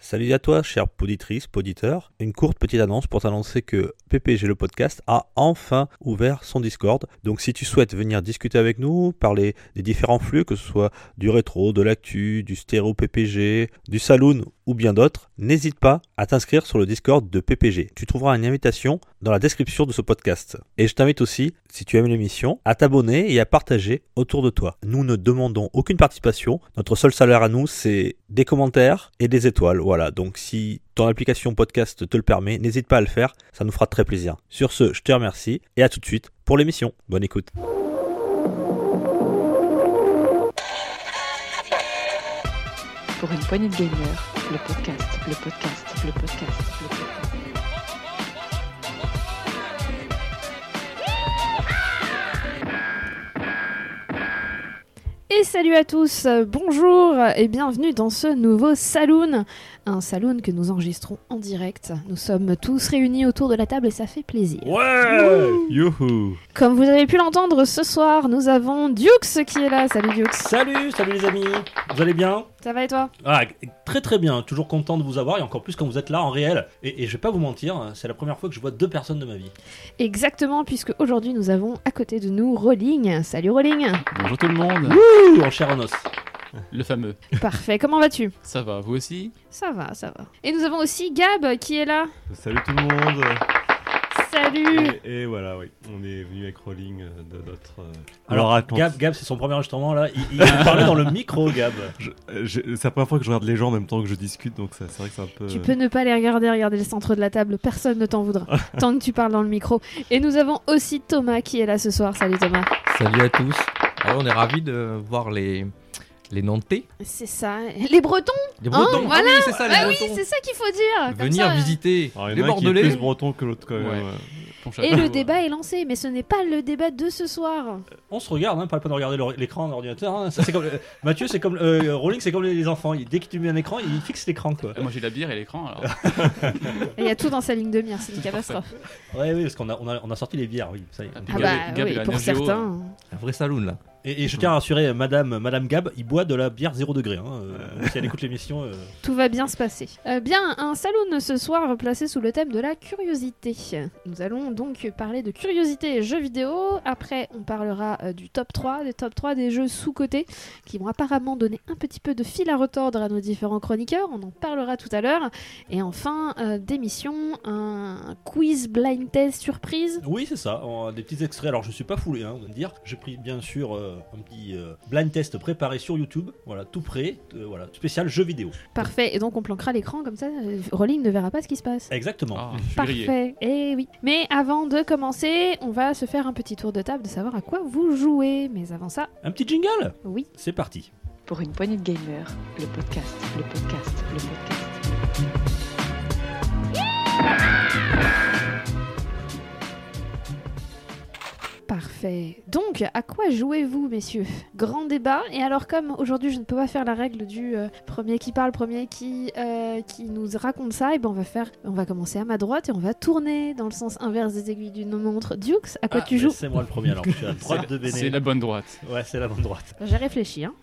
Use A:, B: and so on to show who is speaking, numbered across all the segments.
A: Salut à toi, chère poditrice, poditeur. Une courte petite annonce pour t'annoncer que PPG le podcast a enfin ouvert son Discord. Donc si tu souhaites venir discuter avec nous, parler des différents flux, que ce soit du rétro, de l'actu, du stéréo PPG, du saloon ou bien d'autres, n'hésite pas à t'inscrire sur le Discord de PPG. Tu trouveras une invitation dans la description de ce podcast. Et je t'invite aussi, si tu aimes l'émission, à t'abonner et à partager autour de toi. Nous ne demandons aucune participation. Notre seul salaire à nous, c'est des commentaires et des étoiles. Voilà, donc si ton application podcast te le permet, n'hésite pas à le faire. Ça nous fera très plaisir. Sur ce, je te remercie et à tout de suite pour l'émission. Bonne écoute.
B: pour une poignée de gamer, le podcast, le podcast, le podcast, le podcast.
C: Et salut à tous, euh, bonjour et bienvenue dans ce nouveau saloon. Un saloon que nous enregistrons en direct. Nous sommes tous réunis autour de la table et ça fait plaisir.
D: Ouais Youhou
C: Comme vous avez pu l'entendre ce soir, nous avons Dukes qui est là. Salut Dukes,
D: Salut, salut les amis Vous allez bien
C: ça va et toi
D: ah, Très très bien, toujours content de vous avoir et encore plus quand vous êtes là en réel. Et, et je vais pas vous mentir, hein, c'est la première fois que je vois deux personnes de ma vie.
C: Exactement, puisque aujourd'hui nous avons à côté de nous Rolling. Salut Rolling
E: Bonjour tout le monde,
D: Ouh, en chair en os.
E: le fameux.
C: Parfait, comment vas-tu
E: Ça va, vous aussi
C: Ça va, ça va. Et nous avons aussi Gab qui est là.
F: Salut tout le monde
C: Salut
F: et, et voilà, oui, on est venu avec Rolling euh, de notre... euh,
D: Alors,
F: attends,
D: Gab, Gab c'est son premier enregistrement là. Il, il parlait dans le micro, Gab.
F: je- euh, je- c'est la première fois que je regarde les gens en même temps que je discute, donc ça- c'est vrai que c'est un peu...
G: Euh.
C: Tu peux ne pas les regarder, regarder le centre de la table, personne ne t'en voudra, tant que tu parles dans le micro. Et nous avons aussi Thomas qui est là ce soir, salut Thomas.
G: Salut à tous. Ah ouais, on est ravis de voir les, les Nantais.
C: C'est ça, les Bretons,
G: Les
C: Hein,
G: Bretons.
C: voilà.
G: Ah oui, c'est ça, les
C: Ah oui,
G: Bretons.
C: c'est ça qu'il faut dire comme
G: Venir
C: ça.
G: visiter
F: Alors, Ah, il y
G: les
F: en a un qui est plus
G: Bordelais.
F: breton que l'autre quand même.
G: Ouais.
F: ouais.
E: Ton euh, chat.
C: Et le débat est lancé, mais ce n'est pas le débat de ce soir.
D: On se regarde, hein, pas le pas de regarder l'or- l'écran de l'ordinateur. hein. Ça, c'est comme, euh, Mathieu, c'est comme. euh, Rolling, c'est comme les, les enfants. Il- dès que tu mets un écran, il fixe l'écran quoi.
E: Moi j'ai la bière et l'écran alors.
C: Ah Il y a tout dans sa ligne de mire, c'est une
E: C'est parfait.
C: catastrophe.
D: Ouais, oui, parce qu'on a, on a, on a sorti les bières, oui. Ça y est.
E: Ah,
C: Ah
E: Gab
C: bah
E: et- Gab et
C: oui,
E: la
C: pour
E: Nergio,
C: certains.
G: Un vrai saloon là.
D: Et, et je tiens à rassurer euh, Madame, Madame Gab, il boit de la bière 0 degré. hein, euh, si elle écoute l'émission. euh,
C: Tout va bien se passer. Euh, bien, un saloon ce soir placé sous le thème de la curiosité. Nous allons donc parler de curiosité et jeux vidéo. Après, on parlera euh, du top 3, des top 3 des jeux sous-cotés qui vont apparemment donner un petit peu de fil à retordre à nos différents chroniqueurs. On en parlera tout à l'heure. Et enfin, euh, d'émission, un quiz blind test surprise.
D: Oui, c'est ça, en- des petits extraits. Alors, je suis pas foulé, hein, on va me dire. J'ai pris, bien sûr, euh, un petit euh, blind test préparé sur YouTube. Voilà, tout prêt. euh, voilà, spécial jeu vidéo.
C: Parfait. Et donc, on planquera l'écran comme ça. euh, Rolling ne verra pas ce qui se passe.
D: Exactement.
E: Ah, je suis grillé.
C: Parfait, et oui. Mais avant de commencer, on va se faire un petit tour de table de savoir à quoi vous jouez. Mais avant ça,
D: Un petit jingle
C: oui.
D: C'est parti.
B: Pour une poignée de gamer, le podcast, le podcast, le podcast.
C: Parfait. Donc, à quoi jouez-vous, messieurs Grand débat. Et alors, comme aujourd'hui, je ne peux pas faire la règle du euh, premier qui parle, premier qui, euh, qui nous raconte ça, et ben on va faire, on va commencer à ma droite et on va tourner dans le sens inverse des aiguilles d'une montre. Dukes, à quoi
D: Ah,
C: tu
D: mais
C: joues
D: C'est moi le premier, alors. Je suis à
E: C'est la-
D: droite de Béné.
E: C'est la bonne droite.
D: Ouais, c'est la bonne droite.
C: J'ai réfléchi. Hein.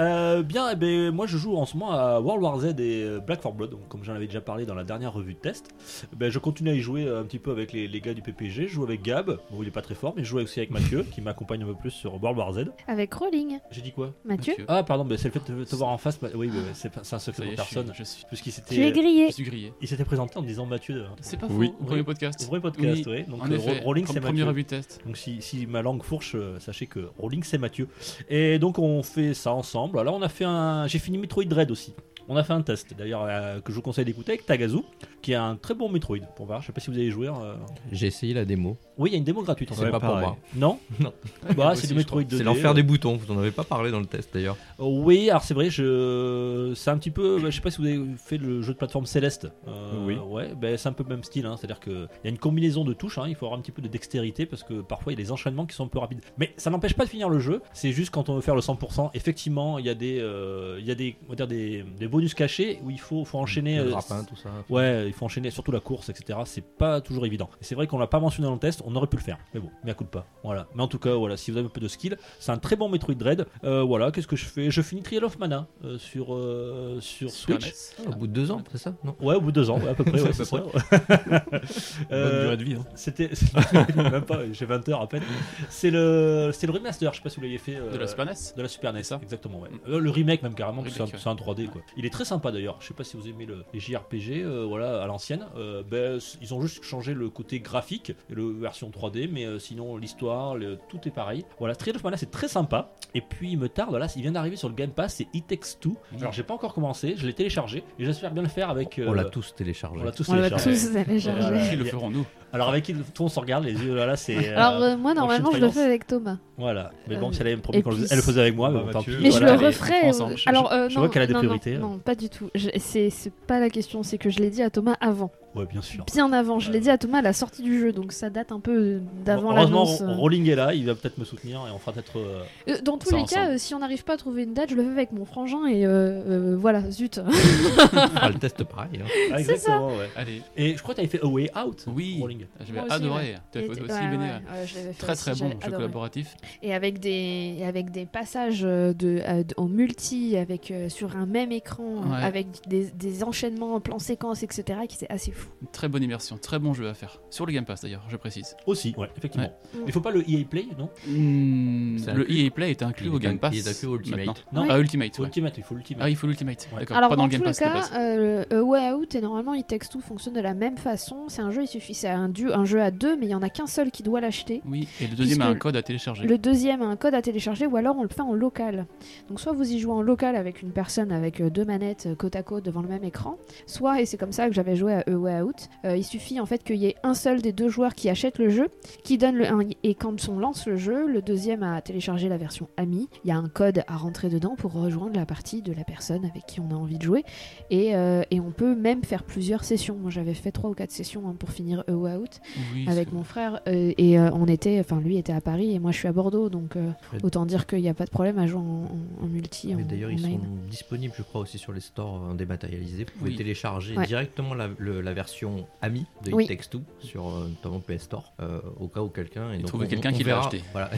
D: Euh, bien, eh ben, moi je joue en ce moment à World War Z et euh, Black 4 Blood, donc, comme j'en avais déjà parlé dans la dernière revue de test. Ben, je continue à y jouer euh, un petit peu avec les, les gars du PPG. Je joue avec Gab, bon, il est pas très fort, mais je joue aussi avec Mathieu, qui m'accompagne un peu plus sur World War Z.
C: Avec Rolling,
D: J'ai dit quoi
C: Mathieu.
E: Mathieu.
D: Ah pardon, mais c'est le fait de te voir en face. bah, oui, bah, c'est pas- c'est un
E: Ça
D: secret
E: y
D: pour
E: est, je suis,
D: personne.
E: je suis,
D: Puisqu'il
C: Tu es
D: s'était,
E: je
C: grillé.
E: suis grillé.
D: il s'était présenté en disant Mathieu. euh,
E: C'est pas faux,
F: Oui.
E: au premier
D: Oui.
E: podcast.
D: au vrai podcast,
E: Oui.
D: ouais. Donc
E: en
D: euh,
E: effet,
D: Rolling
E: comme
D: c'est
E: premier
D: Mathieu.
E: revue de test.
D: Donc si, si ma langue fourche, euh, sachez que Rolling c'est Mathieu. Et donc on fait ça ensemble. Alors on a fait un, j'ai fini Metroid Dread aussi. On a fait un test d'ailleurs euh, que je vous conseille d'écouter avec Tagazu, qui est un très bon Metroid pour voir. Je sais pas si vous allez jouer. euh.
G: J'ai essayé la démo.
D: Oui, il y a une démo gratuite. en
G: C'est
D: fait.
G: pas
F: pareil. E.
G: pour moi.
D: Non,
G: Non.
D: Bah
E: moi
D: c'est
E: aussi,
D: du
E: je
D: Metroid 2D.
G: C'est l'enfer des boutons. Vous en avez pas parlé dans le test d'ailleurs.
D: Euh, oui, alors c'est vrai, je... c'est un petit peu. bah, Je sais pas si vous avez fait le jeu de plateforme Céleste. Euh,
F: Oui.
D: Ouais, ben c'est un peu le même style. hein, C'est-à-dire qu'il y a une combinaison de touches. hein, il faut avoir un petit peu de dextérité parce que parfois il y a des enchaînements qui sont un peu rapides. Mais ça n'empêche pas de finir le jeu. C'est juste quand on veut faire le 100%, effectivement, il y a des, euh, il y a des, on va dire des, des bonus cachés où il faut, faut enchaîner.
G: Le
D: euh,
G: grappin, tout ça.
D: Ouais, il faut enchaîner, surtout la course, etc. C'est pas toujours évident. Et c'est vrai qu'on l'a pas mentionné dans le test, on aurait pu le faire. Mais bon, mais à coup de pas. Voilà. Mais en tout cas, voilà, si vous avez un peu de skill, c'est un très bon Metroid Dread. Euh, voilà, qu'est-ce que je fais Je finis Trial of Mana euh, sur, euh, sur Switch.
E: Sur E
G: Ah, Au
E: NES.
G: bout de deux ans, c'est ça Non.
D: Ouais, au bout de deux ans, ouais, à peu près. ouais,
G: À
D: c'est
G: peu
D: ça.
F: Bonne
D: Euh,
F: durée de vie. hein.
D: C'était. même pas, j'ai 20 heures à peine. C'est le, c'est le remaster, je sais pas si vous l'avez fait. euh,
E: De la Super NES.
D: de la Super NES,
E: C'est ça
D: exactement. Ouais.
E: Mm.
D: Euh, le remake même carrément, parce que
E: Remake,
D: c'est un, c'est un 3D quoi. Il est très sympa d'ailleurs. Je sais pas si vous aimez le, les JRPG, euh, voilà à l'ancienne. Euh, ben, c- ils ont juste changé le côté graphique, et le version 3D, mais euh, sinon l'histoire, le- tout est pareil. Voilà, Trial of Mana c'est très sympa. Et puis il me tarde, là il vient d'arriver sur le Game Pass, c'est It Takes Two. Alors Euh, j'ai pas encore commencé, je l'ai téléchargé et j'espère bien le faire avec. euh,
G: Oh, On l'a tous téléchargé.
D: on l'a tous
C: On l'a
D: téléchargé.
C: tous téléchargé.
D: Voilà.
E: Qui le ferons-nous
D: Alors avec il, tout on s'en regarde les yeux là, là c'est. euh,
C: Alors euh, moi normalement je le
D: Faïence.
C: fais avec Thomas.
D: voilà. Mais bon,
C: euh,
D: c'est la même
C: et
D: problème.
C: puis-
D: Elle le faisait avec moi, mais
F: Bah,
D: bon, tant
F: Mathieu.
D: pis,
C: Mais
D: voilà,
C: je le
D: allez.
C: referai.
E: ensemble.
C: euh,
E: Je-
C: Alors euh,
D: je
C: non,
D: vois qu'elle a des
C: non, non,
D: priorités,
E: hein.
D: là.
C: Non, pas du tout. Je- C'est c'est pas la question. C'est que je l'ai dit à Thomas avant,
D: Ouais, bien sûr.
C: bien avant. Je l'ai dit à Thomas à la sortie du jeu, donc ça date un peu d'avant
D: Heureusement,
C: l'annonce.
D: Ro- Rowling est là, il va peut-être me soutenir et on fera peut-être. euh,
C: Euh, dans tous
E: Ça
C: les cas,
E: ensemble.
C: euh, si on n'arrive pas à trouver une date, je le fais avec mon frangin et euh, euh, voilà, zut.
G: On fera le test pareil. hein.
D: ah, exactement, ouais.
E: Allez,
D: Et je crois que t'avais fait A Way Out.
E: oui,
D: Rowling.
E: j'avais
C: Moi aussi,
E: adoré. Tu as
C: Et-
E: fait aussi,
C: ouais, ouais,
E: Bénéa.
C: ouais, je l'avais fait
E: Très
C: aussi,
E: très bon
C: j'avais
E: jeu
C: adoré.
E: collaboratif.
C: Et avec des et avec des passages euh, de euh, de- en multi, avec euh, sur un même écran, euh,
E: Ouais.
C: avec des, des enchaînements, plans séquences, etc. qui étaient assez fou.
E: Une Très bonne immersion, très bon jeu à faire. Sur le Game Pass d'ailleurs, je précise.
D: Aussi, ouais, effectivement.
C: Ouais.
D: Il faut pas le EA Play, non
G: C'est
E: Hmm. le
G: inclus
E: EA Play est inclus
G: Il
E: au
G: est
E: Game
G: inc-
E: Pass.
G: il est inclus au Ultimate.
E: maintenant.
D: Non,
E: Ah, Ultimate,
D: faut
E: ouais.
D: Ultimate, il faut Ultimate.
E: Ah, il faut l'Ultimate.
D: Ouais.
E: D'accord,
C: Alors
E: pas
C: dans
E: dans le Game
C: tout le
E: Pass.
C: cas,
E: Game Pass.
C: euh, A Way Out et normalement It Takes Two fonctionne de la même façon. C'est un jeu, il suffit c'est un, du- un jeu à deux, mais il y en a qu'un seul qui doit l'acheter.
E: Oui, et le deuxième a
C: puisque
E: un code à télécharger.
C: Le deuxième a un code à télécharger ou alors on le fait en local. Donc soit vous y jouez en local avec une personne avec euh, deux manettes euh, côte à côte devant le même écran, soit, et c'est comme ça que j'avais joué à A Way Out, euh, il suffit en fait qu'il y ait un seul des deux joueurs qui achète le jeu, qui donne le un- et quand on lance le jeu, le deuxième a téléchargé la version ami, il y a un code à rentrer dedans pour rejoindre la partie de la personne avec qui on a envie de jouer, et, euh, et on peut même faire plusieurs sessions. Moi j'avais fait trois ou quatre sessions hein, pour finir A Way Out,
E: Oui,
C: avec
E: c'est-
C: mon frère euh, et euh, on était enfin lui était à Paris et moi je suis à Bordeaux donc euh,
G: Ouais.
C: autant dire qu'il n'y a pas de problème à jouer en, en- en multi en,
G: Mais d'ailleurs, ils
C: en
G: sont
C: main.
G: disponibles, je crois, aussi sur les stores euh, dématérialisés. Vous pouvez
E: Oui.
G: télécharger
C: Ouais.
G: directement la, le- la version AMI de
C: Oui.
G: It Takes Two sur euh, notamment PS Store, euh, au cas où quelqu'un. Et donc,
E: trouver
G: on-
E: quelqu'un
G: on
E: qui l'a
G: verra.
E: acheté.
G: Voilà.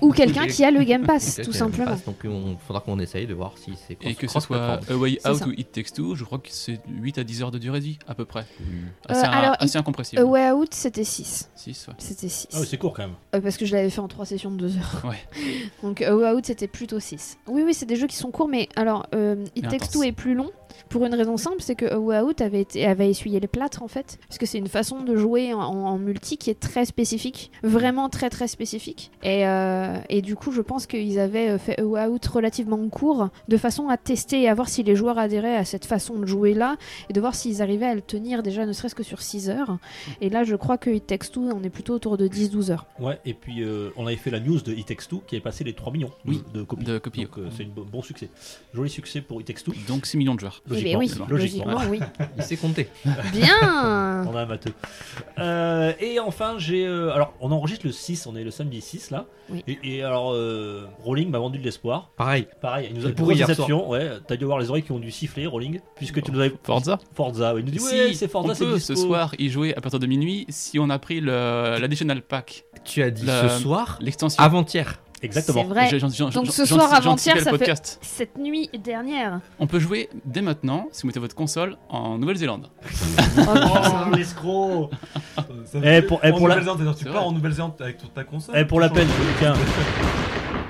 C: ou quelqu'un qui a le Game Pass
G: Quelqu'un
C: tout
G: qui a le
C: simplement
G: pass, donc, il faudra qu'on essaye de voir si c'est.
E: Et que ce
G: cross-
E: soit
G: cross-platform.
E: A Way
C: C'est
E: Out
C: ça.
E: ou It Takes Two, je crois que c'est 8 à 10 heures de durée de vie, à peu près.
C: Euh,
E: Assez,
C: alors, euh,
E: assez
C: A
E: incompressible.
C: Way Out c'était 6
E: Six, ouais.
C: c'était 6
D: Ah, ouais, c'est court quand même.
C: Euh, parce que je l'avais fait en 3 sessions de 2 heures
E: Ouais.
C: donc A Way Out c'était plutôt 6 oui oui c'est des jeux qui sont courts mais alors euh, It
E: Et
C: Takes
E: intense.
C: Two est plus long pour une raison simple, c'est que A Way Out avait, été- avait essuyé les plâtres en fait, parce que c'est une façon de jouer en, en multi qui est très spécifique, vraiment très très spécifique. Et, euh, et du coup, je pense qu'ils avaient euh, fait A Way Out relativement court, de façon à tester et à voir si les joueurs adhéraient à cette façon de jouer là, et de voir s'ils arrivaient à le tenir déjà ne serait-ce que sur 6 heures. Et là, je crois que It Takes Two, on est plutôt autour de 10-12 heures.
D: Ouais, et puis euh, on avait fait la news de It Takes Two qui avait passé les 3 millions de-
E: Oui,
D: de copies.
E: de copies,
D: Donc euh,
E: ouais.
D: c'est un bon succès. Joli succès pour It Takes Two.
E: Donc 6 millions de joueurs.
C: Eh
D: Logiquement,
C: ben oui,
E: logiquement.
C: logiquement, oui.
G: Il s'est compté.
C: Bien
D: On a un matheux. Euh, et enfin, j'ai. euh, alors, on enregistre le 6, on est le samedi 6 là.
C: Oui.
D: Et, et alors, euh, Rowling m'a vendu de l'espoir.
G: Pareil.
D: Pareil, il nous a
G: C'est
D: une
G: pourri
D: grosse
G: hier
D: déception. Ouais, t'as dû avoir les oreilles qui ont dû siffler, Rowling, puisque tu nous avais.
E: Forza
D: Forza, ouais. Il nous dit,
E: Si,
D: ouais, c'est Forza,
E: on
D: c'est
E: peut
D: dispo.
E: ce soir y jouer à partir de minuit si on a pris le- l'additional pack,
G: Tu as dit
E: La-
G: ce soir,
E: l'extension.
G: avant-hier.
D: Exactement.
C: C'est vrai.
E: J'ai- j'en- j'en-
C: Ah, Donc
E: j'en-
C: ce
E: j'en-
C: soir,
E: j'anticipe
C: avant-hier,
E: le
C: ça fait-
E: podcast.
C: Cette nuit dernière.
E: On peut jouer dès maintenant, si vous mettez votre console, en Nouvelle-Zélande.
D: Oh, l'escroc
F: Ça
D: Eh,
F: fait-
D: pour- eh,
F: en
D: pour la-
F: Nouvelle-Zélande, c'est-à-dire, tu
E: C'est
F: pars
E: vrai.
F: en Nouvelle-Zélande avec toute ta console.
D: Eh, pour
F: tu
D: la
F: changes-
D: peine, tiens.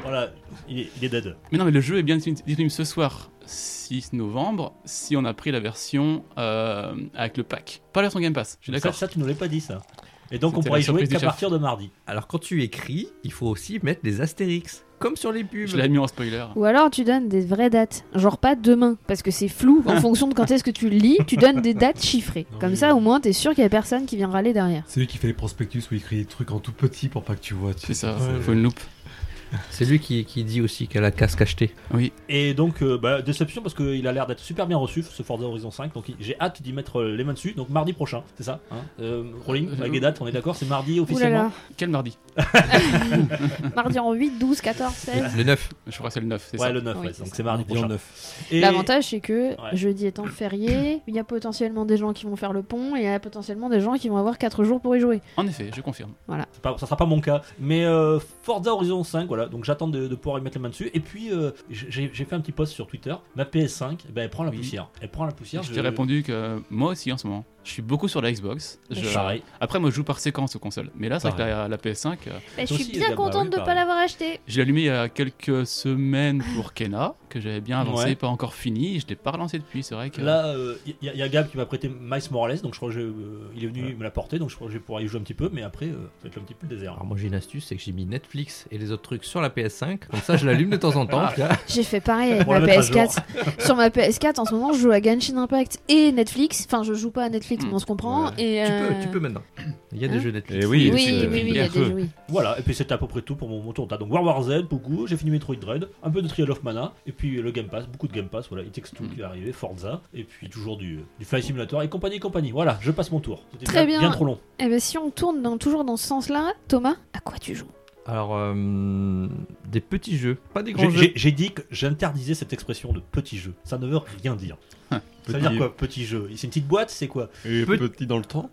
D: Voilà, il est, il est dead.
E: Mais non, mais le jeu est bien disponible ce soir, 6 novembre, si on a pris la version euh, avec le pack. Pas la version Game Pass, je suis
D: Ça,
E: d'accord.
D: ça, tu nous l'as pas dit, ça. Et donc, on
E: C'était
D: pourra
E: la
D: y jouer
E: surprise du
D: qu'à
E: chef.
D: partir de mardi.
G: Alors quand tu écris, il faut aussi mettre des astérix, comme sur les pubs.
E: Je l'ai mis en spoiler.
C: Ou alors tu donnes des vraies dates, genre pas demain, parce que c'est flou en fonction de quand est-ce que tu le lis, tu donnes des dates chiffrées.
F: Non,
C: Comme
F: mais-
C: ça au moins t'es sûr qu'il y a personne qui vient râler derrière.
F: C'est lui qui fait les prospectus où il écrit des trucs en tout petit pour pas que tu vois. tu
E: C'est
F: sais.
E: ça,
F: Ouais,
E: faut une loupe.
G: C'est lui qui, qui dit aussi qu'elle a casque acheté.
D: Et donc, euh, bah, déception parce qu'il a l'air d'être super bien reçu ce Forza Horizon 5. Donc, il- j'ai hâte d'y mettre euh, les mains dessus. Donc, mardi prochain, c'est ça hein Euh, Rolling, avec les dates, on est d'accord C'est mardi
C: Ouh là
D: officiellement
C: là.
E: Quel mardi
C: Mardi en 8, 12, 14, 16.
G: Le 9.
E: Je crois que c'est le 9, c'est
D: Ouais,
E: ça
D: le 9,
C: Oui,
D: ouais,
C: c'est
D: donc
C: ça.
D: c'est mardi prochain.
F: 9.
D: Et-
C: L'avantage, c'est que
D: Ouais.
C: jeudi étant férié, il y a potentiellement des gens qui vont faire le pont et il y a potentiellement des gens qui vont avoir 4 jours pour y jouer.
E: En effet, je confirme.
D: C'est pas- ça sera pas mon cas. Mais euh, Forza Horizon 5, voilà, donc j'attends de, de pouvoir y mettre les mains dessus. Et puis, euh, j'ai j'ai fait un petit post sur Twitter. Ma PS5, eh ben, elle prend la
E: Oui.
D: poussière. Elle prend la poussière.
E: je t'ai répondu que moi aussi en ce moment, je suis beaucoup sur la Xbox. Je-
D: Je... Pareil.
E: Après, moi je joue par séquence aux consoles. Mais là, c'est vrai que la, la PS5, euh,
C: Bah, je
D: Toi aussi,
C: suis bien
D: Edgar, bah oui,
C: contente de ne
D: pareil.
C: pas l'avoir acheté.
E: j'ai allumé il y a quelques semaines pour Kena, que j'avais bien avancé,
D: Ouais.
E: pas encore fini. Je l'ai pas relancé depuis, c'est vrai que.
D: Là, il y, a- y a Gab qui m'a prêté Miles Morales, donc je crois que j'ai, euh, il est venu me la porter, donc je crois que je vais pouvoir y jouer un petit peu, mais après, euh, ça va être un petit peu le désert.
G: Alors moi j'ai une astuce, c'est que j'ai mis Netflix et les autres trucs sur la PS5. Comme ça je l'allume de temps en temps.
E: Ah.
G: tu vois.
C: J'ai fait pareil avec
D: Pour
C: ma
D: la mettre à
C: PS4. Sur ma PS4, en ce moment, je joue à Genshin Impact et Netflix. Enfin, je joue pas à Netflix,
E: Mm.
C: mais on se comprend.
G: Hmm. Ouais.
C: Et,
G: tu,
C: euh,
G: peux, tu peux maintenant. Il y a des
C: Hein
G: jeux Netflix.
F: Eh oui,
C: Oui, oui,
F: tu-
C: oui,
F: tu-
C: oui, il y a des
E: Nerveux.
C: jeux, oui.
D: Voilà, et puis c'était à peu près tout pour mon, mon tour. T'as donc World War Z, beaucoup, j'ai fini Metroid Dread, un peu de Trial of Mana, et puis euh, le Game Pass, beaucoup de Game Pass, voilà, It Takes Two
E: Mm.
D: qui est arrivé, Forza, et puis toujours du, du Flight Simulator, et compagnie, compagnie. Voilà, je passe mon tour. C'était
C: Très bien.
D: Bien trop long.
C: Eh ben, si on tourne dans- toujours dans ce sens-là, Thomas, à quoi tu joues
G: Alors euh, des petits jeux, pas des grands
D: J'ai-
G: jeux.
D: J'ai j'ai dit que j'interdisais cette expression de petit jeu. Ça ne veut rien dire. Ça veut
F: Petit-
D: dire quoi, petit jeu C'est une petite boîte, c'est quoi
F: Et
G: Pe-
F: petit dans le temps.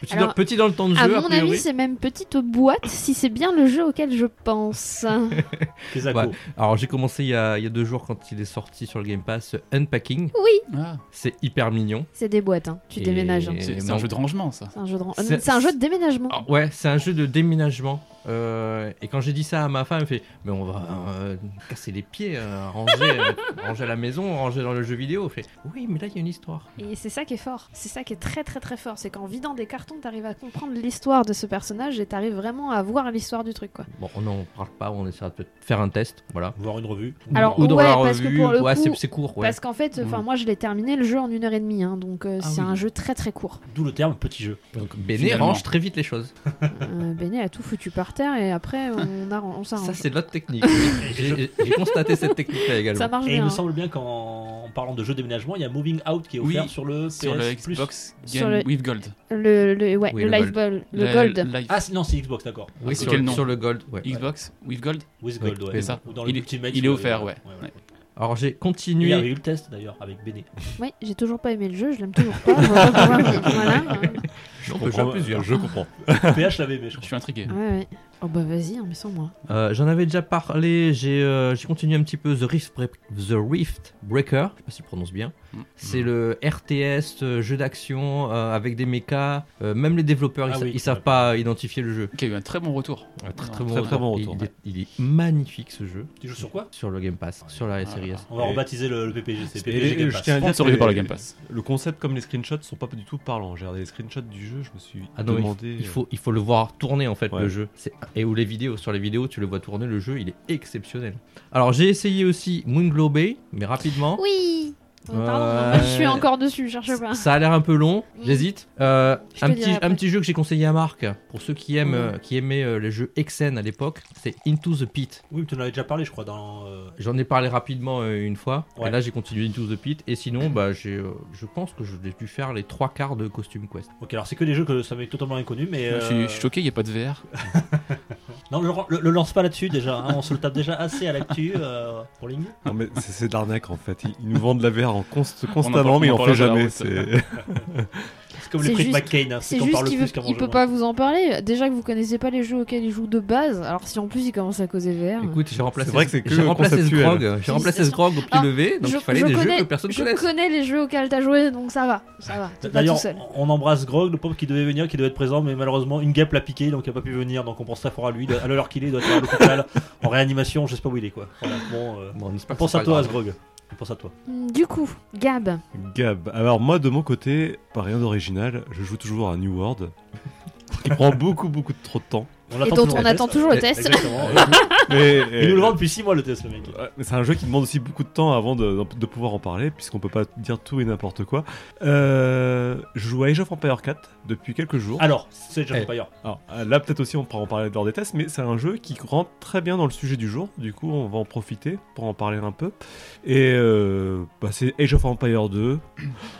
G: Petit,
C: Alors,
G: dans, petit dans le temps de
C: À
G: jeu. a
C: mon
G: priori.
C: avis, c'est même petite boîte, si c'est bien le jeu auquel je pense.
D: Kesako.
G: Ouais. Alors j'ai commencé il y, a, il y a deux jours quand il est sorti sur le Game Pass euh, Unpacking.
C: Oui,
E: Ah,
G: C'est hyper mignon.
C: c'est des boîtes, hein. tu
G: Et-
C: déménages. hein.
E: c'est c'est un
G: non.
E: jeu de rangement, ça.
C: C'est un jeu de, ran-
G: C'est-
C: euh, c'est un jeu de déménagement.
G: Ah, ouais, c'est un jeu de déménagement. Euh, et quand j'ai dit ça à ma femme, elle fait Mais on va euh, casser les pieds, euh, ranger, euh, ranger à la maison, ranger dans le jeu vidéo. Elle fait Oui, mais là, il y a une histoire.
C: Et c'est ça qui est fort. C'est ça qui est très très très fort. C'est qu'en vidant des cartons, t'arrives à comprendre l'histoire de ce personnage et t'arrives vraiment à voir l'histoire du truc, quoi.
G: Bon, on n'en parle pas, on essaiera de faire un test. Voilà.
D: Voir une revue.
C: Alors,
G: Ou dans
C: ouais,
G: la
C: parce que
G: revue.
C: pour le
G: ouais,
C: coup-
G: c'est- c'est court. Ouais.
C: Parce qu'en fait, enfin
E: Mhm.
C: moi je l'ai terminé le jeu en une heure et demie, hein, donc euh,
E: Ah
C: c'est
E: oui.
C: un jeu très très court.
D: D'où le terme petit jeu.
G: Donc, Béné
E: Finalement.
G: range très vite les choses.
C: Euh, Benet a tout foutu par terre et après on, arran- on
G: Ça,
C: s'arrange.
G: c'est de l'autre technique. J'ai j'ai constaté cette technique-là également.
C: Ça marche
D: Et il
C: bien.
D: me
C: hein.
D: semble bien qu'en parlant de jeu déménagement, il y a Moving Out qui est
E: Oui,
D: offert sur le PS
E: Sur le
D: Plus.
E: Xbox
C: Sur
E: Game
C: le-
E: with Gold.
C: Le, le- ouais,
G: Oui,
C: le,
G: le
C: Live Ball, le
E: La-
C: Gold.
E: Live-
D: Ah c'est- non, c'est Xbox, d'accord.
G: Oui,
E: c'est
G: sur,
E: quel
G: le-
E: nom
G: sur le gold. ouais.
E: Xbox with Gold
D: With
G: Oui,
D: Gold, ouais.
G: c'est
E: ça.
D: Ou dans
E: Il est-
D: l'Ultimate,
E: il est
D: euh,
E: offert, ouais. Ouais.
G: Alors, j'ai
D: Il y
G: continué.
D: avait eu le test d'ailleurs avec Béné.
C: Oui, j'ai toujours pas aimé le jeu, je l'aime toujours pas. je vois pas pourquoi, mais voilà.
F: Je
D: comprends,
G: hein.
D: euh,
F: Je comprends.
D: PH l'avait aimé, je
E: Je
D: crois.
E: suis intrigué.
C: Ouais, ouais. Oh bah vas-y, hein, mais sans moi.
G: Euh, J'en avais déjà parlé, j'ai euh, j'ai continué un petit peu The Rift, Bre- The Rift Breaker, je sais pas si je prononce bien.
E: Mm.
G: C'est le RTS, euh, jeu d'action euh, avec des mechas. euh, même les développeurs, ils,
D: Ah
G: sa-
D: oui,
G: ils
D: tout à
G: savent
D: fait.
G: pas identifier le jeu.
E: Qui a eu un Ah, très bon retour.
G: Un très,
E: Ouais,
G: très, bon,
F: très,
G: retour.
F: très bon
G: Et
F: retour,
G: Il, est, il est magnifique ce jeu
D: Tu joues sur quoi
G: sur le Game Pass, sur la série S.
D: On va
F: Et-
D: rebaptiser le, le PPG, c'est
F: Et-
D: PPG
F: et
D: Game
F: je
D: Pass.
F: tiens à dire
E: Sponsorisé
F: que
E: par le Game Pass.
F: Le concept comme les screenshots sont pas du tout parlants. J'ai regardé les screenshots du jeu, je me suis
G: Ah non, il-
F: demandé.
G: Il faut, il faut le voir tourner en fait
F: euh, Ouais.
G: le jeu. C'est- Et où les vidéos, sur les vidéos, tu le vois tourner le jeu, il est exceptionnel. Alors j'ai essayé aussi Moonglobe, mais rapidement.
C: Oui Oh, Pardon,
G: Euh,
C: moi, je suis encore dessus, cherche pas.
G: Ça a l'air un peu long, j'hésite. Euh,
C: Je te
G: un,
C: dirai
G: petit,
C: après. Mhm.
G: un petit jeu que j'ai conseillé à Marc, pour ceux qui, aiment,
C: Ouais.
G: euh, qui aimaient euh, les jeux Exen à l'époque, c'est Into the Pit.
D: Oui, mais tu en avais déjà parlé, je crois, dans. euh,
G: J'en ai parlé rapidement euh, une fois,
D: Ouais.
G: et là j'ai continué Into the Pit, et sinon bah, j'ai, euh, je pense que je vais dû faire les trois quarts de Costume Quest.
D: Ok, alors c'est que des jeux que ça m'est totalement inconnu, mais.
E: Je suis-
D: euh,
E: je suis choqué, il n'y a pas de VR.
D: Non, le, le- le lance pas là-dessus déjà, hein, on se le tape déjà assez à l'actu euh, pour Ling.
F: Non, mais c'est- c'est de l'arnaque en fait. Ils, ils nous vendent de la VR en const-
E: en
F: constamment,
E: parle-
F: mais
E: on
F: on
E: en
F: fait
E: parle sur la
F: jamais.
E: route.
F: C'est
D: C'est comme
C: C'est
D: les prix de
C: juste-
D: McCain, hein,
C: C'est
D: qu'on
C: juste
D: parle
C: qu'il
D: plus
C: veut-
D: qu'avant,
C: il
D: je
C: peut
D: vois.
C: pas vous en parler. Déjà que vous connaissez pas les jeux auxquels il joue de base, alors si en plus il commence à causer VR.
G: Écoute, j'ai remplacé,
F: C'est vrai que c'est que
G: j'ai remplacé ce
F: conceptuel.
G: grog, j'ai remplacé ce grog au petit
C: Ah,
G: levé, donc
C: je,
G: il fallait
C: je
G: des
C: connais,
G: jeux que personne
C: je
G: connaisse.
C: connais les jeux auxquels t'as joué, donc ça va, ça va. T'es pas tout
D: D'ailleurs,
C: seul.
D: on embrasse Grog, le pauvre qui devait venir, qui devait être présent, mais malheureusement, une guêpe l'a piqué, donc il n'a pas pu venir. Donc on pense très fort à lui. Il doit- À l'heure qu'il est, il doit être à l'hôpital, en réanimation, je sais pas où il est quoi. Voilà, bon, euh,
G: Bon, on
F: Ah,
G: espère
D: on
G: que
D: pense
G: c'est
D: à
G: pas
D: toi,
G: grave.
D: Grog. On pense à toi.
C: Mm, Du coup, Gab,
F: Gab. Alors, moi de mon côté, pas rien d'original, je joue toujours à New World, qui prend beaucoup, beaucoup de- trop de temps.
D: On
C: Et
D: attend
C: dont
D: toujours
C: on
D: le
C: attend
D: test.
F: Eh,
C: toujours le test.
D: Exactement.
F: Mais,
D: Ils nous le vendent depuis 6 mois le test, le mec.
F: Ouais, mais c'est un jeu qui demande aussi beaucoup de temps avant de, de pouvoir en parler, puisqu'on peut pas dire tout et n'importe quoi. Euh, je joue à Age of Empire 4 depuis quelques jours.
D: Alors, c'est déjà
F: Eh.
D: pas ailleurs.
F: Alors, euh, là, peut-être aussi, on pourra en parler lors des tests, mais c'est un jeu qui rentre très bien dans le sujet du jour. Du coup, on va en profiter pour en parler un peu. Et euh, bah, c'est Age of Empire 2.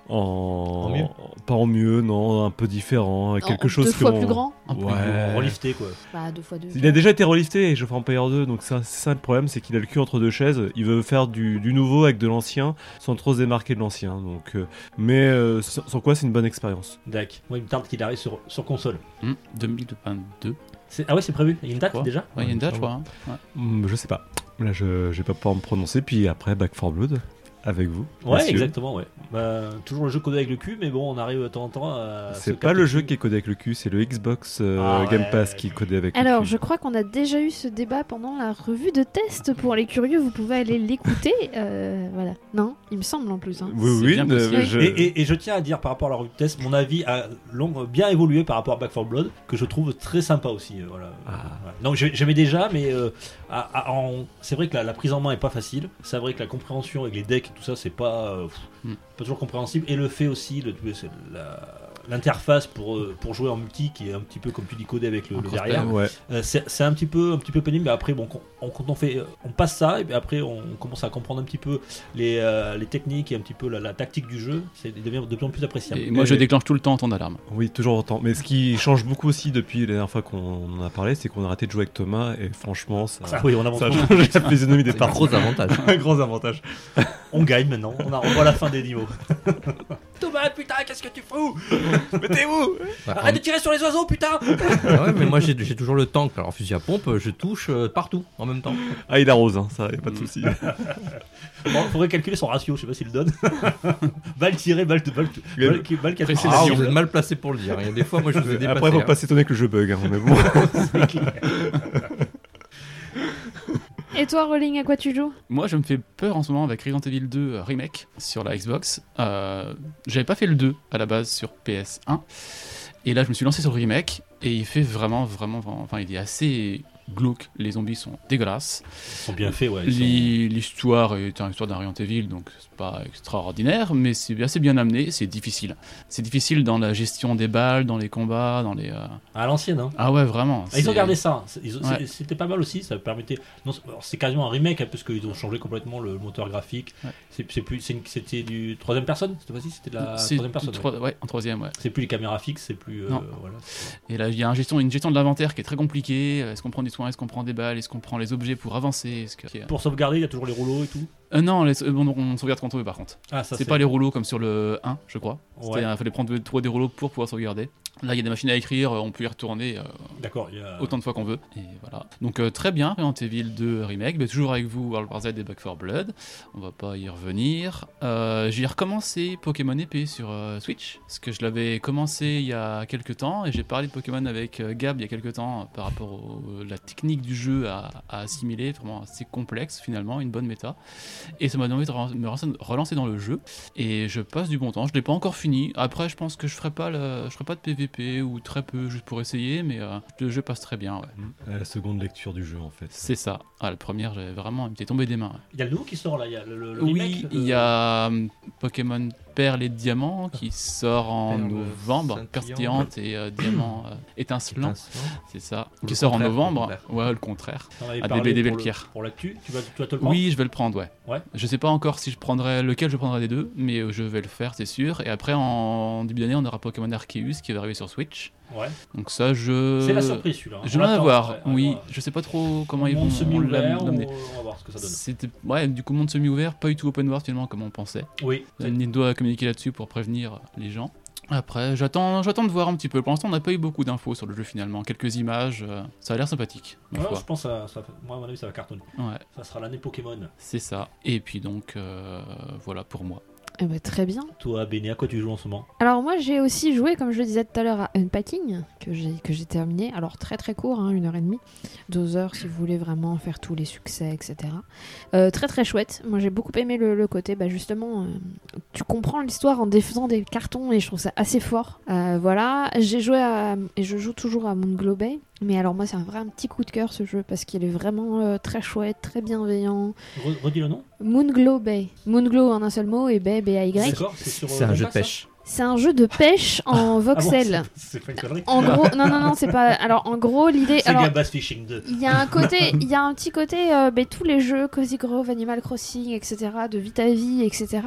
F: En...
G: En mieux
F: Pas en mieux, non, un peu différent. hein,
C: En-
F: Quelque
C: en
F: chose
C: deux
F: que
C: fois
F: l'on-
C: plus grand.
E: Un peu
F: Ouais.
D: On lifté quoi.
C: Bah, deux fois deux.
F: Il a déjà été relifté Age of Empire 2, donc ça, c'est ça le problème, c'est qu'il a le cul entre deux chaises. Il veut faire du, du nouveau avec de l'ancien, sans trop se démarquer de l'ancien. Donc, euh, mais euh, sans, sans quoi, c'est une bonne expérience.
D: Dac. Moi, il me tarde qu'il arrive sur, sur console.
E: Hmm, 2022. Ouais,
D: C'est- Ah ouais, c'est prévu. Il y a une date
E: Quoi
D: déjà
E: Il y a une date, je
F: Ah
E: crois. hein. Ouais.
F: Hmm, je sais pas. Là, je, je vais pas pouvoir me prononcer. Puis après, Back 4 Blood avec vous.
D: Ouais,
F: messieurs.
D: exactement, ouais. Bah, toujours le jeu codé avec le cul, mais bon, on arrive de temps en temps à. se
F: C'est
D: capter
F: pas le jeu
D: dessus.
F: qui est codé avec le cul, c'est le Xbox euh,
D: Ah ouais.
F: Game Pass qui est codé avec
C: Alors,
F: le cul.
C: je crois qu'on a déjà eu ce débat pendant la revue de test. Pour les curieux, vous pouvez aller l'écouter. Euh, voilà. Non, il me semble en plus. hein.
F: Oui,
E: C'est
F: oui,
E: bien
F: ne-
E: possible.
F: je-
D: Et, et- et je tiens à dire par rapport à la revue de test, mon avis a long- bien évolué par rapport à Back 4 Blood, que je trouve très sympa aussi. euh, Voilà. Voilà. Donc j'ai- j'aimais déjà, mais euh, à- à- en- c'est vrai que la, la prise en main est pas facile. C'est vrai que la compréhension avec les decks et tout ça, c'est pas, euh, pff,
E: Mm.
D: pas toujours compréhensible. Et le fait aussi de c'est la- l'interface pour, euh, pour jouer en multi, qui est un petit peu comme tu dis codé avec le,
E: En
D: le
E: crossplay,
D: derrière,
F: Ouais.
D: euh, c'est c'est un petit peu un petit peu pénible mais après bon quand on, quand on fait on passe ça et puis après on, on commence à comprendre un petit peu les, euh, les techniques et un petit peu la, la tactique du jeu c'est il devient de plus en plus appréciable
E: Et moi, je
F: Et-
E: déclenche tout le temps en temps d'alarme.
F: Oui, toujours autant. Mais ce qui change beaucoup aussi depuis la dernière fois qu'on en a parlé, c'est qu'on a arrêté de jouer avec Thomas et franchement, ça,
D: Ah oui on avance
F: ça a changé la physionomie des
G: C'est un
F: parties.
G: gros avantage.
F: Un gros avantage.
D: on gagne maintenant on, a, on voit la fin des niveaux Thomas putain qu'est-ce que tu fous mettez-vous
F: Ah
G: Bah,
D: arrête de tirer sur les oiseaux putain
G: Ah ouais, mais moi j'ai j'ai toujours le tank. Alors fusil à pompe, je touche euh, partout en même temps.
F: Ah, il arrose, hein, ça, y a pas de
E: Mm.
F: souci.
D: bon faudrait calculer son ratio je sais pas s'il le donne balle tirée balle de balle
F: Le-
D: balle, qui- balle qui a touché
E: C'est
G: Ah,
D: la
G: vous
D: cible.
G: êtes mal placé pour le dire. hein. Il y a des fois, moi je vous ai dépassé.
F: Après, faut
G: hein.
F: pas s'étonner que le jeu bug, hein, mais bon.
D: C'est clair.
C: Et toi, Rolling, à quoi tu joues
E: Moi, je me fais peur en ce moment avec Resident Evil 2 Remake sur la Xbox. Euh, J'avais pas fait le 2 à la base sur PS1. Et là, je me suis lancé sur le remake. Et il fait vraiment, vraiment, vraiment- Enfin, il est assez glauque. Les zombies sont dégueulasses.
D: ils sont bien faits ouais ils sont-
E: L'hi- L'histoire est une histoire d'un Resident Evil, donc c'est pas extraordinaire, mais c'est assez bien amené. C'est difficile. C'est difficile dans la gestion des balles, dans les combats, dans les. euh,
D: à l'ancienne hein
E: Ah ouais, vraiment.
D: Ah, Ils ont
E: c'est-
D: gardé ça, hein. C'est- ils ont- c'est-
E: Ouais.
D: c'était pas mal aussi, ça permettait. non, c'est- alors, c'est quasiment un remake hein, parce qu'ils ont changé complètement le moteur graphique.
E: Ouais.
D: C'est c'est plus, c'est une- c'était du troisième personne cette fois-ci, c'était de la
E: C'est
D: euh, troisième personne. ouais.
E: trois- ouais, en troisième, ouais.
D: C'est plus les caméras fixes, c'est plus euh,
E: Non.
D: voilà.
E: Et là, il y a un gestion, une gestion de l'inventaire qui est très compliquée. Euh, Est-ce qu'on prend des soins Est-ce qu'on prend des balles Est-ce qu'on prend les objets pour avancer Est-ce que-
D: Pour sauvegarder, il y a toujours les rouleaux et tout.
E: Euh, Non, les- euh, bon, on sauvegarde quand on veut par contre.
D: Ah ça
E: C'est pas les rouleaux comme sur le 1, je crois. C'était-
D: Ouais.
E: Il fallait prendre deux- trois des rouleaux pour pouvoir sauvegarder. Là, il y a des machines à écrire, euh, on peut y retourner euh,
D: D'accord. il y a-
E: autant de fois qu'on veut. Et voilà. Donc euh, très bien, Resident Evil 2 Remake, mais toujours avec vous, World War Z et Back 4 Blood. On va pas y revenir. Euh, j'ai recommencé Pokémon épée sur euh, Switch, parce que je l'avais commencé il y a quelques temps, et j'ai parlé de Pokémon avec euh, Gab il y a quelques temps euh, par rapport à la technique du jeu à, à assimiler, vraiment assez complexe finalement, une bonne méta. Et ça m'a donné envie de re- me re- relancer dans le jeu, et je passe du bon temps. Je l'ai pas encore fini. Après, je pense que je ferai pas, le- je ferai pas de PVP ou très peu, juste pour essayer, mais euh, le jeu passe très bien. ouais.
F: la seconde lecture du jeu, en fait.
E: C'est ça. Ah, la première, j'avais vraiment, il m'était tombé des mains. ouais.
D: Il y a le nouveau qui sort là, il y a le, le- le remake, euh,
A: euh,
E: Oui,
D: le-
E: il y a hum, Pokémon Perle et Diamant qui sort en
G: Perle
E: novembre.
G: scintillante.
E: Pertillante et euh, Diamant euh, étincelant, c'est ça.
G: Ou
E: Qui
G: le
E: sort en
G: contraire,
E: novembre.
G: le contraire.
E: Ouais, le contraire. Ah,
D: on en avait
E: à
D: parlé
E: DBD
D: pour le-
E: Belkir.
D: Pour l'actu, tu vas, tu vas te le prendre.
E: Oui, je vais le prendre, ouais.
D: Ouais.
E: Je sais pas encore si je prendrai lequel je prendrai des deux, mais euh, je vais le faire, c'est sûr. Et après, en début d'année, on aura Pokémon Arceus qui va arriver sur Switch.
D: Ouais.
E: Donc ça, je.
D: C'est la surprise celui-là. hein.
E: euh, Je
D: On
E: vais en
D: l'attend,
E: avoir,
D: ouais, on
E: oui.
D: l'attend.
E: Je sais pas trop comment ils vont
D: Monde semi-ouvert, on,
E: l'amener.
D: on va voir ce que ça donne.
E: C'était ouais, du coup monde semi-ouvert, pas du tout open world finalement comme on pensait. Euh,
D: Oui. c'est-
E: Nintendo doit communiquer là-dessus pour prévenir les gens. Après, j'attends, j'attends de voir un petit peu. Pour l'instant, on n'a pas eu beaucoup d'infos sur le jeu finalement. Quelques images, euh, ça a l'air sympathique. ma
D: Ouais,
E: foi.
D: je pense que ça, ça- moi à mon avis ça va cartonner.
E: Ouais,
D: Ça sera l'année Pokémon.
E: c'est ça. Et puis donc, euh, voilà pour moi.
C: Eh ben, Très bien.
D: Toi, Béné, à quoi tu joues en ce moment
C: Alors moi j'ai aussi joué, comme je le disais tout à l'heure, à Unpacking, que j'ai que j'ai terminé. Alors très très court, hein, une heure et demie, deux heures si vous voulez vraiment faire tous les succès, etc. Euh, très très chouette. Moi j'ai beaucoup aimé le, le côté, bah, justement, euh, tu comprends l'histoire en défaisant des cartons et je trouve ça assez fort. Euh, voilà, j'ai joué à et je joue toujours à Moon Glow Bay, Mais alors moi c'est un vrai un petit coup de cœur ce jeu parce qu'il est vraiment euh, très chouette, très bienveillant.
D: Re- Redis le nom
C: Moonglow Bay. Moonglow en un seul mot et Bay B-A-Y.
D: D'accord, c'est sur, euh,
G: C'est un
D: Game
G: jeu de
D: Pass,
G: pêche.
C: C'est un jeu de pêche en
D: ça Ah bon,
C: voxel.
D: c'est- C'est pas une connerie.
C: en gros, non non non, c'est pas alors en gros l'idée
D: C'est
C: alors
D: Gabas Fishing 2.
C: il y a un côté, il y a un petit côté, euh, ben, tous les jeux, Cozy Grove, Animal Crossing, etc., de Vita vie, etc.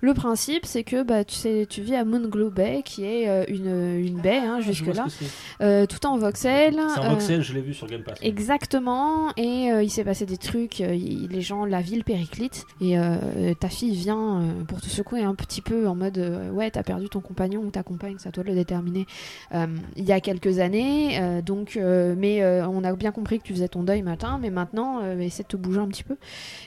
C: Le principe, c'est que bah, tu sais, tu vis à Moonglow Bay, qui est euh, une, une baie hein,
D: Ah, Je vois
C: jusque-là,
D: ce que c'est.
C: euh, tout en voxel.
D: C'est
C: euh,
D: un voxel, je l'ai vu sur Game Pass.
C: Exactement, et euh, il s'est passé des trucs, euh, il- les gens, la ville périclite, et euh, ta fille vient euh, pour te secouer un petit peu en mode euh, ouais, t'as perdu ton compagnon ou ta compagne, c'est à toi de le déterminer, Euh, il y a quelques années, euh, donc, euh, mais euh, on a bien compris que tu faisais ton deuil matin, mais maintenant, euh, essaie de te bouger un petit peu,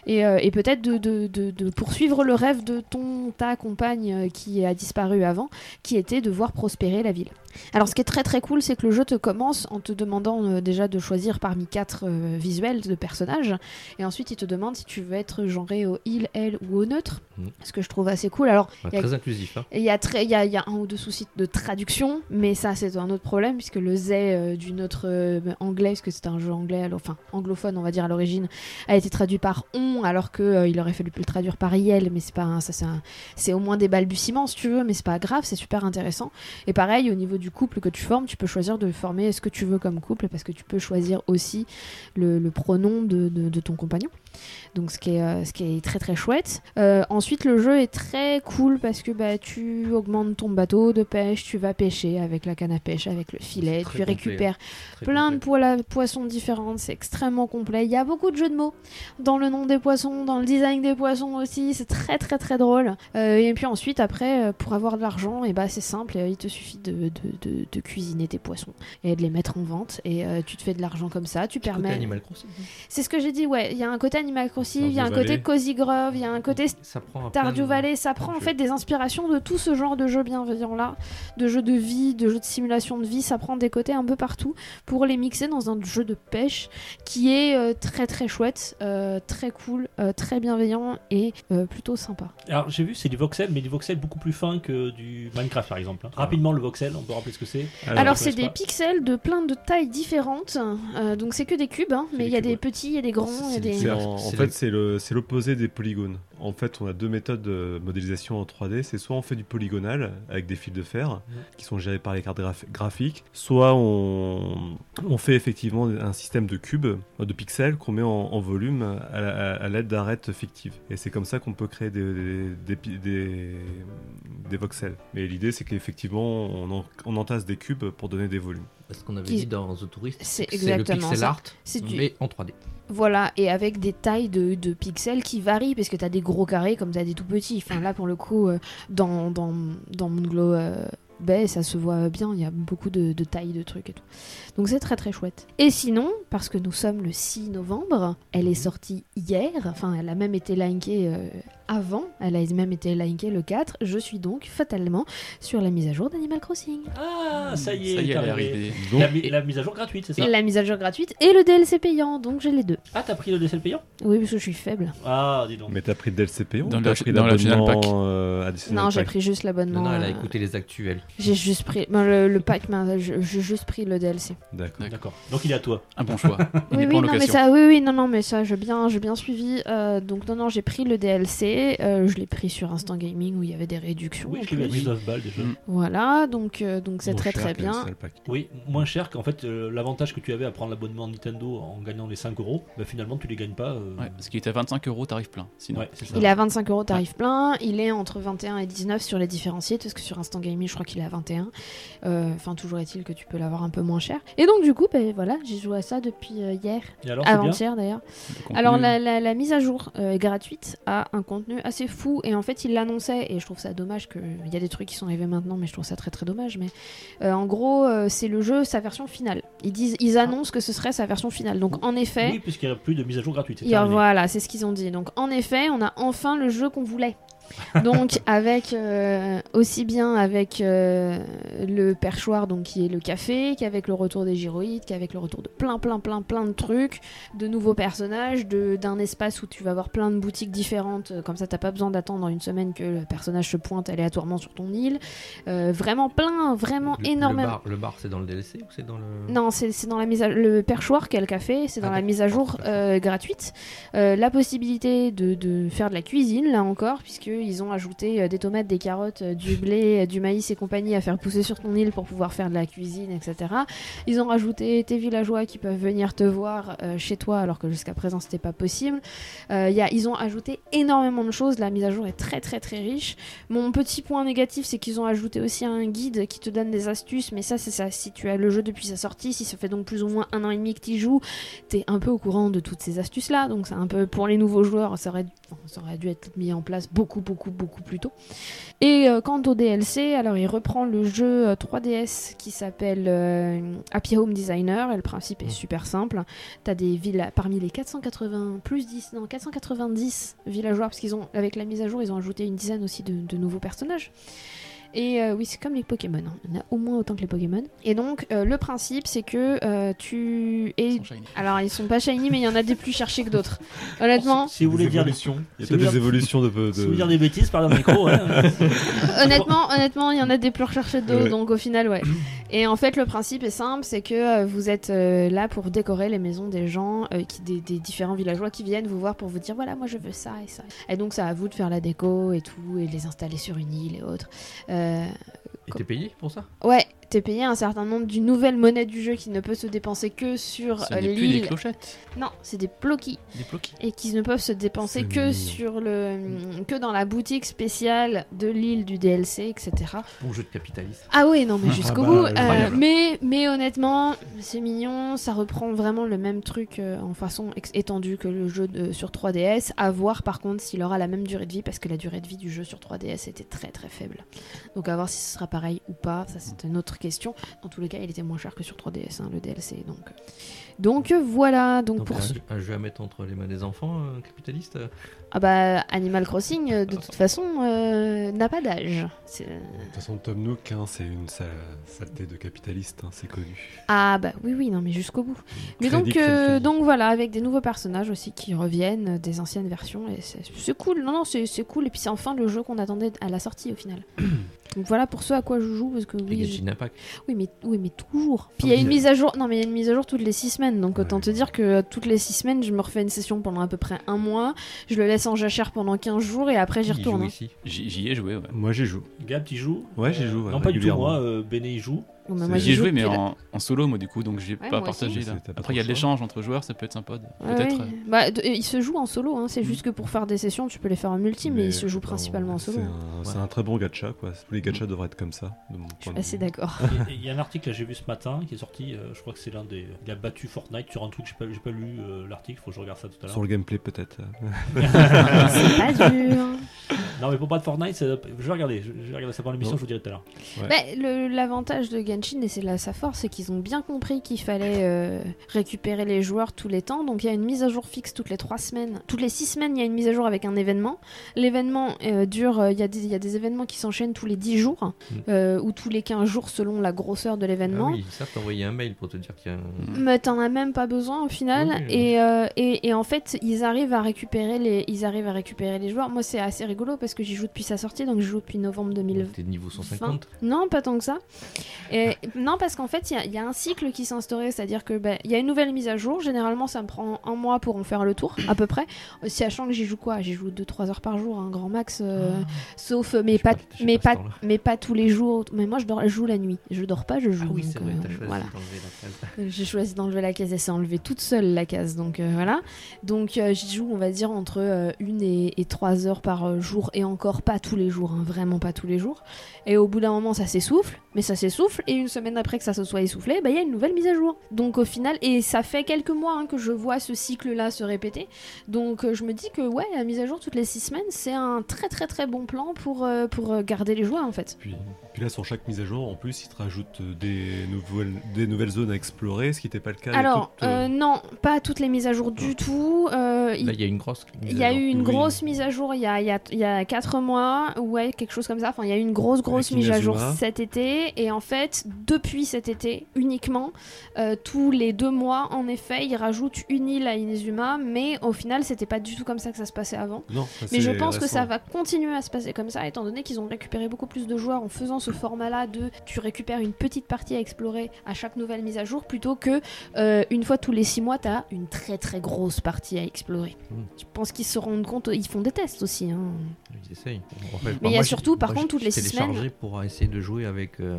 C: et, euh, et peut-être de, de- de- de poursuivre le rêve de ton, ta compagne euh, qui a disparu avant, qui était de voir prospérer la ville. Alors, ce qui est très très cool, c'est que le jeu te commence en te demandant euh, déjà de choisir parmi quatre euh, visuels de personnages, et ensuite il te demande si tu veux être genré au il, elle ou au neutre,
G: Mm.
C: ce que je trouve assez cool. Alors,
G: Ouais,
C: Il y a-
G: Très inclusif. hein.
C: il y, a très- il y a, il y a un ou deux soucis de traduction, mais ça c'est un autre problème, puisque le Z euh, du neutre euh, anglais, parce que c'est un jeu anglais, alors- enfin anglophone on va dire à l'origine, a été traduit par on, alors que euh, il aurait fallu le traduire par iel, mais c'est pas un- ça c'est un- c'est au moins des balbutiements si tu veux, mais c'est pas grave, c'est super intéressant. Et pareil, au niveau du couple que tu formes, tu peux choisir de former ce que tu veux comme couple parce que tu peux choisir aussi le, le pronom de, de- de ton compagnon. Donc, ce qui est, euh, ce qui est très très chouette. Euh, ensuite, le jeu est très cool parce que bah, tu augmentes ton bateau de pêche, tu vas pêcher avec la canne à pêche, avec le filet,
G: C'est
C: tu
G: très complet, hein.
C: récupères
G: Très
C: plein de
G: complet.
C: poils à- poissons différents, c'est extrêmement complet. Il y a beaucoup de jeux de mots dans le nom des poissons, dans le design des poissons aussi, c'est très très très drôle. Euh, et puis ensuite, après, euh, pour avoir de l'argent, et bah, c'est simple, euh, il te suffit de, de, de- de cuisiner tes poissons et de les mettre en vente, et euh, tu te fais de l'argent comme ça, tu
G: Côté
C: permets...
G: Animal Crossing.
C: C'est ce que j'ai dit, ouais, il y a un côté Animal Crossing, il y a un
F: Stardew
C: côté
F: Valley.
C: Cozy Grove, Oh, il y a un côté
G: Ça prend un
C: Stardew
G: plein de-
C: Valley, ça prend en
G: jeux.
C: fait des inspirations de tout ce genre de jeux bienveillants là, de jeux de vie, de jeux de simulation de vie, ça prend des côtés un peu partout pour les mixer dans un jeu de pêche qui est euh, très très chouette, euh, très cool, euh, très bienveillant et euh, plutôt sympa.
D: Alors j'ai vu, c'est du voxel, mais du voxel beaucoup plus fin que du Minecraft par exemple. hein. Rapidement, le voxel, on peut rappeler ce que c'est.
C: Alors,
D: on
C: c'est
D: connaît
C: des
D: pas.
C: pixels de plein de tailles différentes, euh, donc c'est que des cubes, hein, mais
G: des
C: il y a
G: cubes,
C: des
G: ouais.
C: petits, il y a des grands, il y a
G: C'est- c'est
C: des...
F: C'est
G: Ouais.
F: en, en
G: C'est
F: fait,
G: le-
F: c'est le- c'est l'opposé des polygones. En fait, on a deux méthodes de modélisation en 3D. C'est soit on fait du polygonal avec des fils de fer
D: Mhm.
F: qui sont gérés par les cartes graph- graphiques, soit on, on fait effectivement un système de cubes, euh, de pixels qu'on met en, en volume à, la- à l'aide d'arêtes fictives. Et c'est comme ça qu'on peut créer des, des, des pi- des- des voxels. Mais l'idée, c'est qu'effectivement, on, en- on entasse des cubes pour donner des volumes.
G: Ce qu'on avait
C: Qui-
G: dit dans The Tourist.
C: C'est
G: le
C: exactement
G: pixel
C: ça.
G: art,
C: C'est du-
G: mais en 3D.
C: Voilà, et avec des tailles de, de pixels qui varient, parce que t'as des gros carrés comme t'as des tout petits. Enfin, là, pour le coup, euh, dans, dans, dans Moonglow euh, Bay, ça se voit bien, il y a beaucoup de, de tailles de trucs et tout. Donc c'est très très chouette. Et sinon, parce que nous sommes le 6 novembre, elle est sortie hier, enfin, elle a même été linkée euh, avant, elle a même été linkée le 4, je suis donc fatalement sur la mise à jour d'Animal Crossing.
D: Ah, ça y est,
E: ça y est,
D: t'as
E: elle est
D: arrivé.
E: arrivée.
D: La, mi- la mise à jour gratuite, c'est ça
C: La mise à jour gratuite et le DLC payant, donc j'ai les deux.
D: Ah, t'as pris le DSL payant
C: Oui, parce que je suis faible.
D: Ah, dis donc.
F: Mais t'as pris le DLCP ou
E: Dans
F: t'as
E: la-
F: pris
E: dans la Final
F: l'abonnement,
E: Pack.
F: euh, additionnel
C: Non, j'ai
F: pack
C: pris juste l'abonnement.
G: Non, non, elle a
C: euh,
G: écouté les actuels.
C: J'ai juste pris ben, le, le pack, ben, je- j'ai juste pris le DLC.
F: D'accord.
D: D'accord. Donc il est à toi.
E: Un bon choix. Il
C: oui,
E: est pas
C: oui,
E: en
C: non, mais
E: location.
C: ça, oui, oui, non, non, mais ça, j'ai bien, j'ai bien suivi. euh, donc non, non, j'ai pris le DLC. euh, je l'ai pris sur Instant Gaming où il y avait des réductions.
D: Ah, Oui, Hmm.
C: en
D: je l'ai vu à
C: plus.
D: 19 balles déjà.
E: Mm.
C: Voilà, donc euh, donc c'est
F: Moins
C: très
F: cher
C: très
F: que l'additional
C: bien.
F: pack.
D: Oui, moins cher qu'en fait euh, l'avantage que tu avais à prendre l'abonnement Nintendo en gagnant les 5 euros, bah finalement tu les gagnes pas. euh,
E: Ouais, parce qu'il était à 25 euros, tarif plein. Sinon,
D: ouais, c'est ça.
C: Il est à 25 euros tarif plein, il est entre 21 et 19 sur les différenciés, parce que sur Instant Gaming, je crois qu'il est à 21. Euh, Enfin, toujours est-il que tu peux l'avoir un peu moins cher. Et donc, du coup, ben voilà, j'ai joué à ça depuis euh, hier,
D: Et alors c'est bien
C: avant-hier d'ailleurs.
E: le contenu-
C: Alors la, la- la mise à jour euh, gratuite a un contenu assez fou et en fait il l'annonçait et je trouve ça dommage qu'il y a des trucs qui sont arrivés maintenant mais je trouve ça très très dommage mais euh, en gros euh, c'est le jeu sa version finale ils disent ils annoncent que ce serait sa version finale donc en effet
D: Oui, puisqu'il n'y a plus de mise à jour gratuite. c'est
C: il y a-
D: terminé.
C: voilà c'est ce qu'ils ont dit donc en effet on a enfin le jeu qu'on voulait Donc avec euh, aussi bien avec euh, le perchoir donc qui est le café, qu'avec le retour des gyroïdes, qu'avec le retour de plein plein plein plein de trucs, de nouveaux personnages, de d'un espace où tu vas avoir plein de boutiques différentes, euh, comme ça t'as pas besoin d'attendre une semaine que le personnage se pointe aléatoirement sur ton île. Euh, vraiment plein, vraiment
G: Le-
C: énormément.
G: Le bar, le bar, c'est dans le DLC ou c'est dans le.
C: Non, c'est c'est dans la mise à, le perchoir qu'elle a fait, c'est dans
G: Ah,
C: la
G: d'accord.
C: mise à jour
G: Parfait.
C: euh, gratuite. Euh, la possibilité de, de faire de la cuisine, là encore, puisqu'ils ont ajouté euh, des tomates, des carottes, euh, du blé, euh, du maïs et compagnie à faire pousser sur ton île pour pouvoir faire de la cuisine, etc. Ils ont rajouté tes villageois qui peuvent venir te voir euh, chez toi, alors que jusqu'à présent c'était pas possible. Euh, y a- ils ont ajouté énormément de choses, la mise à jour est très très très riche. Mon petit point négatif, c'est qu'ils ont ajouté aussi un guide qui te donne des astuces, mais ça, c'est ça. Si tu as le jeu depuis sa sortie, si ça fait donc plus ou moins un an et demi que tu joues, t'es un peu au courant de toutes ces astuces-là. Donc, c'est un peu pour les nouveaux joueurs, ça aurait, enfin, ça aurait dû être mis en place beaucoup, beaucoup, beaucoup plus tôt. Et euh, quant au DLC, alors il reprend le jeu euh, 3DS qui s'appelle euh, Happy Home Designer, et le principe est super simple. T'as des villes parmi les 480 plus 10 non 490 villageois parce qu'ils ont avec la mise à jour ils ont ajouté une dizaine aussi de, de nouveaux personnages. Et euh, oui, c'est comme les Pokémon. hein. Il y en a au moins autant que les Pokémon. Et donc, euh, le principe, c'est que euh, tu.
E: Ils
C: Et...
E: sont shiny.
C: Alors, ils sont pas shiny, mais il y en a des plus cherchés que d'autres. Honnêtement,
D: Si vous voulez dire des,
F: évolutions. Il y a
D: Si vous
F: peut-être
D: dire-
F: des évolutions de. de...
D: si vous voulez dire des bêtises, parlez dans le micro. hein.
C: honnêtement, honnêtement, il y en a des plus recherchés d'eau,
F: Ouais.
C: donc au final, ouais. Et en fait, le principe est simple, c'est que euh, vous êtes euh, là pour décorer les maisons des gens, euh, qui, des, des différents villageois qui viennent vous voir pour vous dire, voilà, moi je veux ça et ça. Et donc, c'est à vous de faire la déco et tout, et de les installer sur une île et autres. Euh,
G: Et t'es payé pour ça
C: ouais, t'es payé un certain nombre d'une nouvelle monnaie du jeu qui ne peut se dépenser que sur
E: Ce
C: euh,
E: n'est plus des
C: l'île.
E: clochettes,
C: Non, c'est des ploquis.
E: des ploquis.
C: et qui ne peuvent se dépenser
G: C'est
C: que
G: mignon.
C: sur le que dans la boutique spéciale de l'île du DLC etc
G: Bon jeu de capitaliste.
C: ah oui non mais jusqu'au
F: bah,
C: bout euh,
F: incroyable.
C: mais mais honnêtement c'est mignon ça reprend vraiment le même truc euh, en façon ex- étendue que le jeu de, sur 3DS à voir par contre s'il aura la même durée de vie parce que la durée de vie du jeu sur 3DS était très très faible donc à voir si ce sera pareil ou pas ça c'est une autre question dans tous les cas il était moins cher que sur 3DS hein, le DLC donc donc euh, voilà donc,
G: Donc,
C: pour
G: un,
C: ce-
G: jeu- un jeu à mettre entre les mains des enfants, euh, capitaliste euh,
C: Ah bah Animal Crossing, euh, de toute façon, euh, n'a pas d'âge. C'est-
F: De toute façon, Tom Nook, hein, c'est une sale- saleté de capitaliste, hein, c'est connu.
C: Ah bah oui oui non mais jusqu'au bout. Mais donc
F: Crédit,
C: euh,
F: crédit.
C: donc voilà avec des nouveaux personnages aussi qui reviennent euh, des anciennes versions et c'est c'est cool non non c'est c'est cool et puis c'est enfin le jeu qu'on attendait à la sortie au final. donc voilà pour ce à quoi je joue parce que
G: et
C: oui
G: Genshin Impact.
C: je- oui mais oui mais toujours. Puis il y a une
G: Oui.
C: mise à jour non mais il y a une mise à jour toutes les six semaines donc autant
F: Ouais.
C: te dire que euh, toutes les six semaines je me refais une session pendant à peu près un mois je le laisse en jachère pendant 15 jours et après j'y
G: Il joue
C: retourne. hein.
G: ici. Ah
E: J'y j'y ai joué, ouais.
F: Moi, j'y joue.
D: Gab, tu joues
F: Ouais, j'y joue,
D: Euh,
F: ouais,
D: Non, pas du tout.
F: régulièrement.
D: Moi, euh, Béné, il joue.
C: Bon, bah,
F: C'est-
C: moi,
E: J'y ai joué, mais
C: depuis la-
E: en, en solo, moi, du coup, donc j'ai
C: Ouais,
E: pas
C: moi
E: partagé.
C: aussi.
E: Là.
F: C'était pas
E: Après, il y a
F: trop
E: de
F: le
E: l'échange entre joueurs, ça peut être sympa. de-
C: Ouais,
E: Peut-être.
C: ouais.
E: euh,
C: Bah, de- il se joue en solo, hein, c'est juste que pour faire des sessions, tu peux les faire en multi, mais, il se joue
F: bon,
C: principalement en solo. hein. Mm.
F: C'est un, c'est
G: Ouais.
F: un très bon gacha, quoi. Tous les gachas devraient être comme ça, de mon
C: Je
F: point
C: suis
F: de
C: assez
F: vue.
C: d'accord.
D: Il y a- Il y a un article que j'ai vu ce matin qui est sorti. euh, je crois que c'est l'un des. Il a battu Fortnite sur un truc. J'ai pas, j'ai pas lu euh, l'article. Faut que je regarde ça tout à l'heure.
F: Sur le gameplay, peut-être.
C: c'est pas dur.
D: Non, mais pour battre Fortnite, c'est- je vais regarder. Je, je vais regarder ça pendant l'émission.
F: Non.
D: Je vous dirai tout à l'heure.
C: Bah, le- L'avantage de Genshin, et c'est là sa force, c'est qu'ils ont bien compris qu'il fallait euh, récupérer les joueurs tous les temps. Donc il y a une mise à jour fixe toutes les 3 semaines. Toutes les 6 semaines, il y a une mise à jour avec un événement. L'événement euh, dure, euh, il y, a des- il y a des événements qui s'enchaînent tous les 10 jours,
F: Mm.
C: euh, ou tous les 15 jours selon la grosseur de
G: Ah
C: l'événement.
G: oui, ils savent t'envoyer un mail pour te dire qu'il y a un.
C: Mais t'en as même pas besoin au final.
G: Oui.
C: Et, euh, et, et en fait, ils arrivent à récupérer les, ils arrivent à récupérer les joueurs. Moi, c'est assez rigolo parce que j'y joue depuis sa sortie, donc je joue depuis novembre 2020.
G: T'es niveau 150.
C: Non, pas tant que ça. Et, non, parce qu'en fait, il y a- il y, a un cycle qui s'est instauré, c'est-à-dire que ben, il y a une nouvelle mise à jour. Généralement, ça me prend un mois pour en faire le tour, à peu près. Euh, Sachant que j'y joue quoi J'y joue 2-3 heures par jour, un grand max. euh, Sauf, euh, mais
G: Ah. Je
C: pas,
G: sais pas- je sais
C: mais
G: pas
C: pas,
G: ce temps-là.
C: mais pas tous les jours. Mais moi, je, dors, je joue la nuit. Je dors pas, je joue.
G: Ah oui,
C: donc,
G: c'est vrai,
C: euh,
G: t'as choisi
C: voilà.
G: d'enlever la case.
C: Euh, J'ai choisi d'enlever la case, elle s'est enlevée toute seule la case, donc euh, voilà. Donc euh, j'y joue, on va dire, entre euh, une et, et trois heures par euh, jour, et encore pas tous les jours, hein, vraiment pas tous les jours. Et au bout d'un moment, ça s'essouffle, mais ça s'essouffle, et une semaine après que ça se soit essoufflé, bah, il y a une nouvelle mise à jour. Donc au final, et ça fait quelques mois hein, que je vois ce cycle-là se répéter. Donc euh, je me dis que ouais, la mise à jour toutes les six semaines, c'est un très très très bon plan pour, euh, pour euh, garder les joueurs en fait.
F: Puis, puis là, sur chaque mise à jour, en plus, ils te rajoutent euh, des nouvelles, des nouvelles zones à explorer, ce qui n'était pas le cas. de
C: Alors
F: toutes, euh,
C: euh, non, pas toutes les mises à jour du tout. Euh, il-
G: Là, il y a une grosse.
C: Il y a eu une
F: Oui.
C: grosse mise à jour il y a, il y, a, il y a 4 mois, ouais, quelque chose comme ça. Enfin, il y a eu une grosse, grosse
F: Avec
C: mise à jour
F: Inazuma.
C: cet été. Et en fait, depuis cet été uniquement, euh, tous les deux mois, en effet, ils rajoutent une île à Inezuma. Mais au final, c'était pas du tout comme ça que ça se passait avant.
F: Non, ça,
C: Mais je
F: c'est
C: pense que ça
F: récent.
C: va continuer à se passer comme ça, étant donné qu'ils ont récupéré beaucoup plus de joueurs en faisant ce format-là de tu récupères une petite partie à explorer à chaque nouvelle mise à jour, plutôt que euh, une fois tous les six mois, t'as une très très grosse partie à explorer.
G: Hmm.
C: Je pense qu'ils se rendent compte, ils font des tests aussi. hein.
G: Ils essayent.
C: il y a surtout, par contre, toutes les six
G: téléchargé pour essayer de jouer avec euh,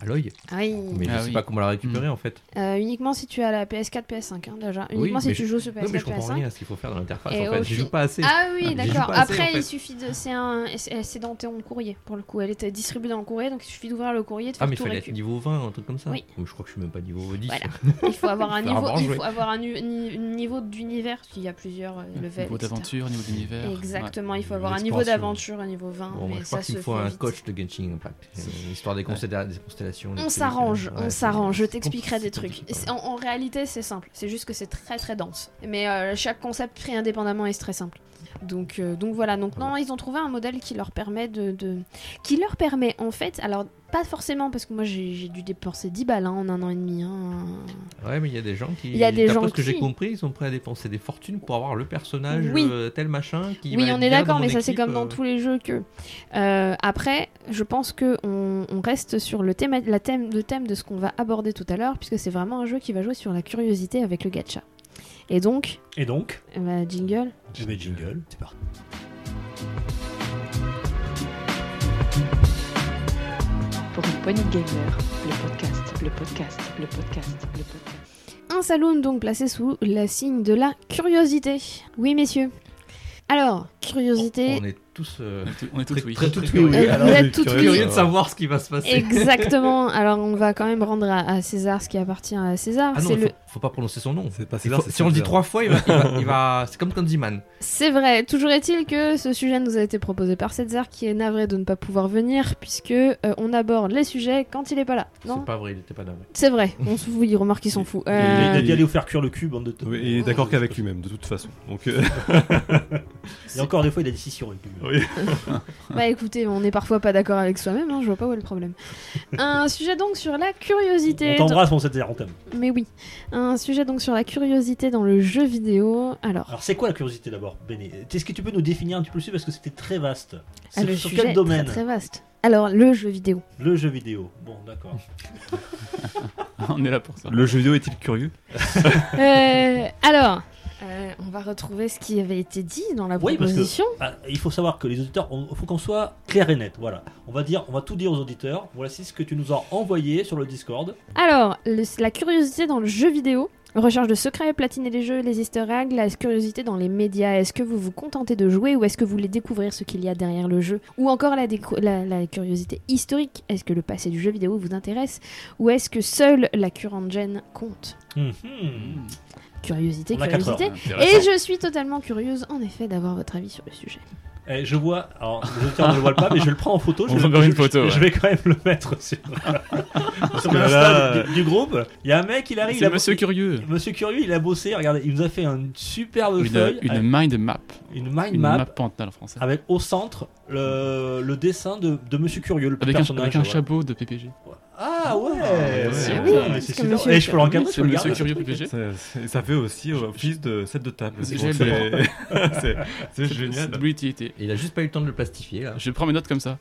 G: Aloy,
C: Ah oui.
G: mais
E: Ah
G: je sais
E: oui.
G: pas comment la récupérer en fait.
C: Euh, uniquement si tu as la PS4, PS5, hein, déjà.
G: Oui,
C: Uniquement si
G: mais
C: tu joues sur
G: Oui,
C: PS4,
G: mais je comprends
C: PS5.
G: rien à ce qu'il faut faire dans l'interface
C: hein. Et
G: en
C: au
G: fait. Je
C: fi-
G: joue pas assez.
C: Ah
G: J'y
C: oui,
G: joue
C: d'accord.
G: pas assez,
C: Après,
G: en fait.
C: il suffit de. C'est un... c'est- c'est dans ton courrier, pour le coup. Elle était distribuée dans le courrier, donc il suffit d'ouvrir le courrier, de
G: Ah,
C: faire
G: mais il
C: tout
G: fallait
C: récup.
G: être niveau 20, un truc comme ça.
C: Oui.
G: Mais Je crois que je suis même pas niveau 10.
C: Voilà. Il faut avoir un
G: Faut
C: niveau,
G: avoir
C: il
G: joué.
C: faut avoir un nu- ni- niveau d'univers, parce qu'il y a plusieurs euh,
G: Mmh.
C: levels.
E: Niveau
C: etc.
E: d'aventure, niveau d'univers.
C: Exactement, il faut
G: Euh,
C: avoir un niveau
G: l'exploration.
C: d'aventure, un niveau 20,
G: Bon, moi,
C: mais
G: je
C: ça
G: crois
C: se
G: qu'il
C: fait
G: me faut un
C: vite.
G: coach de Genshin Impact, euh, histoire des, constella- des constellations. des
C: On
G: trucs,
C: s'arrange,
G: euh, ouais,
C: on
G: c'est-
C: s'arrange, je
G: c'est
C: t'expliquerai des
G: compliqué,
C: trucs.
G: compliqué,
C: C'est- En, en réalité, c'est simple, c'est juste que c'est très très dense. Mais euh, chaque concept pris indépendamment est très simple. Donc, euh, donc voilà, donc non, ils ont trouvé un modèle qui leur permet de, de- qui leur permet en fait, alors pas forcément parce que moi j'ai j'ai dû dépenser 10 balles hein, en un an et demi. hein.
G: Ouais, mais il y a des gens qui.
C: Il y a des
G: d'après
C: gens
G: ce que j'ai
C: qui-
G: compris, ils sont prêts à dépenser des fortunes pour avoir le personnage
C: Oui.
G: euh, tel machin qui.
C: Oui,
G: va
C: on
G: être
C: est
G: bien
C: d'accord,
G: dans mon
C: mais ça c'est
G: équipe,
C: comme dans
G: euh.
C: tous les jeux que. Euh, après, je pense que on, on reste sur le thème, la thème, le thème de ce qu'on va aborder tout à l'heure, puisque c'est vraiment un jeu qui va jouer sur la curiosité avec le gacha. Et donc,
D: Et donc
C: euh, bah, jingle.
D: Mais jingle, c'est parti.
B: Pour une poignée de gamers, le podcast, le podcast, le podcast, le podcast.
C: Un saloon donc placé sous la signe de la curiosité. Oui, messieurs. Alors, curiosité.
G: On est tous. euh,
E: On est tout- On est tous
G: Très,
E: oui.
G: très, très
C: Euh,
G: Oh, curieux.
C: vous
G: Alors,
C: êtes toutes
G: curieux
C: oui.
G: de savoir ce qui va se passer.
C: Exactement. Alors, on va quand même rendre à, à César ce qui appartient à César.
G: Ah non,
C: c'est
G: faut,
C: le.
G: faut pas prononcer son nom.
F: C'est pas
G: Il
F: César,
G: faut-
F: c'est
G: si on le dit
F: César.
G: trois fois, il va, il va- il va- c'est comme Candyman.
C: C'est vrai, toujours est-il que ce sujet nous a été proposé par Cedzer qui est navré de ne pas pouvoir venir puisque euh, on aborde les sujets quand il est pas là. Non,
G: C'est pas vrai, il était pas dingue.
C: c'est vrai, on se fout, il remarque qu'il s'en fout.
F: Il- il-
D: Il a
C: Euh,
D: dit aller vous faire cuire le cube en deux temps.
F: Oui, il est d'accord qu'avec lui-même, de toute façon. Donc, euh,
D: Et encore des fois, il a des scissions avec lui.
F: oui.
C: Bah écoutez, on est parfois pas d'accord avec soi-même, hein, je vois pas où est le problème. Un sujet donc sur la curiosité.
D: On t'embrasse, mon Césaire, on t'aime.
C: dans- Mais oui, un sujet donc sur la curiosité dans le jeu vidéo. Alors,
D: Alors, c'est quoi la curiosité d'abord, Béné Est-ce que tu peux nous définir un petit peu le sujet Parce que c'était très vaste.
C: ah,
D: Sur-
C: le
D: sur
C: sujet
D: quel
C: est
D: domaine
C: très, très vaste. Alors, le jeu vidéo.
D: Le jeu vidéo. Bon, d'accord.
E: On est là pour ça.
F: le jeu vidéo est-il curieux
C: Euh, alors, euh, on va retrouver ce qui avait été dit dans la
D: Oui, parce que-
C: proposition.
D: Ah, il faut savoir que les auditeurs, il faut qu'on soit clair et net. Voilà. On va dire, on va tout dire aux auditeurs. Voici ce que tu nous as envoyé sur le Discord.
C: Alors, le- la curiosité dans le jeu vidéo, recherche de secrets, platiner les jeux, les easter eggs, la curiosité dans les médias, est-ce que vous vous contentez de jouer ou est-ce que vous voulez découvrir ce qu'il y a derrière le jeu Ou encore la, déco- la- la curiosité historique, est-ce que le passé du jeu vidéo vous intéresse Ou est-ce que seule la current gen compte
D: Hum, hum.
E: Mmh.
C: Curiosité,
D: On a quatre
C: curiosité. Et
E: Intéressant.
C: je suis totalement curieuse, en effet, d'avoir votre avis sur le sujet.
D: Eh, je vois, alors les auditeurs ne le voient pas, mais je le prends en photo.
E: On
D: je
E: vous
D: le-
E: enverra
D: je-
E: une photo,
D: je-
E: ouais.
D: Je vais quand même le mettre sur, sur
F: que
D: l'insta
F: là-
D: du, du groupe. Il y a un mec, il arrive. il
E: C'est
D: a-
E: Monsieur Curieux.
D: il- Monsieur Curieux, il a bossé. Regardez, il nous a fait une superbe
E: Une,
D: feuille,
E: une
D: avec
E: mind map.
D: une mind
E: Une
D: map, Ah,
E: map pentale en français.
D: avec au centre le, le dessin de, de Monsieur Curieux, le
E: Avec un,
D: personnage.
E: avec un
D: ouais.
E: chapeau de PPG.
D: Ah ouais,
F: ouais,
D: c'est
E: ouais.
D: bien,
C: Oui,
D: mais
C: c'est
D: c'est
C: comme Monsieur
D: super. Et je peux
C: Curieux.
D: l'enquadrer, je
E: C'est
D: peux le
E: Monsieur
D: garder.
E: Curieux PPG.
F: ça, c'est- ça fait aussi office de set de table.
E: C'est
F: Donc,
E: génial.
F: c'est- c'est génial.
E: Double utilité.
G: Il a juste pas eu le temps de le plastifier là.
E: Je prends mes notes comme ça.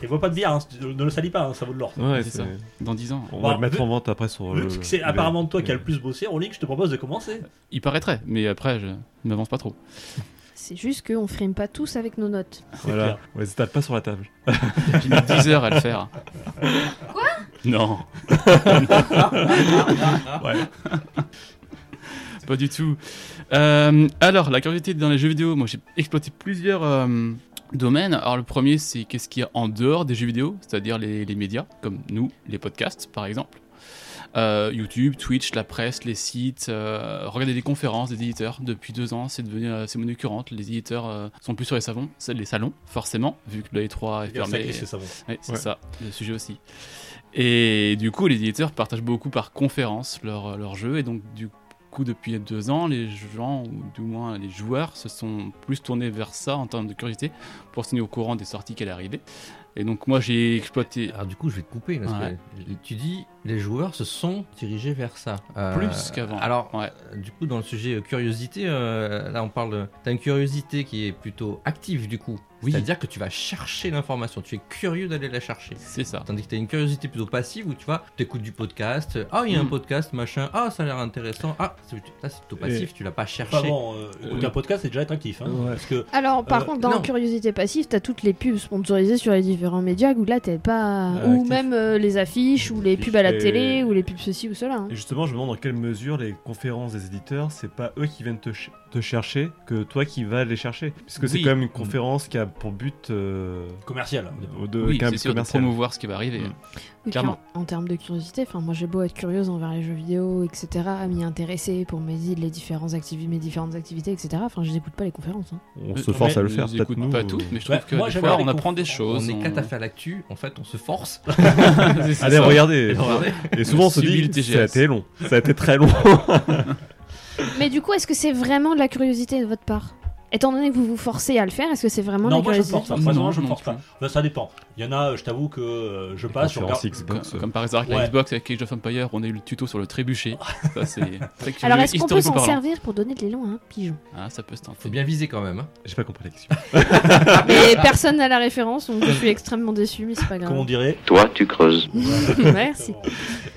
D: Et bois pas de bière, hein, ne ne le salis pas, hein, ça vaut de l'or.
F: Ouais,
E: C'est
F: c'est-
E: ça. Dans 10 ans.
F: On
D: Bah,
F: va le mettre
D: vu-
F: en vente après sur.
D: Vu
F: le-
D: que c'est
F: le-
D: apparemment toi qui as
F: le-
D: le plus bossé, Rolling, je te propose de commencer.
E: Il paraîtrait, mais après, je n'avance pas trop.
C: C'est juste qu'on frime pas tous avec nos notes.
F: Voilà. On les étale pas sur la table.
E: J'ai mis 10 heures à le faire. Quoi Non.
F: Ouais.
E: Pas du tout. Euh, alors, la curiosité dans les jeux vidéo, moi j'ai exploité plusieurs, euh, domaines. Alors le premier, c'est qu'est-ce qu'il y a en dehors des jeux vidéo, c'est-à-dire les, les médias, comme nous, les podcasts par exemple. Euh, YouTube, Twitch, la presse, les sites, euh, regarder des conférences des éditeurs. Depuis deux ans, c'est devenu euh, c'est monnaie courante. Les éditeurs euh, sont plus sur les salons, c'est les salons, forcément, vu que le E3 est
D: Il y a ça
E: fermé.
D: qui se savon.
E: Ouais, c'est
F: Ouais.
E: ça, le sujet aussi. Et du coup, les éditeurs partagent beaucoup par conférence leurs leur jeux. Et donc, du coup, depuis deux ans, les gens, ou du moins les joueurs, se sont plus tournés vers ça en termes de curiosité pour se tenir au courant des sorties qu'elle arrivait. Et donc, moi, j'ai exploité.
G: Alors ah, du coup, je vais te couper parce
E: Ouais.
G: que tu dis les joueurs se sont dirigés vers ça. Euh,
E: Plus qu'avant.
G: Alors
E: Ouais.
G: euh, du coup, dans le sujet euh, curiosité, euh, là on parle de- t'as une curiosité qui est plutôt active du coup.
E: Oui.
G: C'est-à-dire que tu vas chercher l'information, tu es curieux d'aller la chercher.
E: C'est ça.
G: Tandis que t'as une curiosité plutôt passive où tu vas, t'écoutes du podcast, ah il y a un
E: Mm.
G: podcast, machin, ah ça a l'air intéressant, ah c'est ça, c'est plutôt passif, tu l'as pas cherché.
D: Avant, euh, écouter un podcast, c'est déjà être actif. hein,
F: Ouais.
D: Parce que
C: Alors, par
D: Euh,
C: contre, dans
G: non.
C: Curiosité Passive, t'as toutes les pubs sponsorisées sur les différents médias où là, t'es pas.
F: Ah,
C: ou
F: actif.
C: même euh, les affiches, ou les pubs à la
F: Et-
C: télé, ou les pubs ceci ou cela. hein.
F: Et justement, je me demande dans quelle mesure les conférences des éditeurs, c'est pas eux qui viennent te, ch- te chercher, que toi qui vas les chercher. Parce que c'est
E: Oui.
F: quand même une conférence qui a pour but euh,
D: commercial.
F: de,
E: oui,
F: qui a un
E: c'est
F: but
E: sûr de
F: commercial.
E: promouvoir ce qui va arriver.
F: Mm.
C: Oui,
E: Clairement.
C: puis En, en termes de curiosité, enfin moi j'ai beau être curieuse envers les jeux vidéo, etc., à m'y intéresser pour mes les différentes activités, mes différentes activités, etc. Enfin je n'écoute pas les conférences. hein.
F: On
E: Euh,
F: se force
E: mais
F: à le
E: je
F: faire,
E: les
F: peut-être
E: écoute
F: nous.
E: pas
F: euh,
E: toutes, mais je
D: Ouais,
E: trouve que
D: moi,
E: des
D: j'aimerais
E: fois,
D: les
E: on apprend des
D: confondre.
E: choses.
G: on est quatre à faire l'actu, en fait on se force.
E: C'est
F: Allez,
E: ça.
F: regardez.
G: Regardez.
F: Et souvent, on se
E: Subit le
F: dit,
E: TGS.
F: ça a été long. Ça a été très long.
C: Mais du coup, est-ce que c'est vraiment de la curiosité de votre part Étant donné que vous vous forcez à le faire, est-ce que c'est vraiment
D: Non,
C: de la
D: moi je hein. ne
C: curiosité
D: force pas.
E: Non,
D: Personnellement, je ne
E: non
D: force pas.
E: plus.
D: Ben, ça dépend. Il y en a, euh, je t'avoue que euh, je passe, je regarde.
F: Conférence
E: Comme,
F: Xbox. euh,
E: comme par hasard avec
D: Ouais.
E: la Xbox avec Age of Empire, on a eu le tuto sur le trébuchet. Ça, c'est très curieux,
C: Alors est-ce qu'on peut
E: historiquement
C: s'en
E: parlant.
C: servir pour donner de l'élan à un pigeon
E: Ah, ça peut se
G: Faut
E: tenter.
G: bien viser quand même. hein.
F: J'ai pas compris la question.
C: Ah, Mais personne n'a la référence, donc je suis extrêmement déçue, mais c'est pas
D: Comme on
C: grave.
D: dirait.
H: Toi, tu creuses.
C: Merci.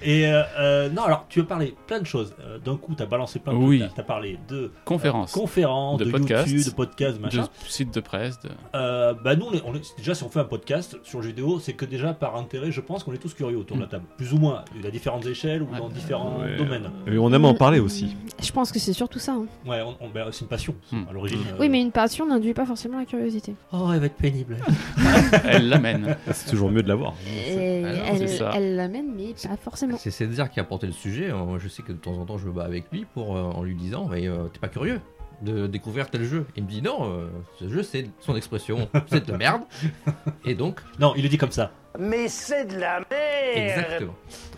D: Et euh, euh, non, alors tu as parlé plein de choses. Euh, D'un coup, tu as balancé plein de
E: Oui.
D: trucs. Tu as parlé de
E: Conférence,
D: conférences,
E: De
D: de,
E: podcasts.
D: YouTube, de podcasts,
E: de
D: machin.
E: sites de presse, de...
D: Euh, bah nous, on est, on est- déjà, si on fait un podcast sur le jeu vidéo, c'est que déjà par intérêt, je pense qu'on est tous curieux autour
E: Mm.
D: de la table. Plus ou moins, à différentes échelles ou
E: Ouais.
D: dans différents
F: Ouais.
D: domaines.
F: Et on aime en parler aussi.
C: Je pense que c'est surtout ça. hein.
D: Ouais, on, on- bah, c'est une passion
E: Mm.
D: à l'origine. euh,
C: Oui, mais une passion n'induit pas forcément la curiosité.
G: Oh elle va être pénible.
E: elle l'amène.
F: C'est toujours mieux de l'avoir.
C: Et
G: alors,
E: c'est
C: Euh, elle
E: ça.
C: elle l'amène, mais pas forcément.
G: C'est César qui a porté le sujet. Euh, Je sais que de temps en temps, je me bats avec lui pour, euh, en lui disant Mais euh, t'es pas curieux de découvrir tel jeu Il me dit Non, euh, ce jeu, c'est son expression, c'est de la merde. Et donc,
D: Non, il le dit comme ça.
I: Mais c'est de la merde
G: exactement.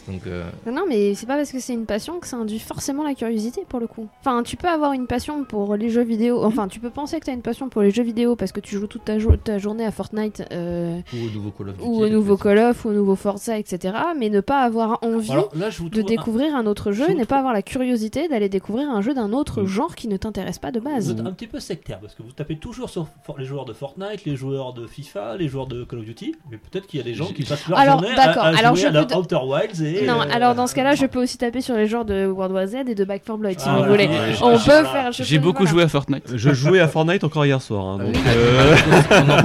G: Donc, euh,
C: Non, Non, mais c'est pas parce que c'est une passion que ça induit forcément la curiosité pour le coup. Enfin, tu peux avoir une passion pour les jeux vidéo. Enfin, tu peux penser que t'as une passion pour les jeux vidéo parce que tu joues toute ta, jo- ta journée à Fortnite euh,
G: ou au nouveau Call of Duty.
C: ou au
G: de
C: nouveau
G: toute façon.
C: Call of ou au nouveau Forza, etc. Mais ne pas avoir envie
D: Alors là, je vous
E: hein.
C: de
D: trouve un-
C: découvrir un autre jeu,
D: je
C: et ne
D: vous
C: pas
D: trouve-
C: avoir la curiosité d'aller découvrir un jeu d'un autre
D: Mm.
C: genre qui ne t'intéresse pas de
D: Vous
C: base.
D: êtes un petit peu sectaire parce que vous tapez toujours sur for- les joueurs de Fortnite, les joueurs de FIFA, les joueurs de Call of Duty, mais peut-être qu'il y a des gens qui passent leur
C: Alors,
D: journée
C: d'accord,
D: à, à
C: alors
D: jouer
C: je
D: à la
C: peux te-
D: Outer Wilds et
C: Non,
D: euh,
C: alors dans ce cas-là, je peux aussi taper sur les genres de World War Z et de Back 4 Blood si
D: Ah,
C: vous
D: voilà.
C: voulez.
D: Ouais, je-
C: On
D: je-
C: peut
D: voilà.
C: faire. je
E: J'ai
C: peux-
E: beaucoup
C: voilà.
E: joué à Fortnite.
F: Je jouais à Fortnite encore hier soir. hein, donc,
G: Ah
F: euh,
G: on en parle,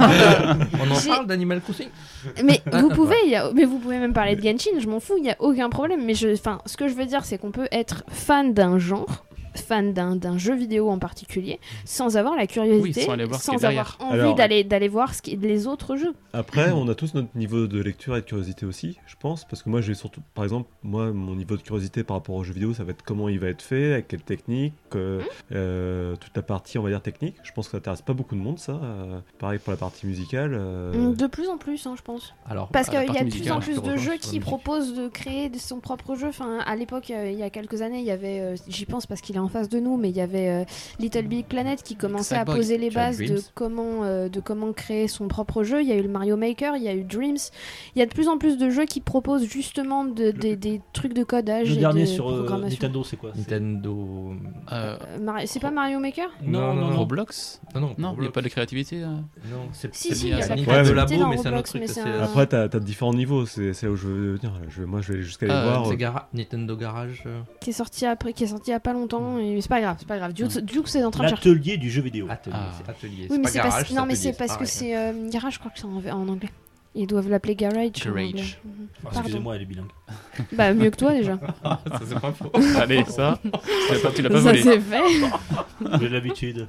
G: on en
C: J'ai-
G: parle d'Animal Crossing.
C: Mais
G: Ah,
C: vous
G: ah,
C: pouvez, il y a- mais vous pouvez même parler de Genshin, je m'en fous, il n'y a aucun problème. Mais je, enfin, ce que je veux dire, c'est qu'on peut être fan d'un genre, fan d'un d'un jeu vidéo en particulier, sans avoir la curiosité,
E: sans aller voir ce
C: sans
E: qu'il y a
C: avoir
E: derrière.
C: envie
F: Alors,
C: d'aller d'aller voir ce qui, les autres jeux.
F: Après, on a tous notre niveau de lecture et de curiosité aussi, je pense, parce que moi, j'ai surtout, par exemple, moi, mon niveau de curiosité par rapport aux jeux vidéo, ça va être comment il va être fait, avec quelle technique, euh, euh, toute la partie, on va dire, technique. Je pense que ça intéresse pas beaucoup de monde, ça. Euh, pareil pour la partie musicale. euh,
C: De plus en plus, hein, je pense.
G: Alors,
C: Parce
E: Ah,
C: qu'il
E: la
C: y a
E: partie
C: de plus en
E: musicale,
C: plus
G: ouais, je te
C: de
G: rejoins
C: jeux
G: sur la
C: qui
G: musique.
C: proposent de créer de son propre jeu. Enfin, à l'époque, euh, il y a quelques années, il y avait, euh, j'y pense parce qu'il est en face de nous, mais il y avait euh, Little Big Planet qui commençait à
E: Sackboy,
C: poser les
G: tu as
C: bases de
G: Dreams.
C: comment, euh, de comment créer son propre jeu. Il y a eu le Mario Maker, il y a eu Dreams. Il y a de plus en plus de jeux qui proposent justement de- des, des trucs de codage
D: Le
C: et
D: dernier
C: de
D: sur euh,
C: programmation.
D: Nintendo, c'est quoi C'est-
G: Nintendo.
E: Euh,
C: Euh, Mari- c'est pas Mario Maker
D: Non, non, non.
E: Roblox
G: Non, non,
E: Non, il n'y a pas de créativité. euh.
G: Non, c'est
C: Si,
G: c'est
C: si,
E: il y a
G: bien,
E: la
G: Nintendo
F: créativité
G: Labo,
C: dans
G: mais c'est un
C: Roblox,
G: autre truc.
C: mais
G: c'est-
C: c'est un-
F: Après, t'as as différents niveaux, c'est c'est là où je veux venir. là. Je vais- moi, je vais jusqu'à les
E: Ah,
F: voir.
G: C'est
F: euh,
G: Gara- Nintendo Garage. euh,
C: qui est sorti après, qui est sorti il y a pas longtemps. Et c'est pas grave, c'est pas grave. Duke, Duke, c'est en train de chercher.
D: L'atelier du jeu vidéo.
G: Atelier,
E: Ah.
G: c'est atelier.
C: Oui,
G: c'est
C: mais
G: pas
C: c'est parce-
G: garage,
C: non, mais
G: atelier, Ah,
C: c'est parce que
G: pareil.
C: c'est euh, garage, je crois que c'est en, en anglais. Ils doivent l'appeler garage. en
E: Garage.
C: anglais. Mhm.
D: Ah,
C: Pardon.
D: Excusez-moi, elle est bilingue.
C: Bah mieux que toi déjà.
G: Ça, c'est pas faux.
E: Allez, ça, tu l'as pas- tu l'as pas
C: Ça
E: volé.
C: c'est fait.
D: J'ai l'habitude.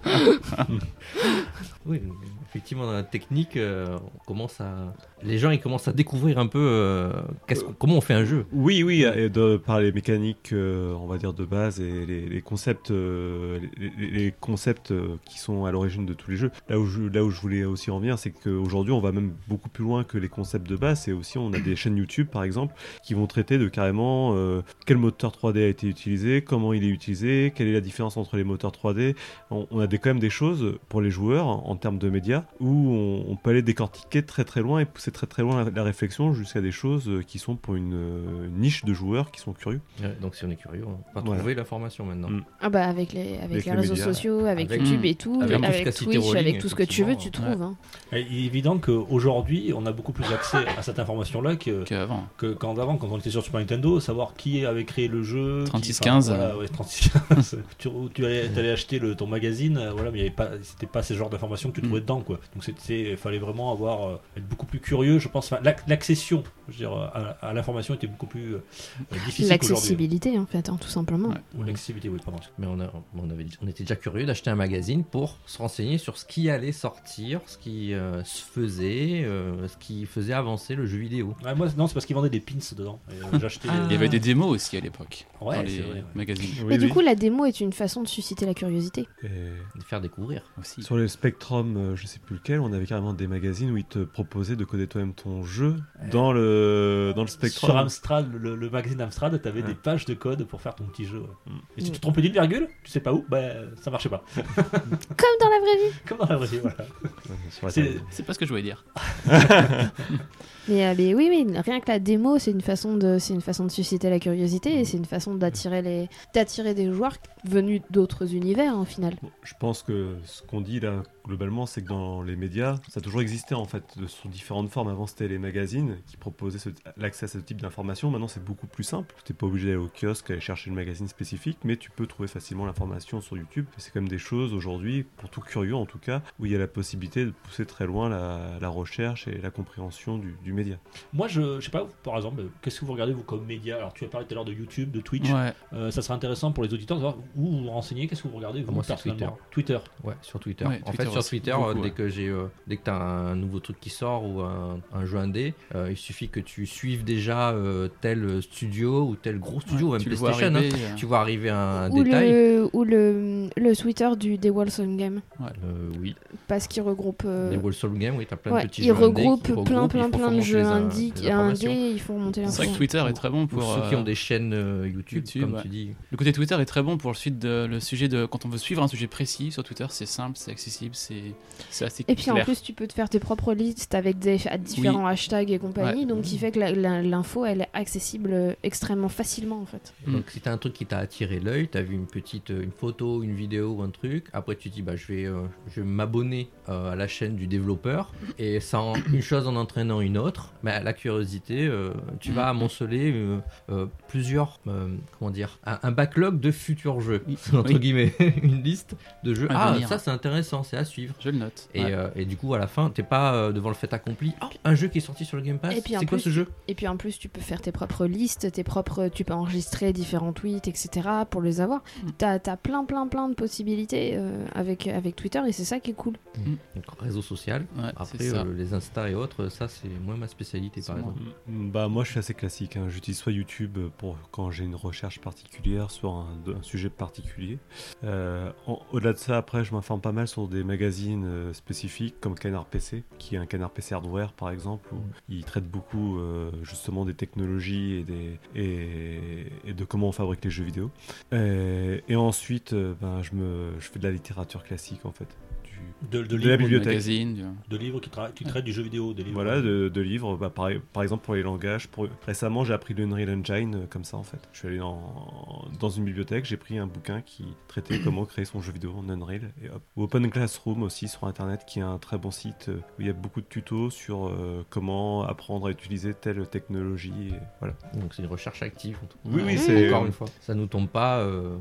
G: Oui, mais- effectivement, dans la technique, euh, on commence à... les gens ils commencent à découvrir un peu euh, qu'est-ce qu'on- comment on fait un jeu.
F: Oui, oui, et de, par les mécaniques, euh, on va dire, de base et les, les concepts, euh, les, les- les concepts euh, qui sont à l'origine de tous les jeux. Là où je, là où je voulais aussi en venir, c'est qu'aujourd'hui, on va même beaucoup plus loin que les concepts de base. Et aussi, on a des chaînes YouTube, par exemple, qui vont traiter de carrément euh, quel moteur 3D a été utilisé, comment il est utilisé, quelle est la différence entre les moteurs 3D. On, on a des, quand même des choses pour les joueurs en termes de médias où on, on peut aller décortiquer très très loin et pousser très très loin la, la réflexion jusqu'à des choses euh, qui sont pour une euh, niche de joueurs qui sont curieux.
G: Ouais, donc si on est curieux, on va
F: Voilà.
G: trouver la formation maintenant.
F: Mm.
C: Ah bah avec les, avec
F: Avec
C: les,
F: les
C: réseaux
F: médias,
C: sociaux, avec,
G: avec-
C: YouTube et tout,
G: avec
C: avec,
G: l'efficacité
C: Twitch,
G: rolling,
C: avec tout ce que tu veux, tu
E: effectivement,
C: trouves. hein.
D: Et Il est évident qu'aujourd'hui, on a beaucoup plus accès à cette information-là que,
E: qu'avant.
D: que quand avant, quand on était sur Super Nintendo, savoir qui avait créé le jeu. qui-
E: 36-15,
D: enfin, voilà, ouais, 36-15. tu, tu allais, t'allais acheter le, ton magazine, euh, voilà, mais il y avait pas, c'était pas ce genre d'informations que tu
E: Mm.
D: trouvais dedans, quoi. Donc c'était, il fallait vraiment avoir, euh, être beaucoup plus curieux, je pense. Enfin, l'ac- l'accession, je veux dire, à, à l'information était beaucoup plus euh, difficile qu'aujourd'hui.
C: L'accessibilité en fait, hein, tout simplement.
E: Ouais.
D: Ou L'accessibilité, oui, pardon.
G: Mais on, a- on avait, on était déjà curieux d'acheter un magazine pour se renseigner sur ce qui allait sortir, ce qui euh, se faisait, euh, ce qui faisait avancer le jeu vidéo.
D: Ouais, Ah, moi, non, c'est parce qu'ils vendaient des pins dedans. Et, euh, J'achetais. euh,
E: Il y avait des démos aussi à l'époque
D: Ouais,
E: dans
D: c'est
E: les
D: vrai, ouais.
E: magazines
C: Mais du coup, la démo est une façon de susciter la curiosité.
F: Et
G: De faire découvrir.
E: aussi.
F: sur le Spectrum, euh, je sais plus lequel, on avait carrément des magazines où ils te proposaient de coder toi-même ton jeu dans le dans le Spectrum.
D: Sur Amstrad, le, le magazine Amstrad, t'avais
F: Ouais.
D: des pages de code pour faire ton petit jeu. ouais.
F: Mm.
D: Et si
C: Mm.
D: tu te trompais d'une virgule, tu sais pas où, bah ça marchait pas.
C: Comme dans la vraie vie.
D: Comme dans la vraie vie, voilà.
F: Ouais, sur la
D: C'est-
F: table.
E: C'est pas ce que je voulais dire.
C: Mais, euh, mais oui, mais rien que la démo, c'est une façon de, c'est une façon de susciter la curiosité et c'est une façon d'attirer les, d'attirer des joueurs venus d'autres univers en final.
F: Bon, je pense que ce qu'on dit là, globalement, c'est que dans les médias, ça a toujours existé en fait, de sous différentes formes. Avant, c'était les magazines qui proposaient ce- l'accès à ce type d'informations. Maintenant, c'est beaucoup plus simple. Tu n'es pas obligé d'aller au kiosque, aller chercher le magazine spécifique, mais tu peux trouver facilement l'information sur YouTube. Et C'est quand même des choses aujourd'hui, pour tout curieux en tout cas, où il y a la possibilité de pousser très loin la, la recherche et la compréhension du, du média.
D: Moi, je, je sais pas, vous, par exemple, euh, qu'est-ce que vous regardez vous comme médias Alors, tu as parlé tout à l'heure de YouTube, de Twitch.
E: Ouais.
D: Euh, ça serait intéressant pour les auditeurs de savoir où vous vous renseignez, qu'est-ce que vous regardez vous
G: Moi, c'est
D: personnellement. Twitter.
G: Ouais, sur Twitter.
E: Ouais,
G: en
E: Twitter
G: fait, sur
E: aussi,
G: Twitter,
E: beaucoup,
G: euh,
E: ouais.
G: dès que j'ai, euh, dès que t'as un nouveau truc qui sort ou un, un jeu indé, euh, il suffit que tu suives déjà euh, tel studio ou tel gros studio ou
E: Ouais,
G: même
E: tu le vois
G: PlayStation. hein.
E: arriver, euh,
G: Tu vois arriver un
C: ou
G: détail.
C: le, ou le, le Twitter du des Wilson Game,
G: Euh, oui,
C: parce qu'il regroupe. euh,
G: les Wolsall Games, oui, t'as plein
C: ouais,
G: de petits
C: ils
G: jeux indés
C: regroupent
G: qui
C: plein,
G: regroupent,
C: plein,
G: ils font
C: plein de
G: remonter
C: jeux
G: les in-
C: indies,
G: les
C: indés,
G: informations.
C: et ils font remonter
E: C'est vrai que
C: l'information.
E: Twitter est très bon
G: Ou
E: pour.
G: ceux qui
E: euh,
G: ont des chaînes euh, YouTube,
E: YouTube,
G: comme
E: ouais.
G: tu dis.
E: Le côté Twitter est très bon pour le, suite de- le sujet de. Quand on veut suivre un sujet précis sur Twitter, c'est simple, c'est accessible, c'est c'est assez
C: Et puis en
E: clair.
C: plus, tu peux te faire tes propres listes avec des à différents hashtags et compagnie,
E: Ouais.
C: donc qui fait que la- la- l'info elle est accessible euh, extrêmement facilement en fait.
E: Mm.
G: Et Donc si t'as un truc qui t'a attiré l'œil, t'as vu une petite euh, une photo, une vidéo ou un truc, après tu te dis bah je vais euh, je vais m'abonner euh, à la chaîne du développeur et sans une chose en entraînant une autre, bah, la curiosité, euh,
E: Mm.
G: tu vas amonceler euh, euh, plusieurs euh, comment dire un, un backlog de futurs jeux
E: Oui.
G: entre
E: Oui.
G: guillemets une liste de jeux.
E: À
G: Ah
E: venir.
G: ça c'est intéressant, c'est à suivre.
E: Je le note.
G: Et,
E: Ouais.
G: euh, et du coup, à la fin, t'es pas euh, devant le fait accompli. Oh, un jeu qui est sorti sur le Game Pass.
C: Et puis, en
G: C'est quoi
C: plus,
G: ce jeu
C: Et puis en plus, tu peux faire tes propres listes, tes propres, tu peux enregistrer différents tweets, etc. pour les avoir.
E: Mm.
C: T'as as plein, plein, plein de possibilités euh, avec, avec Twitter et c'est ça qui est cool.
G: Donc, réseau social.
E: Ouais,
G: Après,
E: c'est ça.
G: euh, les Insta et autres, ça, c'est moins ma spécialité,
E: C'est
G: par
E: moins.
G: exemple.
F: Mm, Bah moi je suis assez classique, hein. j'utilise soit YouTube pour quand j'ai une recherche particulière sur un, de- un sujet particulier. Euh, en- Au-delà de ça après je m'informe pas mal sur des magazines euh, spécifiques comme Canard PC, qui est un Canard PC Hardware par exemple, où ils traitent beaucoup euh, justement des technologies et, des, et, et de comment on fabrique les jeux vidéo. Et, et ensuite euh, ben, je, me, je fais de la littérature classique en fait. Du,
D: De, de
F: la
D: livres,
E: Le
F: bibliothèque.
E: magazine. du-
D: de livres qui, tra- qui traitent du jeu vidéo. Des livres.
F: Voilà, de, de livres, bah, par, par exemple pour les langages. Pour... Récemment, j'ai appris l'Unreal Engine euh, comme ça en fait. Je suis allé dans, dans une bibliothèque, j'ai pris un bouquin qui traitait comment créer son jeu vidéo en Unreal. Et hop. Ou Open Classroom aussi sur internet, qui est un très bon site euh, où il y a beaucoup de tutos sur euh, comment apprendre à utiliser telle technologie. et voilà.
G: Donc, c'est une recherche active. en tout cas.
F: Oui, oui,
G: Encore
F: c'est-
G: Encore une fois. Ça nous tombe pas. euh,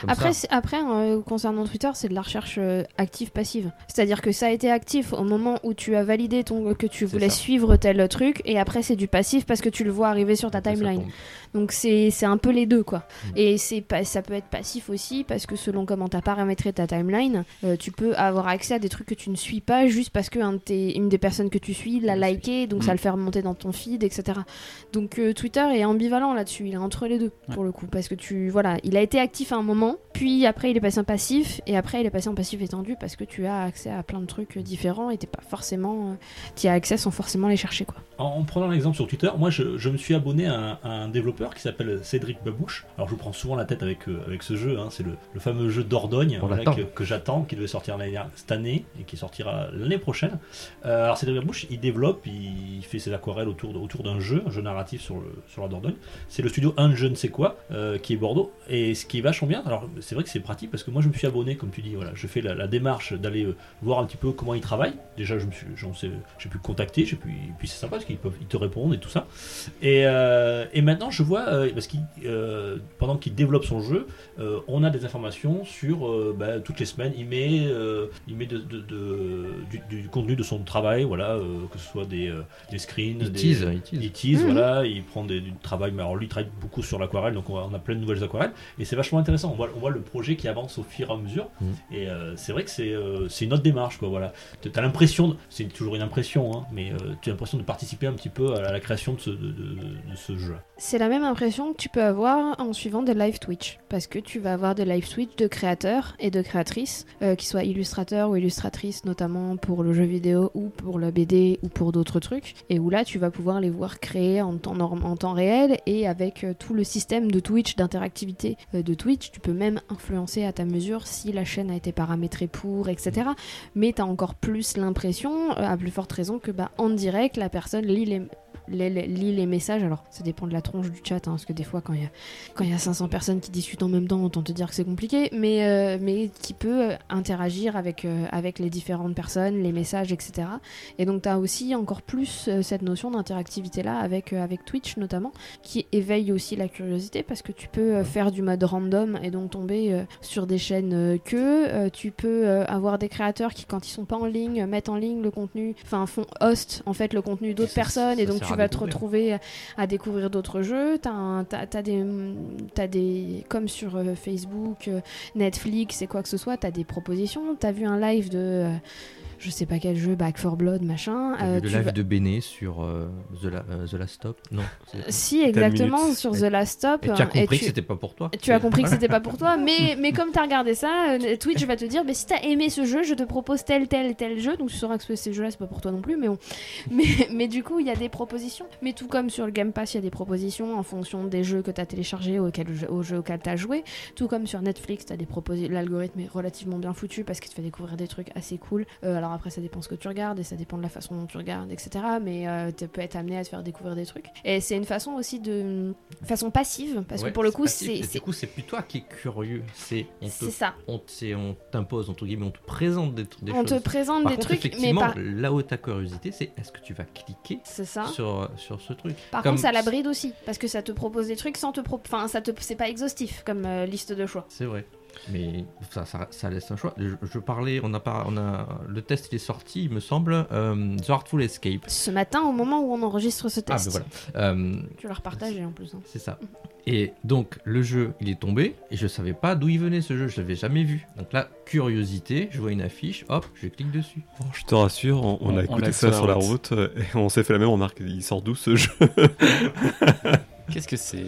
G: comme
C: Après,
G: ça.
C: c'est- après euh, concernant Twitter, c'est de la recherche euh, active-passive. active. C'est-à-dire que ça a été actif au moment où tu as validé ton, euh, que tu
G: C'est
C: voulais
G: ça.
C: suivre tel truc, et après c'est du passif parce que tu le vois arriver sur ta
G: Après, ça
C: timeline.
G: tombe.
C: Donc c'est c'est un peu les deux quoi.
G: Mm.
C: Et c'est pas, ça peut être passif aussi parce que selon comment t'as paramétré ta timeline, euh, tu peux avoir accès à des trucs que tu ne suis pas juste parce que un de tes- une des personnes que tu suis l'a
G: Mm, c'est-
C: liké, donc
E: Mm.
C: ça le fait remonter dans ton feed, etc. Donc euh, Twitter est ambivalent là-dessus, il est entre les deux pour le coup parce que tu voilà, il a été actif à un moment, puis après il est passé en passif et après il est passé en passif étendu parce que tu as accès à plein de trucs euh, différents et t'es pas forcément, tu as accès sans forcément les chercher quoi.
D: En, en prenant l'exemple sur Twitter, moi je, je me suis abonné à un, à un développeur qui s'appelle Cédric Babouche. Alors je vous prends souvent la tête avec, euh, avec ce jeu, hein. c'est le, le fameux jeu d'Ordogne
G: On
D: voilà,
G: l'attend.
D: que, que j'attends, qui devait sortir l'année dernière- cette année et qui sortira l'année prochaine. Euh, alors Cédric Babouche, il développe, il fait ses aquarelles autour, de- autour d'un jeu, un jeu narratif sur, le- sur la Dordogne. C'est le studio Un Je ne sais quoi, euh, qui est Bordeaux. Et ce qui est vachement bien, alors c'est vrai que c'est pratique parce que moi je me suis abonné, comme tu dis, voilà, je fais la, la démarche d'aller euh, voir un petit peu comment ils travaillent. Déjà, je me suis, j'en sais- j'ai pu le contacter, j'ai pu, et puis c'est sympa parce qu'ils peuvent, ils te répondent et tout ça. Et, euh, et maintenant, je vois, euh, parce qu'il, euh, pendant qu'il développe son jeu, euh, on a des informations sur euh, bah, toutes les semaines. Il met, euh, il met de, de- de- du, du contenu de son travail, voilà, euh, que ce soit des, euh, des screens,
G: Il
D: des,
G: tease, il tease.
D: il tease,
C: Mhm.
D: voilà, il prend des, du travail, mais alors lui il travaille beaucoup sur l'aquarelle, donc on a, on a plein de nouvelles aquarelles, et c'est vachement intéressant, on voit, on voit le projet qui avance au fur et à mesure,
G: Mhm.
D: et euh, c'est vrai que c'est euh, c'est une autre démarche, quoi, voilà. T- T'as l'impression, de- c'est toujours une impression, hein, mais euh, tu as l'impression de participer un petit peu à la, à la création de ce, de, de- de ce jeu.
C: C'est la même impression que tu peux avoir en suivant des live Twitch. Parce que tu vas avoir des live Twitch de créateurs et de créatrices, euh, qui soient illustrateurs ou illustratrices, notamment pour le jeu vidéo ou pour la BD ou pour d'autres trucs. Et où là, tu vas pouvoir les voir créer en temps, norm- en temps réel et avec euh, tout le système de Twitch, d'interactivité euh, de Twitch. Tu peux même influencer à ta mesure si la chaîne a été paramétrée pour, etc. Mais tu as encore plus l'impression, euh, à plus forte raison, que bah, en direct, la personne lit les, les- les- lit les messages. Alors, ça dépend de la tronche du chat, hein, parce que des fois, quand il y a quand il y a 500 personnes qui discutent en même temps, autant te dire que c'est compliqué, mais euh, mais qui peut euh, interagir avec euh, avec les différentes personnes, les messages, etc. Et donc, tu as aussi encore plus euh, cette notion d'interactivité là avec euh, avec Twitch notamment, qui éveille aussi la curiosité parce que tu peux euh, faire du mode random et donc tomber euh, sur des chaînes euh, que euh, tu peux euh, avoir des créateurs qui quand ils sont pas en ligne euh, mettent en ligne le contenu, enfin font host en fait le contenu d'autres
G: ça-
C: personnes et
G: ça
C: donc
G: sert
C: tu
G: à
C: vas te
G: découvrir.
C: retrouver euh, à découvrir d'autres jeux. T'as un- t'as- t'as des, t'as des, comme sur euh, Facebook, euh, Netflix et quoi que ce soit, t'as des propositions. T'as vu un live de, euh, je sais pas quel jeu, Back for Blood, machin.
G: T'as
C: euh,
G: vu le
C: tu
G: live
C: vas-
G: de Béné sur euh, the, La- euh, The Last Stop Non. c'est-
C: Si exactement
F: minutes.
C: sur
G: Et-
C: The Last Stop.
G: Et tu as compris
C: et
G: que c'était pas pour toi.
C: tu as compris que c'était pas pour toi, mais, mais comme t'as regardé ça, euh, Twitch va te dire mais si t'as aimé ce jeu, je te propose tel, tel, tel jeu. Donc tu sauras que ce- ces jeux-là, c'est pas pour toi non plus, mais bon. Mais, mais du coup, il y a des propositions. Mais tout comme sur le Game Pass, il y a des propositions en fonction des jeux que t'as téléchargés, auquel, aux jeux auxquels t'as joué. Tout comme sur Netflix, t'as des propositions. L'algorithme est relativement bien foutu parce qu'il te fait découvrir des trucs assez cool. Euh, alors après, ça dépend ce que tu regardes et ça dépend de la façon dont tu regardes, etc. Mais euh, tu peux être amené à te faire découvrir des trucs. Et c'est une façon aussi de. façon passive, parce que pour le coup, c'est.
G: Du coup, c'est plus toi qui es curieux. C'est on te-
C: C'est ça.
G: on te- c'est- on t'impose, entre guillemets, on te présente des, des
C: on te
G: choses.
C: présente
G: par
C: des
G: contre,
C: trucs, mais
G: effectivement,
C: par...
G: là où ta curiosité, c'est est-ce que tu vas cliquer
C: c'est ça.
G: sur, sur ce truc
C: Par
G: comme-
C: contre, ça la bride aussi, parce que ça te propose des trucs sans te, pro- enfin, ça te, c'est pas exhaustif comme euh, liste de choix.
G: C'est vrai. Mais ça, ça, ça laisse un choix. Je, je parlais, on a, par- on a le test il est sorti, il me semble, euh, The Artful Escape.
C: Ce matin, au moment où on enregistre ce
G: Ah,
C: test,
G: ben voilà. Euh,
C: tu l'as repartagé en plus. hein.
G: C'est ça. Et donc le jeu, il est tombé et je savais pas d'où il venait ce jeu, je l'avais jamais vu. Donc là, curiosité, je vois une affiche, hop, je clique dessus.
F: Oh, je te rassure, on, on
E: On- on
F: a écouté
E: l'a
F: ça
E: sur la
F: sur la
E: route.
F: route euh, et on s'est fait la même remarque. Il sort d'où ce jeu
E: Qu'est-ce que c'est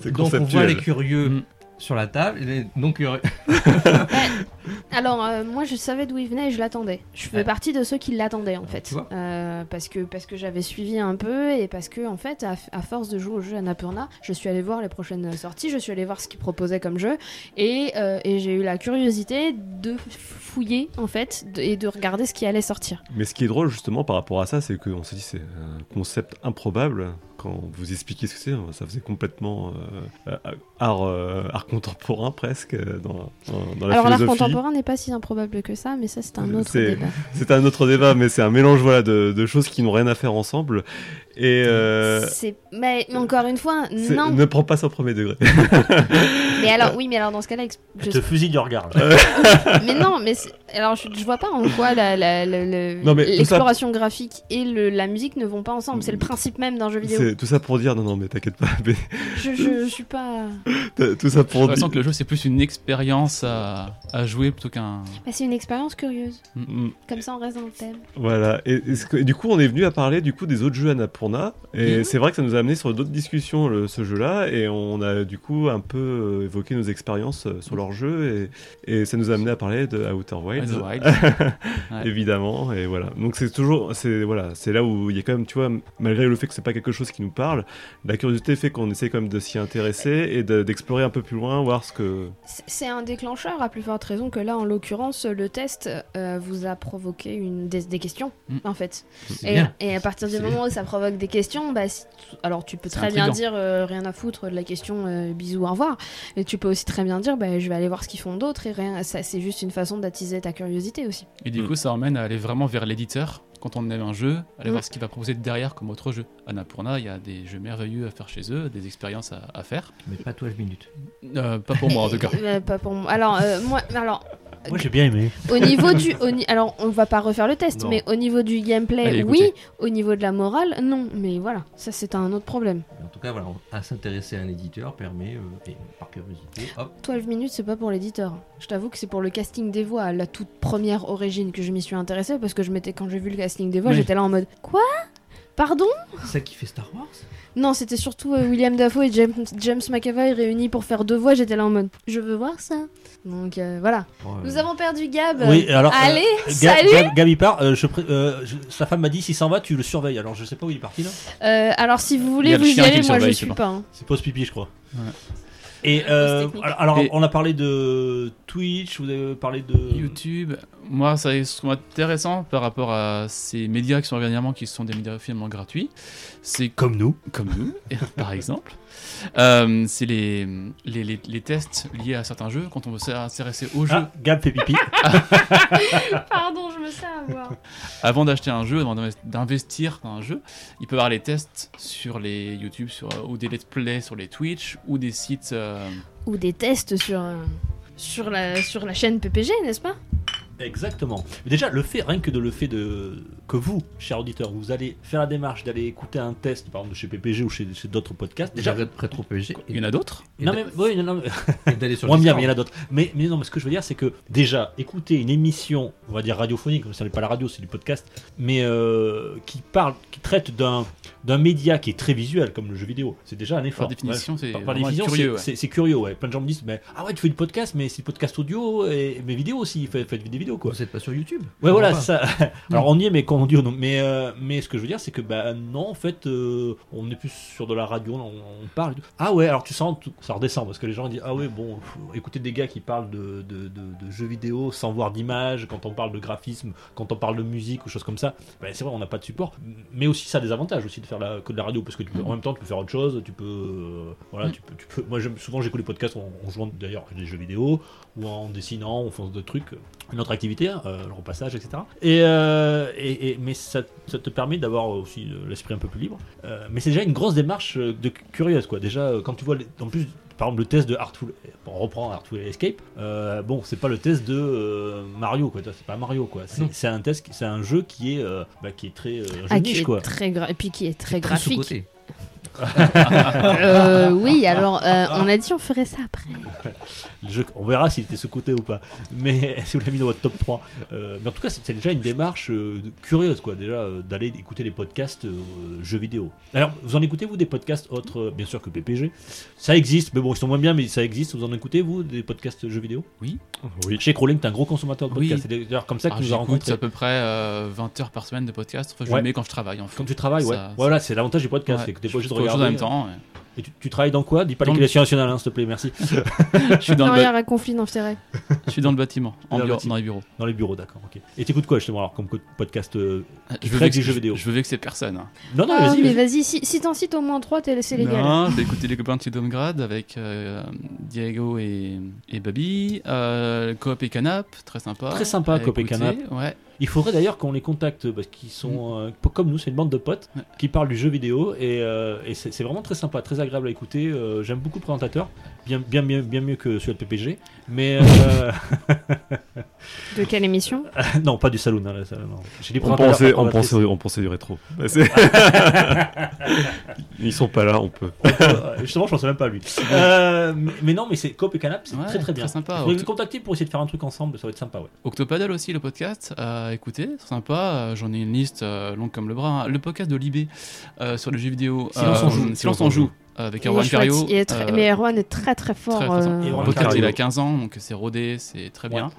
F: C'est
G: donc on voit les
F: conceptuel.
G: curieux
E: Mm.
G: sur la table, et les non curieux.
C: Alors, euh, moi, je savais d'où il venait et je l'attendais. Je fais
G: Ouais.
C: partie de ceux qui l'attendaient, en
G: Ah,
C: fait.
G: tu vois.
C: Euh, parce que, parce que j'avais suivi un peu et parce que, en fait, à, à force de jouer au jeu Annapurna, je suis allée voir les prochaines sorties, je suis allée voir ce qu'ils proposaient comme jeu et, euh, et j'ai eu la curiosité de fouiller, en fait, de- et de regarder ce qui allait sortir.
F: Mais ce qui est drôle justement par rapport à ça, c'est qu'on s'est dit c'est un concept improbable. Quand quand vous expliquez ce que c'est, ça faisait complètement euh, euh, art, euh, art contemporain presque euh, dans, dans- dans la
C: Alors l'art
F: philosophie.
C: contemporain n'est pas si improbable que ça, mais ça c'est un
F: Euh,
C: autre
F: c'est-
C: débat.
F: C'est un autre débat, mais c'est un mélange voilà, de, de choses qui n'ont rien à faire ensemble. Et euh,
C: C'est- Mais mais encore une fois,
F: c'est-
C: non.
F: ne prends pas ça au premier degré.
C: Mais alors, oui, mais alors dans ce cas-là, ex- je
D: Je te fusille du regard. là.
C: mais non, mais c'est- alors je, je vois pas en quoi la- la- la- le-
F: Non, mais tout ça-
C: l'exploration graphique et le- la musique ne vont pas ensemble. C'est le principe même d'un jeu vidéo.
F: C'est tout ça pour dire, non, non, mais t'inquiète pas, mais
C: Je, je, je suis pas.
F: t'as- tout ça
E: Je
F: pour dire.
E: sens que le jeu c'est plus une expérience à, à jouer plutôt qu'un.
C: Bah, c'est une expérience curieuse.
F: Mm,
C: Comme ça, on reste dans le thème.
F: Voilà, et, et ce que- et du coup on est venu à parler du coup des autres jeux Annapurna, et
E: Mhm.
F: c'est vrai que ça nous a amené sur d'autres discussions le- ce jeu-là, et on a du coup un peu euh, évoqué nos expériences euh, sur leur jeu, et, et ça nous a amené à parler de Outer Wilds,
E: Outer Wilds. Ouais.
F: évidemment, et voilà. Donc c'est toujours, c'est voilà, c'est là où il y a quand même, tu vois, malgré le fait que c'est pas quelque chose qui nous parle, la curiosité fait qu'on essaie quand même de s'y intéresser et de- d'explorer un peu plus loin, voir ce que...
C: C'est- C'est un déclencheur, à plus forte raison que là, en l'occurrence, le test euh, vous a provoqué une, des, des questions,
E: Mm.
C: en fait.
G: C'est
C: Et,
G: bien.
C: et à partir du
G: C'est
C: moment où ça provoque des questions, bah, si tu- alors tu peux
E: C'est
C: très bien
E: intriguant.
C: dire euh, rien à foutre de la question, euh, bisous, au revoir. Et tu peux aussi très bien dire bah, je vais aller voir ce qu'ils font d'autres et rien. Ça, c'est juste une façon d'attiser ta curiosité aussi.
E: Et du
F: Mm.
D: Hmm.
E: coup, ça emmène à aller vraiment vers l'éditeur quand on aime un jeu, aller
C: Mm.
E: voir ce qu'il va proposer derrière comme autre jeu. Annapurna, il y a des jeux merveilleux à faire chez eux, des expériences à, à faire.
G: Mais pas 12 minutes.
E: Euh, pas pour moi en tout cas.
C: Euh, pas pour moi. Alors, euh, moi, alors
D: Moi j'ai bien aimé.
C: au niveau du. au ni- alors, on va pas refaire le test,
F: Non.
C: mais au niveau du gameplay,
E: Allez,
C: oui.
E: écoutez.
C: Au niveau de la morale, non. Mais voilà, ça c'est un autre problème.
G: En tout cas, voilà, on- à s'intéresser à un éditeur permet, euh, et par curiosité, hop,
C: 12 minutes, c'est pas pour l'éditeur. Je t'avoue que c'est pour le casting des voix, à la toute première origine que je m'y suis intéressée, parce que je m'étais, quand j'ai vu le casting des voix,
E: Oui.
C: j'étais là en mode Quoi Pardon
G: celle qui fait Star Wars
C: Non, c'était surtout euh, William Dafoe et James, James McAvoy réunis pour faire deux voix, j'étais là en mode Je veux voir ça. Donc euh, voilà.
G: Oh,
C: Nous
G: euh,
C: avons perdu Gab.
D: Oui, alors. euh,
C: Allez,
D: Ga-
C: salut
D: Ga- Gab, il part. euh, je pré- euh, je- sa femme m'a dit s'il s'en va, tu le surveilles. Alors je sais pas où il est parti là.
C: Euh, Alors si vous
E: Il y
C: voulez,
E: a le
C: vous y
E: chien qui
C: allez,
E: le
C: moi je
E: surveille,
C: suis
E: c'est
C: pas. hein.
D: C'est pause pipi, je crois.
E: Ouais.
D: Et euh,
C: technique.
D: alors, alors,
E: Et-
D: on a parlé de Twitch, vous avez parlé de.
E: YouTube, moi ça je trouve intéressant par rapport à ces médias qui sont dernièrement qui sont des médias finalement gratuits, c'est
D: Comme nous.
E: comme nous, par exemple. Euh, c'est les, les, les, les tests liés à certains jeux quand on veut s'intéresser au jeu.
D: Ah, Gab fait pipi.
C: Pardon, je me sais avoir.
E: Avant d'acheter un jeu, avant d'invest- d'investir dans un jeu, il peut y avoir les tests sur les YouTube sur, euh, ou des let's play sur les Twitch ou des sites. euh,
C: Ou des tests sur, euh, sur, la, sur la chaîne PPG, n'est-ce pas
D: Exactement. Mais déjà, le fait, rien que de le fait de que vous, chers auditeurs, vous allez faire la démarche d'aller écouter un test, par exemple de chez PPG ou chez, chez d'autres podcasts. Déjà,
G: J'arrête près trop PSG
E: il y en a d'autres.
G: et
D: non
G: d'a-
D: mais oui, non, non, mais-
G: et d'aller sur
D: moins
G: le
D: bien,
G: Discord.
D: mais il y en a d'autres. Mais, mais non, mais ce que je veux dire, c'est que déjà écouter une émission, on va dire radiophonique, comme ça n'est pas la radio, c'est du podcast, mais euh, qui parle, qui traite d'un d'un média qui est très visuel, comme le jeu vidéo, c'est déjà un
E: Par
D: effort.
E: définition, c'est
D: Par, par
E: vraiment
D: définition,
E: curieux.
D: c'est-
E: ouais.
D: c'est c'est curieux, ouais. Plein de gens me disent, mais ah ouais, tu fais du podcast, mais c'est du podcast audio et mes vidéos aussi, faites, faites des vidéos quoi.
G: Vous êtes pas sur YouTube
D: Ouais,
G: Comment
D: voilà,
G: pas
D: ça. Alors on y est, mais quand on dit non. Mais, euh, mais ce que je veux dire, c'est que bah non, en fait, euh, on est plus sur de la radio, on, on parle. Ah ouais, alors tu sens, tout- ça redescend parce que les gens disent ah ouais, bon, pff, écoutez des gars qui parlent de, de, de- de jeux vidéo sans voir d'image, quand on parle de graphisme, quand on parle de musique ou choses comme ça. Bah, c'est vrai, on n'a pas de support, mais aussi ça a des avantages aussi de faire la, que de la radio parce que tu peux- en même temps tu peux faire autre chose, tu peux euh, voilà, tu peux, tu peux. Moi j'aime- souvent j'écoute les podcasts en, en jouant d'ailleurs à des jeux vidéo ou en dessinant, en faisant de trucs une autre activité, euh, le repassage, etc. Et, euh, et- et- mais ça, ça te permet d'avoir aussi euh, l'esprit un peu plus libre. Euh, mais c'est déjà une grosse démarche euh, de cu- curieuse, quoi. Déjà, euh, quand tu vois, les- en plus, par exemple, le test de Artful, on reprend Artful Escape. euh, bon, c'est pas le test de euh, Mario, quoi. C'est pas Mario, quoi. C'est
G: Non.
D: c'est un test, qui- c'est un jeu qui est, euh, bah, qui est très euh, jeu
C: Ah, qui
D: niche,
C: est
D: quoi.
C: très gra- Et puis qui est très
G: Très
C: graphique.
G: sous-côté.
C: Euh, oui, alors euh, on a dit on ferait ça après.
D: Le jeu- on verra s'il était sous-côté ou pas. Mais si vous l'avez mis dans votre top 3. Euh, mais en tout cas, c'est c'est déjà une démarche euh, de- curieuse, quoi, déjà, euh, d'aller écouter les podcasts euh, jeux vidéo. Alors, vous en écoutez, vous, des podcasts autres, euh, bien sûr que PPG Ça existe, mais bon, ils sont moins bien, mais ça existe. Vous en écoutez, vous, des podcasts jeux vidéo
E: Oui.
D: Oui. Chez Crowling, t'es un gros consommateur de
E: Oui.
D: podcasts. C'est d'ailleurs comme ça que
E: Alors,
D: tu nous as
E: Ah, J'écoute
D: rencontrés.
E: à peu près euh, 20 heures par semaine de podcast. Enfin, je
D: Ouais.
E: le mets quand je travaille en fait.
D: Quand tu travailles, ouais.
E: Ça-
D: Voilà, c'est l'avantage du podcast,
E: Ouais,
D: c'est que t'es
E: je
D: pas obligé de
E: fais autre chose
D: regarder. euh.
E: en même temps. ouais.
D: Et tu, tu travailles dans quoi Dis pas
E: Dans le-
D: l'éducation nationale, hein, s'il te plaît, merci.
E: Je suis dans,
C: Non, il
E: le,
C: y
E: ba-
C: a un conflit d'intérêt.
E: je suis dans le bâtiment, en
D: Dans le
E: bureau-
D: bâtiment.
E: dans les bureaux.
D: Dans les bureaux, d'accord, ok. Et t'écoutes quoi justement alors comme co- podcast euh,
E: Je
D: Qui
E: veux,
D: craque
E: vexer,
D: du jeu vidéo.
E: je veux vexer personne. hein.
D: Non, non,
C: Ah,
D: vas-y,
C: mais
D: vas-y.
C: vas-y, si, si t'en cites au moins trois, t'es- c'est légal.
E: Non, j'ai écouté les copains de Sudomgrad avec euh, Diego et, et Babi. Euh, Coop et Canap, très sympa.
D: Très sympa,
E: à
D: Coop et
E: écouter,
D: Canap.
E: Ouais.
D: Il faudrait d'ailleurs qu'on les contacte parce qu'ils sont euh, p- comme nous, c'est une bande de potes
E: Ouais.
D: qui parlent du jeu vidéo et, euh, et c'est c'est vraiment très sympa, très agréable à écouter. Euh, J'aime beaucoup le présentateur, bien, bien, mieux, bien mieux que celui de PPG, mais euh,
C: De quelle émission
D: non, pas du saloon. hein, le saloon, non. J'ai dit
F: On
D: présentateur,
F: pensait,
D: pas
F: on,
D: présentatrice.
F: pensait, on pensait du rétro. Bah, c'est- Ils sont pas là, on peut.
D: Euh, Justement, je pensais même pas à lui. Euh, mais, mais non, mais c'est Cop et Canap, c'est
E: Ouais,
D: très très bien.
E: Très sympa.
D: Vous les
E: Octo-
D: contacter pour essayer de faire un truc ensemble, ça va être sympa, ouais.
E: Octopaddle aussi, le podcast. Euh, écoutez, très sympa. Euh, J'en ai une liste euh, longue comme le bras. hein. Le podcast de Libé euh, sur le jeu vidéo.
D: Silence
E: euh,
D: on joue.
E: Silence on joue. euh, Avec
C: Il est
E: Erwan
C: chouette,
E: Cario.
C: il est très-
E: euh,
C: Mais Erwan est très très fort.
E: très, très fort.
C: euh,
D: Et
E: Le
D: Erwan
E: podcast,
D: Cario.
E: il a 15 ans, donc c'est rodé, c'est très bien.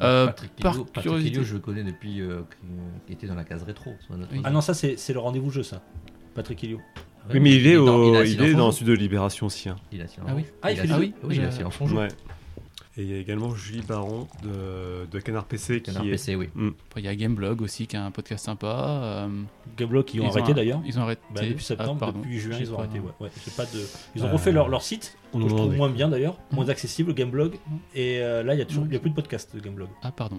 E: Euh,
G: Patrick
E: par
G: Helio, Patrick
E: curiosité-
G: Helio, je le connais depuis euh, qu'il était dans la case rétro. sur notre-
E: Oui.
D: Ah non, ça c'est c'est le rendez-vous jeu, ça. Patrick Helio.
F: Oui, mais il est,
G: dans-
F: au,
G: a
F: il
G: Silence
F: est
G: en
F: dans le
G: joue.
F: sud de Libération aussi. hein.
G: Il a Silence
E: Ah oui.
G: en joue.
D: Ah, il
G: Il a
D: fait
G: Silence-
E: les deux.
G: oui, il a
E: Je-
G: Silence en joue.
F: Ouais. Et il y a également Julie Baron de, de Canard PC qui
G: Canard
F: est
G: PC, oui.
E: Après, Il y a Gameblog aussi, qui a un podcast sympa. euh,
D: Gameblog qui ont
E: ils
D: arrêté
E: un-
D: d'ailleurs.
E: Ils ont arrêté.
D: Bah, depuis septembre,
E: Ah, pardon.
D: depuis juin,
E: J'ai
D: ils ont
E: pas-
D: arrêté. Ouais. Ouais, j'ai pas de... Ils ont
F: Euh,
D: refait leur, leur site, que
F: on
D: je
F: en
D: trouve
F: avait.
D: moins bien d'ailleurs, moins accessible, Gameblog.
E: Mhm.
D: Et euh, là, il y a toujours,
E: Mhm.
D: il y a plus de podcast de Gameblog.
E: Ah, pardon.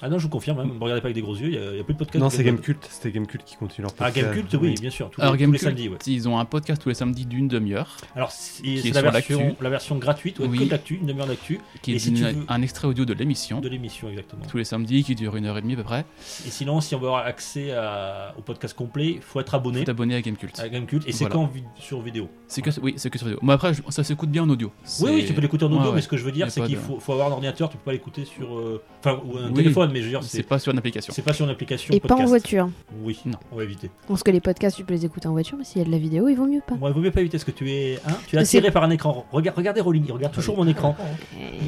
D: Ah non, je vous confirme, hein, ne me regardez pas avec des gros yeux, il y a, il y a plus de podcast.
F: Non,
D: de
F: c'est
D: Gameblog.
F: Gamecult, c'était Gamecult qui continue leur
D: Ah,
F: podcast.
D: Gamekult, oui, bien sûr, tous,
E: Alors,
D: les, tous les
E: Gamecult,
D: samedis. Ouais.
E: ils ont un podcast tous les samedis d'une demi-heure,
D: Alors, c'est
E: est
D: c'est
E: sur
D: la version,
E: l'actu.
D: la version gratuite, ouais,
E: Oui.
D: que de l'actu, une demi-heure d'actu,
E: qui
D: Et
E: est
D: si
E: une-
D: tu veux-
E: un extrait audio de l'émission,
D: de l'émission exactement.
E: tous les samedis, qui dure une heure et demie à peu près.
D: Et sinon, si on veut avoir accès à- au podcast complet, il faut être abonné
E: Faut t'abonner à Gamecult.
D: à Gamecult. Et c'est
E: Voilà.
D: quand vi- sur vidéo
E: C'est que, oui, c'est que sur vidéo. Moi, après, je- ça s'écoute bien en audio.
D: Oui,
E: C'est-
D: oui, tu peux l'écouter en audio,
E: Ouais, ouais.
D: mais ce que je veux
E: Y a
D: dire, c'est
E: pas
D: qu'il
E: de-
D: faut, faut avoir un ordinateur, tu peux pas l'écouter sur. euh, Enfin, ou un
E: Oui.
D: téléphone, mais je veux dire,
E: C'est
D: c'est
E: pas sur une application.
D: c'est pas sur une application
C: Et pas
D: podcast.
C: en voiture. Ah.
D: Oui,
E: Non.
D: on va éviter.
C: Parce que les podcasts, tu peux les écouter en voiture, mais s'il y a de la vidéo, il vaut mieux pas.
D: Moi, il vaut mieux pas éviter parce que tu es. Hein, tu es
C: Mais c'est-
D: attiré par un écran. Regarde, regardez Rolling, il regarde toujours mon écran.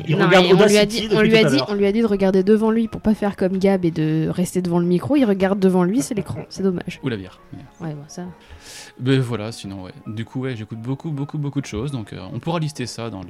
D: Il
C: Non,
D: regarde
C: et on lui a
D: Audacity
C: dit,
D: depuis
C: on lui a
D: tout à
C: dit,
D: l'heure.
C: on lui a dit de regarder devant lui pour pas faire comme Gab et de rester devant le micro. Il regarde devant lui, c'est l'écran. C'est dommage.
E: Ou la bière.
C: Ouais, bon, ça.
E: Mais voilà, sinon, ouais. Du coup, ouais, j'écoute beaucoup, beaucoup, beaucoup de choses. Donc, euh, on pourra lister ça dans le.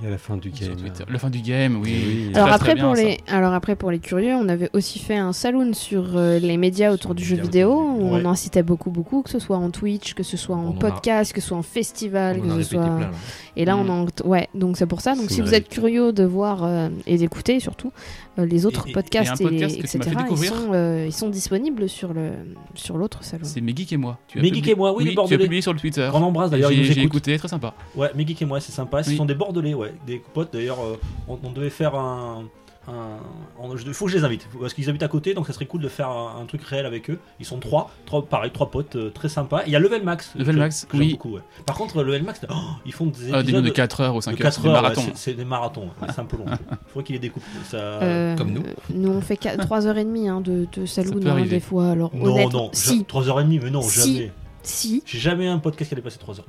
F: Il y a la fin du
E: sur
F: game.
E: Twitter. La fin du game, oui.
F: Oui.
E: Très,
C: Alors
E: très
C: après,
E: bien,
C: pour
E: ça.
C: les... Alors après, pour les curieux, on avait aussi fait un saloon sur euh, les médias autour
G: Sur
C: du
G: les
C: jeu
G: médias
C: vidéo,
G: autour du-
C: où
D: Ouais.
C: on en citait beaucoup, beaucoup, que ce soit en Twitch, que ce soit en
G: On en a-
C: podcast, que ce soit en festival,
G: On en a
C: que ce
G: répété
C: soit...
G: plein, là.
C: Et là, on
E: Mm.
C: en... Ouais, donc c'est pour ça. Donc
F: C'est
C: si
F: une
C: vous êtes
F: réalité.
C: curieux de voir euh, et d'écouter, surtout, euh, les autres
D: Et- et-
C: podcasts,
E: et un podcast que tu
C: etc.,
E: m'as fait
C: ils
E: découvrir.
C: sont, euh, ils sont disponibles sur le sur l'autre salon.
E: C'est Mes Geeks et moi. Tu as
D: Mes Geeks
E: publié-
D: et moi, oui, les
E: tu as
D: Bordelais.
E: publié sur le Twitter.
D: On embrasse d'ailleurs,
E: J'ai
D: il nous
E: j'ai
D: écoute.
E: écouté, très sympa.
D: Ouais, Megeek et moi, c'est sympa. Ce
E: Oui.
D: sont des Bordelais, ouais, des potes. D'ailleurs, euh, on, on devait faire un. un- on- je- faut que je les invite parce qu'ils habitent à côté, donc ça serait cool de faire un, un truc réel avec eux. Ils sont trois, trois pareil, trois potes euh, très sympas. Et Il y a Level Max.
E: Level
D: que-
E: Max,
D: que j'aime
E: oui.
D: beaucoup, ouais. Par contre, Level Max, oh, ils font des
E: Ah, des
D: épisodes
E: de 4 heures ou
D: de
E: 5 heures,
D: quatre
E: c'est des
D: heures, ouais,
E: marathons.
D: c'est- C'est des marathons, ouais, c'est un peu long. Il faudrait qu'il les découpe. Ça...
C: Euh,
G: comme nous.
C: Nous, on fait 3h30 hein, de, de saloon
E: peut
C: hein,
E: arriver.
C: des fois. Alors,
D: non,
C: honnêtement,
D: non,
C: si,
D: 3h30, mais non,
C: Si.
D: jamais.
C: si,
D: J'ai jamais un podcast qui a dépassé 3h.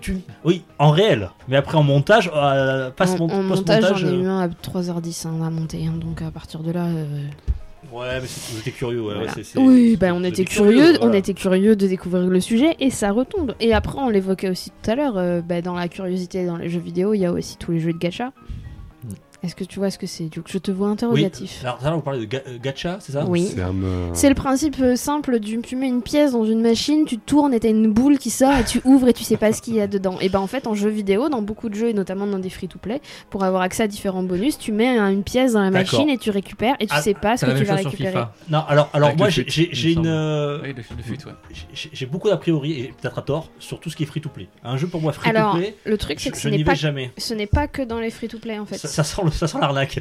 D: Oui, en réel, mais après en montage, euh,
C: en,
D: passe mon-
C: en montage,
D: post-montage,
C: j'en ai
D: euh,
C: eu un à 3h10 hein, à monter. hein, donc, à partir de là. euh,
D: Ouais, mais c'est- j'étais curieux. Ouais,
C: voilà.
D: ouais, c'est- c'est-
C: oui,
D: c'est-
C: bah, on
D: c'est
C: était
D: des
C: curieux, on
D: voilà.
C: était curieux de découvrir le sujet et ça retombe. Et après, on l'évoquait aussi tout à l'heure, euh, bah, dans la curiosité dans les jeux vidéo, il y a aussi tous les jeux de gacha. Est-ce que tu vois ce que c'est Duke Je te vois
D: Mm. Oui.
C: interrogatif.
D: Alors, ça, là, vous parlez de ga- euh, gacha, c'est ça
C: Ah Oui.
F: C'est un, euh,
C: C'est le principe euh, simple d'une tu mets une pièce dans une machine, tu tournes et t'as une boule qui sort et tu ouvres et tu sais pas ce qu'il y a dedans. Et ben en fait en jeu vidéo, dans beaucoup de jeux et notamment dans des free to play, pour avoir accès à différents bonus, tu mets un- une pièce dans la
D: D'accord.
C: machine et tu récupères et tu
D: Ah,
C: sais pas ce
G: C'est la
C: que tu
G: même
C: vas
G: chose sur
C: récupérer.
G: FIFA.
D: Non, alors, alors
E: Avec
D: moi,
E: le
D: j'ai
E: fut,
D: j'ai-
E: il
D: j'ai
E: me
D: une.
E: semble.
D: euh,
E: Oui, le, le fut, ouais.
D: j'ai- J'ai beaucoup d'a priori, et peut-être à tort, sur tout ce qui est free to play. Un jeu pour moi free
C: Alors,
D: to play,
C: le truc
D: je,
C: c'est que
D: je
C: ce n'est
D: n'y vais
C: pas
D: jamais.
C: ce n'est pas que dans les free to play en fait.
D: Ça, ça sent le- ça sent l'arnaque.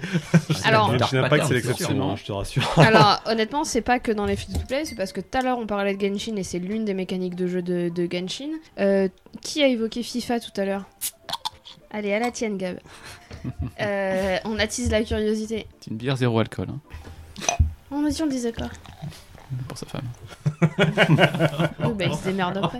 C: Alors-
G: Dark
F: Genshin Impact,
G: Pattern,
F: c'est
G: sûr.
F: l'exception, hein, je te rassure.
C: Alors, honnêtement, c'est pas que dans les free to play, c'est parce que tout à l'heure on parlait de Genshin et c'est l'une des mécaniques de jeu de, de Genshin. Euh, qui a évoqué FIFA tout à l'heure Allez, à la tienne, Gab. Euh, on attise la curiosité.
E: C'est une bière zéro alcool, hein,
C: Oh, mais si, on le disait pas.
E: pour sa femme.
C: Oui, bah, ils se démerdent après.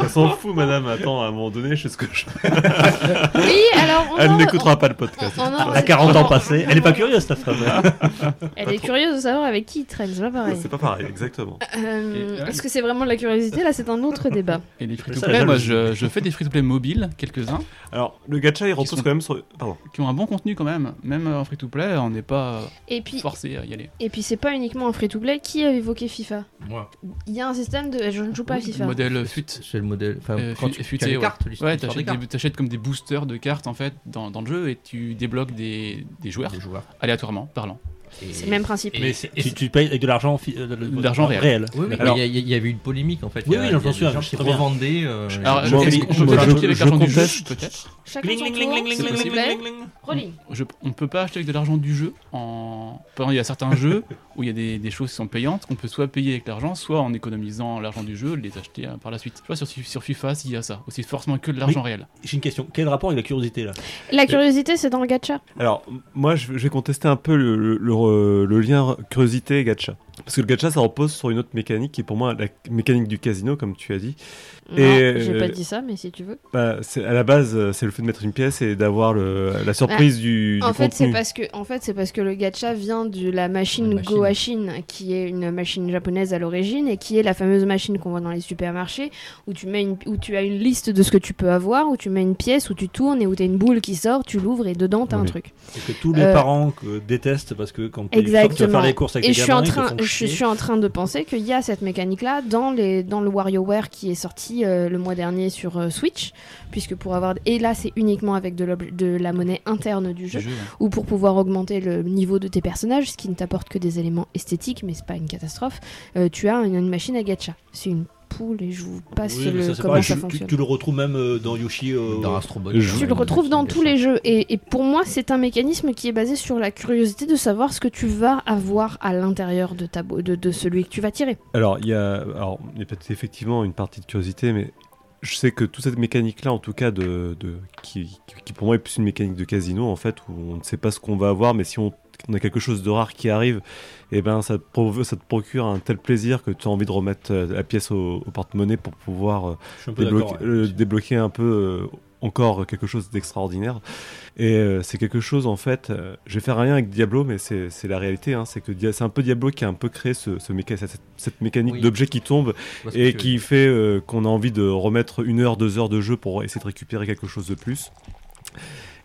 F: Elle s'en fout, madame. Attends, à un moment donné, je sais ce que je.
C: Oui, alors on
F: Elle
C: en-
F: n'écoutera pas le podcast.
C: on- on en-
D: La 40 ans passés, elle est pas curieuse ta femme. hein.
C: Elle est curieuse de savoir avec qui il traîne, c'est pas pareil.
F: C'est pas pareil, exactement.
C: Euh,
E: Et-
C: Est-ce que c'est vraiment de la curiosité Là, c'est un autre débat.
E: Et les
D: ça,
E: free-to-play,
D: la
E: moi
D: jalousie.
E: je, je fais des free-to-play mobiles, quelques-uns,
F: Alors, le gacha, il repose
E: sont-
F: quand même sur. Pardon.
E: qui ont un bon contenu quand même. Même euh, en free-to-play, on n'est pas
C: Et puis,
E: forcé à y aller.
C: et puis c'est pas uniquement un free-to-play. Qui a évoqué FIFA
G: Moi,
C: Il y a un système de. Je ne joue pas à
E: Oui,
C: FIFA.
E: Modèle fuite.
G: c'est le modèle. Enfin,
E: Euh,
G: quand
E: fu-
G: tu, tu
E: futé,
G: as les
E: ouais.
G: cartes, l'histoire
E: Ouais,
G: des
E: t'achètes,
G: cartes
E: des- t'achètes comme des boosters de cartes en fait dans, dans le jeu et tu débloques des, des joueurs
G: des joueurs.
E: aléatoirement parlant.
G: Et-
C: C'est le même principe.
G: Et-
D: Mais c'est- tu, tu payes avec de l'argent fi- euh, de- de-
E: De l'argent réel.
G: Oui, oui,
D: Alors-
G: mais il y, a- il y avait une polémique en fait.
D: Oui,
G: Il y a-
D: oui,
G: il y a
D: j'en
G: des
D: souviens,
G: gens
D: je
G: qui
D: sais bien.
G: revendaient. euh,
E: Alors,
G: les-
E: est-ce qu'on-
D: je-
E: on peut
D: je-
E: pas acheter avec
D: je
E: l'argent du jeu
D: conteste.
E: peut-être
C: Chacun
D: Gling,
C: son
D: gling,
C: tour,
D: gling, gling,
C: s'il
D: gling,
C: vous
D: gling,
C: plaît.
D: gling, gling.
C: Rolling.
E: Je- On peut pas acheter avec de l'argent du jeu. En... Par exemple, il y a certains jeux où il y a des, des choses qui sont payantes qu'on peut soit payer avec l'argent, soit en économisant l'argent du jeu, les acheter euh, par la suite. Je vois sur, sur FIFA s'il y a ça, aussi forcément que de l'argent réel.
D: J'ai une question. Quel rapport avec la curiosité là
C: La curiosité, c'est dans le gacha.
F: Alors, m- moi, je, je vais contester un peu le, le- le re- le lien curiosité et gacha. Parce que le gacha, ça repose sur une autre mécanique qui est pour moi la mécanique du casino, comme tu as dit.
C: Non,
F: Et,
C: j'ai
F: euh,
C: pas dit ça, mais si tu veux.
F: Bah, c'est- à la base, euh, c'est le fait de mettre une pièce et d'avoir le- la surprise du, du
C: Bah, En fait, c'est
F: contenu.
C: parce que, en fait, c'est parce que le gacha vient de la machine
G: La machine.
C: Goashin, qui est une machine japonaise à l'origine et qui est la fameuse machine qu'on voit dans les supermarchés où tu mets une, où tu as une liste de ce que tu peux avoir, où tu mets une pièce, où tu tournes et où t'as une boule qui sort, tu l'ouvres et dedans t'as un
F: Oui.
C: truc.
D: Et que tous les
C: Euh,
D: parents que- détestent parce que quand ils sortent, tu vas
C: Exactement.
D: faire les courses avec
C: Et
D: les
C: je suis en
D: gamins, ils te
C: train,
D: font
C: je
D: chier.
C: suis en train de penser qu'il y a cette mécanique-là dans les dans le WarioWare qui est sorti euh, le mois dernier sur euh, Switch, puisque pour avoir et là c'est uniquement avec de, l'obje- de la monnaie interne du jeu.
E: Du jeu, hein. ouais.
C: ou pour pouvoir augmenter le niveau de tes personnages, ce qui ne t'apporte que des éléments esthétiques, mais c'est pas une catastrophe. euh, tu as une, une machine à gacha. C'est une poule et je vous passe
D: Oui, mais
C: le,
D: ça, c'est
C: comment
D: pareil,
C: ça
D: tu-
C: fonctionne.
D: Tu, tu le retrouves même euh, dans Yoshi. euh,
G: Dans Astro Bot,
F: Je-
G: il y a
C: Tu
G: une-
C: le retrouves dans
G: une
C: tous les jeux et, et pour moi c'est un mécanisme qui est basé sur la curiosité de savoir ce que tu vas avoir à l'intérieur de, ta bo- de, de celui que tu vas tirer.
F: Alors, il y a, alors, il y a peut-être effectivement une partie de curiosité, mais je sais que toute cette mécanique-là, en tout cas, de, de- qui, qui pour moi est plus une mécanique de casino, en fait, où on ne sait pas ce qu'on va avoir, mais si on, on a quelque chose de rare qui arrive, eh ben, ça, te provo- ça te procure un tel plaisir que tu as envie de remettre euh, la pièce au, au porte-monnaie pour pouvoir euh,
D: Je suis un peu d'accord.
F: débloquer,
D: ouais.
F: euh, débloquer un peu euh, encore quelque chose d'extraordinaire. Et euh, c'est quelque chose, en fait, euh, je vais faire un lien avec Diablo, mais c'est c'est la réalité. hein, c'est que Dia- c'est un peu Diablo qui a un peu créé ce, ce méca- cette, cette mécanique
G: Oui.
F: d'objets qui tombent
G: Je vois ce que
F: et
G: tu veux
F: qui fait euh, qu'on a envie de remettre une heure, deux heures de jeu pour essayer de récupérer quelque chose de plus.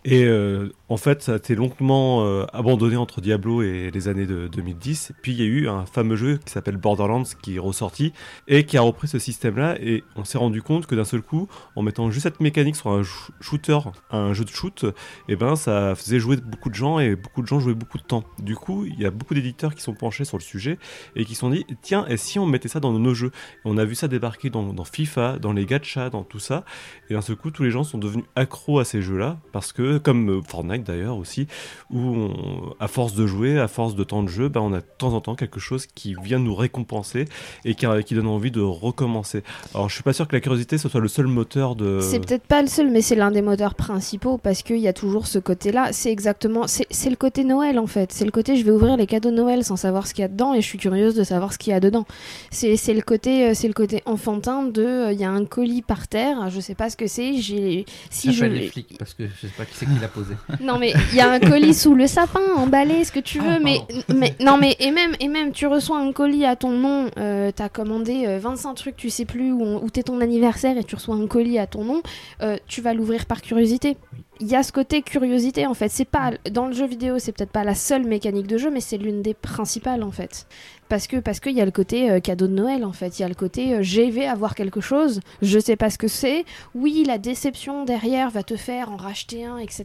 F: Et euh, en fait, ça a été longuement euh, abandonné entre Diablo et les années de 2010. Puis il y a eu un fameux jeu qui s'appelle Borderlands qui est ressorti et qui a repris ce système-là. Et on s'est rendu compte que d'un seul coup, en mettant juste cette mécanique sur un sh- shooter, un jeu de shoot, et ben ça faisait jouer beaucoup de gens et beaucoup de gens jouaient beaucoup de temps. Du coup, il y a beaucoup d'éditeurs qui sont penchés sur le sujet et qui se sont dit tiens, et si on mettait ça dans nos jeux Et On a vu ça débarquer dans, dans FIFA, dans les gachas, dans tout ça. Et d'un seul coup, tous les gens sont devenus accros à ces jeux-là parce que, comme euh, Fortnite d'ailleurs aussi, où on- à force de jouer, à force de temps de jeu, ben, on a de temps en temps quelque chose qui vient nous récompenser et qui, euh, qui donne envie de recommencer. Alors, je suis pas sûr que la curiosité ce soit le seul moteur de.
C: C'est peut-être pas le seul, mais c'est l'un des moteurs principaux parce qu'il y a toujours ce côté-là. C'est exactement, c'est c'est le côté Noël en fait. C'est le côté je vais ouvrir les cadeaux de Noël sans savoir ce qu'il y a dedans et je suis curieuse de savoir ce qu'il y a dedans. C'est c'est le côté, euh, c'est le côté enfantin de euh, il y a un colis par terre, je sais pas ce que c'est. J'ai si je
G: J'appelle les flics parce que je sais pas qui c'est qui l'a posé.
C: non mais il y a un colis sous le sapin, emballé, ce que tu veux, mais, mais non mais et même et même tu reçois un colis à ton nom, euh, t'as commandé euh, 25 trucs, tu sais plus où, on- où t'es ton anniversaire et tu reçois un colis à ton nom, euh, tu vas l'ouvrir par curiosité. Il y a ce côté curiosité en fait, c'est pas dans le jeu vidéo, c'est peut-être pas la seule mécanique de jeu, mais c'est l'une des principales en fait. Parce que parce qu'il y a le côté euh, cadeau de Noël en fait, il y a le côté euh, je vais avoir quelque chose, je sais pas ce que c'est. Oui, la déception derrière va te faire en racheter un, etc.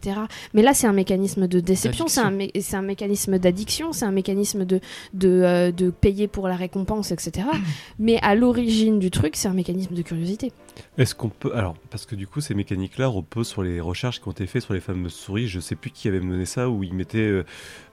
C: Mais là, c'est un mécanisme de déception, c'est un, mé- c'est un mécanisme d'addiction, c'est un mécanisme de, de, euh, de payer pour la récompense, etc. Mais à l'origine du truc, c'est un mécanisme de curiosité.
F: Est-ce qu'on peut. Alors, parce que du coup, ces mécaniques-là reposent sur les recherches qui ont été faites sur les fameuses souris. Je sais plus qui avait mené ça, où ils mettaient euh,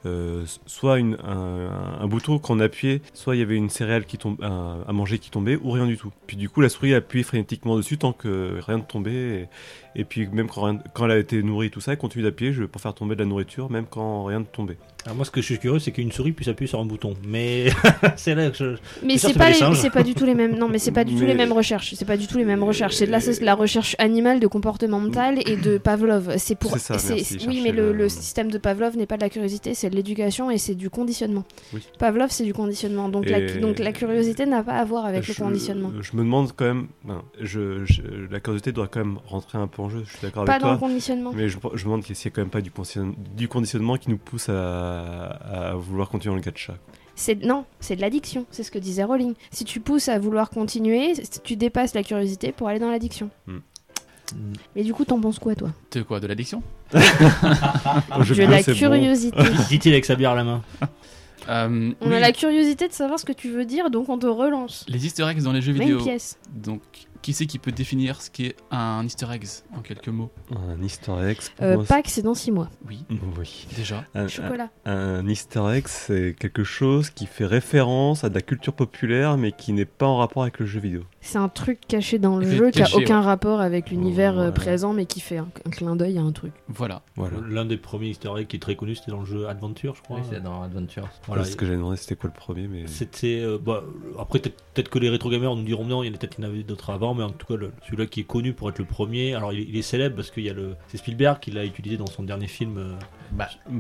F: euh, soit une- un, un bouton qu'on appuyait, soit il y avait une céréale qui tombe, un- à manger qui tombait, ou rien du tout. Puis du coup, la souris appuyait frénétiquement dessus tant que rien ne tombait. Et, et puis, même quand, rien- quand elle a été nourrie, tout ça, elle continue d'appuyer je- pour faire tomber de la nourriture, même quand rien ne tombait.
D: Alors moi, ce que je suis curieux, c'est qu'une souris puisse appuyer sur un bouton. Mais c'est là que je.
C: Mais
D: sûr,
C: c'est
D: c'est
C: pas,
D: pas des
C: les-
D: singes.
C: c'est pas du tout les mêmes. Non, mais c'est pas du tout les
D: Mais-
C: mêmes recherches. C'est pas du tout les mêmes recherches. C'est de la, c'est de la recherche animale, de comportementale et de Pavlov. C'est pour.
F: C'est ça, merci,
C: oui,
F: chercher
C: mais le,
F: le-
C: le système de Pavlov n'est pas de la curiosité, c'est de l'éducation et c'est du conditionnement.
F: Oui.
C: Pavlov, c'est du conditionnement. Donc, la,
F: Et-
C: donc la curiosité n'a pas à voir avec
F: je,
C: le conditionnement.
F: Je me demande quand même. ben, je, je- la curiosité doit quand même rentrer un peu en jeu. Je suis d'accord
C: Pas
F: avec
C: dans le
F: toi.
C: conditionnement.
F: Mais je, je me demande s'il n'y a quand même pas du, conditionne- du conditionnement qui nous pousse à, à vouloir continuer le gacha.
C: C'est non, c'est de l'addiction. C'est ce que disait Rowling. Si tu pousses à vouloir continuer, c- tu dépasses la curiosité pour aller dans l'addiction.
F: Hmm.
C: Mais du coup, t'en penses quoi, toi
E: De quoi De l'addiction
F: Je
C: Ah. Tu as la curiosité.
D: Dit-il avec sa bière à la main.
E: Euh,
C: On
E: oui,
C: a la curiosité de savoir ce que tu veux dire, donc on te relance.
E: Les easter eggs dans les jeux
C: Mets
E: vidéo.
C: une pièce.
E: Donc, qui c'est qui peut définir ce qu'est un easter egg en quelques mots
F: Un easter egg. pour
C: Euh,
F: moi, c'est-
C: Pâques, c'est dans 6 mois.
E: Oui,
F: Oui.
E: déjà.
F: Mmh.
C: Euh,
F: Un, un-
C: Chocolat.
F: un easter egg, c'est quelque chose qui fait référence à de la culture populaire, mais qui n'est pas en rapport avec le jeu vidéo.
C: C'est un truc caché dans le
E: C'est
C: jeu qui a
E: caché,
C: aucun rapport avec l'univers euh,
F: Voilà.
C: présent, mais qui fait un, un clin d'œil à un truc.
E: Voilà.
F: Voilà.
D: L'un des premiers easter eggs qui est très connu, c'était dans le jeu Adventure, je crois.
G: Oui, c'est dans Adventures.
D: Voilà,
F: ce que j'avais demandé, c'était quoi le premier, mais
D: C'était. euh, bah, après, peut-être peut-être que les rétro gamers nous diront non, il y en a peut-être qu'il y en avait d'autres avant, mais en tout cas, le- celui-là qui est connu pour être le premier. Alors, il, il est célèbre parce qu'il y a le. C'est Spielberg qui l'a utilisé dans son dernier film. euh,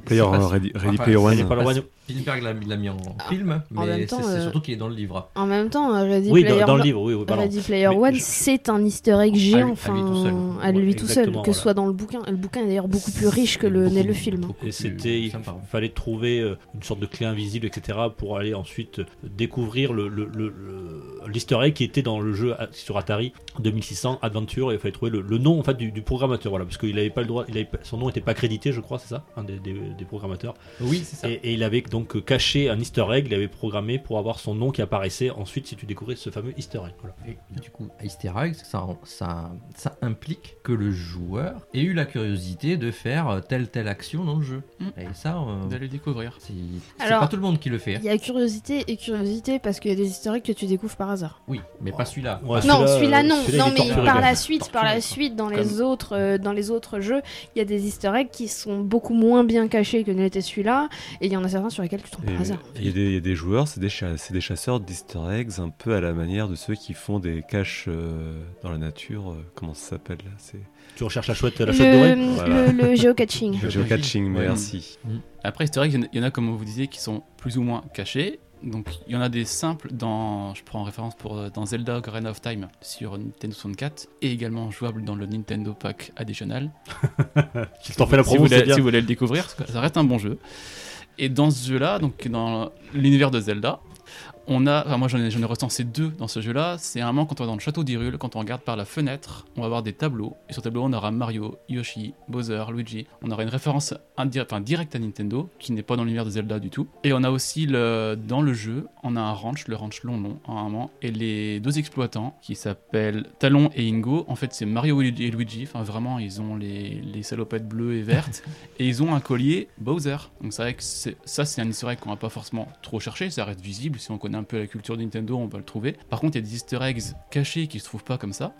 F: Player
G: C'est pas-
F: euh, Ready, Ready
G: enfin,
F: Player
G: c'est
F: One.
D: Ready Player
G: Ah,
D: One.
G: c'est- Spielberg l'a l'a mis en film,
C: en même
G: mais
C: temps,
G: c'est c'est
C: euh,
G: surtout qu'il est dans le livre.
C: En même temps, euh, Ready
D: Oui,
C: Player,
D: dans, dans le
C: One-
D: livre, oui, oui, pardon.
C: Ready Player
D: Mais
C: One,
D: je-
C: c'est un easter egg
G: À
C: géant,
G: lui- à lui tout seul.
C: enfin, à lui,
D: Ouais,
C: tout seul, que
D: exactement,
C: ce
D: voilà.
C: soit dans le bouquin. Et Le bouquin est d'ailleurs beaucoup plus riche que le, n'est le film. hein.
D: Et c'était, il
G: sympa.
D: fallait trouver euh, une sorte de clé invisible, etc., pour aller ensuite euh, découvrir le, le, le- le- l'easter egg qui était dans le jeu à- sur Atari 2600 Adventure. Et il fallait trouver le, le nom en fait du, du programmateur, voilà, parce qu'il avait pas le droit, il avait pas- son nom n'était pas crédité, je crois, c'est ça, un des, des- des programmateurs.
G: Oui, c'est ça.
D: Et, et il avait donc caché un easter egg, il avait programmé pour avoir son nom qui apparaissait ensuite si tu découvrais ce fameux easter egg. Voilà.
G: Et du coup, Easter egg, ça, ça, ça implique que le joueur ait eu la curiosité de faire telle telle action dans le jeu.
E: Mm.
G: Et ça, euh,
E: D'aller le découvrir.
G: c'est c'est
C: Alors-
G: pas tout le monde qui le fait. hein.
C: Il y a curiosité et curiosité parce qu'il y a des easter eggs que tu découvres par hasard.
G: Oui, mais pas celui-là.
D: Ouais,
G: Pas-
C: Non,
D: Celui-là,
C: celui-là
D: euh,
C: non.
D: celui-là,
C: non,
D: il est
C: mais
D: torturé,
C: par
D: quand
C: la
D: même.
C: suite, par la
G: Torturé.
C: suite, dans les autres, euh, dans les autres jeux, il y a des Easter eggs qui sont beaucoup moins bien cachés que n'était celui-là, et il y en a certains sur lesquels tu tombes
F: Et-
C: par hasard.
F: Il y, a des- il y a des joueurs, c'est des, cha- c'est des chasseurs d'easter eggs, un peu à la manière de ceux qui font des caches euh, dans la nature. euh, comment ça s'appelle là C'est
D: Tu recherches la chouette, la chouette dorée.
C: Le,
F: Voilà.
C: le, le geocaching.
F: le geocaching,
E: Ouais.
F: merci.
E: Après, easter eggs, il y en a- il y en a, comme vous disiez, qui sont plus ou moins cachés. Donc, il y en a des simples dans, je prends en référence pour euh, dans Zelda Ocarina of Time sur Nintendo 64 et également jouable dans le Nintendo Pack additionnel.
D: Si t'en fais la
E: si, vous
D: promo, c'est
E: voulez,
D: bien. Bah,
E: si vous voulez le découvrir, parce que ça reste un bon jeu. Et dans ce jeu-là, donc dans l'univers de Zelda, on a, enfin moi j'en ai, j'en ai recensé deux dans ce jeu-là. C'est un moment quand on est dans le château d'Hyrule, quand on regarde par la fenêtre, on va voir des tableaux. Et sur le tableau, on aura Mario, Yoshi, Bowser, Luigi. On aura une référence indi- enfin, directe à Nintendo, qui n'est pas dans l'univers de Zelda du tout. Et on a aussi le, dans le jeu, on a un ranch, le ranch Long Long, à un moment, et les deux exploitants qui s'appellent Talon et Ingo. En fait, c'est Mario et Luigi. Enfin, vraiment, ils ont les, les salopettes bleues et vertes et ils ont un collier Bowser. Donc c'est vrai que c'est- ça c'est un easter egg qu'on va pas forcément trop chercher, ça reste visible, si on connaît un peu la culture de Nintendo on va le trouver. Par contre il y a des easter eggs cachés qui se trouvent pas comme ça.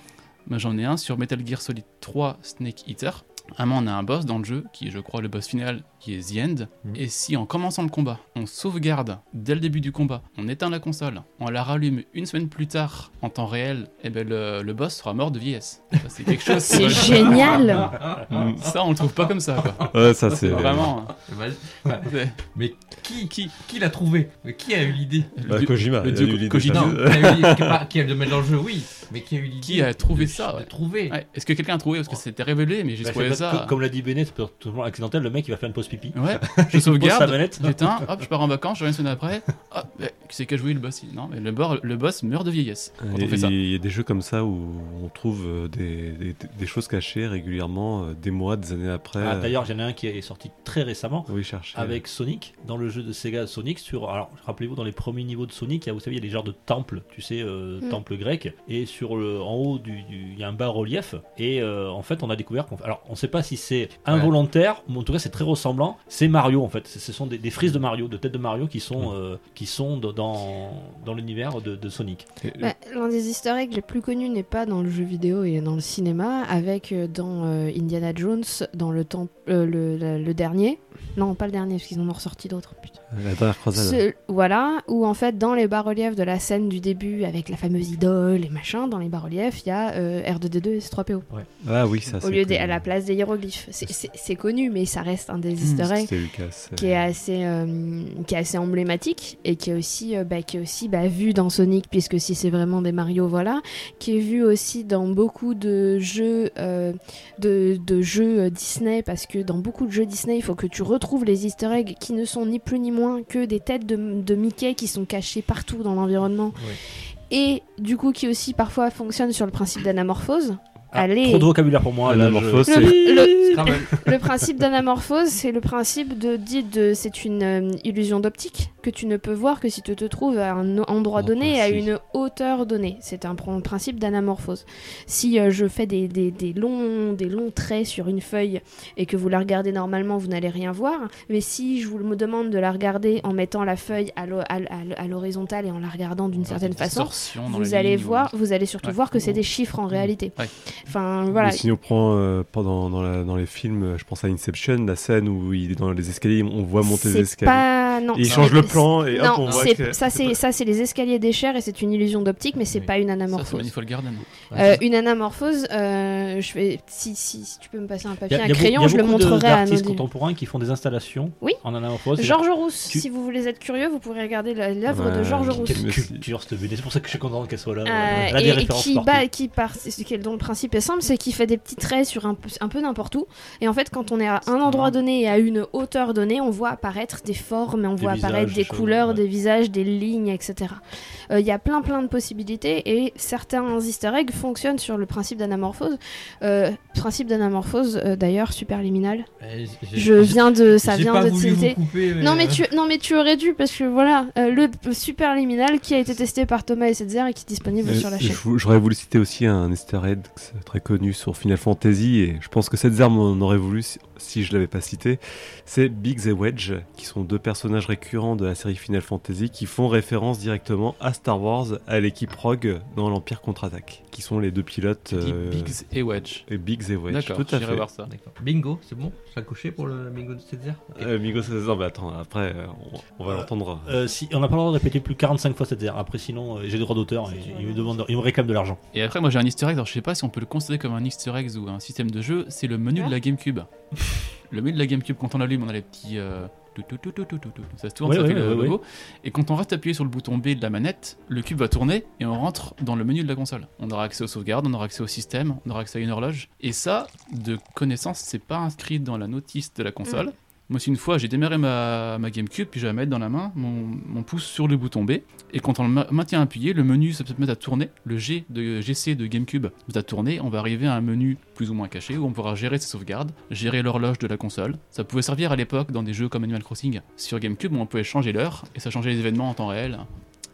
E: Ben, J'en ai un sur Metal Gear Solid 3 Snake Eater. À un moment, on a un boss dans le jeu, qui est je crois le boss final, qui est The End.
G: Mhm.
E: Et si en commençant le combat, on sauvegarde dès le début du combat, on éteint la console, on la rallume une semaine plus tard en temps réel, et ben le, le boss sera mort de vieillesse. Ça, C'est quelque chose.
C: C'est
D: Ah,
C: génial.
E: Ça on le trouve pas comme ça quoi.
F: Ouais, ça c'est
E: Ah. vraiment.
G: Mal-
E: c'est-
G: Mais qui, qui, qui l'a trouvé Mais Qui a eu l'idée
E: le
F: Bah,
E: dieu-
F: Kojima.
E: le
F: il a
E: dieu
F: eu l'idée de
E: Kojima.
F: ça.
G: Non, qui a eu l'idée qui a pas- qui a le mettre dans le jeu, oui. Mais qui a eu l'idée
E: Qui a trouvé
G: de-
E: ça,
G: de
E: ouais.
G: trouver.
E: Ouais, Est-ce que quelqu'un a trouvé Parce que c'était révélé, mais j'ai
D: Bah,
E: spoilé
D: c'est pas-
E: ça.
D: co- Comme l'a dit Bennett, c'est totalement accidentel, le mec il va faire une pause pipi.
E: Ouais, je
D: Pose sa
E: sauvegarde,
D: manette.
E: j'éteins, hop, je pars en vacances, je reviens une semaine après. Hop, mais c'est que joué le boss. Non, mais le, bor- le boss meurt de vieillesse quand
F: Et-
E: on fait ça.
F: Il y a des jeux comme ça où on trouve euh, des, des- des choses cachées régulièrement, euh, des mois, des années après.
D: Ah,
F: euh,
D: D'ailleurs, j'en ai un qui est sorti très récemment
F: oui, chercher.
D: avec Sonic dans le jeu de Sega Sonic sur alors rappelez-vous dans les premiers niveaux de Sonic il y a, vous savez il y a des genres de temples tu sais euh,
C: Mm.
D: temples grecs et sur le en haut du du- il y a un bas relief et euh, en fait on a découvert qu'on alors on sait pas si c'est involontaire mais en tout cas c'est très ressemblant c'est Mario en fait C'est- ce sont des, des frises de Mario de têtes de Mario qui sont euh, qui sont de- dans dans l'univers de, de Sonic
F: Et-
C: Bah, L'un des easter eggs les plus connus n'est pas dans le jeu vidéo, il est dans le cinéma, avec euh, dans euh, Indiana Jones, dans le, temple- euh, le, la- le dernier, Non, pas le dernier, parce qu'ils en ont ressorti d'autres. putain.
F: Euh, La dernière croisade.
C: Ce- voilà, où en fait, dans les bas-reliefs de la scène du début, avec la fameuse idole et machin, dans les bas-reliefs, il y a euh, R2D2 et C3PO.
F: Ah oui, ça c'est.
C: Au lieu des,
F: cool.
C: à la place des hiéroglyphes. C'est- C'est c'est connu, mais ça reste un des
E: Mmh,
C: easter eggs
F: C'était Lucas.
C: qui est assez euh, qui est assez emblématique et qui est aussi euh, bah, qui est aussi bah, vu dans Sonic puisque si c'est vraiment des Mario voilà qui est vu aussi dans beaucoup de jeux euh, de, de jeux euh, Disney parce que dans beaucoup de jeux Disney il faut que tu retrouves les Easter eggs qui ne sont ni plus ni moins que des têtes de, de Mickey qui sont cachées partout dans l'environnement et du coup qui aussi parfois fonctionne sur le principe d'anamorphose
D: Ah,
C: Allez.
D: Trop de vocabulaire pour
E: Oh, Ah,
D: moi. là,
F: Anamorphose,
D: je-
F: c'est-
C: Le-
G: Scrabble.
C: le principe d'anamorphose, c'est le principe de, dit de c'est une euh, illusion d'optique que tu ne peux voir que si tu te trouves à un o- endroit
E: Oh,
C: donné, à
E: merci.
C: une hauteur donnée. C'est un pr- principe d'anamorphose. Si euh, je fais des, des- des longs, des longs traits sur une feuille et que vous la regardez normalement, vous n'allez rien voir. Mais si je vous me demande de la regarder en mettant la feuille à l'o- à l- à l- à l'horizontale et en la regardant d'une certaine façon, vous allez voir, vous allez surtout
E: Ouais. Mmh.
C: voir que c'est des chiffres en réalité.
E: Ouais.
C: Enfin voilà,
F: Ou si on prend euh, pendant dans, la- dans les films, euh, je pense à Inception, la scène où il est dans les escaliers, on voit monter les
C: C'est
F: escaliers.
C: Pas... Non,
F: Et il
C: c'est-
F: change le
C: c'est-
F: plan et hop,
C: non,
F: on voit
C: c'est-
F: que-
C: ça c'est ça c'est les escaliers des chairs et c'est une illusion d'optique, mais c'est
G: Oui.
C: pas une
E: Ça, c'est
C: anamorphose.
E: Manifold Garden.
C: Euh, une anamorphose, euh, je vais si, si, si tu peux me passer un
D: Il
C: papier,
D: y a,
C: un
D: il y a
C: crayon,
D: beaucoup- il y
C: je
D: a
C: le
D: beaucoup de-
C: montrerai à nos
D: d'artistes contemporains qui font des installations
C: Oui.
D: en anamorphose.
C: Georges Rousse,
D: Tu-
C: si vous voulez être curieux, vous pourrez regarder la- l'œuvre de
F: Ouais,
C: Georges
F: qui-
C: Rousse.
D: Quelle culture cette BD, c'est pour ça que je suis content qu'elle soit là.
C: Euh,
D: Elle a des
C: et, et
D: références
C: qui,
D: partout.
C: bat, qui part, ce qui est- dont le principe est simple, c'est qu'il fait des petits traits sur un, peu- un peu n'importe où. Et en fait, quand on est à un endroit donné et à une hauteur donnée, on voit apparaître des formes, on
D: Des
C: voit
D: visages,
C: apparaître
D: des
C: des
D: choses,
C: couleurs,
D: ouais.
C: des visages, des lignes, etc. Euh, Il y a plein plein de possibilités et certains easter eggs fonctionnent sur le principe d'anamorphose. Euh, principe d'anamorphose, euh, d'ailleurs, superliminal.
G: Euh, j'ai-
C: Je viens de, ça
G: j'ai
C: vient
G: pas
C: de
G: voulu vous
C: citer.
G: couper,
C: Non mais,
G: euh,
C: tu, non mais tu aurais dû parce que voilà euh, le p- superliminal qui a été testé par Thomas et Setzer et qui est disponible
F: Euh,
C: sur la
F: je
C: chaîne.
F: vou- J'aurais voulu citer aussi un Easter egg très connu sur Final Fantasy et je pense que cette arme on aurait voulu si, si je l'avais pas cité. C'est Biggs et Wedge qui sont deux personnages récurrents de la série Final Fantasy qui font référence directement à Star Wars, à l'équipe Rogue dans l'Empire contre-attaque, qui sont les deux pilotes
E: Dit
F: euh,
E: Biggs et Wedge.
F: et Biggs et Wedge.
E: D'accord,
F: Tout à
E: j'irai
F: fait.
E: voir ça.
G: Ah, D'accord. Bingo, c'est bon Ça coché pour le bingo de Césaire
F: Euh, Migos, non, mais attends, après euh, on, on va
D: Euh,
F: l'entendre.
D: Euh, si, on n'a pas le droit de répéter plus 45 fois cette erreur. Après, sinon, euh, j'ai des droits d'auteur et ils me, demandent, ils me réclament de l'argent.
E: Et après, moi j'ai un easter egg, alors je sais pas si on peut le considérer comme un easter egg ou un système de jeu, c'est le menu de la Gamecube. le menu de la Gamecube, quand on l'allume, on a les petits. euh, tout, tout, tout, tout, tout, tout, tout. Ça se tourne,
D: Ouais,
E: ça fait
D: ouais,
E: le
D: ouais,
E: logo. Et quand on reste appuyé sur le bouton B de la manette, le cube va tourner et on rentre dans le menu de la console. On aura accès aux sauvegardes, on aura accès au système, on aura accès à une horloge. Et ça, de connaissance, c'est pas inscrit dans la notice de la console. Moi aussi, une fois, j'ai démarré ma, ma GameCube, puis j'avais à mettre dans la main mon, mon pouce sur le bouton B. Et quand on le ma- maintient appuyé, le menu se peut mettre à tourner. Le G de GC de GameCube se met à tourner. On va arriver à un menu plus ou moins caché où on pourra gérer ses sauvegardes, gérer l'horloge de la console. Ça pouvait servir à l'époque dans des jeux comme Animal Crossing sur GameCube où on pouvait changer l'heure et ça changeait les événements en temps réel.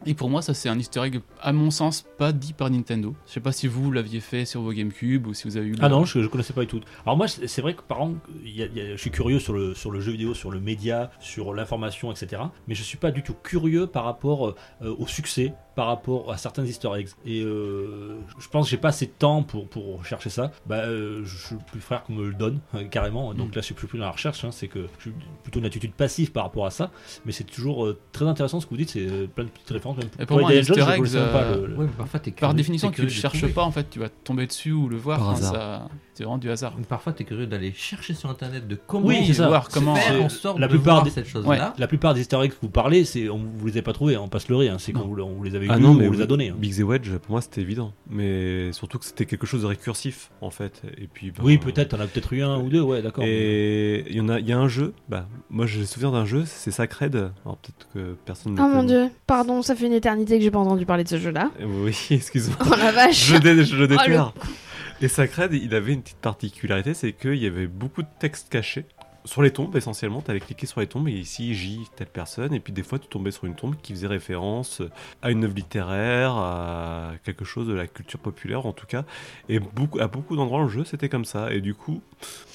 E: Et pour moi, ça c'est un easter egg, à mon sens, pas dit par Nintendo. Je sais pas si vous l'aviez fait sur vos GameCube ou si vous avez eu. le-
D: Ah non, je, je connaissais pas du tout. Alors moi, c'est c'est vrai que par exemple, il y a- il y a- je suis curieux sur le, sur le jeu vidéo, sur le média, sur l'information, etc. Mais je suis pas du tout curieux par rapport euh, euh, au succès, par rapport à certains Easter eggs. Et euh, je pense que j'ai pas assez de temps pour, pour chercher ça. Bah, euh, je suis le plus frère qu'on me le donne euh, carrément. Donc là, je suis plus plus dans la recherche. hein. c'est que je suis plutôt une attitude passive par rapport à ça. Mais c'est toujours euh, très intéressant ce que vous dites. C'est euh, plein de petites références. Même
E: Et pour moi, un
D: Indiana Jones,
E: easter
D: je connaissais
E: egg,
D: même pas
E: euh,
D: le- le-
G: Ouais, mais parfois t'es
E: Par
G: curieux-
E: définition,
G: t'es
E: tu le
G: curieux de
E: cherches
G: trouver.
E: pas en fait, tu vas tomber dessus ou le voir.
F: Par
E: enfin,
F: hasard.
E: ça- C'est vraiment du hasard.
G: Parfois t'es curieux d'aller chercher sur internet de comment
D: Oui, c'est ça.
E: voir comment.
G: faire en
D: C'est-
G: sorte
D: la
G: de
D: plupart
G: voir
D: des-
G: cette chose-là.
D: La plupart des easter eggs que vous parlez, c'est on vous les a pas trouvés, on passe le ré, hein, c'est qu'on
E: Non.
D: vous, on vous les avait
F: Ah
D: lus,
F: non,
D: on
F: mais
D: vous les a donnés. hein.
F: Biggs et Wedge, pour moi c'était évident, mais surtout que c'était quelque chose de récursif en fait. Et puis, ben,
D: Oui, peut-être, on a peut-être eu un ou deux, ouais, d'accord.
F: Et il y en a, il y a un jeu. Bah, moi, je me souviens d'un jeu, c'est Sacred. Alors peut-être que personne. ne
C: Oh mon
F: connaît.
C: dieu, pardon, ça fait une éternité que j'ai pas entendu parler de ce jeu-là.
F: Euh, Oui, excuse-moi.
C: Oh la vache
F: je, dé- je le
C: le
F: déclare. Et Sacred, il avait une petite particularité, c'est qu'il y avait beaucoup de textes cachés. Sur les tombes, essentiellement, tu allais cliquer sur les tombes et ici, J, telle personne. Et puis des fois, tu tombais sur une tombe qui faisait référence à une œuvre littéraire, à quelque chose de la culture populaire en tout cas. Et beaucoup, à beaucoup d'endroits, le jeu, c'était comme ça. Et du coup,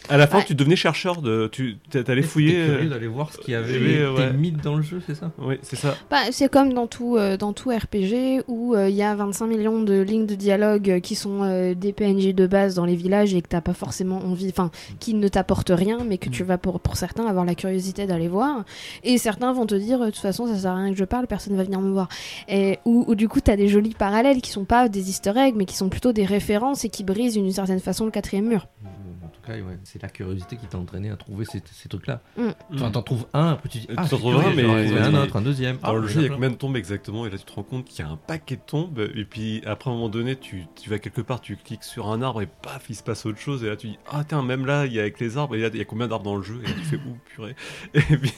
F: à la fin,
C: Ouais.
F: tu devenais chercheur. De, tu allais
G: T'es
F: fouiller.
G: curieux
F: euh,
G: d'aller voir ce qu'il y avait
F: oui,
G: été
F: ouais.
G: mis dans le jeu, c'est ça
F: Oui, c'est ça.
C: Bah, C'est comme dans tout, euh, dans tout RPG où euh, il y a 25 millions de lignes de dialogue euh, qui sont euh, des PNJ de base dans les villages et que t'as pas forcément envie, enfin, qui ne t'apportent rien mais que tu vas pour, pour certains, avoir la curiosité d'aller voir. Et certains vont te dire, euh, de toute façon, ça sert à rien que je parle, personne va venir me voir. Et, ou, ou du coup, tu as des jolis parallèles qui sont pas des easter eggs, mais qui sont plutôt des références et qui brisent d'une certaine façon le quatrième mur.
G: Euh, En tout cas, ouais, c'est la curiosité qui t'a entraîné à trouver ces, ces trucs-là.
C: Mm.
G: Enfin, t'en trouves un, après tu dis,
F: Euh,
G: ah,
F: tu t'en
G: c'est
F: trouves un,
G: curieux,
F: mais-
G: j'en ai trouvé
F: mais-
G: un autre, un deuxième.
F: Alors
G: Ah,
F: le
G: il y
F: jeu,
G: en
F: il y
G: a
F: a
G: plein.
F: combien de tombes exactement Et là, tu te rends compte qu'il y a un paquet de tombes. Et puis, après, à un moment donné, tu, tu vas quelque part, tu cliques sur un arbre et paf, il se passe autre chose. Et là, tu dis Ah, tiens, même là, il y a avec les arbres. Et là, il y a combien d'arbres dans le jeu Et là, tu fais Ouh, purée. Et puis,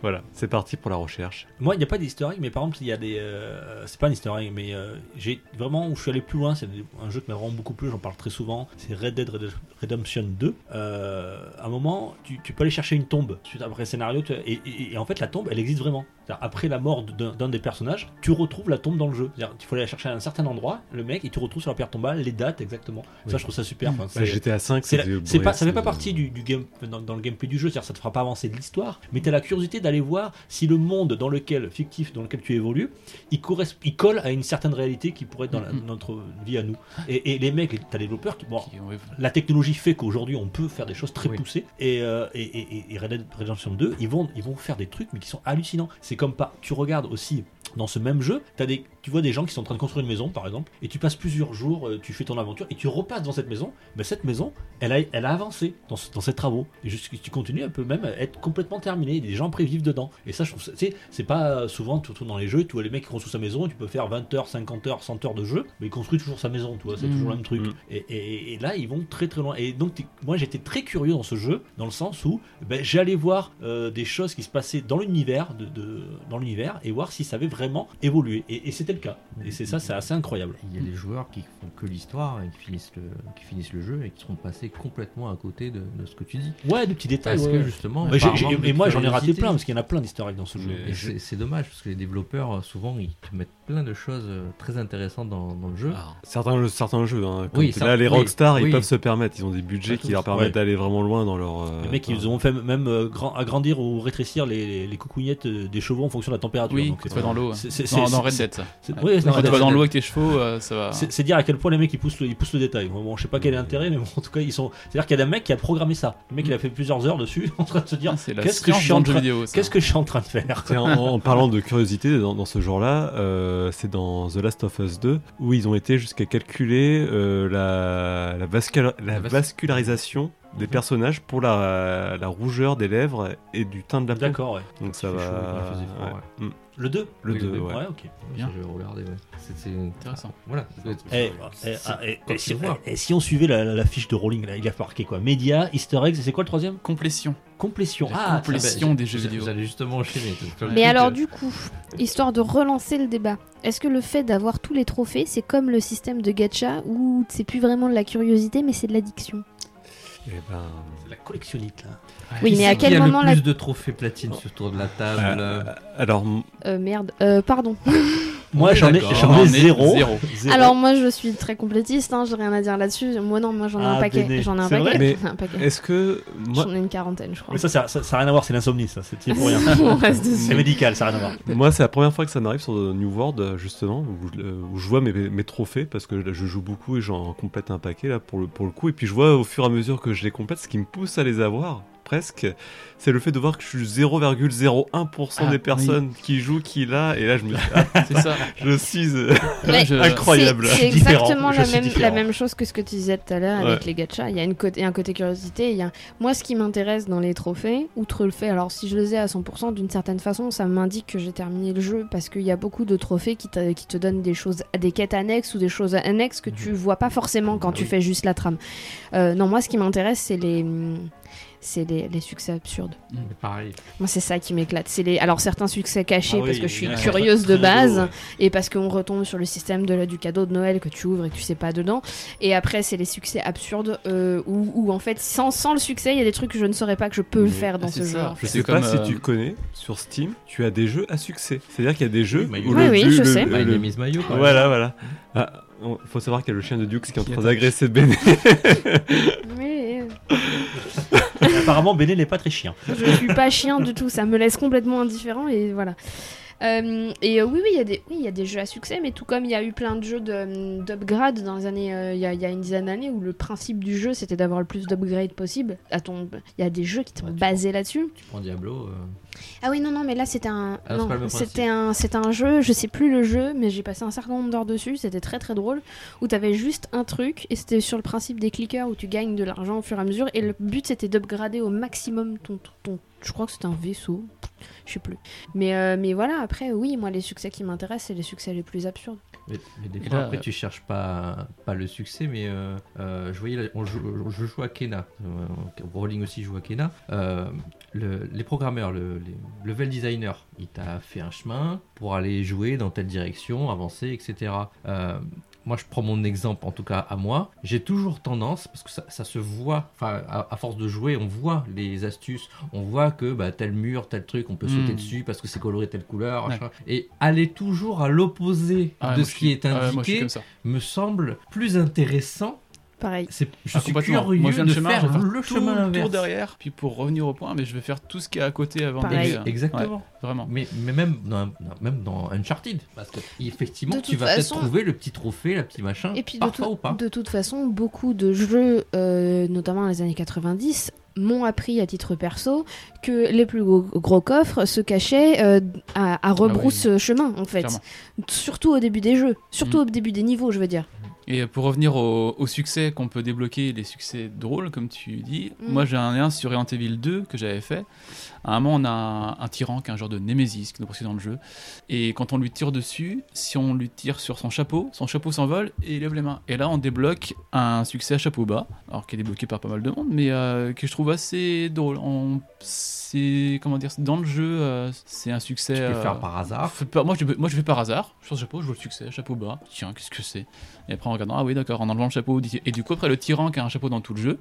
F: voilà, c'est parti pour la recherche.
A: Moi, il n'y a pas d'easter egg, mais par exemple, il y a des. euh, c'est pas un easter egg, mais euh, j'ai vraiment où je suis allé plus loin. C'est un jeu qui m'a vraiment beaucoup plu, j'en parle très souvent. C'est Red Dead Red- Redemption 2. Euh, à un moment, tu, tu peux aller chercher une tombe. Suite après le scénario, tu- et, et- et en fait, la tombe, elle existe vraiment. C'est-à-dire, Après la mort d'un d'un des personnages, tu retrouves la tombe dans le jeu. C'est-à-dire, Il faut aller la chercher à un certain endroit, le mec, et tu retrouves sur la pierre tombale les dates exactement. Ça, je trouve ça super. Enfin,
F: Bah,
A: c'est-
F: GTA 5,
A: c'est la- c'est pas, ça fait pas partie du, du game dans, dans le gameplay du jeu, c'est-à-dire ça te fera pas avancer de l'histoire, mais t'as la curiosité d'aller voir si le monde dans lequel fictif dans lequel tu évolues, il, correspond, il colle à une certaine réalité qui pourrait être dans la-
E: Mhm.
A: notre vie à nous. Et, et les mecs, les- t'as les développeurs qui, bon,
E: Qui ont-
A: la technologie fait qu'aujourd'hui on peut faire des choses très
G: Oui.
A: poussées et, euh, et, et- et Red Dead Redemption 2 ils vont, ils vont faire des trucs mais qui sont hallucinants c'est comme pas tu regardes aussi dans ce même jeu as des, tu vois des gens qui sont en train de construire une maison par exemple et tu passes plusieurs jours euh, tu fais ton aventure et tu repasses dans cette maison mais cette maison elle a, elle a avancé dans, ce- dans ses travaux et jusqu'- tu continues elle peut même être complètement terminée des gens après vivent dedans et ça je trouve ça- tu sais, c'est pas euh, souvent surtout dans les jeux tu vois les mecs qui construisent sa maison tu peux faire 20 heures 50 heures 100 heures de jeu mais ils construisent toujours sa maison tu vois c'est
E: Mhm.
A: toujours le même truc
F: Mhm.
A: et, et- et là, ils vont très très loin. Et donc, t'es- moi, j'étais très curieux dans ce jeu, dans le sens où ben, j'allais voir euh, des choses qui se passaient dans l'univers, de, de- dans l'univers, et voir si ça avait vraiment évolué. Et, et c'était le cas. Et c'est ça, c'est assez incroyable.
G: Il y a des joueurs qui font que l'histoire et qui finissent, le, qui finissent le jeu et qui sont passés complètement à côté de, de ce que tu dis.
A: Ouais, des petits détails.
G: Parce
A: Ah, ouais,
G: que
A: ouais.
G: justement.
A: Mais j'ai-
G: par
A: j'ai-
G: manque de
A: et moi, j'en ai raté
G: curiosité,
A: plein parce qu'il y en a plein d'historiques dans ce jeu.
F: Mais-
G: Et
F: Je-
G: c'est c'est dommage parce que les développeurs, euh, souvent, ils te mettent plein de choses euh, très intéressantes dans, dans le jeu.
A: Ah,
F: Certains, jeux- certains jeux, hein, comme
G: Oui,
F: t-
G: ça-
F: là, les
G: oui,
F: Rockstar, ils
G: oui.
F: peuvent se permettre. Ils ont des budgets
G: Pas
F: qui
G: tous.
F: leur permettent
A: Ouais.
F: d'aller vraiment loin dans leur. euh,
A: Les mecs,
F: dans-
A: ils ont fait même euh, grand- agrandir ou rétrécir les, les, les coucougnettes euh, des chevaux en fonction de la température.
E: Oui,
A: Donc,
E: que tu
A: euh,
E: vas dans l'eau. hein.
A: c'est- c'est-
E: Non,
A: c'est-
E: dans Red
A: c'est-
E: Dead, ça.
A: c'est-
E: Ouais.
A: oui, c'est dans
E: Quand
A: Red
E: tu vas
A: Dead,
E: dans
A: Red
E: l'eau
A: Dead.
E: avec tes chevaux, euh, ça va.
A: C'est c'est dire à quel point les mecs ils poussent le, ils poussent le détail. Bon, bon, je sais pas quel est l'intérêt, mais bon, en tout cas, ils sont. C'est-à-dire qu'il y a un mec qui a programmé ça. Le mec, il a fait plusieurs heures dessus, en train de se dire
E: C'est la
A: qu'est-ce que je
E: science
A: suis
E: dans
A: en
E: le jeu
A: train,
E: vidéo. Ah, ça.
A: qu'est-ce que je suis en train de faire.
F: Tiens, en, en parlant de curiosité dans, dans ce genre-là, euh, c'est dans The Last of Us 2 où ils ont été jusqu'à calculer euh, la, la, vascula- la
G: La vas-
F: vascularisation des personnages pour la, la rougeur des lèvres et du teint de la peau.
A: D'accord, ouais.
F: Donc ça
G: Il fait
F: va.
G: chaud quand il faisait froid,
F: ouais.
G: ouais.
F: Mm.
A: Le 2
F: Le
G: Oui, le
F: 2,
G: deux,
F: ouais.
A: Ouais, ok.
E: Bien.
G: Ça, Je vais regarder, ouais. C'est- c'est-
E: Intéressant.
G: Voilà.
A: Eh, eh,
G: C'est-
A: ah, eh,
G: quand
A: eh,
G: tu
A: si,
G: le vois.
A: eh, si on suivait la, la- la fiche de Rolling, là, il a marqué quoi Média, Easter eggs, et c'est quoi le troisième
E: Complétion.
A: Complétion.
E: La
A: Ah,
E: complétion.
A: ça,
E: Question des jeux
G: Vous-
E: vidéo.
G: Vous allez justement enchaîner.
C: Mais alors du coup, histoire de relancer le débat, est-ce que le fait d'avoir tous les trophées, c'est comme le système de gacha où c'est plus vraiment de la curiosité mais c'est de l'addiction
F: Eh ben,
A: ben, c'est la collectionnite là.
C: Oui, mais à
G: Qui
C: quel
G: a
C: moment
G: le
C: la...
G: plus de trophées platine sur tour de la table
F: euh,
G: euh,
F: alors, m-
C: Euh, merde, euh, pardon.
A: Moi, j'en ai,
E: D'accord.
A: j'en
E: On
A: ai
E: est
A: zéro.
E: zéro.
A: Zéro.
C: Alors moi je suis très complétiste, hein, j'ai rien à dire là-dessus. Moi non, moi j'en ai
A: Ah,
C: un paquet,
A: Béné.
C: j'en ai un
A: C'est Eh,
C: paquet,
F: vrai
C: j'en ai un paquet.
F: est-ce que moi,
C: J'en ai une quarantaine, je crois.
A: Mais ça, ça, ça, ça a rien à voir, c'est l'insomnie, ça. C'est c'est pour rien.
C: On reste
A: c'est
C: dessus.
A: médical, ça a rien à voir.
F: Moi, c'est la première fois que ça m'arrive sur New World, euh, justement, où, je- euh, où je vois mes, mes trophées, parce que là, je joue beaucoup et j'en complète un paquet, là, pour le, pour le coup. Et puis, je vois au fur et à mesure que je les complète, ce qui me pousse à les avoir, presque, c'est le fait de voir que je suis 0,01%
E: Ah,
F: des
E: oui.
F: personnes qui jouent, qui l'a, et là, je me dis, ah,
E: C'est ça.
F: je suis euh,
C: Mais
E: Je-
F: incroyable.
C: C'est- C'est
A: Différent,
C: exactement
A: je
C: la
A: suis
C: même, la
A: différent.
C: même chose que ce que tu disais tout à l'heure avec les gachas. Il y a une côté, un côté curiosité. Il y a... Moi, ce qui m'intéresse dans les trophées, outre le fait, alors si je les ai à 100%, d'une certaine façon, ça m'indique que j'ai terminé le jeu parce qu'il y a beaucoup de trophées qui, t'a- qui te donnent des choses, des quêtes annexes ou des choses annexes que
A: Mhm.
C: tu vois pas forcément quand tu fais juste la trame. Euh, non, moi, ce qui m'intéresse, c'est les. C'est les, les succès absurdes.
G: Pareil.
C: Moi, c'est ça qui m'éclate. C'est les... Alors, certains succès cachés
A: Ah oui,
C: parce que je
A: il
C: suis
A: y en a qui sont
C: curieuse
A: très
C: de base
A: beaux, ouais.
C: et parce qu'on retombe sur le système de la- du cadeau de Noël que tu ouvres et que tu sais pas dedans. Et après, c'est les succès absurdes euh, où, où, en fait, sans, sans le succès, il y a des trucs que je ne saurais pas que je peux
F: Mais-
C: faire dans
E: Ah, c'est
C: ce
E: ça.
C: jeu. en fait.
F: Je
E: C'est
F: sais pas
E: comme,
F: si
E: euh,
F: tu connais, sur Steam, tu as des jeux à succès. C'est-à-dire qu'il y a des jeux
G: Oui,
F: où
G: My
F: le,
C: Oui,
F: le-
C: je
F: le-
C: sais.
F: le-
G: My
F: le-
G: name is Bah, Mayo. quoi.
F: Voilà, voilà. Ah, on- faut savoir qu'il y a le chien de Dux qui est en
E: Qui
F: train
E: attaque.
F: d'agresser Béné.
C: Mais euh,
A: Apparemment, Béné n'est pas très chien.
C: je suis pas chien du tout. Ça me laisse complètement indifférent et voilà. Euh, et euh, oui, oui, il y a des- oui, il y a des jeux à succès, mais tout comme il y a eu plein de jeux de- d'upgrade dans les années, euh, il y, a, il y a une dizaine d'années, où le principe du jeu c'était d'avoir le plus d'upgrades possible. à ton- Il y a des jeux qui sont
G: Ouais, tu
C: basés là-dessus.
G: Tu prends Diablo. euh,
C: Ah oui, non, non, mais là c'était un,
G: Ah, c'est
C: non,
G: pas le même principe.
C: c'était un, c'était un jeu, je sais plus le jeu, mais j'ai passé un certain nombre d'heures dessus. C'était très très drôle, où t'avais juste un truc et c'était sur le principe des clickers où tu gagnes de l'argent au fur et à mesure. Et le but c'était d'upgrader au maximum ton, ton, ton- je crois que c'était un vaisseau, je sais plus. Mais euh, mais voilà, après oui, moi les succès qui m'intéressent c'est les succès les plus absurdes.
G: Mais, mais des
E: Et
G: fois,
E: là,
G: après,
E: euh,
G: tu cherches pas, pas le succès, mais euh, euh, je voyais, on joue, je joue à Kena. Euh, Rowling aussi joue à Kena. Euh, le- les programmeurs, le les level designer, il t'a fait un chemin pour aller jouer dans telle direction, avancer, etc. Euh, moi, je prends mon exemple, en tout cas à moi. J'ai toujours tendance, parce que ça, ça se voit, enfin, à, à force de jouer, on voit les astuces, on voit que bah, tel mur, tel truc, on peut sauter
E: Hmm.
G: dessus parce que c'est coloré telle couleur,
E: Ouais.
G: machin. et aller toujours à l'opposé
E: Ah,
G: de
E: moi,
G: ce
E: je
G: qui
E: suis-
G: est
E: ah, moi, je suis
G: indiqué
E: comme ça.
G: me semble plus intéressant.
C: Pareil.
G: C'est, je
E: Ah,
G: suis
E: complètement.
G: curieux
E: Moi, je viens de,
G: de
E: chemin,
G: faire
E: je vais
G: le
E: tout
G: chemin
E: le
G: inverse.
E: tour derrière, puis pour revenir au point, mais je vais faire tout ce qu'il y a à côté avant
C: Pareil.
E: d'arriver.
G: Ex- Exactement.
E: Vraiment.
G: Mais, mais même, dans, dans- même dans Uncharted, parce que effectivement,
C: De
G: tu
C: toute
G: vas peut-être
C: façon-
G: trouver le petit trophée, la petite machin,
C: Et puis de,
G: Mm. parfois
C: tout-
G: ou pas.
C: de toute façon, beaucoup de jeux, euh, notamment dans les années 90, m'ont appris à titre perso que les plus gros, gros coffres se cachaient euh,
G: Ah
C: à, à rebrousse chemin en fait.
E: Clairement.
C: Surtout au début des jeux, surtout
E: Mm.
C: au début des niveaux, je veux dire.
E: Et pour revenir au, au succès qu'on peut débloquer, les succès drôles, comme tu dis,
C: Mm.
E: moi j'ai un lien sur Resident Evil 2 que j'avais fait. À un moment, on a un, un tyran qui est un genre de Némésis qui nous poursuit dans le jeu. Et quand on lui tire dessus, si on lui tire sur son chapeau, son chapeau s'envole et il lève les mains. Et là, on débloque un succès à chapeau bas, alors qui est débloqué par pas mal de monde, mais euh, que je trouve assez drôle. On- C'est. Comment dire c'est- Dans le jeu, euh, c'est un succès.
G: Tu peux le
E: euh,
G: faire par hasard.
E: Fais pas- moi, je, moi, je vais par hasard, sur le chapeau, je vois le succès, chapeau bas, tiens, qu'est-ce que c'est Et après en regardant, ah oui, d'accord, en enlevant le chapeau, dit- et du coup, après le tyran qui a un chapeau dans tout le jeu,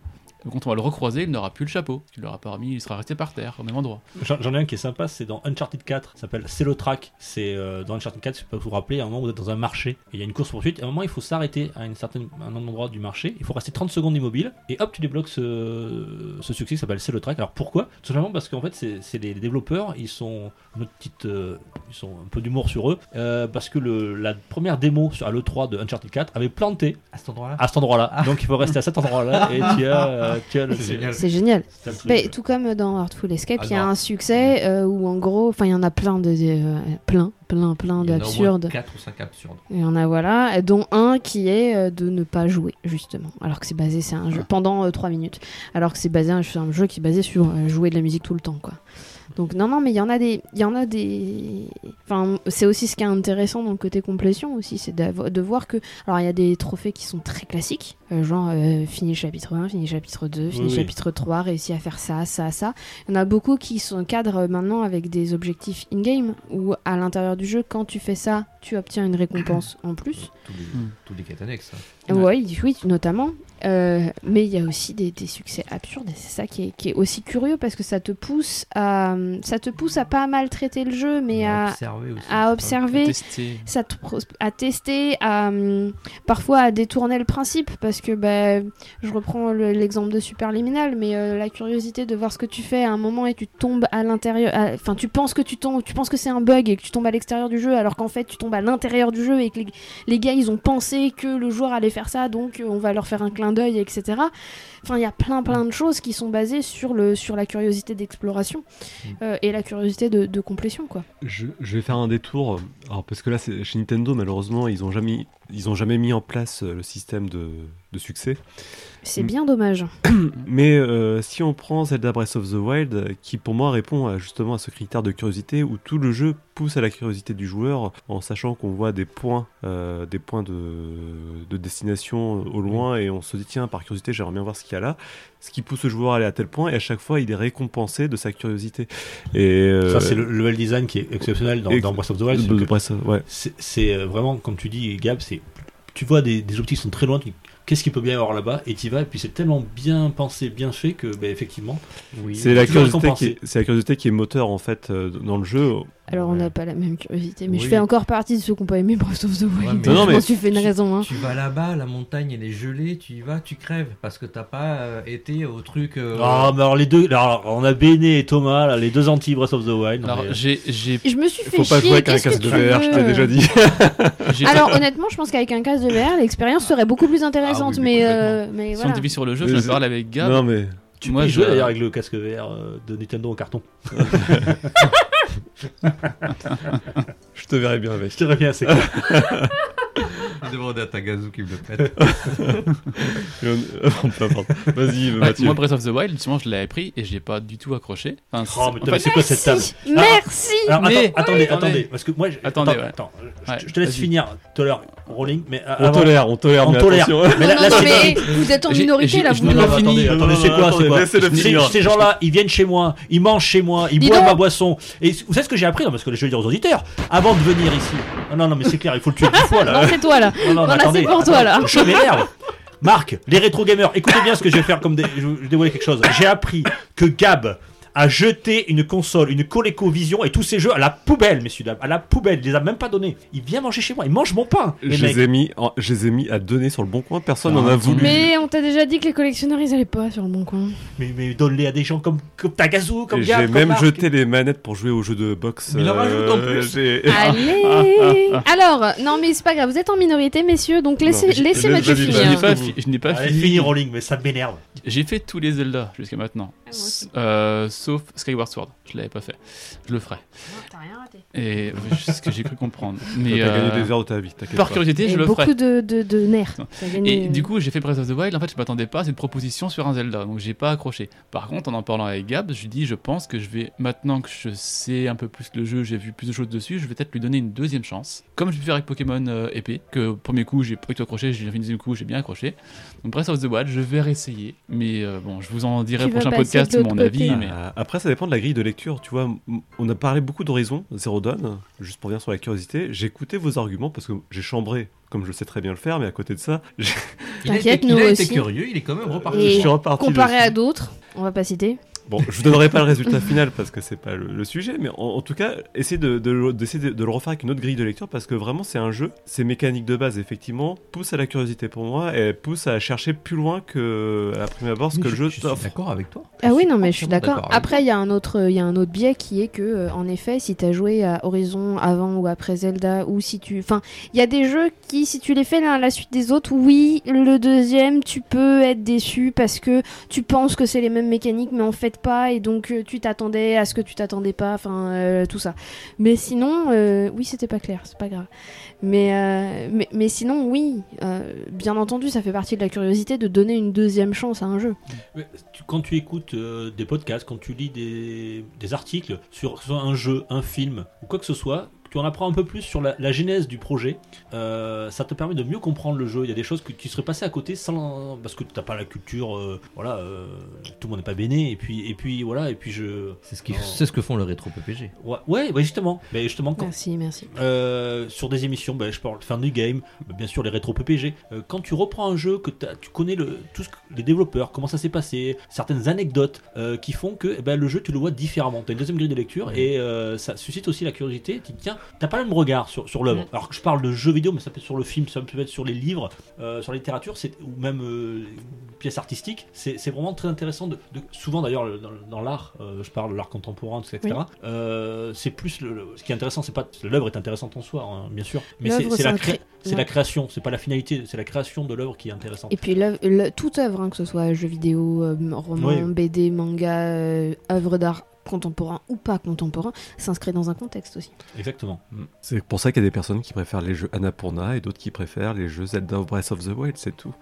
E: quand on va le recroiser, il n'aura plus le chapeau, il l'aura pas remis, il sera resté par terre, au même endroit.
D: J'en j'en ai un qui est sympa, c'est dans Uncharted 4, ça s'appelle C'est le track. C'est euh, dans Uncharted 4, je sais pas si vous vous rappelez, à un moment vous êtes dans un marché et il y a une course poursuite. À un moment, il faut s'arrêter à une certaine, à un endroit du marché, il faut rester 30 secondes immobile et hop, tu débloques ce, ce succès qui s'appelle C'est le track. Alors pourquoi Tout simplement parce qu'en fait, c'est c'est les, les développeurs, ils sont notre petite, euh, ils sont un peu d'humour sur eux euh, parce que le, la première démo sur à l'E3 de Uncharted 4 avait planté
G: À cet
C: Ah,
G: endroit-là.
D: à cet endroit-là. Donc il faut rester à cet endroit-là et tu as, euh, tu as le.
G: C'est génial.
C: C'est génial.
D: c'est un truc,
C: Mais tout comme dans Artful Escape,
G: Ah
C: il y a
G: non.
C: un succès euh, où en gros, enfin il y en a plein de, euh, plein, plein, plein
G: Il y en a au moins
C: d'absurdes.
G: quatre ou cinq absurdes.
C: Il y en a voilà, dont un qui est euh, de ne pas jouer justement, alors que c'est basé c'est un jeu
G: Ah.
C: pendant 3 minutes, alors que c'est basé un, c'est un jeu qui est basé sur euh, jouer de la musique tout le temps quoi. Donc non non mais il y en a des il y en a des enfin c'est aussi ce qui est intéressant dans le côté complétion aussi c'est d'avo- de voir que alors il y a des trophées qui sont très classiques euh, genre euh, fini le chapitre 1, fini le chapitre 2, fini
D: Oui,
C: le
D: oui.
C: chapitre 3, réussi à faire ça ça ça. Il y en a beaucoup qui sont cadres maintenant avec des objectifs in-game ou à l'intérieur du jeu, quand tu fais ça, tu obtiens une récompense en plus.
G: euh, Tous les,
E: Hmm.
G: tous les quêtes annexes. hein.
E: Ouais.
C: Ouais, oui, notamment. Euh, mais il y a aussi des, des succès absurdes et c'est ça qui est, qui est aussi curieux parce que ça te pousse à ça te pousse à pas maltraiter le jeu mais à,
G: observer aussi.
C: à
G: c'est pas-
C: observer
E: Tester.
C: ça te pros- à tester, à hum, parfois à détourner le principe parce que bah, je reprends le- l'exemple de Superliminal, mais euh, la curiosité de voir ce que tu fais à un moment et tu tombes à l'intérieur, à- enfin tu penses que tu tombes, tu penses que c'est un bug et que tu tombes à l'extérieur du jeu alors qu'en fait tu tombes à l'intérieur du jeu et que les, les gars ils ont pensé que le joueur allait faire ça donc euh, on va leur faire un clin d'œil etc. Enfin il y a plein plein de choses qui sont basées sur le sur la curiosité d'exploration euh, et la curiosité de, de complétion quoi.
F: Je, je vais faire un détour, alors parce que là, c'est- chez Nintendo, malheureusement, ils n'ont jamais, ils ont jamais mis en place euh, le système de, de succès.
C: C'est
F: Mm.
C: bien dommage.
F: Mais euh, si on prend Zelda Breath of the Wild, euh, qui pour moi répond à- justement à ce critère de curiosité, où tout le jeu pousse à la curiosité du joueur, en sachant qu'on voit des points, euh, des points de, de destination au loin, et on se dit tiens, par curiosité, j'aimerais bien voir ce qu'il y a là. Ce qui pousse le joueur à aller à tel point, et à chaque fois, il est récompensé de sa curiosité. Et euh,
D: Ça, c'est le level design qui est exceptionnel dans,
F: ex-
D: dans Breath of the
F: de-
D: Wild. c'est
F: de
D: que
F: Breath of- ouais.
D: C'est c'est, euh, vraiment, comme tu dis, Gab, c'est. Tu vois des, des objectifs qui sont très loin, tu, qu'est-ce qu'il peut bien y avoir là-bas Et t'y vas, et puis c'est tellement bien pensé, bien fait que, bah, effectivement,
G: Oui.
F: C'est la,
D: toujours
F: curiosité qui
D: récompensé.
F: est- c'est la curiosité qui est moteur en fait euh, dans le jeu.
C: Alors, on n'a pas la même curiosité, mais je
G: Oui.
C: fais encore partie de ceux qui n'ont pas aimé Breath of the Wild.
G: Ouais, mais-
C: Je
F: Non, non,
C: pense
F: mais-
C: que tu fais une raison. Hein.
G: Tu vas là-bas, la montagne elle est gelée, tu y vas, tu crèves parce que t'as pas euh, été au truc. euh,
D: Ah, mais alors les deux, alors, on a Béné et Thomas, là, les deux anti Breath of the Wild.
E: Alors,
D: mais-
E: j'ai- j'ai
C: Je me suis fait
F: Faut pas
C: chier.
F: jouer avec un
C: qu'est-ce que
F: casque de
C: tu
F: VR, je
C: veux
F: t'ai déjà dit.
E: j'ai-
C: Alors honnêtement, je pense qu'avec un casque de VR, l'expérience serait beaucoup plus intéressante.
G: Ah oui, mais
C: mais euh, mais
E: si on
C: voilà.
E: divise sur le jeu,
F: Mais
E: je
F: c'est-
E: parle avec Gab.
F: non mais
D: tu
E: moi,
D: peux y
E: je-
D: jouer d'ailleurs avec le casque vert euh, de Nintendo en carton.
F: je te verrai bien avec.
D: Je te reviens, c'est clair.
G: Je demandais à Tagazu qui me le prête.
F: Et on- euh, Peu importe. Vas-y
E: Ouais,
F: Mathieu.
E: moi, Breath of the Wild, justement, je l'avais pris et j'ai pas du tout accroché. Enfin,
D: Oh, mais
E: c'est-
D: putain,
E: en
D: mais
E: fait,
D: c'est quoi cette table ah,
C: Merci, merci.
D: Alors,
E: Mais-
D: attends, attendez,
E: Oui, attendez.
D: attendez, parce que moi, je-
E: Attendez,
D: attends,
E: ouais.
D: attends, je-
E: Ouais,
D: je, je te laisse
E: vas-y.
D: finir tout à l'heure, Rolling, mais euh,
F: on
D: avant-
F: tolère, on tolère,
D: On
F: mais
D: tolère.
F: attention.
D: Mais là,
C: non,
D: là,
C: non,
D: c'est
C: mais vous êtes en
E: J'ai-
C: minorité
E: j'ai-
C: là.
E: je
C: Vous
E: n'ai
D: Non,
C: ne-
D: non,
E: pas
D: attendez,
E: fini.
D: attendez,
F: Non,
D: c'est
F: non,
D: quoi,
F: attendez,
D: c'est quoi
F: laissez-le
D: Ces-
F: finir.
D: Ces gens-là, ils viennent chez moi, ils mangent chez moi, ils
C: Dis
D: boivent
C: donc.
D: ma boisson. Et vous savez ce que j'ai appris Non, parce que je vais dire aux auditeurs, avant de venir ici. Ah non, non, mais c'est clair, il faut le tuer dix fois là.
C: Non, c'est toi là.
D: Non, non, mais
C: Voilà,
D: attendez,
C: c'est pour toi là.
D: Je m'énerve. Marc, les rétro gamers, écoutez bien ce que je vais faire comme des... je vais dévoiler quelque chose. J'ai appris que Gab a jeté une console, une ColecoVision et tous ces jeux à la poubelle, messieurs dames, à la poubelle. Il les a même pas donnés. Il vient manger chez moi, il mange mon pain. les
F: Je
D: mecs.
F: les ai mis, en- je les ai mis à donner sur le bon coin. Personne
E: Ah,
F: n'en a
E: attendez.
F: voulu.
C: Mais on t'a déjà dit que les collectionneurs ils allaient pas sur le bon coin.
D: Mais, mais donne-les à des gens comme, comme Tagazu, comme
F: Et
D: Gab.
F: J'ai
D: comme
F: même
D: Marc.
F: jeté les manettes pour jouer au jeu de boxe. Euh,
G: Il en rajoute en plus.
F: j'ai-
C: Allez. Alors non mais c'est pas grave. Vous êtes en minorité messieurs, donc laissez
F: mais-
C: laissez
F: mais-
C: Mathieu
F: vas-y,
E: Je n'ai
C: finir.
F: vas-y.
E: pas, fi- je n'ai pas
D: Allez,
E: fini.
D: fini Rolling, mais ça m'énerve.
E: J'ai fait tous les Zelda jusqu'à maintenant.
C: Ah, moi aussi.
E: Euh, sauf Skyward Sword. Je l'avais pas fait. Je le ferai.
C: T'as rien raté.
E: Et c'est ce que j'ai cru comprendre.
F: T'as
E: Mais euh,
F: gagné des heures de ta vie. t'inquiète
E: par
F: pas.
E: curiosité, je le ferai.
C: beaucoup de, de, de nerfs. T'as gagné,
E: Et
C: euh,
E: du coup, j'ai fait Breath of the Wild. En fait, je m'attendais pas à cette proposition sur un Zelda, donc j'ai pas accroché. Par contre, en en parlant avec Gab, je lui dis, je pense que je vais maintenant que je sais un peu plus le jeu, j'ai vu plus de choses dessus, je vais peut-être lui donner une deuxième chance. Comme j'ai pu faire avec Pokémon euh, épée, que au premier coup j'ai pas du tout accroché, j'ai fait une deuxième coup j'ai bien accroché. Donc Breath of the Wild, je vais réessayer, mais euh, bon, je vous en dirai
C: Tu
E: au prochain
C: vas passer
E: podcast
C: de l'autre
E: mon avis.
C: côté.
E: Mais
F: Euh, Après, ça dépend de la grille de lecture. Tu vois, M- on a parlé beaucoup d'Horizon, Zero Dawn. Juste pour revenir sur la curiosité, j'ai écouté vos arguments parce que j'ai chambré, comme je sais très bien le faire, mais à côté de ça, j'ai-
G: Il a été-
C: T'inquiète,
G: il
C: nous
G: a
C: aussi.
G: été curieux, il est quand même reparti.
C: Et-
F: je suis reparti.
C: comparé
F: dessus.
C: à d'autres, on va pas citer.
F: Bon, je vous donnerai pas le résultat final parce que c'est pas le, le sujet, mais en, en tout cas, essayez de, de le- d'essayer de- de le refaire avec une autre grille de lecture parce que vraiment, c'est un jeu, c'est mécanique de base, effectivement, pousse à la curiosité pour moi et pousse à chercher plus loin que, à la prime abord, ce que le jeu
G: Je suis
F: t'offre.
G: d'accord avec toi.
C: Ah oui, non, mais je suis
G: entièrement
C: d'accord.
G: avec
C: Après, il y a un autre, il y a un autre biais qui est que, euh, en effet, si t'as joué à Horizon avant ou après Zelda, ou si tu, enfin, il y a des jeux qui, si tu les fais l'un à la suite des autres, oui, le deuxième, tu peux être déçu parce que tu penses que c'est les mêmes mécaniques, mais en fait pas, et donc euh, tu t'attendais à ce que tu t'attendais pas, enfin, euh, tout ça. Mais sinon, euh, oui, c'était pas clair, c'est pas grave. Mais, euh, mais, mais sinon, oui, euh, bien entendu, ça fait partie de la curiosité de donner une deuxième chance à un jeu.
D: Mais tu- Quand tu écoutes euh, des podcasts, quand tu lis des, des articles sur soit un jeu, un film ou quoi que ce soit, tu en apprends un peu plus sur la, la genèse du projet. Euh, ça te permet de mieux comprendre le jeu. Il y a des choses que tu serais passé à côté sans parce que t'as pas la culture. euh, voilà, euh, tout le monde n'est pas béné. Et puis et puis voilà et puis je
G: C'est ce, qui-
D: Non.
G: c'est ce que font le rétro PPG.
D: ouais ouais, ouais, justement. Mais justement quand,
C: Merci, merci.
D: euh, sur des émissions, ben, je parle fin du game, ben, bien sûr les rétro PPG. Euh, quand tu reprends un jeu que t'as- tu connais le, tout ce que- les développeurs, comment ça s'est passé, certaines anecdotes euh, qui font que eh ben, le jeu tu le vois différemment. T'as une deuxième grille de lecture et euh, ça suscite aussi la curiosité. Tu te dis, tiens, t'as pas le même regard sur, sur l'œuvre.
C: Mm.
D: Alors que je parle de jeux vidéo, mais ça peut être sur le film, ça peut être sur les livres, euh, sur la littérature, c'est ou même euh, une pièce artistique. C'est c'est vraiment très intéressant. De, de- souvent d'ailleurs le- dans, dans l'art, euh, je parle de l'art contemporain, tout ça, etc. Euh, c'est plus le, le- ce qui est intéressant, c'est pas l'œuvre est intéressante en soi, hein, bien sûr, mais c'est
C: L'œuvre,
D: c'est la,
C: c'est un
D: cré-
C: cré-
D: c'est
C: ouais.
D: la création, c'est pas la finalité, c'est la création de l'œuvre qui est intéressante.
C: Et puis l'œuvre- le- toute œuvre, hein, que ce soit jeux vidéo, euh, roman,
D: Oui.
C: BD, manga, euh, œuvre d'art contemporain ou pas contemporain, s'inscrit dans un contexte aussi.
D: Exactement.
F: C'est pour ça qu'il y a des personnes qui préfèrent les jeux Annapurna et d'autres qui préfèrent les jeux Zelda of Breath of the Wild, c'est tout.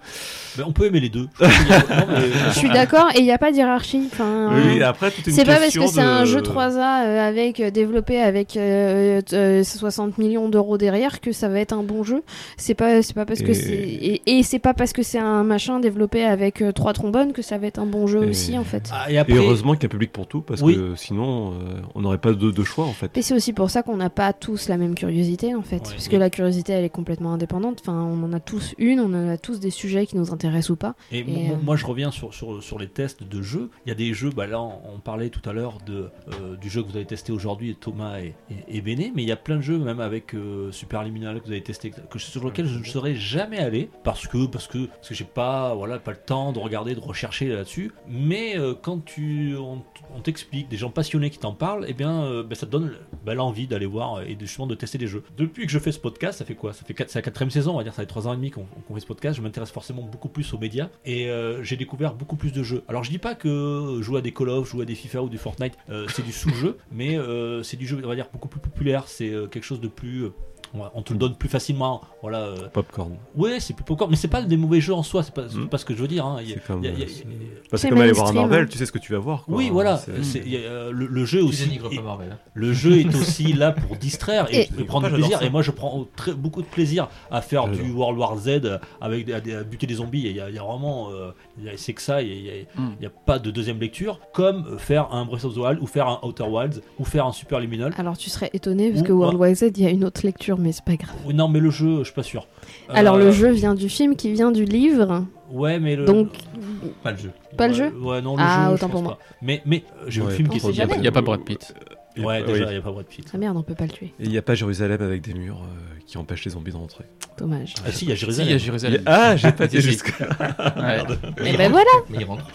D: Mais on peut aimer les deux. Je pense qu'il y a- non, mais-
C: Je suis d'accord, et il n'y a pas d'hiérarchie. Enfin, euh,
F: après, tout est
C: c'est pas parce que c'est un jeu 3A euh, avec, euh, développé avec euh, euh, 60 millions d'euros derrière que ça va être un bon jeu. C'est pas, c'est pas parce que
F: Et-
C: c'est et, et c'est pas parce que c'est un machin développé avec euh, trois trombones que ça va être un bon jeu
F: Et-
C: aussi en fait.
D: Ah, et après,
F: Et heureusement qu'il y a un public pour tout, parce
D: Oui.
F: que sinon, euh, on n'aurait pas de, de choix en fait.
C: Et c'est aussi pour ça qu'on n'a pas tous la même curiosité en fait,
D: Ouais.
C: parce que la curiosité elle est complètement indépendante. Enfin, on en a tous une, on en a tous des sujets qui nous intéressent ou pas.
D: Et mo-
C: Et,
D: mo-
C: euh,
D: moi, je reviens sur, sur, sur les tests de jeux. Il y a des jeux, bah là, on, on parlait tout à l'heure de, euh, du jeu que vous avez testé aujourd'hui, Thomas et, et, et Béné, mais il y a plein de jeux, même avec euh, Superliminal que vous avez testé, que, sur lequel je ne serais jamais allé parce que, parce que, parce que j'ai pas, voilà, pas le temps de regarder, de rechercher là-dessus. Mais euh, quand tu, on, on t'explique, des gens passionnés qui t'en parlent, et bien, euh, bah, ça te donne bah, l'envie d'aller voir et de, justement de tester des jeux. Depuis que je fais ce podcast, ça fait quoi Ça fait quatre- c'est la quatrième saison, on va dire, ça fait trois ans et demi qu'on qu'on fait ce podcast. Je m'intéresse forcément beaucoup plus aux médias et euh, j'ai découvert beaucoup plus de jeux. Alors je dis pas que jouer à des Call of, jouer à des FIFA ou du Fortnite, euh, c'est du sous-jeu, mais euh, c'est du jeu, on va dire, beaucoup plus populaire. C'est euh, quelque chose de plus. euh, on on te le donne plus facilement, voilà. euh,
F: Popcorn.
D: ouais, c'est plus popcorn, mais c'est pas des mauvais jeux en soi, c'est pas, c'est
F: Mm.
D: pas ce que je veux dire. hein. Il y a-
F: C'est comme,
D: il y a- il y a-
F: c'est-
D: il y a-
F: Bah, c'est
C: C'est
F: comme aller voir un
C: mainstream,
F: Marvel,
C: hein.
F: tu sais ce que tu vas voir. quoi.
D: oui, voilà.
F: C'est-
D: c'est- il y a, euh, le, le jeu
G: Tu
D: aussi.
G: dénigres pas Marvel. hein.
D: Le jeu est aussi là pour distraire et,
C: Et-
D: et prendre du
F: Moi, j'adore
D: plaisir.
F: ça.
D: Et moi, je prends au- très- beaucoup de plaisir à faire du
F: J'adore.
D: World War Z avec des- à, des- à buter des zombies. Il y a, il y a vraiment, euh, il y a- c'est que ça. Il y a, il y a-
E: Hmm.
D: il y a pas de deuxième lecture. Comme euh, faire un Breath of the Wild ou faire un Outer Wilds ou faire un Super Liminal.
C: Alors tu serais étonné parce
D: Ou-
C: que World Wide Z il y a une autre lecture, mais c'est pas grave.
D: Oui, Non, mais le jeu, je suis pas sûr. Euh,
C: Alors le jeu vient du film qui vient du livre,
D: Ouais, mais
A: Euh.
D: le.
C: donc
G: Pas le jeu.
C: pas le
D: ouais,
C: jeu
D: Ouais, non, le
C: Ah,
D: jeu. je
C: autant
D: pense
C: pour moi.
D: pas. Mais, mais euh, j'ai vu
F: Ouais,
D: le film
C: on
D: qui
C: sait
D: était.
C: jamais.
E: Il n'y a pas Brad Pitt.
F: Et-
D: Ouais,
F: oui.
D: déjà, il n'y a pas Brad Pitt.
C: ah merde, on peut pas le tuer,
F: Et il n'y a pas Jérusalem avec des murs euh, qui empêchent les zombies de rentrer.
C: dommage.
D: Ah, si, il y a
E: Si, il y a
D: Jérusalem.
E: Jérusalem.
F: Ah, j'ai pas
E: dit
F: dit
E: jusque-
F: jusqu'à.
E: Ouais.
C: Et ben voilà,
G: Mais il rentre.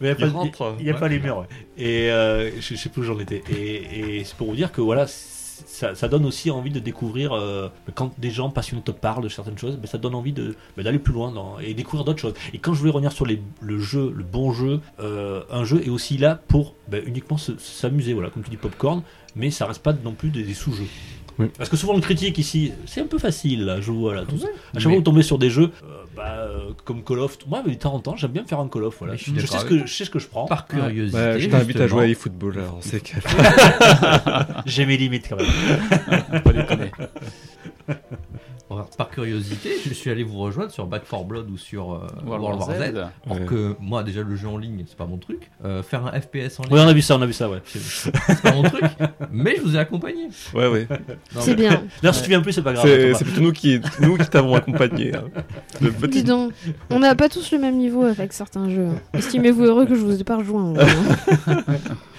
D: Mais y a
F: Il
D: pas-
F: rentre,
D: Il n'y a
F: ouais.
D: pas les murs. ouais. Et euh, je, je sais plus où j'en étais. Et, et c'est pour vous dire que voilà, c- ça, ça donne aussi envie de découvrir euh, quand des gens passionnés te parlent de certaines choses, ben, ça donne envie de ben, d'aller plus loin dans- et découvrir d'autres choses. Et quand je voulais revenir sur les- le jeu, le bon jeu, euh, un jeu est aussi là pour ben, uniquement se- s'amuser. Voilà, comme tu dis, popcorn, mais ça reste pas non plus des, des sous-jeux.
F: Oui.
D: Parce que souvent on critique ici, c'est un peu facile là, je vois là. Tout ça. À chaque
E: Mais-
D: fois vous tombez sur des jeux, euh, bah, euh, comme Call of, moi de temps en temps j'aime bien me faire un Call of, voilà.
G: Mais je suis
D: je,
G: d'accord
D: sais ce
G: avec
D: que, je sais ce que je prends.
G: Par curiosité.
F: Ouais, Bah, je t'invite à
G: justement.
F: jouer à eFootball, alors on sait qu'elle
D: J'ai mes limites quand même.
E: Pas déconner.
G: Alors, Par curiosité, je suis allé vous rejoindre sur Back 4 Blood ou sur euh,
E: World War Z.
G: Or
F: Ouais.
G: que moi, déjà, le jeu en ligne, c'est pas mon truc. Euh, faire un FPS en
D: Oui,
G: ligne,
D: on a vu ça, on a vu ça, ouais.
G: c'est pas mon truc. Mais je vous ai accompagné.
F: Ouais, ouais.
G: Non,
C: c'est
G: mais-
C: bien.
D: D'ailleurs, si tu viens plus, c'est pas grave.
F: C'est
D: Thomas.
F: c'est plutôt nous qui, nous qui t'avons accompagné. hein. Le
C: Dis
F: petit.
C: donc, on n'a pas tous le même niveau avec certains jeux. hein. Estimez-vous heureux que je vous ai pas rejoint. ouais, hein.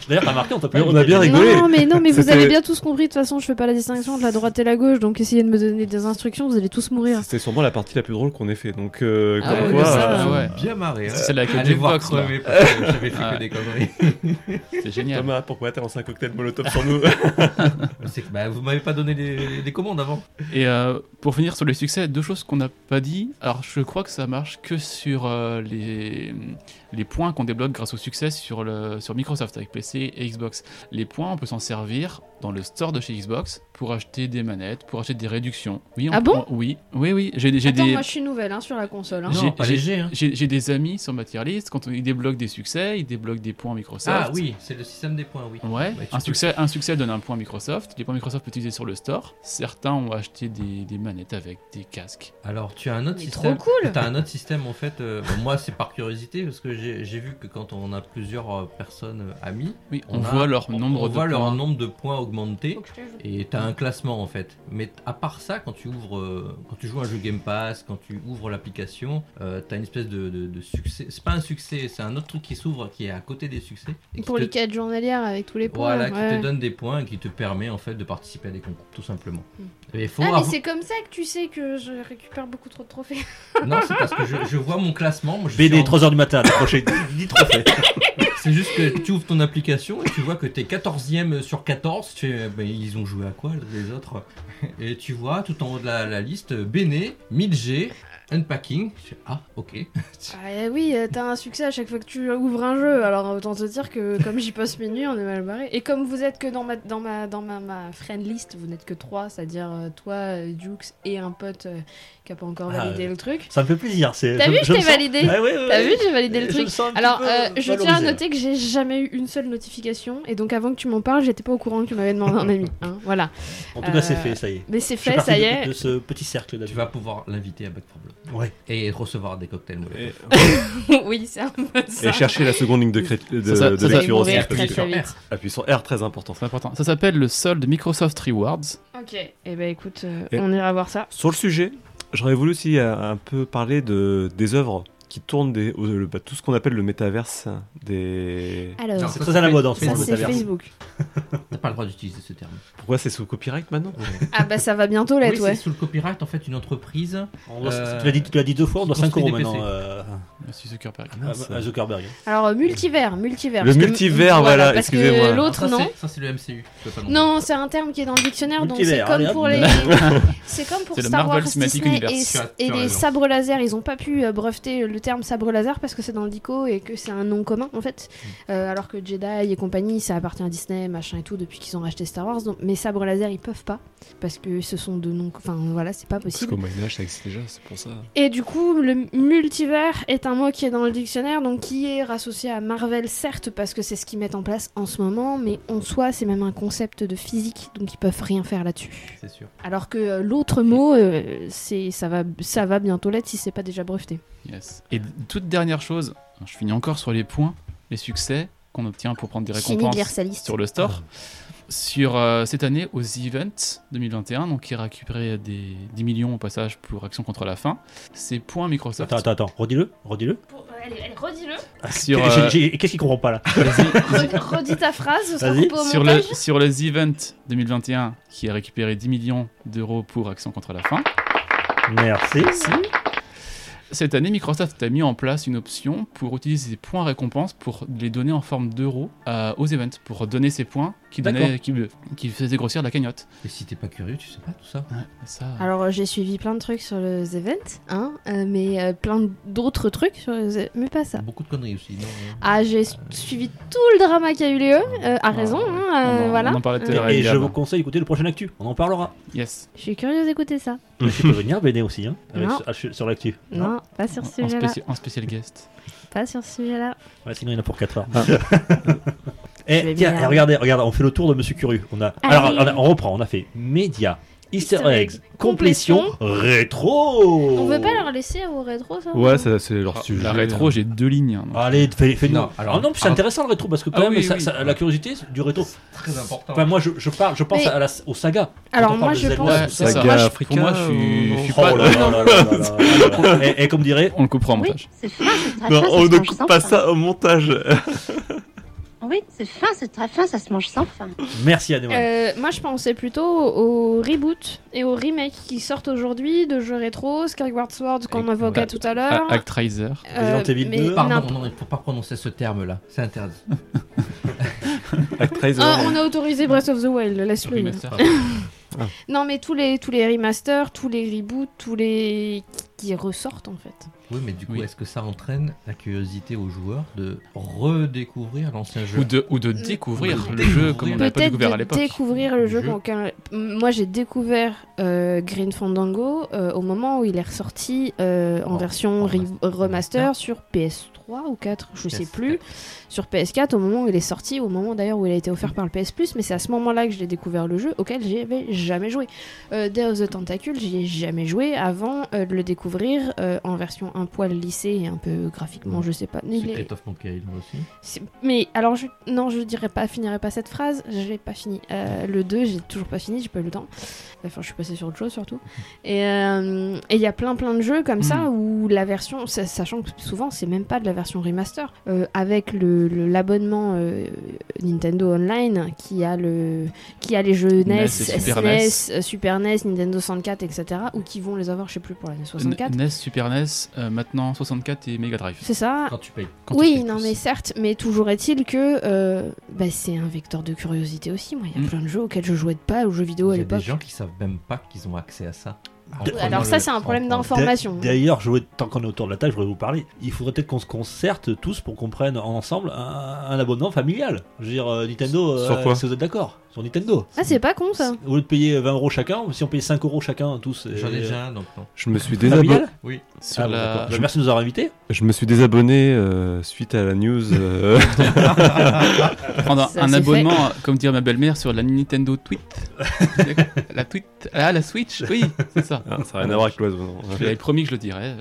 D: D'ailleurs, t'as marqué, on t'a pas
F: Mais on a
D: invité.
F: bien rigolé.
C: Non, mais non, mais vous
F: C'était-
C: avez bien tous compris. De toute façon, je fais pas la distinction entre la droite et la gauche, donc essayez de me donner des instructions, vous allez tous mourir.
F: C'était sûrement la partie la plus drôle qu'on ait fait. Donc, euh,
C: Ah
F: comme
C: ouais,
F: quoi,
C: mais
F: euh,
C: ça,
E: ouais.
G: bien marré. hein.
E: C'est celle avec le
G: Allez voir
E: jukebox, là.
G: crever parce que j'avais fait
E: Ouais.
G: que des conneries.
E: C'est génial.
F: Thomas, pourquoi t'as lancé un cocktail Molotov sur nous
G: C'est que, bah, vous m'avez pas donné les, les commandes avant.
E: Et euh, pour finir sur les succès, deux choses qu'on n'a pas dit. Alors, je crois que ça marche que sur euh, les, les points qu'on débloque grâce au succès sur, le, sur Microsoft avec PC et Xbox. Les points, on peut s'en servir dans le store de chez Xbox pour acheter des manettes, pour acheter des réductions. Oui, on
C: Ah bon
E: prend- Oui, oui, oui. J'ai j'ai
C: Attends,
E: des.
C: moi je suis nouvelle hein, sur la console. hein.
E: J'ai-
G: Non, pas
E: j'ai-
G: léger. Hein.
E: J'ai j'ai des amis sur ma tier list, quand on- ils débloquent des succès, ils débloquent des points Microsoft.
G: Ah oui, c'est le système des points, oui.
E: Ouais,
G: Bah, tu
E: un,
G: peux-
E: succès, un succès donne un point Microsoft. Les points Microsoft utilisés sur le store. Certains ont acheté des, des manettes avec des casques.
G: Alors, tu as un autre
C: Mais
G: système.
C: trop cool.
G: T'as un autre système en fait. euh, bon, moi, c'est par curiosité parce que j'ai j'ai vu que quand on a plusieurs euh, personnes euh, amies,
E: Oui, on,
G: a-
E: voit leur
G: on-
E: nombre
G: on
E: de
G: voit
E: points.
G: leur nombre de points augmenter.
C: Faut que je te joue.
G: Et t'as un classement en fait. Mais t- à part ça, quand tu ouvres, euh, quand tu joues à un jeu Game Pass, quand tu ouvres l'application, euh, t'as une espèce de, de- de succès. C'est pas un succès, c'est un autre truc qui s'ouvre qui est à côté des succès. et qui
C: Pour
G: te-
C: les quêtes journalières avec tous les points.
G: Voilà, qui
C: ouais.
G: te donne des points et qui te permet en fait de participer à des concours, tout simplement.
C: Hmm.
G: Et faut
C: Ah, mais
G: avoir-
C: c'est comme ça que tu sais que je récupère beaucoup trop de trophées.
G: Non, c'est parce que je, je vois mon classement. moi, je suis
D: BD,
G: en-
D: 3h du matin, approchez 10 trophées.
G: C'est juste que tu ouvres ton application et tu vois que t'es 14ème sur 14. Tu fais, ben, ils ont joué à quoi les autres Et tu vois tout en haut de la, la liste Béné, 1000G, Unpacking. Je fais, Ah, ok.
C: Ah, oui, euh, t'as un succès à chaque fois que tu ouvres un jeu, alors autant te dire que comme j'y passe mes nuits, on est mal barré. Et comme vous êtes que dans ma, dans ma, dans ma, ma friend list, vous n'êtes que trois, c'est-à-dire euh, toi, euh, Dukes et un pote euh, qui a pas encore
D: Ah,
C: validé
D: ouais.
C: le truc.
D: Ça me fait plaisir. c'est-
C: T'as
D: je-
C: vu,
D: je
C: je
D: me
C: t'ai
D: sens-
C: validé
D: Ouais, ouais, ouais,
C: T'as
D: ouais.
C: vu, j'ai validé
D: Et
C: le
D: je
C: truc.
D: me sens un petit
C: Alors,
D: peu
C: euh, je tiens à
D: valorisé,
C: noter que j'ai jamais eu une seule notification, et donc avant que tu m'en parles, j'étais pas au courant que tu m'avais demandé un ami. hein, voilà.
D: ouais. En tout cas, c'est
C: Euh,
D: fait, ça y est.
C: Mais c'est
D: Je suis
C: fait,
D: parti
C: ça y
D: de-
C: est.
D: De ce petit cercle d'amis.
G: Tu vas pouvoir l'inviter à Back Problem
D: Ouais.
G: et recevoir des cocktails. Molotov.
F: Et,
C: oui, c'est un peu ça.
F: et chercher la seconde ligne de, cré- de,
E: Ça, ça-
F: de
E: ça, ça-
C: Vous allez
F: lecture aussi.
C: mourir
G: parce
C: très,
G: que-
C: très vite.
F: Appuie sur R, très important.
E: C'est important. Ça s'appelle le solde Microsoft Rewards.
C: Ok. Et eh ben écoute, euh,
F: Et-
C: on ira voir ça.
F: Sur le sujet, j'aurais voulu aussi euh, un peu parler de, des œuvres qui tournent des, au- le- bah, tout ce qu'on appelle le métaverse des...
G: Non,
C: Alors,
G: ça,
D: très
G: ça
D: à la
G: fait-
D: mode en ce
G: ça,
D: moment,
C: ça c'est
G: c'est
D: le métavers.
G: Facebook.
C: Facebook.
G: T'as pas le droit d'utiliser ce terme.
F: Pourquoi c'est sous copyright maintenant
C: Ah bah ça va bientôt l'être,
G: oui,
C: ouais.
G: c'est sous le copyright en fait une entreprise.
D: On doit-
G: Euh,
D: Tu l'as dit, tu l'as dit deux fois, on doit 5 euros
G: construit des
D: maintenant
G: PC.
D: euh,
E: Merci Zuckerberg.
F: Ah, bah,
D: à à Zuckerberg.
C: Alors euh, multivers, multivers.
F: Le
C: parce que-
F: multivers, voilà,
C: parce
F: excusez-moi.
C: que l'autre
G: Ah,
C: non.
G: ça, c'est- Ça c'est le MCU. Tu peux pas plus.
C: Non, c'est un terme qui est dans le dictionnaire, donc c'est
D: Multivers,
C: comme
D: allez,
C: pour
D: hop.
C: les. C'est comme pour
E: C'est le
C: Star
E: Marvel
C: Wars,
E: Cinematic
C: Disney
E: Universe.
C: et-
G: Tu as- tu
C: et,
G: as
C: les
G: raison.
C: sabres laser. Ils ont pas pu euh, breveter le terme sabre laser parce que c'est dans le dico et que c'est un nom commun en fait.
E: Mm.
C: Euh, alors que Jedi et compagnie, ça appartient à Disney, machin et tout depuis qu'ils ont racheté Star Wars. Donc, mais sabres laser, ils peuvent pas parce que ce sont deux noms. Enfin voilà, c'est pas
F: Parce
C: possible.
F: qu'au Moyen-Âge, ça existe déjà, c'est pour ça.
C: Et du coup, le multivers est un mot qui est dans le dictionnaire, donc qui est rassocié à Marvel, certes, parce que c'est ce qu'ils mettent en place en ce moment, mais en soi, c'est même un concept de physique, donc ils peuvent rien faire là-dessus.
G: C'est sûr.
C: Alors que euh, l'autre mot, euh, c'est ça va, ça va bientôt l'être si c'est pas déjà breveté.
E: Yes. Et d- toute dernière chose, je finis encore sur les points, les succès qu'on obtient pour prendre des
C: Fini de lire
E: récompenses
C: sa liste.
E: sur le store.
G: Ah.
E: Sur euh, cette année, aux Events 2021, donc qui a récupéré des 10 millions au passage pour Action contre la faim, c'est points Microsoft.
D: Attends, attends, attends, redis-le, redis-le.
C: redis-le,
E: Sur,
D: Qu'est- j'ai-
E: euh,
D: j'ai- Qu'est-ce qu'il comprend pas là
C: redis ta phrase, ce sera
D: Vas-y.
C: coupé au
E: sur, le,
C: montage.
E: sur les Events 2021, qui a récupéré 10 millions d'euros pour Action contre la faim.
D: Merci.
E: Cette année, Microsoft a mis en place une option pour utiliser ces points récompenses pour les donner en forme d'euros euh, aux events, pour donner ces points qui,
D: D'accord.
E: donnaient, qui, euh, qui faisaient grossir la cagnotte.
G: Et si t'es pas curieux, tu sais pas tout ça.
E: Ça,
C: Alors euh, j'ai suivi plein de trucs sur le The event, hein, euh, mais euh, plein d'autres trucs sur le The- mais pas ça.
G: Beaucoup de conneries aussi. Non, euh.
C: Ah, j'ai su- suivi tout le drama qui a eu lieu, euh, à raison,
E: ouais.
C: hein,
E: on,
C: euh,
E: en,
C: voilà.
E: Ah. on en parlait tout à
C: Euh,
E: l'heure.
D: Et
E: avec
D: je vous
E: Gab.
D: conseille d'écouter le prochain actu. On en parlera.
E: Yes.
C: Je suis curieuse d'écouter ça.
E: Ah.
D: Mais tu peux venir, Béné aussi, hein, avec-
C: Non.
D: ah, sur sur l'actu.
C: Non, pas sur
E: En,
C: ce
E: en
C: sujet-là.
E: spéci- en spécial guest.
C: Pas sur ce sujet-là.
D: Ouais, sinon il y en a pour 4 heures.
C: Je
F: Ah.
D: et
C: vais
D: tiens,
C: bien.
D: et regardez, regardez, on fait le tour de Monsieur Curieux. On a,
C: Allez.
D: alors, on, a- on reprend, on a fait médias, Easter
C: Easter
D: eggs,
C: eggs,
D: complétion, rétro.
C: On veut pas leur laisser au rétro, ça
F: Ouais, ça, c'est leur
E: Oh,
F: sujet.
E: la rétro, j'ai deux lignes. hein, donc.
D: Bah, Allez, fais, fais
G: Non, alors-
D: alors, Oh non, puis c'est
G: alors-
D: intéressant le rétro parce que quand
E: Ah
D: même,
E: oui,
D: ça-
E: oui.
D: ça- la curiosité du rétro.
G: Très important.
D: Enfin, moi, je, je parle, je pense
C: Mais-
D: à la, au saga.
C: Alors,
D: Quand on
C: moi,
D: parle
C: je
D: de
C: pense.
D: Zelda,
E: Ouais,
D: au
E: c'est ça.
D: Ah, saga.
F: Saga
E: Moi, je-
F: africain,
E: pour moi, je suis, je suis
D: Oh
E: pas.
D: là là là là là là. Et- Et comme dirait,
E: On le coupera en
H: Oui,
E: montage.
H: c'est fin, c'est très
F: Non,
H: fin,
F: on
H: ça se
F: ne
H: mange
F: coupe
H: sans
F: pas
H: fin.
F: ça au montage.
H: Oui, c'est fin, c'est très fin, ça se mange sans fin.
D: merci à Neymar.
C: Euh, moi, je pensais plutôt au reboot et au remake qui sortent aujourd'hui de jeux rétro, Skyward Sword qu'on
G: Et-
C: évoquait
E: ouais.
C: tout à
E: Ah,
C: l'heure.
E: Actraiser.
C: Euh,
D: Resident Evil
C: mais
D: 2.
G: Pardon,
C: n'importe-
G: non, il faut pas prononcer ce terme-là. C'est interdit.
F: Actrice,
C: Ah, on a autorisé Breath of the Wild, laisse-le.
E: Remaster.
C: Non, mais tous les, tous les remasters, tous les reboots, tous les. qui qui ressortent en fait.
G: Oui, mais du coup,
E: Oui.
G: est-ce que ça entraîne la curiosité aux joueurs de redécouvrir l'ancien jeu
E: Ou de, ou de découvrir
G: Ou
E: le jeu
G: découvrir.
E: comme on n'avait pas
C: Peut-être
E: découvert à
C: de
E: l'époque.
C: découvrir le jeu
G: Jeu.
C: quand aucun- Moi, j'ai découvert euh, Green Fandango euh, au moment où il est ressorti euh,
E: Oh,
C: en
G: En-
C: version
G: en
C: re- remaster
G: remaster.
C: sur PS3 ou 4, je sais
G: PS4.
C: plus, sur PS4 au moment où il est sorti, au moment d'ailleurs où il a été offert par le PS Plus, mais c'est à ce moment-là que j'ai découvert le jeu auquel j'avais jamais joué. Euh, Day of the Tentacle, j'y ai jamais joué avant euh, de le découvrir euh, en version un poil lissée et un peu graphiquement, je sais pas. Il est-
G: Secret of Monkey Island aussi.
C: c'est- Mais alors, je... non, je dirais pas, finirai pas cette phrase, je l'ai pas fini. Euh, le 2, j'ai toujours pas fini, j'ai pas eu le temps. Enfin, je suis passée sur autre chose surtout. Et euh, et il y a plein plein de jeux comme ça
E: Hmm.
C: où la version, sa- sachant que souvent c'est même pas de la version remaster, euh, avec l'abonnement le, l'abonnement euh, Nintendo Online qui a, le, qui a les jeux
E: NES
C: NES,
E: et
C: Super
E: Super
C: NES,
E: NES.
C: euh, Super NES, Nintendo 64, etc. ou qui vont les avoir, je sais plus, pour l'année 64.
E: NES, E Super NES, euh, maintenant 64 et Mega Drive.
C: C'est ça,
G: Quand tu payes.
E: Quand tu
C: Ah. oui,
E: fais
C: non,
E: plus.
C: mais certes, mais toujours est-il que euh, bah, c'est un vecteur de curiosité aussi. Moi, il y a
E: Mm.
C: plein de jeux auxquels je jouais de pas aux jeux vidéo à
G: il y a des
C: l'époque. Ah,
G: gens qui savent même pas qu'ils ont accès à ça.
C: Alors ça, c'est un problème d'information.
D: D'ailleurs, je voulais- tant qu'on est autour de la table, je voudrais vous parler. Il faudrait peut-être qu'on se concerte tous pour qu'on prenne ensemble un, un abonnement familial. Je veux dire, euh, Nintendo,
F: Sur
D: euh,
F: quoi
D: si vous êtes d'accord, sur Nintendo.
C: Ah, c'est pas con ça.
D: Au lieu de payer 20 euros chacun, si on payait 5 euros chacun tous.
G: J'en ai
D: euh,
G: déjà un, donc non.
F: Je me suis désabonné.
D: familial
E: Sur
D: Ah, bon,
E: la-
D: d'accord. Bah, Merci de nous avoir invités.
F: Je me suis désabonné euh, suite à la news. euh,
E: prendre un-
C: Ça,
E: un
C: c'est
E: abonnement, comme dirait ma belle-mère, sur la Nintendo Tweet. la Tweet. Ah, la Switch, oui, c'est ça.
F: ah, ça n'a rien à voir avec l'oiseau.
E: Je l'avais promis que je le dirais.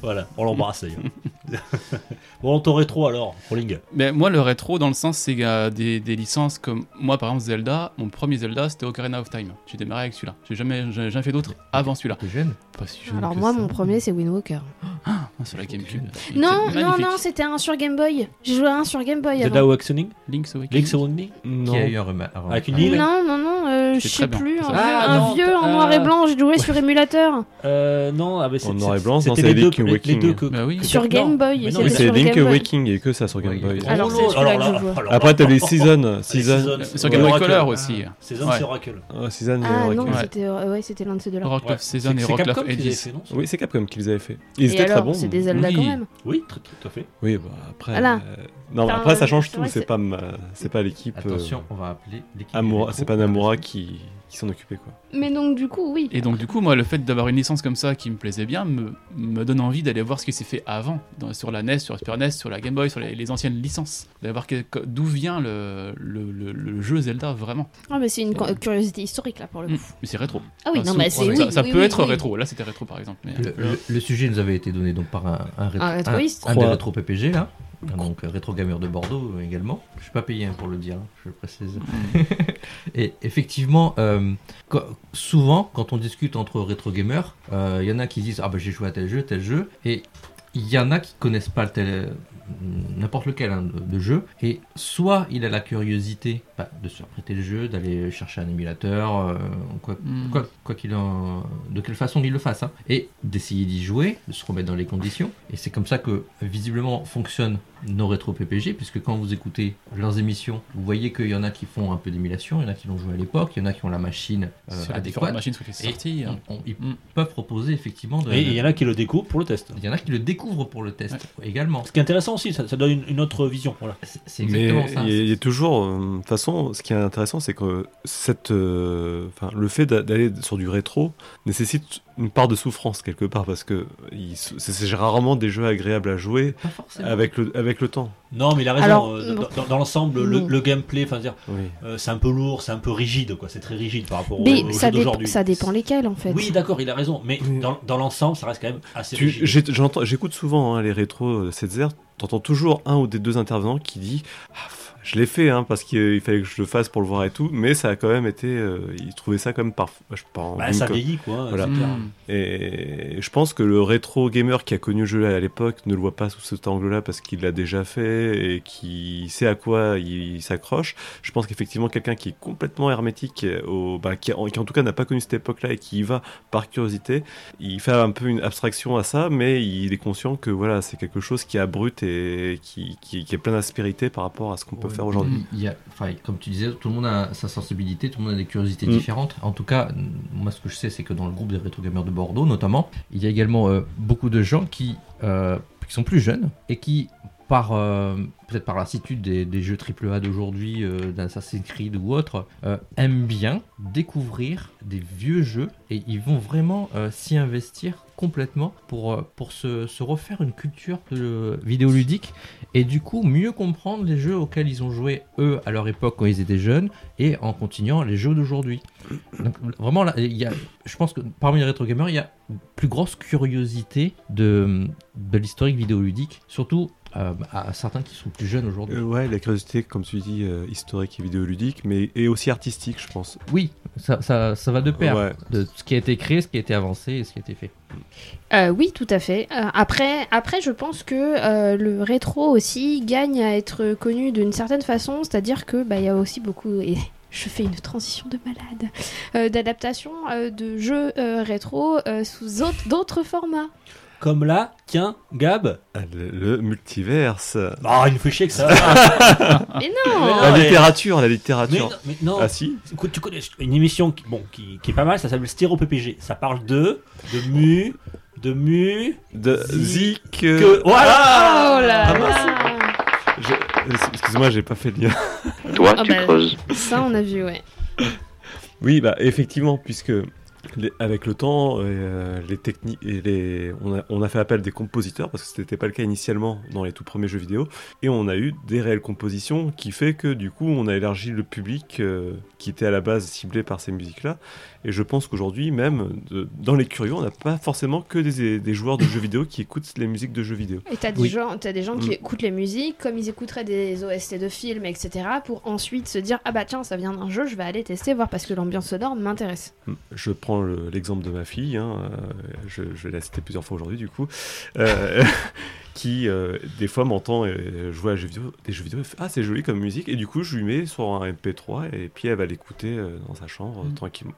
D: Voilà, on l'embrasse d'ailleurs. bon, ton rétro alors, Rolling.
E: Mais Ben, moi, le rétro, dans le sens, c'est euh, des, des licences comme moi, par exemple, Zelda. Mon premier Zelda, c'était Ocarina of Time. J'ai démarré avec celui-là. J'ai jamais, j'ai jamais fait d'autre avant celui-là.
G: T'es jeune
E: Pas si jeune
C: Alors
E: que
C: moi,
E: ça.
C: mon premier, c'est Wind Walker.
E: Ah, sur la GameCube.
C: Non,
E: C'était
C: non,
E: magnifique.
C: non, c'était un sur Game Boy. J'ai joué à un sur Game Boy
D: Zelda
C: avant.
D: Awakening
E: Link's Awakening.
D: Link's Awakening
G: Qui a
F: Non.
G: eu un rema- un rem-
D: Avec une
G: un-
D: île
C: Non, non, non, euh, je
E: C'était
C: sais
E: très bien.
C: plus. Un,
E: Ça-
D: Ah,
C: un
D: non,
C: vieux en
D: euh,
C: noir et blanc, j'ai joué sur émulateur.
D: Euh, non, ah, bah, c'est-
F: En noir et blanc,
D: c'était
F: non, c'est
D: les deux,
F: Link
D: que- les, les
F: Awakening.
D: deux que.
E: Bah oui.
D: que-
C: Sur Game
D: non,
C: Boy,
D: mais non,
C: c'était
F: Oui,
D: mais
F: c'est
C: sur
F: Link
C: Game Boy.
F: Waking, il n'y a eu que ça sur Game Boy.
C: Alors,
D: Oh
C: c'est celui-là
D: alors
C: que
D: là,
C: je vois.
D: alors
F: Après,
D: là.
F: t'as Oh, les Season.
D: Les
F: Season.
D: Seasons.
E: Euh, Sur Game Boy
D: Ah. Ouais.
E: Color aussi.
D: Saison
E: Ouais.
D: c'est Oracle.
F: Ouais, Season et
C: Ah non,
F: Awakening.
C: c'était euh, ouais, c'était l'un de ces deux-là.
E: Rock
D: Ouais.
E: of Season
D: C'est-
E: et
D: c'est
E: Rock
D: Capcom
E: of
D: qui l'avait
E: Ages.
D: fait, non ça
F: Oui, c'est Capcom qu'ils avaient fait. Ils
C: Et
F: étaient très
C: alors,
F: bons.
C: c'est des Zelda
E: Oui.
C: quand même.
D: Oui, tout, tout à fait.
F: Oui, bah après.
C: Voilà.
F: euh, Non, mais
C: Enfin,
F: après, ça
C: c'est
F: change tout.
C: vrai,
F: C'est
C: c'est-
F: pas, ma- c'est pas l'équipe. euh,
G: Attention, on va appeler l'équipe.
F: Amoura,
G: rétro.
F: c'est pas Namura qui, qui s'en occupait quoi.
C: Mais donc du coup, oui.
E: Et donc du coup, moi, le fait d'avoir une licence comme ça qui me plaisait bien me, me donne envie d'aller voir ce qui s'est fait avant, dans- sur la NES, sur la Super NES, sur la Game Boy, sur les, les anciennes licences, d'aller voir que- que- d'où vient le, le, le- le jeu Zelda vraiment.
C: Ah mais c'est une cu- curiosité historique là pour le
E: Mm.
C: coup.
E: Mais c'est rétro.
C: Ah oui,
E: Enfin,
C: non
E: sous-
C: mais c'est
E: ça,
C: oui,
E: ça
C: oui,
E: peut
C: oui,
E: être
C: oui.
E: rétro. Là, c'était rétro par exemple. Mais...
G: Le, le- Euh, le sujet nous avait été donné donc par un, un, rétro-
C: Un rétroïste.
G: un des
F: Croix.
G: rétro PPG là, donc euh, rétro gamer de Bordeaux euh, également. Je suis pas payé hein, pour le dire, hein, je le précise. Et effectivement, euh, co- souvent quand on discute entre rétro gamers, euh, il y en a qui disent ah ben j'ai joué à tel jeu, tel jeu, et il y en a qui connaissent pas tel euh, n'importe lequel hein, de, de jeu et soit il a la curiosité bah, de se prêter le jeu d'aller chercher un émulateur euh, quoi
E: Mm.
G: quoi quoi qu'il en de quelle façon qu'il le fasse hein, et d'essayer d'y jouer de se remettre dans les conditions et c'est comme ça que visiblement fonctionnent nos rétro PPG puisque quand vous écoutez leurs émissions vous voyez qu'il y en a qui font un peu d'émulation il y en a qui l'ont joué à l'époque il y en a qui ont la machine euh,
E: sur les différentes
G: adéquate
E: machines qui sont
G: Et-
E: sorties. hein.
G: On- on- ils
E: Mm.
G: peuvent proposer effectivement de-
D: Et il y en a qui le découvrent pour le test.
G: il y en a qui le découvrent pour le test également
D: Ce qui est intéressant aussi, ça, ça donne une, une autre vision. Voilà.
G: C'est- c'est
F: Mais
G: exactement ça
F: il y, a- il y a toujours, euh, de toute façon, ce qui est intéressant, c'est que cette, euh, enfin, le fait d'a- d'aller sur du rétro nécessite une part de souffrance quelque part parce que il s- c'est c'est rarement des jeux agréables à jouer
G: Pas forcément.
F: avec le, avec le temps.
D: Non, mais il a raison.
C: Alors, Mm.
D: euh, dans dans- dans l'ensemble, le,
C: bon.
D: le gameplay, enfin, je veux dire,
F: Oui.
D: euh, c'est un peu lourd, c'est un peu rigide, quoi. C'est très rigide par rapport au,
C: Mais
D: au
C: ça,
D: jeu
C: dépend-
D: d'aujourd'hui.
C: ça dépend lesquels en fait.
D: Oui, d'accord, il a raison. Mais
F: Oui.
D: dans, dans l'ensemble, ça reste quand même assez
F: Tu-
D: rigide.
F: j'ai- j'entends- J'écoute souvent hein, les rétros cette Setzer, t'entends toujours un ou des deux intervenants qui dit Ah, pff, Je l'ai fait hein, parce qu'il il fallait que je le fasse pour le voir et tout, mais ça a quand même été. euh, ils trouvaient ça quand même parfait. Je pense.
D: Bah, ça vieillit, quoi. hein,
F: Voilà.
D: c'est clair.
C: Hmm.
E: Mm.
F: Et je pense que le rétro gamer qui a connu le jeu à l'époque ne le voit pas sous cet angle-là parce qu'il l'a déjà fait et qui sait à quoi il s'accroche. Je pense qu'effectivement, quelqu'un qui est complètement hermétique, au, bah, qui, en, qui en tout cas n'a pas connu cette époque-là et qui y va par curiosité, il fait un peu une abstraction à ça, mais il est conscient que voilà, c'est quelque chose qui est abrut et qui, qui- qui est plein d'aspérité par rapport à ce qu'on peut
G: Ouais.
F: faire aujourd'hui.
G: Il y a- enfin, comme tu disais, tout le monde a sa sensibilité, tout le monde a des curiosités
F: Mm.
G: différentes. En tout cas, n- moi, ce que je sais, c'est que dans le groupe des rétro gamers de Bordeaux, notamment, il y a également euh, beaucoup de gens qui, euh, qui sont plus jeunes et qui, par euh, peut-être par lassitude des, des jeux AAA d'aujourd'hui, euh, d'Assassin's Creed ou autre, euh, aiment bien découvrir des vieux jeux et ils vont vraiment euh, s'y investir complètement pour, euh, pour se, se refaire une culture de vidéoludique et du coup mieux comprendre les jeux auxquels ils ont joué eux à leur époque quand ils étaient jeunes et en continuant les jeux d'aujourd'hui. Donc vraiment là, il y a, je pense que parmi les rétro gamers, il y a une plus grosse curiosité de, de l'historique vidéoludique, surtout euh, à certains qui sont plus jeunes aujourd'hui.
F: Euh, ouais, la curiosité, comme tu dis, euh, historique et vidéoludique, mais et aussi artistique, je pense.
G: Oui, ça, ça, ça va de pair.
F: Ouais.
G: De ce qui a été créé, ce qui a été avancé et ce qui a été fait.
C: Euh, oui, tout à fait. Euh, après, après, je pense que euh, le rétro aussi gagne à être connu d'une certaine façon, c'est-à-dire que bah il y a aussi beaucoup et je fais une transition de malade euh, d'adaptation euh, de jeux euh, rétro euh, sous autre- d'autres formats.
D: comme là, tiens, Gab.
F: Le, le multiverse.
D: Ah, il me fait chier que ça.
C: Mais
D: Ah, Mais
C: non
D: non.
F: la
D: mais-
F: littérature, la
D: mais, non,
F: littérature.
D: mais non.
F: Ah si
D: Écoute, tu connais une émission qui, bon, qui, qui est pas mal, ça s'appelle Stéro PPG. Ça parle de, de mu, de mu,
F: De
D: Zik-
F: Zik.
D: que. Voilà
C: Oh là
F: Ah, mince.
C: là
F: Je- Excuse-moi, j'ai pas fait le lien.
J: Toi,
C: Ah
J: tu
C: bah.
J: creuses.
C: Ça, on a vu, ouais.
F: Oui, bah effectivement, puisque les- avec le temps, euh, les techniques, et les, on, a, on a fait appel des compositeurs parce que ce n'était pas le cas initialement dans les tout premiers jeux vidéo, et on a eu des réelles compositions qui fait que du coup, on a élargi le public euh, qui était à la base ciblé par ces musiques-là. Et je pense qu'aujourd'hui, même de- dans les curieux, on n'a pas forcément que des, des joueurs de jeux vidéo qui écoutent les musiques de jeux vidéo.
C: Et t'as des,
F: Oui.
C: gens- t'as des gens qui
F: Mm.
C: écoutent les musiques comme ils écouteraient des OST de films, etc. pour ensuite se dire Ah bah tiens, ça vient d'un jeu, je vais aller tester, voir parce que l'ambiance sonore m'intéresse.
F: Je prends le- l'exemple de ma fille, hein, euh, je, je l'ai cité plusieurs fois aujourd'hui du coup, euh, qui euh, des fois m'entend euh, jouer à jeux vidéo, des jeux vidéo, elle fait, ah c'est joli comme musique, et du coup je lui mets sur un MP3 et puis elle va l'écouter euh, dans sa chambre euh,
E: Mm.
F: tranquillement.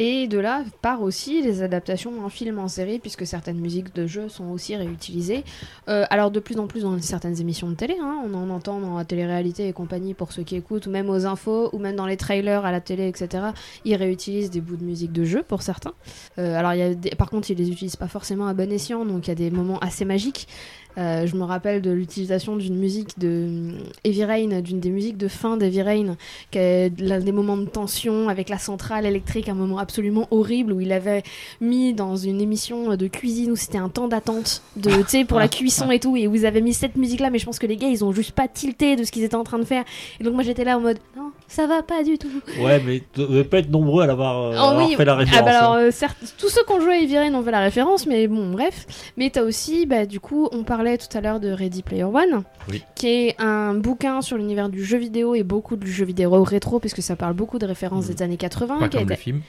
C: Et de là part aussi les adaptations en film, en série, puisque certaines musiques de jeux sont aussi réutilisées. Euh, alors de plus en plus dans certaines émissions de télé, hein, on en entend dans la télé-réalité et compagnie pour ceux qui écoutent, ou même aux infos, ou même dans les trailers à la télé, etc. Ils réutilisent des bouts de musique de jeu pour certains. Euh, alors il y a des- par contre ils les utilisent pas forcément à bon escient, donc il y a des moments assez magiques. Euh, je me rappelle de l'utilisation d'une musique de hum, Heavy Rain, d'une des musiques de fin d'Heavy Rain, qui est l'un des moments de tension avec la centrale électrique, un moment absolument horrible où il avait mis dans une émission de cuisine où c'était un temps d'attente de tu sais pour la cuisson et tout et vous avez mis cette musique là mais je pense que les gars ils ont juste pas tilté de ce qu'ils étaient en train de faire et donc moi j'étais là en mode non ça va pas du tout
D: Ouais, mais tu devais pas être nombreux à l'avoir euh, à
C: Oh
D: avoir
C: oui,
D: fait la référence.
C: Ah bah alors,
D: hein.
C: euh, certes, tous ceux qui ont joué à Heavy Rain ont fait la référence, mais bon, bref. Mais t'as aussi, bah, du coup, on parlait tout à l'heure de Ready Player One,
G: Oui.
C: qui est un bouquin sur l'univers du jeu vidéo et beaucoup du jeu vidéo rétro, puisque ça parle beaucoup de références des années 80.
G: Pas
C: qui a
G: comme le
C: été-
G: film.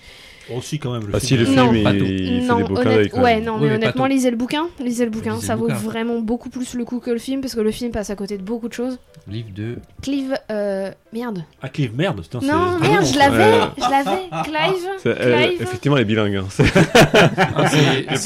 D: Aussi, Oh, quand même, le
F: Ah si le
D: film.
C: Non,
F: film
G: pas
F: il,
G: tout.
F: il fait
C: non,
F: des euh, beaux clins
C: honnête-
F: d'œil, quand
C: ouais,
F: même.
C: non,
G: Oui,
C: mais
G: mais pas
C: honnêtement,
G: tout.
C: lisez le bouquin, lisez le bouquin,
G: Lisez
C: ça
G: le
C: vaut
G: bouquin.
C: vraiment beaucoup plus le coup que le film, parce que le film passe à côté de beaucoup de choses.
G: Livre de.
C: Clive, euh, merde.
D: Ah, Clive, merde, putain, c'est.
C: Non,
D: Ah,
C: merde,
D: non,
C: je l'avais,
F: Ouais.
C: je l'avais, Clive,
F: C'est- elle-
C: Clive.
F: effectivement elle est bilingue. hein. C'est-
E: J'ai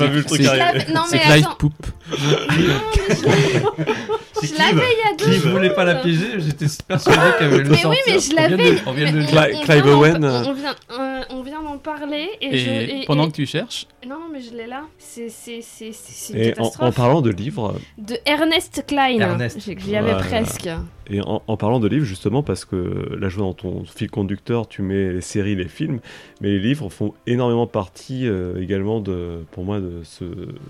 F: pas vu le truc
C: Je
F: arriver.
C: l'avais- Ah, Non
E: Ah, C'est
C: mais
E: Clyde
C: attends,
E: Poop.
C: je l'avais il y a deux
G: Je voulais pas la piéger, j'étais persuadé qu'elle allait le
C: Mais oui,
G: sortir.
C: mais je
G: On vient de-
C: l'avais.
G: On vient de le
C: Mais
G: dire.
F: Cli-
C: on- on
F: Clive
C: vient d'en-
F: Owen.
C: On, on vient, euh, on vient d'en parler et, je.
E: Et pendant que tu cherches,
C: Non, mais je l'ai là. C'est c'est- c'est- c'est une
F: Et en, en
C: catastrophe.
F: parlant de livres,
C: De Ernest Klein.
G: Ernest.
C: J'ai- J'y avais
F: Voilà.
C: presque.
F: Et en, en parlant de livres, justement, parce que là, je vois dans ton fil conducteur, tu mets les séries, les films, mais les livres font énormément partie euh, également, de, pour moi, de ce,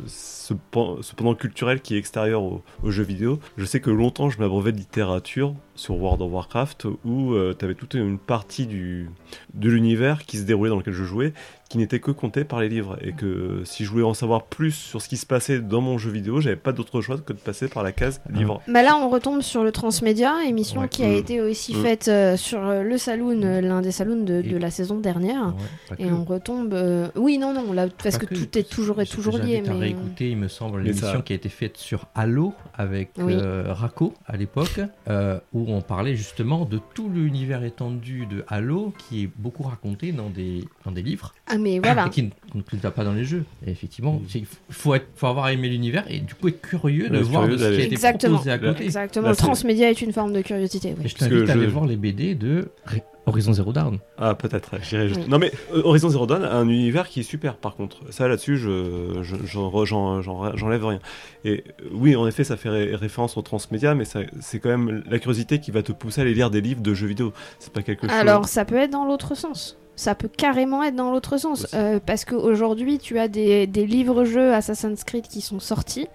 F: ce, pan- ce pendant culturel qui est extérieur au- aux jeux vidéo. Je sais que longtemps, je m'abreuvais de littérature sur World of Warcraft, où tu avais toute une partie du, de l'univers qui se déroulait dans lequel je jouais, qui n'était que comptée par les livres. Et que si je voulais en savoir plus sur ce qui se passait dans mon jeu vidéo, j'avais pas d'autre choix que de passer par la case livre.
C: Bah là, on retombe sur le Transmédia, émission
G: Ouais.
C: qui a
F: Mm.
C: été aussi
F: Mm.
C: faite euh, sur euh, le Saloon, euh, l'un des saloons de, de
G: Et-
C: la saison dernière.
G: Ouais, pas que.
C: Et on retombe. euh, Oui, non, non, là, parce
G: Pas
C: que tout est toujours, est
G: Je-
C: toujours lié.
G: j'invite à
C: Mais... euh,
G: réécouter, il me semble,
F: Mais ça-
G: l'émission qui a été faite sur Halo avec
C: Oui.
G: euh, Racco à l'époque, euh, où on parlait justement de tout l'univers étendu de Halo qui est beaucoup raconté dans des, dans des livres
C: Ah, mais voilà.
G: et qui ne- qu'on ne va pas dans les jeux. Et effectivement, il faut, être- faut avoir aimé l'univers et du coup être curieux de
F: Mm. Ouais,
G: voir
F: curieux
G: de ce qui a été
C: Exactement.
G: proposé à côté.
C: Exactement.
F: Là,
C: le
F: c'est-
C: Transmédia est une forme de curiosité.
G: Et
C: Oui.
G: je
F: Parce
G: t'invite
F: que
G: à aller
F: je-
G: voir les BD de Ré- Horizon Zero Dawn.
F: Ah, peut-être, ouais, j'irai juste.
C: Oui.
F: Non, mais euh, Horizon Zero Dawn a un univers qui est super, par contre. Ça, là-dessus, je, je- j'en re- j'en- j'en- j'enlève rien. Et euh, oui, en effet, ça fait ré- référence au transmédia, mais ça- c'est quand même la curiosité qui va te pousser à aller lire des livres de jeux vidéo. C'est pas quelque chose.
C: Alors, ça peut être dans l'autre sens. Ça peut carrément être dans l'autre sens.
F: Aussi.
C: Euh, parce qu'aujourd'hui, tu as des, des livres-jeux Assassin's Creed qui sont sortis.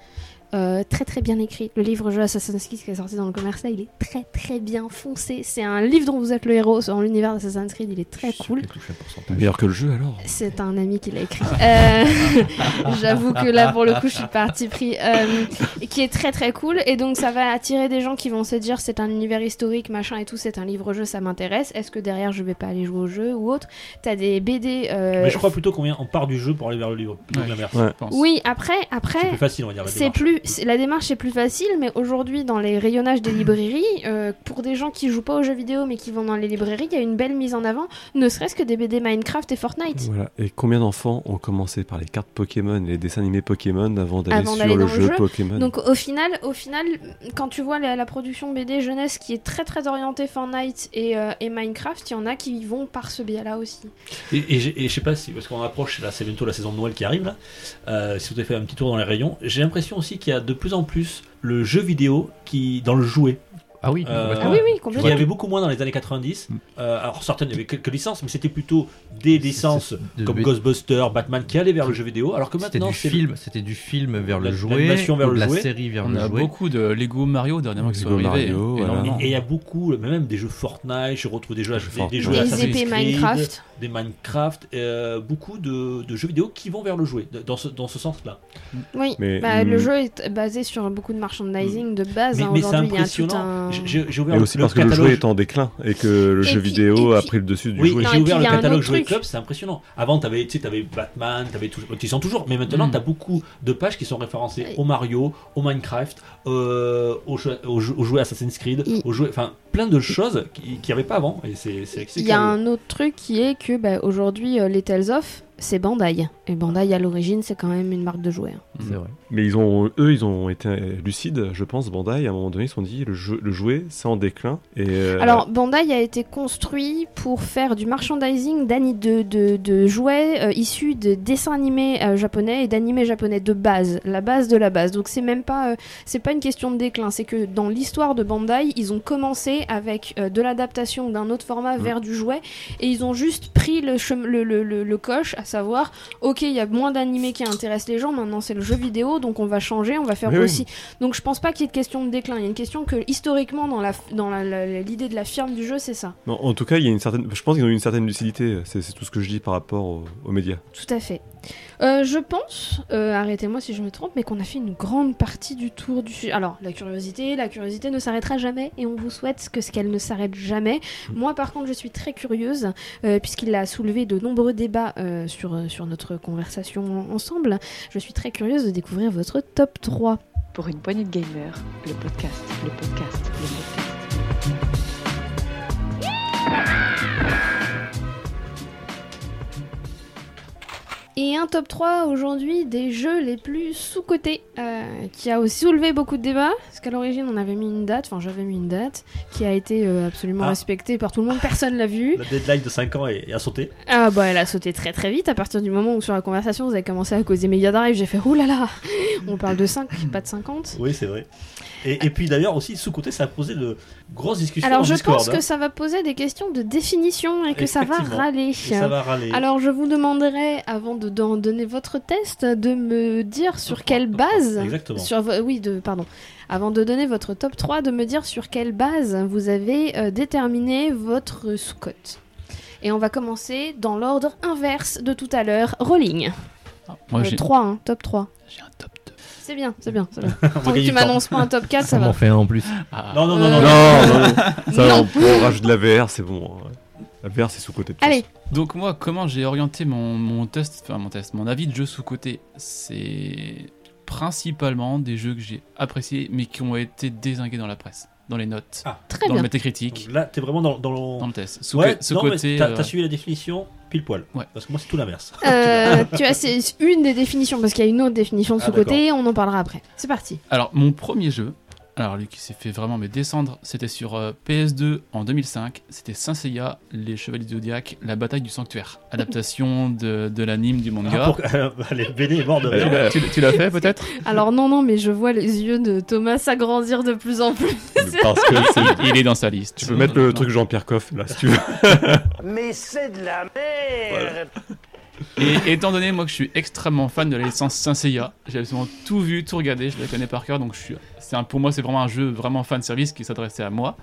C: euh, très très bien écrits. Le livre-jeu Assassin's Creed qui est sorti dans le commerce, là, il est très très bien foncé. C'est un livre dont vous êtes le héros dans l'univers d'Assassin's Creed. Il est très cool.
F: Meilleur que le jeu, alors
C: C'est un ami qui l'a écrit. Euh, J'avoue que là, pour le coup, je suis parti pris. Euh, qui est très très cool. Et donc, ça va attirer des gens qui vont se dire c'est un univers historique, machin et tout, c'est un livre-jeu, ça m'intéresse. Est-ce que derrière, je vais pas aller jouer au jeu ou autre T'as des BD. euh,
D: Mais je crois plutôt qu'on vient, on part du jeu pour aller vers le livre, plutôt que
E: Ouais.
D: l'inverse.
F: Ouais.
E: je pense.
C: Oui, après,
D: C'est
C: après,
D: plus facile, on va dire. la
C: c'est
D: démarche.
C: plus c'est- la démarche est plus facile, mais aujourd'hui, dans les rayonnages des librairies, euh, pour des gens qui jouent pas aux jeux vidéo mais qui vont dans les librairies, il y a une belle mise en avant, ne serait-ce que des BD Minecraft et Fortnite.
F: Voilà. Et combien d'enfants ont commencé par les cartes Pokémon et les dessins animés Pokémon avant d'aller
C: Avant
F: sur
C: d'aller
F: le
C: dans le
F: jeu
C: jeu.
F: Pokémon
C: Donc au final, au final, quand tu vois la, la production BD jeunesse qui est très très orientée Fortnite et, euh, et Minecraft, il y en a qui y vont par ce biais-là aussi.
A: Et, et j'ai- et je sais pas si, parce qu'on approche, là, c'est bientôt la saison de Noël qui arrive, là. Euh, si vous avez fait un petit tour dans les rayons, j'ai l'impression aussi qu'il y a de plus en plus le jeu vidéo qui, dans le jouet.
G: Ah oui,
A: Euh,
G: complètement.
C: Ah oui, oui,
A: Il y
C: complètement.
A: avait beaucoup moins dans les années 90. Euh, alors, certaines, il y avait quelques licences, mais c'était plutôt des licences
G: de-
A: comme
G: de-
A: Ghostbusters, Batman qui allaient vers le jeu vidéo, alors que
G: C'était
A: maintenant,
G: du
A: c'est.
G: film, c'était du film vers le
A: La-
G: jouet,
A: l'animation vers
G: ou de
A: le
G: la
A: jouet.
G: série vers
E: On
G: le
E: a
G: jouet.
E: beaucoup de Lego Mario dernièrement qui sont
F: Lego
E: arrivés.
F: Mario, voilà.
E: énormément.
A: Et il y a beaucoup, mais même des jeux Fortnite, je retrouve des jeux, à- des, des
F: Fortnite.
A: jeux
E: Des
A: Assassin's
C: Les épées
A: Creed,
C: Minecraft.
A: des Minecraft, euh, beaucoup de, de jeux vidéo qui vont vers le jouet, dans ce, dans ce sens-là.
C: Oui,
F: Mais,
C: bah,
F: hum.
C: le jeu est basé sur beaucoup de merchandising de base.
A: Mais,
C: hein,
A: mais c'est
C: Aujourd'hui, il y a tout un.
A: impressionnant. J'ai- J'ai j'ai
F: Et
A: ouvert
F: aussi
A: le
F: parce que le
A: catalogue.
F: jouet est en déclin et que le
C: Et
F: jeu
C: puis-
F: vidéo
C: et
F: a
C: puis-
F: pris le dessus du
A: Oui,
F: jouet.
C: Non, et
A: j'ai ouvert
C: puis,
A: le
C: il y a un
A: catalogue
C: autre
A: Jouet
C: truc.
A: Club, c'est impressionnant. Avant, tu avais, Batman, t'avais tout, ils sont toujours, mais maintenant,
E: Mm.
A: tu as beaucoup de pages qui sont référencées
C: Oui.
A: au Mario, au Minecraft, euh, au, jeu- au jeu- au jouet Assassin's Creed,
C: Il-
A: au jouet, enfin, plein de choses qui- qu'il n'y avait pas avant. Et c'est c'est- c'est
C: Il y a
A: curieux.
C: un autre truc qui est que bah, aujourd'hui, euh, les Tales of, c'est Bandai. Et Bandai, à l'origine, c'est quand même une marque de jouets. hein.
G: C'est vrai.
F: Mais ils ont, eux, ils ont été euh, lucides, je pense, Bandai, à un moment donné, ils se sont dit, le, jeu, le jouet, c'est en déclin. Et, euh,
C: Alors, Bandai a été construit pour faire du merchandising d'ani- de, de, de jouets euh, issus de dessins animés euh, japonais et d'animés japonais de base, la base de la base. Donc, c'est même pas, euh, c'est pas une question de déclin. C'est que dans l'histoire de Bandai, ils ont commencé avec euh, de l'adaptation d'un autre
F: Mm.
C: format vers du jouet et ils ont juste pris le, chem- le, le, le- le coche, à savoir, ok, il y a moins d'animés qui intéressent les gens, maintenant c'est le jeu vidéo, donc on va changer, on va faire
F: Oui, oui.
C: aussi. Donc je pense pas qu'il y ait de question de déclin. Il y a une question que historiquement dans la dans la- la- la- l'idée de la firme du jeu, c'est ça.
F: non, en tout cas, il y a une certaine, je pense qu'ils ont eu une certaine lucidité, c'est c'est tout ce que je dis par rapport au- aux médias.
C: Tout à fait. Euh, je pense, euh, arrêtez-moi si je me trompe, mais qu'on a fait une grande partie du tour du sujet. Alors, la curiosité, la curiosité ne s'arrêtera jamais, et on vous souhaite que ce qu'elle ne s'arrête jamais. Moi, par contre, je suis très curieuse, euh, puisqu'il a soulevé de nombreux débats euh, sur, euh, sur notre conversation ensemble. Je suis très curieuse de découvrir votre top 3.
B: Pour une poignée de gamers, le podcast, le podcast, le podcast.
C: Et un top 3 aujourd'hui des jeux les plus sous-cotés, euh, qui a aussi soulevé beaucoup de débats, parce qu'à l'origine on avait mis une date, enfin j'avais mis une date, qui a été euh, absolument
A: Ah.
C: respectée par tout le monde, personne l'a vu.
A: La deadline de 5 ans est, est à sauter.
C: Ah bah elle a sauté très très vite à partir du moment où sur la conversation vous avez commencé à causer Mega Drive, j'ai fait oulala, on parle de 5, pas de 50.
A: Oui, c'est vrai. Et, et puis d'ailleurs, aussi, sous-côté, ça a posé de grosses discussions.
C: Alors
A: en
C: je
A: Discord,
C: pense
A: hein.
C: que ça va poser des questions de définition et que ça va
A: Effectivement.
C: râler.
A: Et ça va râler.
C: Alors je vous demanderai, avant de d'en donner votre test, de me dire sur quelle base...
A: Exactement.
C: Sur vo- oui, de, pardon. Avant de donner votre top 3, de me dire sur quelle base vous avez euh, déterminé votre sous-cote. Et on va commencer dans l'ordre inverse de tout à l'heure. Rolling.
E: Ah, moi,
C: Euh,
E: j'ai
C: 3, hein, top 3.
E: j'ai un top 2.
C: C'est bien, c'est bien. c'est bien.
A: On va
C: Tant que
A: gagner
C: tu
A: du temps.
C: m'annonces pas un top 4, ça
G: Ça
C: va.
G: m'en fait un en plus.
E: Ah.
A: Non, non, non, non. non.
C: Euh,
F: Non, non, non. ça,
C: Non.
F: on, on rajoute de la VR, c'est bon. hein. La VR, c'est sous-côté de toute
C: Allez,
E: Donc moi, comment j'ai orienté mon, mon test, enfin mon test, mon avis de jeu sous-côté, c'est principalement des jeux que j'ai appréciés mais qui ont été désingués dans la presse, dans les notes,
C: très
E: dans le
C: bien.
E: métacritique,
A: Donc Là, t'es vraiment dans, dans le.
E: dans le test. Sous,
A: Ouais,
E: sous
A: non, mais
E: côté,
A: t'as
E: euh,
A: t'as suivi la définition pile poil.
E: Ouais.
A: Parce que moi, c'est tout l'inverse.
C: Euh, tu vois, c'est une des définitions, parce qu'il y a une autre définition de
A: Ah,
C: sous-côté, on en parlera après. C'est parti.
E: alors mon premier jeu, alors lui qui s'est fait vraiment me descendre, c'était sur euh, PS2 en 2005, c'était Saint Seiya, les Chevaliers du Zodiac, la bataille du sanctuaire, adaptation de, de l'anime du
A: Ah,
E: manga.
A: pour- Allez, BD est mort de
E: Tu
A: rire.
E: l'as- tu l'as- tu l'as fait peut-être
C: Alors non, non, mais je vois les yeux de Thomas s'agrandir de plus en plus.
F: façon. Parce que c'est-
E: Il est dans sa liste.
F: tu peux mettre le truc Jean-Pierre Coff, là, si tu veux.
D: Mais c'est de la merde
E: Et étant donné moi que je suis extrêmement fan de la licence Saint Seiya, j'ai absolument tout vu, tout regardé, je la connais par cœur, donc je suis, c'est un, pour moi c'est vraiment un jeu vraiment fan service qui s'adressait à moi.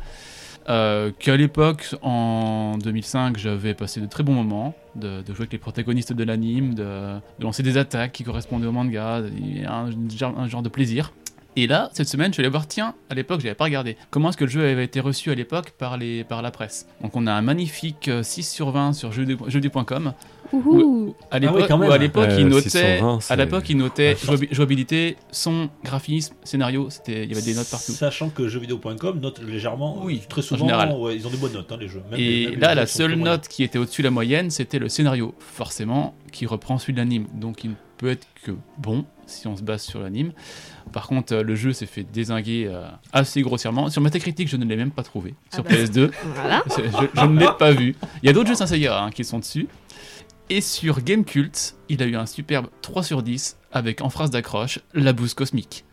E: Euh, Qu'à l'époque, en 2005, j'avais passé de très bons moments, de, de jouer avec les protagonistes de l'anime, de, de lancer des attaques qui correspondaient au manga, il y a un, un genre de plaisir. Et là, cette semaine, je suis allé voir, tiens, à l'époque, je n'avais pas regardé, comment est-ce que le jeu avait été reçu à l'époque par, les, par la presse. Donc on a un magnifique euh, 6 sur 20 sur jeuxvideo- jeuxvideo.com.
C: Ouhou.
E: À l'époque,
D: Ah oui, quand même.
E: où à l'époque,
F: Euh,
E: il
F: 620,
E: notait,
F: c'est
E: à l'époque, il
F: la
E: notait
F: chance.
E: jouabi- jouabilité, son, graphisme, scénario, c'était- il y avait des notes partout.
D: Sachant que jeuxvideo.com note légèrement, euh,
E: Oui,
D: très souvent,
E: général.
D: ouais, ils ont des bonnes notes, hein, les jeux. Même les-
E: Et
D: même les
E: là,
D: jeux
E: la
D: sont
E: seule
D: très moyens.
E: note qui était au-dessus de la moyenne, c'était le scénario, forcément, qui reprend celui de l'anime. Donc il ne peut être que bon si on se base sur l'anime. Par contre, euh, le jeu s'est fait désinguer euh, assez grossièrement. Sur Metacritic, je ne l'ai même pas trouvé.
C: Ah
E: Sur
C: bah.
E: PS2,
C: Voilà.
E: je, je ne l'ai pas vu. Il y a d'autres jeux Saint-Seiya qui sont dessus. Et sur Gamecult, il a eu un superbe 3 sur 10 avec en phrase d'accroche la bouse cosmique.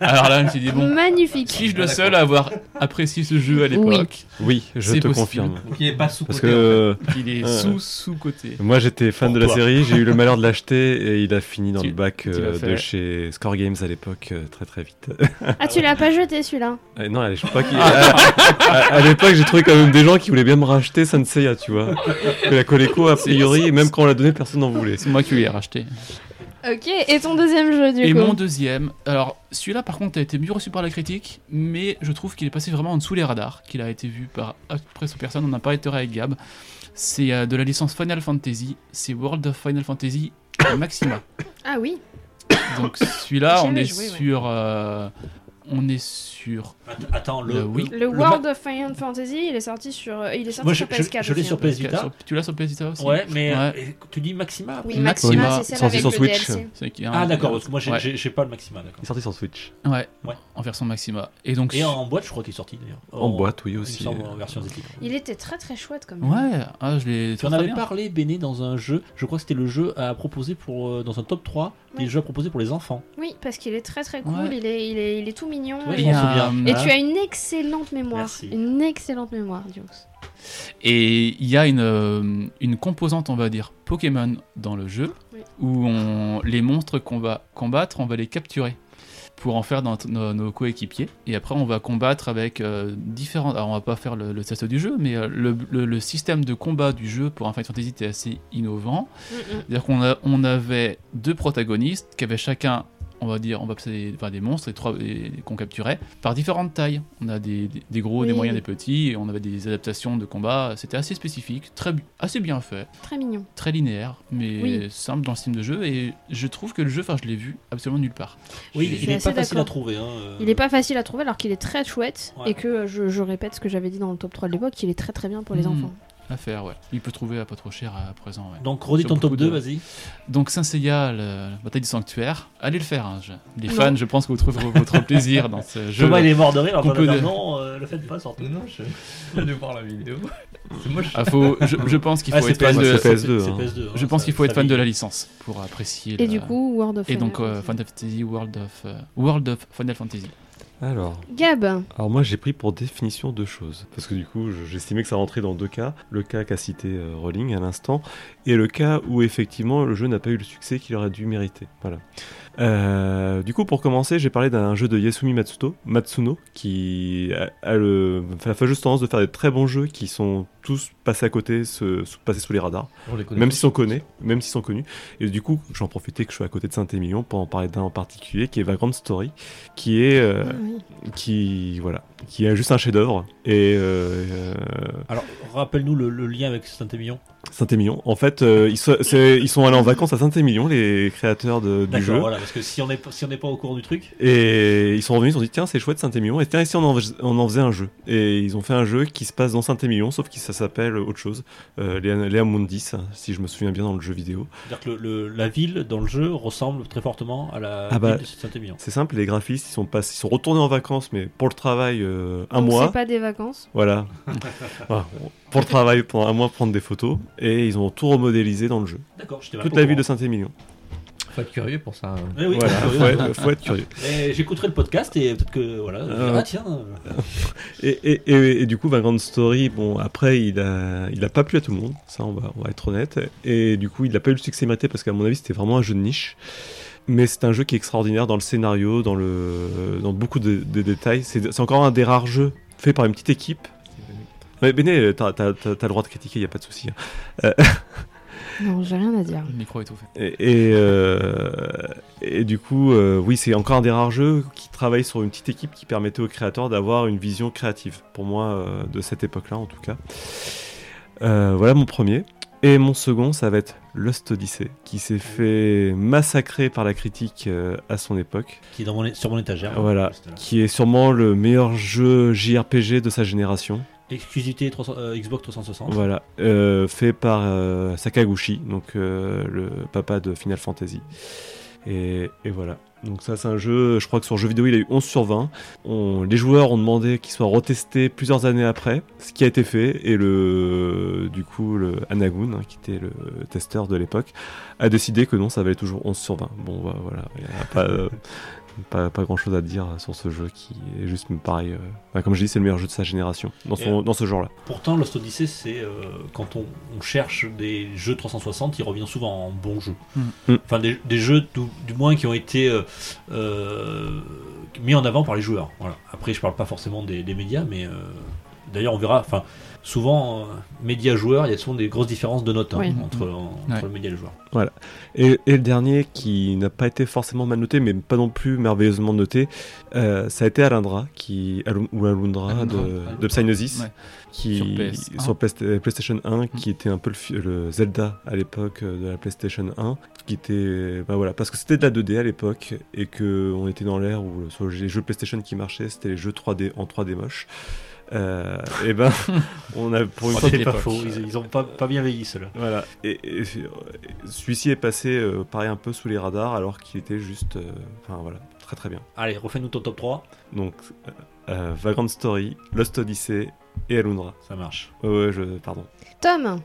E: Alors là, je me suis dit, bon,
C: Ah, Magnifique.
D: Ah,
E: suis-je le seul à avoir apprécié ce jeu à l'époque
F: Oui, je
E: C'est
F: te
E: possible.
F: confirme.
G: Donc il est pas sous
F: Parce que
E: Il est
F: Ouais.
D: Ah.
E: sous-sous-côté.
F: moi j'étais fan de la série, j'ai eu le malheur de l'acheter et il a fini dans
E: Tu-
F: le bac
E: tu l'as
F: euh, de
E: fait.
F: chez Score Games à l'époque euh, très très vite.
C: Ah, tu l'as pas jeté celui-là
F: Euh, non, je sais pas qui. à à- à l'époque, j'ai trouvé quand même des gens qui voulaient bien me racheter Sanseiya, tu vois. Que la Coleco, a priori, même quand on l'a donné, personne n'en voulait.
E: C'est moi qui lui ai racheté.
C: Ok, et ton deuxième jeu du
E: Et
C: coup
E: mon deuxième, alors celui-là par contre a été mieux reçu par la critique, mais je trouve qu'il est passé vraiment en dessous les radars, qu'il a été vu par à peu près sans personne, on en a parlé tout à l'heure avec Gab. C'est euh, de la licence Final Fantasy, c'est World of Final Fantasy Maxima.
C: Ah oui.
E: Donc celui-là, on
C: J'avais
E: est
C: joué, ouais.
E: sur. euh, on est sur.
D: Att- Attends, le.
E: Le oui.
C: Le,
D: le
C: World of Final Fantasy, il est sorti sur, euh, il est sorti
D: Moi, je-
C: sur PS4.
D: je l'ai
C: aussi, hein.
D: sur
C: un peu.
D: PS Vita.
E: Tu l'as sur PS Vita aussi
D: Ouais, mais
E: Ouais.
D: et tu dis Maxima
C: Oui,
E: Oui.
C: Maxima,
E: Maxima,
C: c'est celle
F: sorti
C: avec
F: sur
C: le
F: Switch.
C: DLC.
E: C'est qu'il y a un-
D: Ah, d'accord, parce que moi j'ai
E: Ouais.
D: j'ai- j'ai pas le Maxima, d'accord.
F: Il est sorti sur Switch.
E: Ouais,
D: Ouais.
E: en version Maxima. Et donc.
D: Et en boîte, je crois qu'il est sorti d'ailleurs.
F: En boîte, oui,
D: Oh, il me
F: aussi.
D: semble, hein. en version ZX.
C: Il était très très chouette comme jeu.
E: Ouais, ah, je l'ai.
D: Tu
E: trouvé
D: en
E: très
D: avais
E: bien.
D: parlé, Béné, dans un jeu, je crois que c'était le jeu à proposer pour, euh, dans un top 3, des
C: Ouais.
D: jeux à proposer pour les enfants.
C: Oui, parce qu'il est très très cool,
E: Ouais.
C: il, est, il, est, il est tout mignon.
D: Ouais,
C: et-
E: Il y
D: je m'en
E: a-
D: souviens.
C: Et
D: Ah.
C: tu as une excellente mémoire.
D: Merci.
C: Une excellente mémoire, Dios.
E: Et il y a une, euh, une composante, on va dire, Pokémon dans le jeu,
C: Oui.
E: où on, les monstres qu'on va combattre, on va les capturer pour en faire dans t- nos, nos coéquipiers. Et après, on va combattre avec euh, différents... Alors, on va pas faire le, le test du jeu, mais euh, le, le- le système de combat du jeu pour un Final Fantasy était assez innovant.
C: Mm,
E: C'est-à-dire qu'on a- on avait deux protagonistes qui avaient chacun, on va dire, on va passer enfin, des monstres et trois et- qu'on capturait par différentes tailles. On a des, des- des gros, des
C: Oui.
E: moyens, des petits, et on avait des adaptations de combat. C'était assez spécifique, très, bu- assez bien fait,
C: Très mignon.
E: très linéaire, mais
C: Oui.
E: simple dans le système de jeu. Et je trouve que le jeu, enfin, je l'ai vu absolument nulle part.
D: Oui,
E: Je
D: il
E: suis
D: n'est
C: assez
D: pas facile
C: d'accord.
D: à trouver. hein, euh.
C: Il est pas facile à trouver alors qu'il est très chouette
D: Ouais.
C: et que euh, je, je répète ce que j'avais dit dans le top 3 de l'époque, il est très très bien pour les
E: Mhm.
C: enfants.
E: À faire, ouais. Il peut trouver à pas trop cher à présent, ouais.
D: Donc, redis
E: Sur
D: ton top
E: beaucoup de-
D: 2, vas-y.
E: Donc Saint Seiya, le- la bataille du sanctuaire, allez le faire. hein, je- Les
C: Non.
E: fans, je pense que vous trouverez votre plaisir dans ce jeu.
D: Thomas, il est mort de rire, alors
E: qu'on
D: qu'on
E: peut
D: a
E: le-
D: dit, non, euh, le faites pas, sortez.
G: Non, non, je viens de voir la vidéo. C'est moche.
E: Ah, faut- je, je pense
G: Ah,
E: qu'il faut être fan de...
F: PS2, c'est PS2,
D: c'est
F: hein.
D: PS2, hein,
E: Je pense
D: ça-
E: qu'il faut
D: ça
E: être fan de
D: vit.
E: la licence pour apprécier.
C: Et
E: la-
C: du coup, World of
E: Et
C: Final
E: donc euh,
C: Fantasy.
E: Final Fantasy World of euh, World of Final Fantasy.
F: Alors,
C: Gab,
F: alors moi j'ai pris pour définition deux choses. Parce que du coup, je- j'estimais que ça rentrait dans deux cas. Le cas qu'a cité euh, Rowling à l'instant, et le cas où effectivement le jeu n'a pas eu le succès qu'il aurait dû mériter. Voilà. Euh, du coup, pour commencer, j'ai parlé d'un jeu de Yasumi Matsuto, Matsuno qui a, a le, la fâcheuse tendance de faire des très bons jeux qui sont tous passés à côté, se- sous- passés sous les radars.
G: On les connaît
F: Même
G: tous.
F: s'ils sont connus, même s'ils sont connus. Et du coup, j'en profitais que je suis à côté de Saint-Émilion pour en parler d'un en particulier, qui est Vagrant Story, qui est, euh,
C: Ah oui.
F: qui, voilà, qui est juste un chef-d'œuvre. Et euh, euh,
D: Alors, rappelle-nous le, le lien avec Saint-Émilion.
F: Saint-Émilion, en fait, euh, ils, so- c'est- ils sont allés en vacances à Saint-Émilion, les créateurs de- du jeu.
D: D'accord, voilà, parce que si on n'est pas- si on n'est pas au courant du truc,
F: Et ils sont revenus, ils ont dit tiens c'est chouette Saint-Émilion et tiens ici on en, on en faisait un jeu. Et ils ont fait un jeu qui se passe dans Saint-Émilion sauf que ça s'appelle autre chose, euh, Lea, Lea Mundis si je me souviens bien dans le jeu vidéo.
D: c'est-à-dire que le- le- la ville dans le jeu ressemble très fortement à la
F: Ah bah,
D: ville de Saint-Émilion.
F: C'est simple, les graphistes ils sont, pas, ils sont retournés en vacances mais pour le travail euh, un
C: donc
F: mois.
C: c'est pas des vacances.
F: Voilà. Voilà. Pour le travail pendant un mois prendre des photos et ils ont tout remodélisé dans le jeu.
D: D'accord, j'étais
F: Toute la ville de Saint-Émilion.
G: Faut être curieux pour ça.
D: Eh oui,
F: Voilà,
D: d'accord,
F: faut
D: oui.
F: être- faut être curieux.
D: Et J'écouterai le podcast et peut-être que voilà. je dirai,
F: Euh.
D: Ah tiens. euh,
F: Et, et- et- et du coup, Vagrant Story, bon, après, il a, il a pas plu à tout le monde, ça, on va, on va être honnête. Et du coup, il n'a pas eu le succès mérité parce qu'à mon avis, c'était vraiment un jeu de niche. Mais c'est un jeu qui est extraordinaire dans le scénario, dans, le, dans beaucoup de, de détails. C'est c'est encore un des rares jeux fait par une petite équipe. Mais Béné, t'as t'as- t'as- t'as le droit de critiquer, il n'y a pas de souci. hein. Euh,
C: Non, j'ai rien à dire.
E: Le micro est tout fait.
F: Et, et, euh, et du coup, euh, oui, c'est encore un des rares jeux qui travaille sur une petite équipe qui permettait aux créateurs d'avoir une vision créative, pour moi, euh, de cette époque-là en tout cas. Euh, voilà mon premier. Et mon second, ça va être Lost Odyssey, qui s'est fait massacrer par la critique euh, à son époque.
D: Qui est dans mon- sur mon étagère.
F: Voilà,
D: Juste là.
F: qui est sûrement le meilleur jeu JRPG de sa génération.
D: Exclusivité 300 euh, Xbox 360.
F: Voilà, Euh, fait par euh, Sakaguchi, donc euh, le papa de Final Fantasy. Et, et voilà. Donc ça c'est un jeu, je crois que sur jeu vidéo il a eu 11 sur 20. On- les joueurs ont demandé qu'il soit retesté plusieurs années après, ce qui a été fait, et le du coup le Anagun, hein, qui était le testeur de l'époque, a décidé que non, ça valait toujours 11 sur 20. Bon bah, voilà, il n'y a pas, euh, pas, grand chose à dire sur ce jeu qui est juste me paraît, euh, bah, comme je dis, c'est le meilleur jeu de sa génération, dans, son- dans ce genre-là.
D: Pourtant, Lost Odyssey, c'est euh, quand on, on cherche des jeux 360, il revient souvent en bon jeu.
F: Mm.
D: Enfin, des, des jeux du, du moins qui ont été euh, euh, mis en avant par les joueurs. Voilà. Après, je parle pas forcément des, des médias, mais euh, d'ailleurs, on verra. Enfin, souvent, médias-joueurs, il y a souvent des grosses différences de notes hein,
C: Oui.
D: entre, en- entre
E: Ouais.
D: le média et le joueur.
F: Et, et le dernier qui n'a pas été forcément mal noté, mais pas non plus merveilleusement noté, euh, ça a été Alundra, qui, Alu- ou Alundra,
E: Alundra,
F: de,
E: Alundra.
F: de Psygnosis,
E: Ouais.
F: qui,
E: Sur PS1.
F: sur Playsta- euh, PlayStation 1,
E: Mm.
F: qui était un peu le, fi- le Zelda à l'époque euh, de la PlayStation 1, qui était, bah voilà, parce que c'était de la 2D à l'époque, et que on était dans l'ère où sur les jeux PlayStation qui marchaient, c'était les jeux 3D en 3D moche. Euh, et ben, on a pour une
E: Oh,
F: fois
E: c'était
D: C'est pas
E: l'époque.
D: faux, ils, ils ont pas, pas bien vieilli ceux-là.
F: voilà. Et, et- et celui-ci est passé, euh, pareil, un peu sous les radars, alors qu'il était juste. euh, Enfin, voilà, très très bien.
D: Allez, refais-nous ton top 3,
F: Donc, euh, euh, Vagrant Story, Lost Odyssey et Alundra.
D: ça marche.
F: Ouais, ouais, je. Pardon.
C: Tom,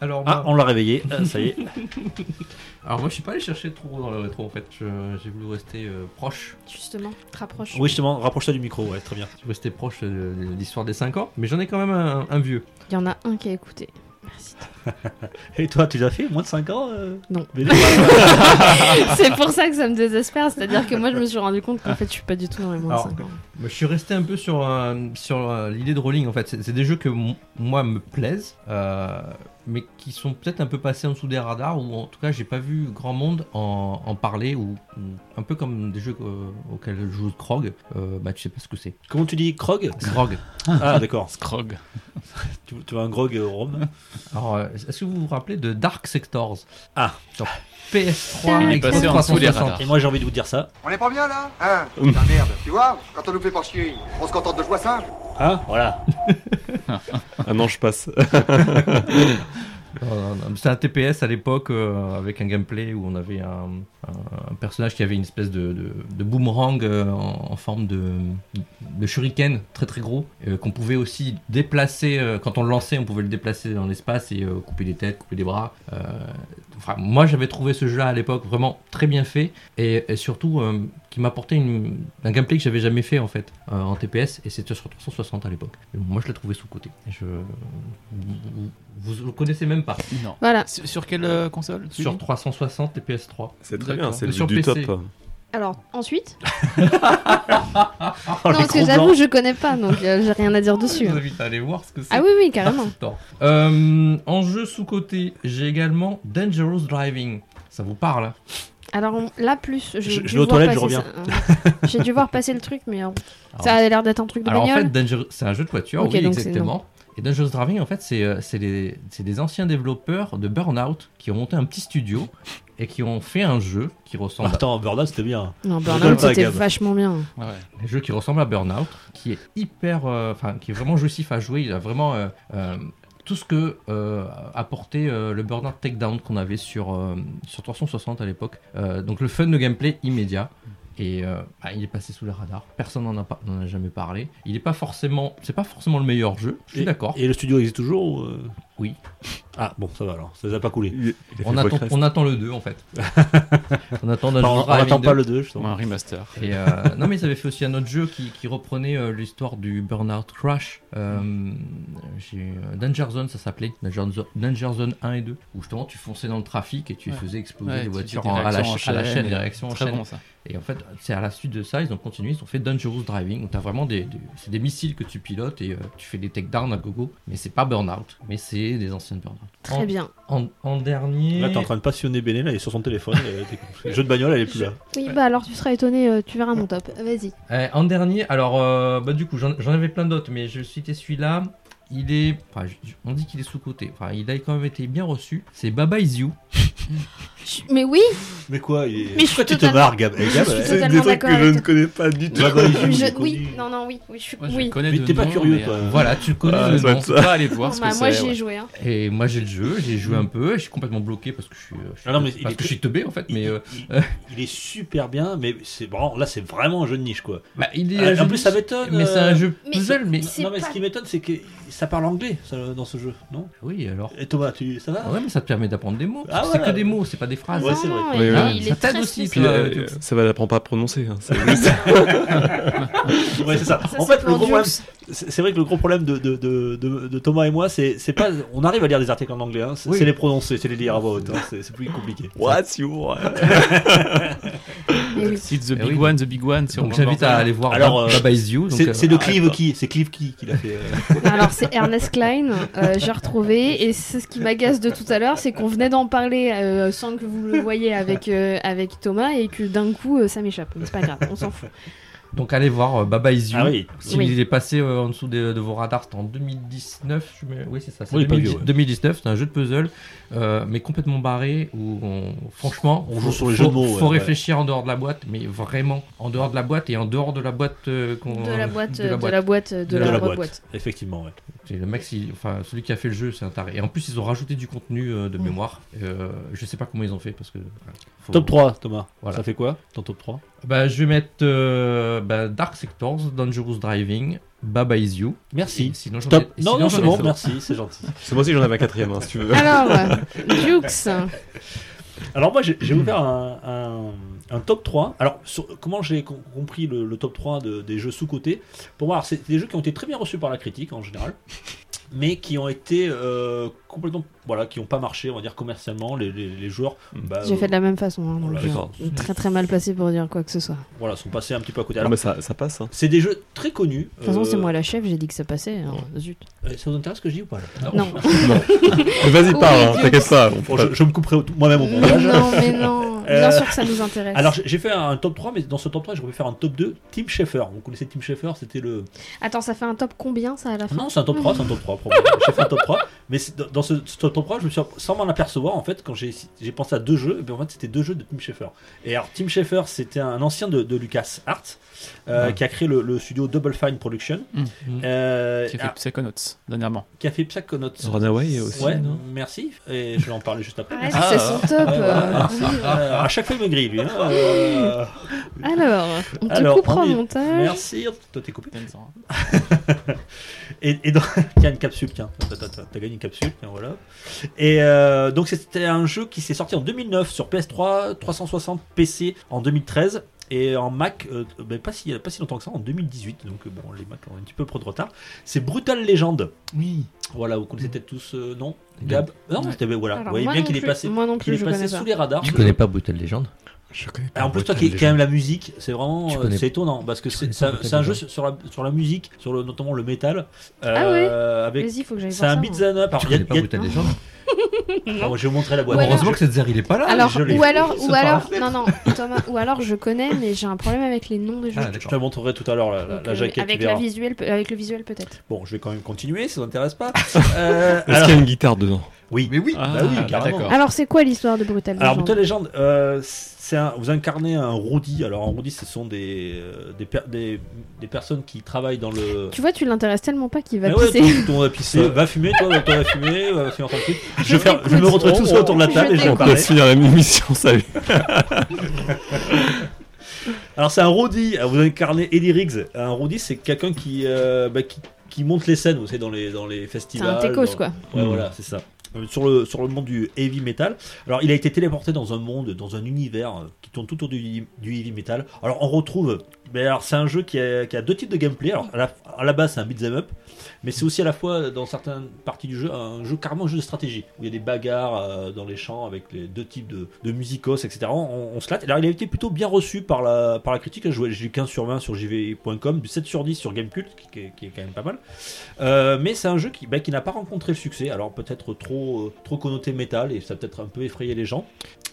G: Alors, moi,
D: Ah, on l'a réveillé, Ah, ça y est.
G: alors ah, moi, je suis pas allé chercher trop dans le rétro en fait. Je- J'ai voulu rester euh, proche.
C: justement, te rapproche.
D: Oui, justement, rapproche-toi du micro, ouais, très bien.
G: Je suis resté proche euh, de, l'histoire des 5 ans, mais j'en ai quand même un, un vieux.
C: Il y en a un qui a écouté. Merci.
D: Et toi, tu l'as fait moins de 5 ans euh,
C: Non.
D: BD
C: c'est pour ça que ça me désespère, c'est-à-dire que moi je me suis rendu compte qu'en fait je suis pas du tout dans les moins de
D: Alors,
C: cinq ans.
G: Moi, je suis resté un peu sur, euh, sur euh, l'idée de rolling en fait. C'est c'est des jeux que m- moi me plaisent, euh, mais qui sont peut-être un peu passés en dessous des radars, ou en tout cas j'ai pas vu grand monde en, en parler, ou, ou un peu comme des jeux euh, auxquels je joue Krog, euh, bah tu sais pas ce que c'est.
D: Comment tu dis Krog
G: Krog.
D: Ah, d'accord.
E: Scrog.
D: Tu, tu veux un grog euh, rhum
G: Alors, euh, est-ce que vous vous rappelez de Dark Sectors
D: Ah.
G: Sur
E: Il
G: PS3,
E: est
G: Xbox
E: passé en dessous des
G: 360.
E: radars.
D: Et moi, j'ai envie de vous dire ça.
J: On est pas bien là Hein La merde, tu vois Quand on nous fait pas chier, on se contente de joie simple.
D: Hein Voilà.
F: Ah non, je passe.
G: Non, non, non. C'était Euh, un TPS à l'époque euh, avec un gameplay où on avait un, un- un personnage qui avait une espèce de, de- de boomerang euh, en, en forme de, de shuriken très très gros euh, qu'on pouvait aussi déplacer euh, quand on le lançait on pouvait le déplacer dans l'espace et euh, couper des têtes, couper des bras. Euh, enfin, moi j'avais trouvé ce jeu-là à l'époque vraiment très bien fait et, et surtout euh, qui m'apportait une- un gameplay que j'avais jamais fait en fait euh, en TPS et c'était sur 360 à l'époque. Et Moi je l'ai trouvé sous côté. Je... Vous, vous- vous le connaissez même pas.
E: Non.
C: Voilà.
E: Sur, sur quelle euh, console
G: Sur 360 et PS3.
F: C'est très
E: D'accord.
F: bien, c'est
G: Mais
F: le
G: sur
F: but du
G: PC.
F: top.
C: Alors ensuite
D: Oh,
C: Non,
D: les
C: parce que
D: gros
C: j'avoue
D: blancs.
C: je connais pas, donc euh, j'ai rien à dire dessus.
G: Je vous invite à aller voir ce que c'est.
C: Ah oui, oui, carrément.
G: Attends. Euh, en jeu sous-côté, j'ai également Dangerous Driving. Ça vous parle hein
C: Alors on- là plus,
D: Je-
C: j'ai dû
D: je vais aux
C: voir
D: toilettes, je
C: passer ça. Euh, J'ai dû voir passer le truc, mais euh, ça a l'air d'être un truc de
G: Alors en fait,
C: bagnole.
G: Danger- c'est un jeu de voiture,
C: Ok,
G: oui,
C: donc c'est
G: exactement. Et Dangerous Driving, en fait, c'est euh, c'est des, c'est des anciens développeurs de Burnout qui ont monté un petit studio et qui ont fait un jeu qui ressemble à
D: Attends, Burda, c'était bien.
C: Non, bah,
D: rigole
C: Burnout
D: pas,
C: c'était
D: Gab.
C: vachement bien.
E: Ouais, ouais.
G: un jeu qui ressemble à Burnout, qui est hyper, euh, enfin, qui est vraiment jouissif à jouer. Il a vraiment euh, euh, tout ce que euh, apportait euh, le Burnout Takedown qu'on avait sur euh, sur 360 à l'époque. Euh, donc le fun de gameplay immédiat. Et euh, bah, il est passé sous le radar. Personne n'en a, pas- n'en a jamais parlé. Il n'est pas forcément, c'est pas forcément le meilleur jeu. Je suis
D: Et-
G: d'accord.
D: Et le studio existe toujours ou, euh
G: Oui.
D: Ah, bon, ça va alors. Ça les a pas coulé.
F: Il- il a
G: On
F: fait
G: attend,
F: Voice Rest.
G: on attend le 2 en fait. on attend
D: Enfin,
G: Dungeons
D: on on
G: Driving
D: attend
G: 2.
D: pas le 2, je
E: Ou un remaster.
G: Et euh, non, mais ils avaient fait aussi un autre jeu qui, qui reprenait euh, l'histoire du Burnout Crash. Euh, j'ai, euh, Danger Zone, ça s'appelait. Danger, Zo- Danger Zone 1 et 2. Où justement, tu fonçais dans le trafic et tu
E: Ouais.
G: faisais exploser
E: Ouais,
G: les
E: tu
G: voitures
E: fais des
G: en- à, la,
E: réactions
G: ch- à la
E: en
G: chaîne,
E: et-
G: des réactions en
E: Très
G: chaîne.
E: bon ça.
G: Et en fait, c'est à la suite de ça, ils ont continué, ils ont fait Dangerous Driving, où t'as vraiment des, des- c'est des missiles que tu pilotes et euh, tu fais des takedowns à gogo. Mais c'est pas Burnout, mais c'est des anciennes Burnout.
C: Très bien.
G: En, en dernier.
A: Là, t'es en train de passionner Béné, là, il est sur son téléphone. euh, t'es- Le jeu de bagnole, elle est plus là.
C: Oui, bah alors tu seras étonné, euh, tu verras mon top. Vas-y.
G: Euh, en dernier, alors euh, bah, du coup j'en j'en avais plein d'autres, mais je vais citer celui-là. Il est, enfin, je- je- on dit qu'il est sous-côté. Enfin, il a quand même été bien reçu. C'est Baba Is You.
C: Je- Mais oui,
A: Mais quoi il est-
C: Mais je suis
A: Pourquoi tu te
C: totalement-
A: marres, Gab Eh, Gab,
C: Je suis
A: eh,
F: C'est
C: totalement
F: des trucs
C: d'accord
F: que je
C: avec
F: ne connais pas du tout.
A: bah, bah, il joue, il est
C: je-
A: connu.
C: oui, non, non, oui, oui, je suis,
E: Moi, je
C: oui.
E: connais
A: Mais
E: de
A: t'es pas
E: nom,
A: curieux,
E: mais,
A: toi. hein.
E: euh,
G: Voilà, tu connais
F: Ah,
G: le
F: ça
G: nom.
F: te-
E: on va aller voir ce
C: Bah,
E: que
C: moi
E: c'est.
C: j'y ai
E: ouais.
C: joué. hein.
G: Et moi j'ai le jeu, j'ai joué
F: Mm.
G: un peu, et je suis complètement bloqué parce que je suis, euh, je suis-
A: Ah non, mais il
G: parce
A: est-
G: que je suis teubé en fait. Mais
A: il,
G: euh,
A: il- il est super bien, mais c'est bon, là c'est vraiment un jeu de niche quoi.
G: bah, il est
A: Ah,
G: un jeu
A: en plus, ça
G: de-
A: m'étonne,
G: Mais c'est
A: euh,
G: un jeu
C: mais-
G: puzzle, mais,
C: C'est
A: Non, mais
C: pas-
A: ce qui m'étonne, c'est que ça parle anglais ça, dans ce jeu, non
G: oui alors.
A: Et Thomas, tu ça va
G: Ah ouais, mais ça te permet d'apprendre des mots.
A: Ah,
G: c'est
A: voilà.
G: que des mots, c'est pas des phrases.
A: Ouais,
C: non,
A: c'est vrai.
C: non,
F: Oui,
C: il,
F: oui.
C: il
G: Ça
C: est
G: t'aide
C: très
G: aussi,
F: Puis,
G: Ah,
C: spécial.
F: euh,
G: ouais,
F: ça va l'apprendre pas à prononcer. hein, c'est-
A: Ouais, c'est ça.
C: Ça,
A: en
C: c'est
A: fait, le
C: pour
A: gros
C: Dieu.
A: problème, c'est c'est vrai que le gros problème de, de, de, de, de Thomas et moi, c'est c'est pas. On arrive à lire des articles en anglais, hein, c'est
G: Oui.
A: c'est les prononcer, c'est les lire à voix haute, hein, c'est c'est plus compliqué.
F: What's your-
C: Mais oui.
E: Si the
G: Eh
E: big
G: oui.
E: one, the big one. Si on
G: Donc j'invite à aller voir
A: Alors, euh,
G: Baba Is You. donc,
A: C'est
G: euh,
A: c'est de Clive qui C'est Clive qui qui l'a fait. euh.
C: Alors c'est Ernest Klein, euh, j'ai retrouvé, et c'est ce qui m'agace de tout à l'heure, c'est qu'on venait d'en parler euh, sans que vous le voyiez avec, euh, avec Thomas et que d'un coup euh, ça m'échappe. Mais c'est pas grave, on s'en fout.
G: Donc allez voir euh, Baba Is You.
A: Ah oui,
G: Si
C: Oui.
G: il est passé euh, en dessous de, de vos radars, c'était en 2019. je me- Oui, c'est ça. c'est
A: Oui, pas
G: 2010
A: vieux, ouais.
G: 2019, c'est un jeu de puzzle, euh, mais complètement barré, où on- franchement,
A: On joue sur les
G: faut-
A: jeux de mots, ouais,
G: faut
A: ouais.
G: réfléchir en dehors de la boîte, mais vraiment en dehors de la boîte et en dehors de la boîte euh, qu'on-
C: De la boîte,
G: de la boîte.
C: euh, de,
G: De
C: la,
A: la
C: boîte.
A: boîte. effectivement, ouais.
G: C'est le mec, il- enfin celui qui a fait le jeu, c'est un taré. Et en plus, ils ont rajouté du contenu euh, de
C: Mm.
G: mémoire. Euh, je sais pas comment ils ont fait parce que. voilà, faut-
A: Top 3, Thomas.
G: Voilà.
A: Ça fait quoi ton top 3
G: Bah, je vais mettre euh, bah, Dark Sectors, Dangerous Driving, Baba Is You.
A: Merci.
G: Et Sinon, j'en ai-
A: Top.
G: et
A: Non,
G: sinon,
A: non,
G: j'en
A: c'est
G: ai
A: bon,
G: fait-
A: merci, c'est gentil.
F: C'est moi aussi, j'en avais un quatrième, hein, si tu veux.
C: Alors, Dukes,
A: Alors moi j'ai j'ai ouvert un, un- un top 3. Alors sur- comment j'ai com- compris le, le top 3 de- des jeux sous-cotés Pour moi, alors, c'est des jeux qui ont été très bien reçus par la critique en général, mais qui ont été euh, complètement... Voilà, qui n'ont pas marché, on va dire, commercialement. Les, les- les joueurs... bah,
C: j'ai
A: euh,
C: fait de la même façon, hein, donc,
A: Voilà,
C: euh,
A: d'accord.
C: très très mal placé pour dire quoi que ce soit.
A: Voilà, sont passés un petit peu à côté.
F: Non,
D: Ah,
A: Alors,
F: mais ça, ça passe. Hein.
A: c'est des jeux très connus.
C: De toute façon, c'est
A: Euh,
C: moi la chef, j'ai dit que ça passait. alors, Zut.
A: euh, Ça vous intéresse ce que je dis ou pas là
C: Non.
F: Mais Vas-y,
C: Oui,
F: parle, hein,
C: Oh, Dieu.
F: t'inquiète pas. on
A: Bon,
F: fera-
A: je, je me couperai au- moi-même au montage.
C: non, mais non. Bien
A: Euh,
C: sûr que ça nous intéresse.
A: Alors j'ai j'ai fait un top 3, mais dans ce top 3, j'aurais pu faire un top 2. Tim Schafer. Vous connaissez Tim Schafer C'était le...
C: Attends, ça fait un top combien ça à la fin
A: Non, c'est un top 3, c'est un top 3. probablement. j'ai fait un top 3. Mais c'est- dans- dans ce, ce top 3, je me suis, sans m'en apercevoir, en fait, quand j'ai j'ai pensé à deux jeux, et bien en fait, c'était deux jeux de Tim Schafer. Et alors, Tim Schafer, c'était un ancien de, de Lucas Art,
G: Ouais.
A: qui a créé le, le studio Double Fine Production,
E: Mhm.
A: euh, ah,
E: Qui a fait Psychonauts dernièrement.
A: Psychonauts.
F: Runaway aussi.
A: ouais,
F: non
A: merci. Et je vais en parler juste après.
C: Ouais,
E: Ah,
C: c'est son top.
A: Ouais, ouais,
C: euh.
A: Euh, à chaque fois, il me grille, lui. hein.
C: Ah.
A: Euh,
C: Alors, on te
A: Alors,
C: coupera
A: on
C: au
A: y-
C: montage.
A: merci. Toi, t'es
G: Euh,
A: coupé. Et, et dans... Tiens, une capsule, tiens. T'as- t'as- T'as t'as gagné une capsule, tiens, voilà. Et euh, donc, c'était un jeu qui s'est sorti en 2009 sur PS3, 360 PC en 2013. Et en Mac, euh, ben, pas, si, pas si longtemps que ça, en 2018. Donc, euh, bon, les Mac ont un petit peu trop de retard. C'est Brutal Legend.
E: Oui.
A: Voilà, vous connaissez peut-être tous, euh, non Gab Non,
E: Ouais.
A: c'était- ben, voilà. vous
C: Alors,
A: voyez
C: moi
A: bien
C: non
A: qu'il est
C: plus-
A: passé,
C: Moi non
A: qu'il
C: plus,
A: est
C: je
A: passé
C: connais
A: sous
C: pas.
A: les radars.
G: Tu connais pas Brutal Legend
F: Je connais pas.
A: Alors, en plus, toi
F: Brutal
A: qui qui
F: Legend.
A: aime la musique, c'est vraiment
G: Tu
A: euh,
G: connais-
A: c'est étonnant parce que
G: tu
A: c'est
G: connais
A: c'est
G: pas
A: un, c'est un jeu
G: Brutal
A: sur la, sur la musique, sur le, notamment le métal.
C: Ah ouais
A: euh, avec
C: Vas-y, faut que j'aille
A: C'est
C: voir
A: un
C: ça, moi.
A: beat'em up. Alors,
G: Tu
A: il y a-
G: connais pas
A: il y a-
G: Brutal Legend
A: Ah, moi, je vais vous montrer la boîte.
C: Ou alors-
G: Heureusement que Setzer il est pas là.
C: Alors,
A: je l'ai.
C: ou alors, ou
G: pas
C: alors, non, non, Thomas, ou alors je connais, mais j'ai un problème avec les noms des jeux.
G: Ah,
A: Je
G: d'accord.
A: te la montrerai tout à l'heure la, la-
C: Donc,
A: la
C: euh,
A: jaquette. tu
C: avec, la
A: verras.
C: visuelle, pe- avec le visuel peut-être.
A: Bon, je vais quand même continuer, ça t'intéresse pas. Euh,
F: Est-ce
A: alors-
F: qu'il y a une guitare dedans
A: Oui,
G: Mais oui.
A: bah oui,
E: Ah,
A: carrément.
E: d'accord.
C: Alors c'est quoi l'histoire de Brutal
A: Alors,
C: Legend
A: Brutal Legend, euh, c'est un- vous incarnez un roadie. Alors, un roadie, ce sont des, euh, des, per- des, des personnes qui travaillent dans le.
C: Tu vois, tu l'intéresses tellement pas qu'il va
A: Eh ouais,
C: pisser.
A: tout- tout le monde va pisser. va fumer, toi, toi, va fumer, va fumer en tant que truc. Je, vais faire- je me
C: t'écoute.
A: retrouve tous autour de la table
C: Oh,
A: et
C: Je
A: je vais en
F: On
A: parler.
F: peut finir la émission, salut.
A: Alors c'est un roadie, Ah, vous incarnez Eddie Riggs. Un roadie c'est quelqu'un qui, euh, bah, qui, qui monte les scènes, vous savez, dans les, dans les
C: c'est
A: festivals.
C: un
A: dans-
C: techos quoi.
A: Ouais,
F: Mm.
A: voilà, c'est ça. Euh, Sur le, sur le monde du heavy metal. Alors, il a été téléporté dans un monde, dans un univers euh, qui tourne tout autour du, du heavy metal. Alors, on retrouve. Mais alors, c'est un jeu qui a, qui a deux types de gameplay. Alors, à la, à la base, c'est un beat'em up.
D: Mais c'est aussi à la fois, euh, dans certaines parties du jeu, un jeu carrément un jeu de stratégie, où il y a des bagarres euh, dans les champs avec les deux types de, de musicos, etc. On, on se latte. Alors il a été plutôt bien reçu par la, par la critique. hein. Je vois- J'ai eu 15 sur 20 sur jv.com, du 7 sur 10 sur Gamecult, qui, qui est- qui est quand même pas mal. Euh, mais c'est un jeu qui, bah, qui n'a pas rencontré le succès. Alors peut-être trop, euh, trop connoté métal, et ça a peut-être un peu effrayé les gens.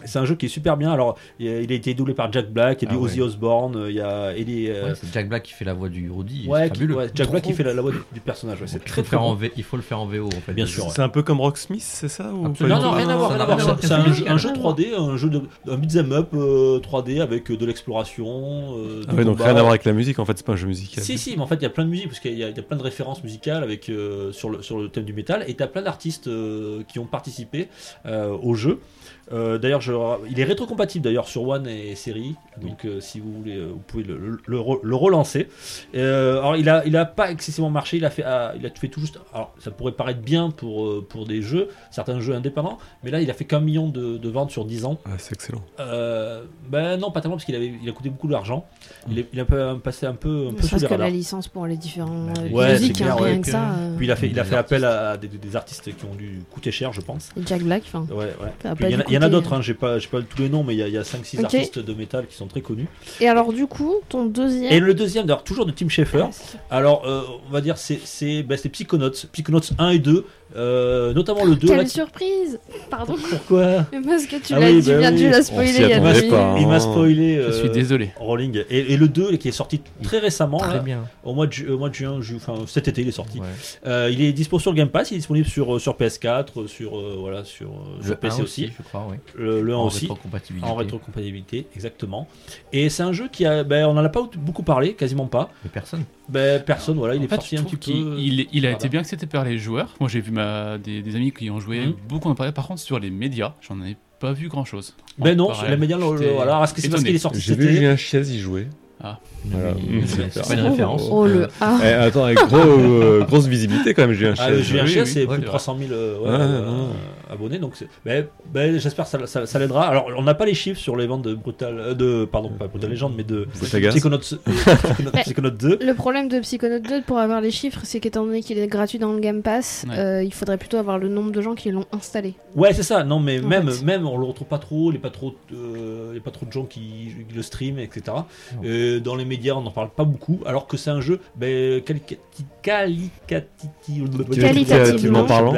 D: C'est un jeu qui est super bien. Alors il a, il a été doublé par Jack Black, il y a
G: Ah
D: du
G: ouais.
D: Ozzy Osbourne, euh, il y a Ellie. euh,
G: Ouais, c'est Jack Black qui fait la voix du Rudy.
D: ouais,
G: c'est
D: qui-
G: fabuleux.
D: ouais, Jack Black qui
G: Trop-
D: fait la, la voix du, du personnage. ouais, c'est
G: Il faut
D: très
G: le
D: très
G: faire en
D: bon.
G: V- Il faut le faire en VO en fait.
D: Bien sûr. ouais.
F: C'est un peu comme Rocksmith, c'est ça ou
G: Absolument.
F: pas du
D: Non, non,
F: tout
D: rien à voir,
G: ça
D: rien
G: n'a
D: à voir.
G: rien à
D: C'est un,
G: voir.
D: jeu- un jeu 3D, un jeu de, un beat'em up euh, 3D avec euh, de l'exploration. euh,
F: Ah
D: du
F: ouais, donc
D: combat.
F: rien à voir avec la musique en fait, c'est pas un jeu musical.
D: Si, si, mais en fait, il y a plein de musique, parce qu'il y, a- il y a plein de références musicales avec, euh, sur, le, sur le thème du métal, et tu as plein d'artistes euh, qui ont participé euh, au jeu. Euh, d'ailleurs, je- il est rétrocompatible d'ailleurs sur One et série, donc euh, si vous voulez, euh, vous pouvez le, le- le re- le relancer. Euh, alors, il a, il a pas excessivement marché, il a fait, ah, il a fait tout juste. Alors, ça pourrait paraître bien pour, euh, pour des jeux, certains jeux indépendants, mais là, il a fait qu'un million de- de ventes sur 10 ans.
F: Ah, c'est excellent.
D: Euh, ben non, pas tellement parce qu'il avait, il a coûté beaucoup d'argent. Il, est- il a pas- passé un peu, un peu sous
C: Parce
D: les
C: que la
D: radars.
C: licence pour les différents euh,
D: Ouais, c'est
C: musiques,
D: clair,
C: hein, rien
D: ouais,
C: que
E: que-
C: ça. euh,
D: Puis il a fait, il a
G: Des
D: fait appel à des, des artistes qui ont dû coûter cher, je pense.
C: et Jack Black, enfin.
D: Ouais, ouais.
C: Ça a
D: Puis
C: Ah, pas
D: il y en
C: dû
D: a- il y en a
C: coûter,
D: d'autres, hein, j'ai pas, j'ai pas tous les noms, mais il y a, il y a 5-6
C: Ok.
D: artistes de métal qui sont très connus.
C: euh. Et alors, du coup, ton deuxième.
D: Et le deuxième, d'ailleurs, toujours de Tim Schafer.
C: Ah, c'est-
D: Alors, euh, on va dire, c'est c'est- ben, c'est Psychonauts. Psychonauts 1 et 2, euh, notamment le 2. là,
C: Quelle
D: qui-
C: surprise Pardon.
D: Pourquoi
C: Mais parce que tu
D: Ah
C: l'as
D: oui,
C: tu
D: bah
C: viens de
D: oui.
C: l'as
F: On
C: spoilé
F: s'y
C: il y a deux
F: attendait
C: minutes.
F: pas.
D: Il m'a
F: hein.
D: spoilé.
E: Oh, Je suis
D: euh,
E: désolé.
D: Rolling. Et, et le 2, qui est sorti très récemment,
G: Très
D: là,
G: bien.
D: au, mois de ju- au mois de juin, ju- enfin cet été, il est sorti.
G: Ah, Ouais.
D: Euh, il est dispo sur le Game Pass, il est disponible sur, euh, sur PS4, euh, sur, euh, voilà, sur, euh, sur
G: Le
D: PC
G: 1
D: aussi,
G: Ah, je crois, oui.
D: le, le 1
G: Ah, en
D: aussi.
G: rétrocompatibilité.
D: En rétrocompatibilité, exactement. Et c'est un jeu qui a. Ben, on en a pas beaucoup parlé, quasiment pas.
G: Mais personne.
D: Ben, personne, voilà, il
E: En
D: est
E: fait,
D: sorti
E: je
D: un
E: trouve
D: petit peu. Ah,
E: qu'il- Il, il a
D: voilà.
E: été bien accepté par les joueurs. Moi, j'ai vu ma, des, des amis qui ont joué
D: Mhm.
E: beaucoup en parler. Par contre, sur les médias, j'en ai pas vu grand chose.
D: Ben non, la média, le- le- voilà. Est-ce que c'est parce qu'il est sorti
F: J'ai
D: cet
F: vu
D: été
F: Julien Chiez y jouer. Voilà.
G: Mais-
F: C'est
G: C'est
F: ça.
G: pas une référence.
C: Oh le A.
F: Eh, attends, avec gros, euh, grosse visibilité quand même, Julien Chiez.
D: Ah, le Julien
E: oui,
D: Chies,
E: oui,
D: c'est
E: oui,
D: plus de
E: c'est
D: 300 000 euh, ouais,
F: Ouais,
D: euh,
F: ouais.
D: abonnés, donc c'est- ben, ben, j'espère que ça, ça- ça l'aidera. Alors, on n'a pas les chiffres sur les ventes de Brutal, euh, de pardon, pas Brutal Legend, mais de
F: Saga.
D: Psychonauts, euh, Psychonauts- Psychonauts 2.
C: Le problème de Psychonaut 2 pour avoir les chiffres, c'est qu'étant donné qu'il est gratuit dans le Game Pass,
E: Ouais.
C: euh, il faudrait plutôt avoir le nombre de gens qui l'ont installé.
D: Ouais, c'est ça. Non, mais
C: En
D: même,
C: fait.
D: même, on le retrouve pas trop. Il n'y a pas trop, euh, il y a pas trop de gens qui, qui le stream, etc. Euh, dans les médias, on n'en parle pas beaucoup. Alors que c'est un jeu, ben, quali- quali- quali-
C: Qualitativement
F: parlant.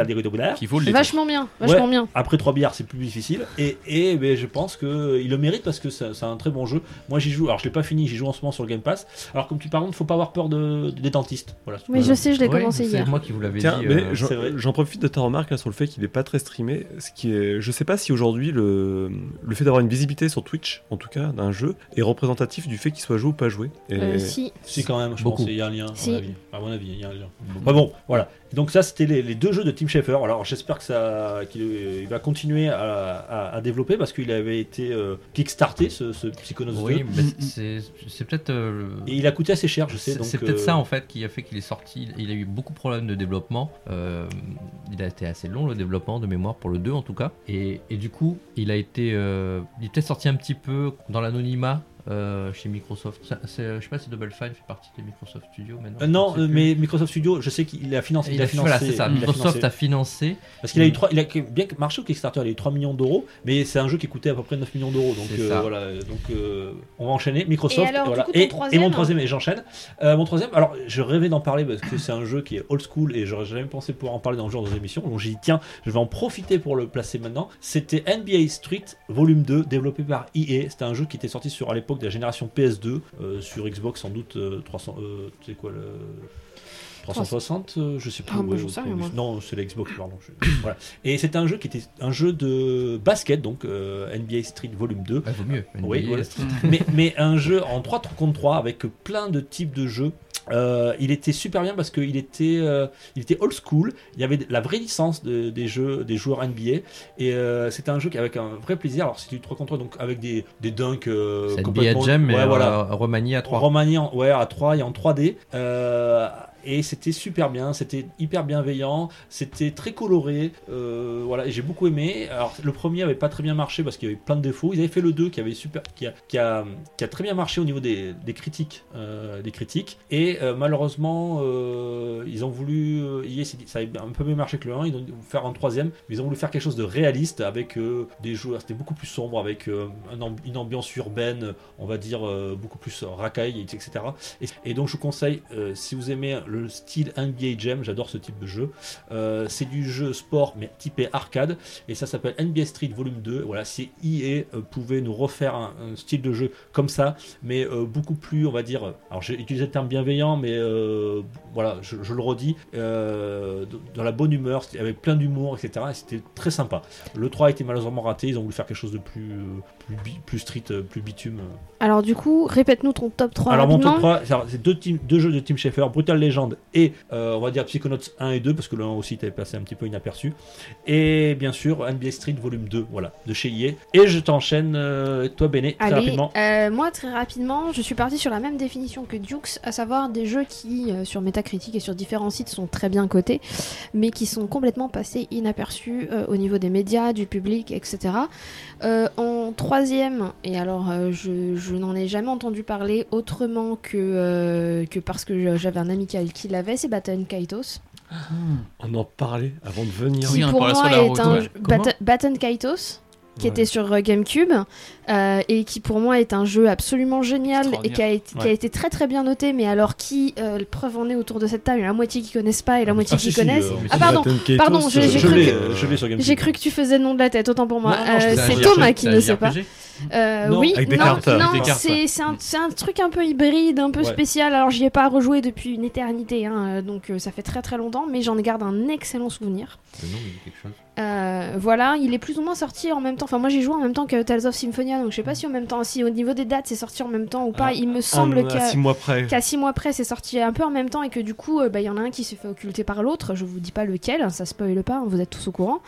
E: Qui vaut le détour.
C: Vachement bien, vachement
D: Ouais.
C: bien.
D: Après 3 bières, c'est plus difficile. Et, et ben, je pense que il le mérite parce que c'est c'est un très bon jeu. Moi, j'y joue. Alors, je l'ai pas fini. J'y joue en ce moment sur le Game Pass. Alors, comme tu parles, il faut pas avoir peur de, des dentistes. Voilà.
C: Mais je sais, je l'ai
G: Ouais,
C: commencé
G: C'est
C: hier.
G: moi qui vous l'avais dit.
F: Tiens, mais
G: euh,
F: j'en-
D: c'est vrai.
F: j'en profite de ta remarque là, sur le fait qu'il n'est pas très streamé. Ce qui est, je sais pas si aujourd'hui le, le fait d'avoir une visibilité sur Twitch, en tout cas d'un jeu, est représentatif du fait qu'il soit joué ou pas joué. Et-
C: Euh, si.
D: Si, quand même, je
G: Beaucoup.
D: pense. Il y a un lien. à mon
C: Si.
D: avis. À mon avis, il y a un lien.
G: ah
D: Bah bon, voilà. Donc ça, c'était les, les deux jeux de Tim Schafer. Alors j'espère que ça, qu'il euh, il va continuer à, à- à développer parce qu'il avait été euh, kickstarté ce, ce Psychonauts 2.
G: Oui, mais c'est c'est peut-être. euh, le-
D: Et il a coûté assez cher, je sais.
G: C'est
D: donc,
G: c'est peut-être
D: euh,
G: ça en fait qui a fait qu'il est sorti. Il a eu beaucoup de problèmes de développement. Euh, il a été assez long le développement de mémoire pour le 2 en tout cas. Et, et du coup, il a été, euh, il est peut-être sorti un petit peu dans l'anonymat euh, chez Microsoft. Ça, c'est- je sais pas si Double Fine fait partie de Microsoft Studio maintenant.
D: euh,
G: je
D: non,
G: sais
D: euh,
G: plus.
D: mais Microsoft Studio, je sais qu'il a financé.
G: Il
D: il a
G: a-
D: financé
G: voilà, c'est ça.
D: il a
G: Microsoft
D: financé.
G: a financé.
D: Parce qu'il a eu trois, il a bien marché au Kickstarter, il a eu 3 millions d'euros, mais c'est un jeu qui coûtait à peu près 9 millions d'euros. Donc
G: C'est
D: euh,
G: ça.
D: voilà, euh, donc euh, on va enchaîner. Microsoft,
C: Et alors, du
D: voilà.
C: coup, ton
D: et,
C: troisième
D: et mon troisième, et j'enchaîne. Euh, mon troisième, alors je rêvais d'en parler parce que c'est un jeu qui est old school et j'aurais jamais pensé pouvoir en parler dans le genre des émissions. Donc j'ai dit, tiens, je vais en profiter pour le placer maintenant. C'était NBA Street Volume 2, développé par EA. C'était un jeu qui était sorti sur à l'époque de la génération PS2, euh, sur Xbox sans doute euh, 300. euh, tu sais quoi le. 360, euh, je sais plus.
C: Ah, moi, j'en
D: ou-
C: sais rien, moi.
D: non, c'est l'Xbox, pardon. je- voilà. Et c'était un jeu qui était un jeu de basket, donc euh, NBA Street Volume 2.
G: Ah, vaut mieux.
D: Oui,
G: NBA,
D: voilà.
G: c'est-
D: mais, mais un jeu en 3 contre 3 avec plein de types de jeux. Euh, il était super bien parce qu'il était, euh, il était old school. Il y avait de- la vraie licence de- des jeux, des joueurs NBA. Et euh, c'était un jeu qui- avec un vrai plaisir. Alors c'était du 3 contre 3, donc avec des, des dunks euh,
G: c'est NBA
D: complètement.
G: Jam, mais
D: Ouais, voilà.
G: euh, remanié à 3.
D: Romagné en- ouais, à 3 et en 3D. Euh, et c'était super bien, c'était hyper bienveillant, c'était très coloré, euh, voilà, et j'ai beaucoup aimé. Alors le premier avait pas très bien marché parce qu'il y avait plein de défauts. Ils avaient fait le 2 qui avait super, qui a, qui a, qui a très bien marché au niveau des, des critiques, euh, des critiques. Et euh, malheureusement, euh, ils ont voulu, ils essayaient- ça avait un peu mieux marché que le 1, ils ont dû faire un troisième. Mais ils ont voulu faire quelque chose de réaliste avec euh, des joueurs, c'était beaucoup plus sombre, avec euh, un amb- une ambiance urbaine, on va dire euh, beaucoup plus racaille, etc. Et, et donc je vous conseille, euh, si vous aimez le style NBA Jam, j'adore ce type de jeu. euh, c'est du jeu sport mais typé arcade et ça s'appelle NBA Street Volume 2. Voilà, si EA euh, pouvait nous refaire un, un style de jeu comme ça, mais euh, beaucoup plus, on va dire. Alors j'ai utilisé le terme bienveillant, mais euh, voilà, je, je le redis, euh, d- dans la bonne humeur, c'était- avec plein d'humour, etc. Et c'était très sympa. Le 3 a été malheureusement raté, ils ont voulu faire quelque chose de plus, euh, plus, bi- plus street, euh, plus bitume.
C: Alors du coup, répète-nous ton top 3
D: Alors mon
C: rapidement.
D: top 3, alors, c'est deux, teams- deux jeux de Team Schafer, Brutal Legend et euh, on va dire Psychonauts 1 et 2 parce que le 1 aussi t'avais passé un petit peu inaperçu. Et bien sûr NBA Street Volume 2, voilà, de chez EA. Et je t'enchaîne, euh, toi Béné, très
C: Allez,
D: rapidement.
C: euh, moi très rapidement, je suis partie sur la même définition que Dukes, à savoir des jeux qui, euh, sur Metacritic et sur différents sites, sont très bien cotés, mais qui sont complètement passés inaperçus euh, au niveau des médias, du public, etc. Euh, en troisième, et alors euh, je, je n'en ai jamais entendu parler autrement que, euh, que parce que j'avais un amical qui l'avait, c'est Batten Kaitos.
F: On en parlait avant de venir.
E: Ah Oui,
C: qui
E: on en
C: pour
E: parlait sur
C: moi
E: la
C: est
E: route,
C: un
E: ouais.
C: jeu-
F: Comment
C: Batten- Batten Kaitos qui
F: Ouais.
C: était sur euh, GameCube euh, et qui pour moi est un jeu absolument génial et qui a, été, qui a
D: Ouais.
C: été très très bien noté mais alors qui euh, le preuve en est autour de cette table il y a la moitié qui connaissent pas et la moitié
D: Ah,
C: qui
D: si, si,
C: connaissent
D: euh,
C: ah pardon pardon,
D: je
C: j'ai
D: je
C: cru
D: l'ai,
C: que-
D: euh, je l'ai sur GameCube.
C: j'ai cru que tu faisais le nom de la tête autant pour moi
D: Non, non, je
C: Euh,
D: faisais la
C: c'est
D: JRPG,
C: Thomas qui ne sait pas Euh,
D: Non,
C: oui
F: avec des
C: non,
F: cartes,
C: non,
E: avec des cartes,
C: c'est c'est un, c'est un truc un peu hybride un peu
D: Ouais.
C: spécial alors j'y ai pas rejoué depuis une éternité hein, euh, donc euh, ça fait très très longtemps mais j'en garde un excellent souvenir
G: Le nom, il dit quelque chose.
C: euh, voilà, il est plus ou moins sorti en même temps. Enfin, moi j'ai joué en même temps que Tales of Symphonia, donc je sais pas si en même temps, si au niveau des dates c'est sorti en même temps ou pas.
F: Ah,
C: il me semble
F: À
C: qu'à
F: 6 mois près.
C: qu'à six mois près c'est sorti un peu en même temps et que du coup, euh, bah, il y en a un qui se fait occulter par l'autre. Je vous dis pas lequel, ça spoil pas, hein, vous êtes tous au courant.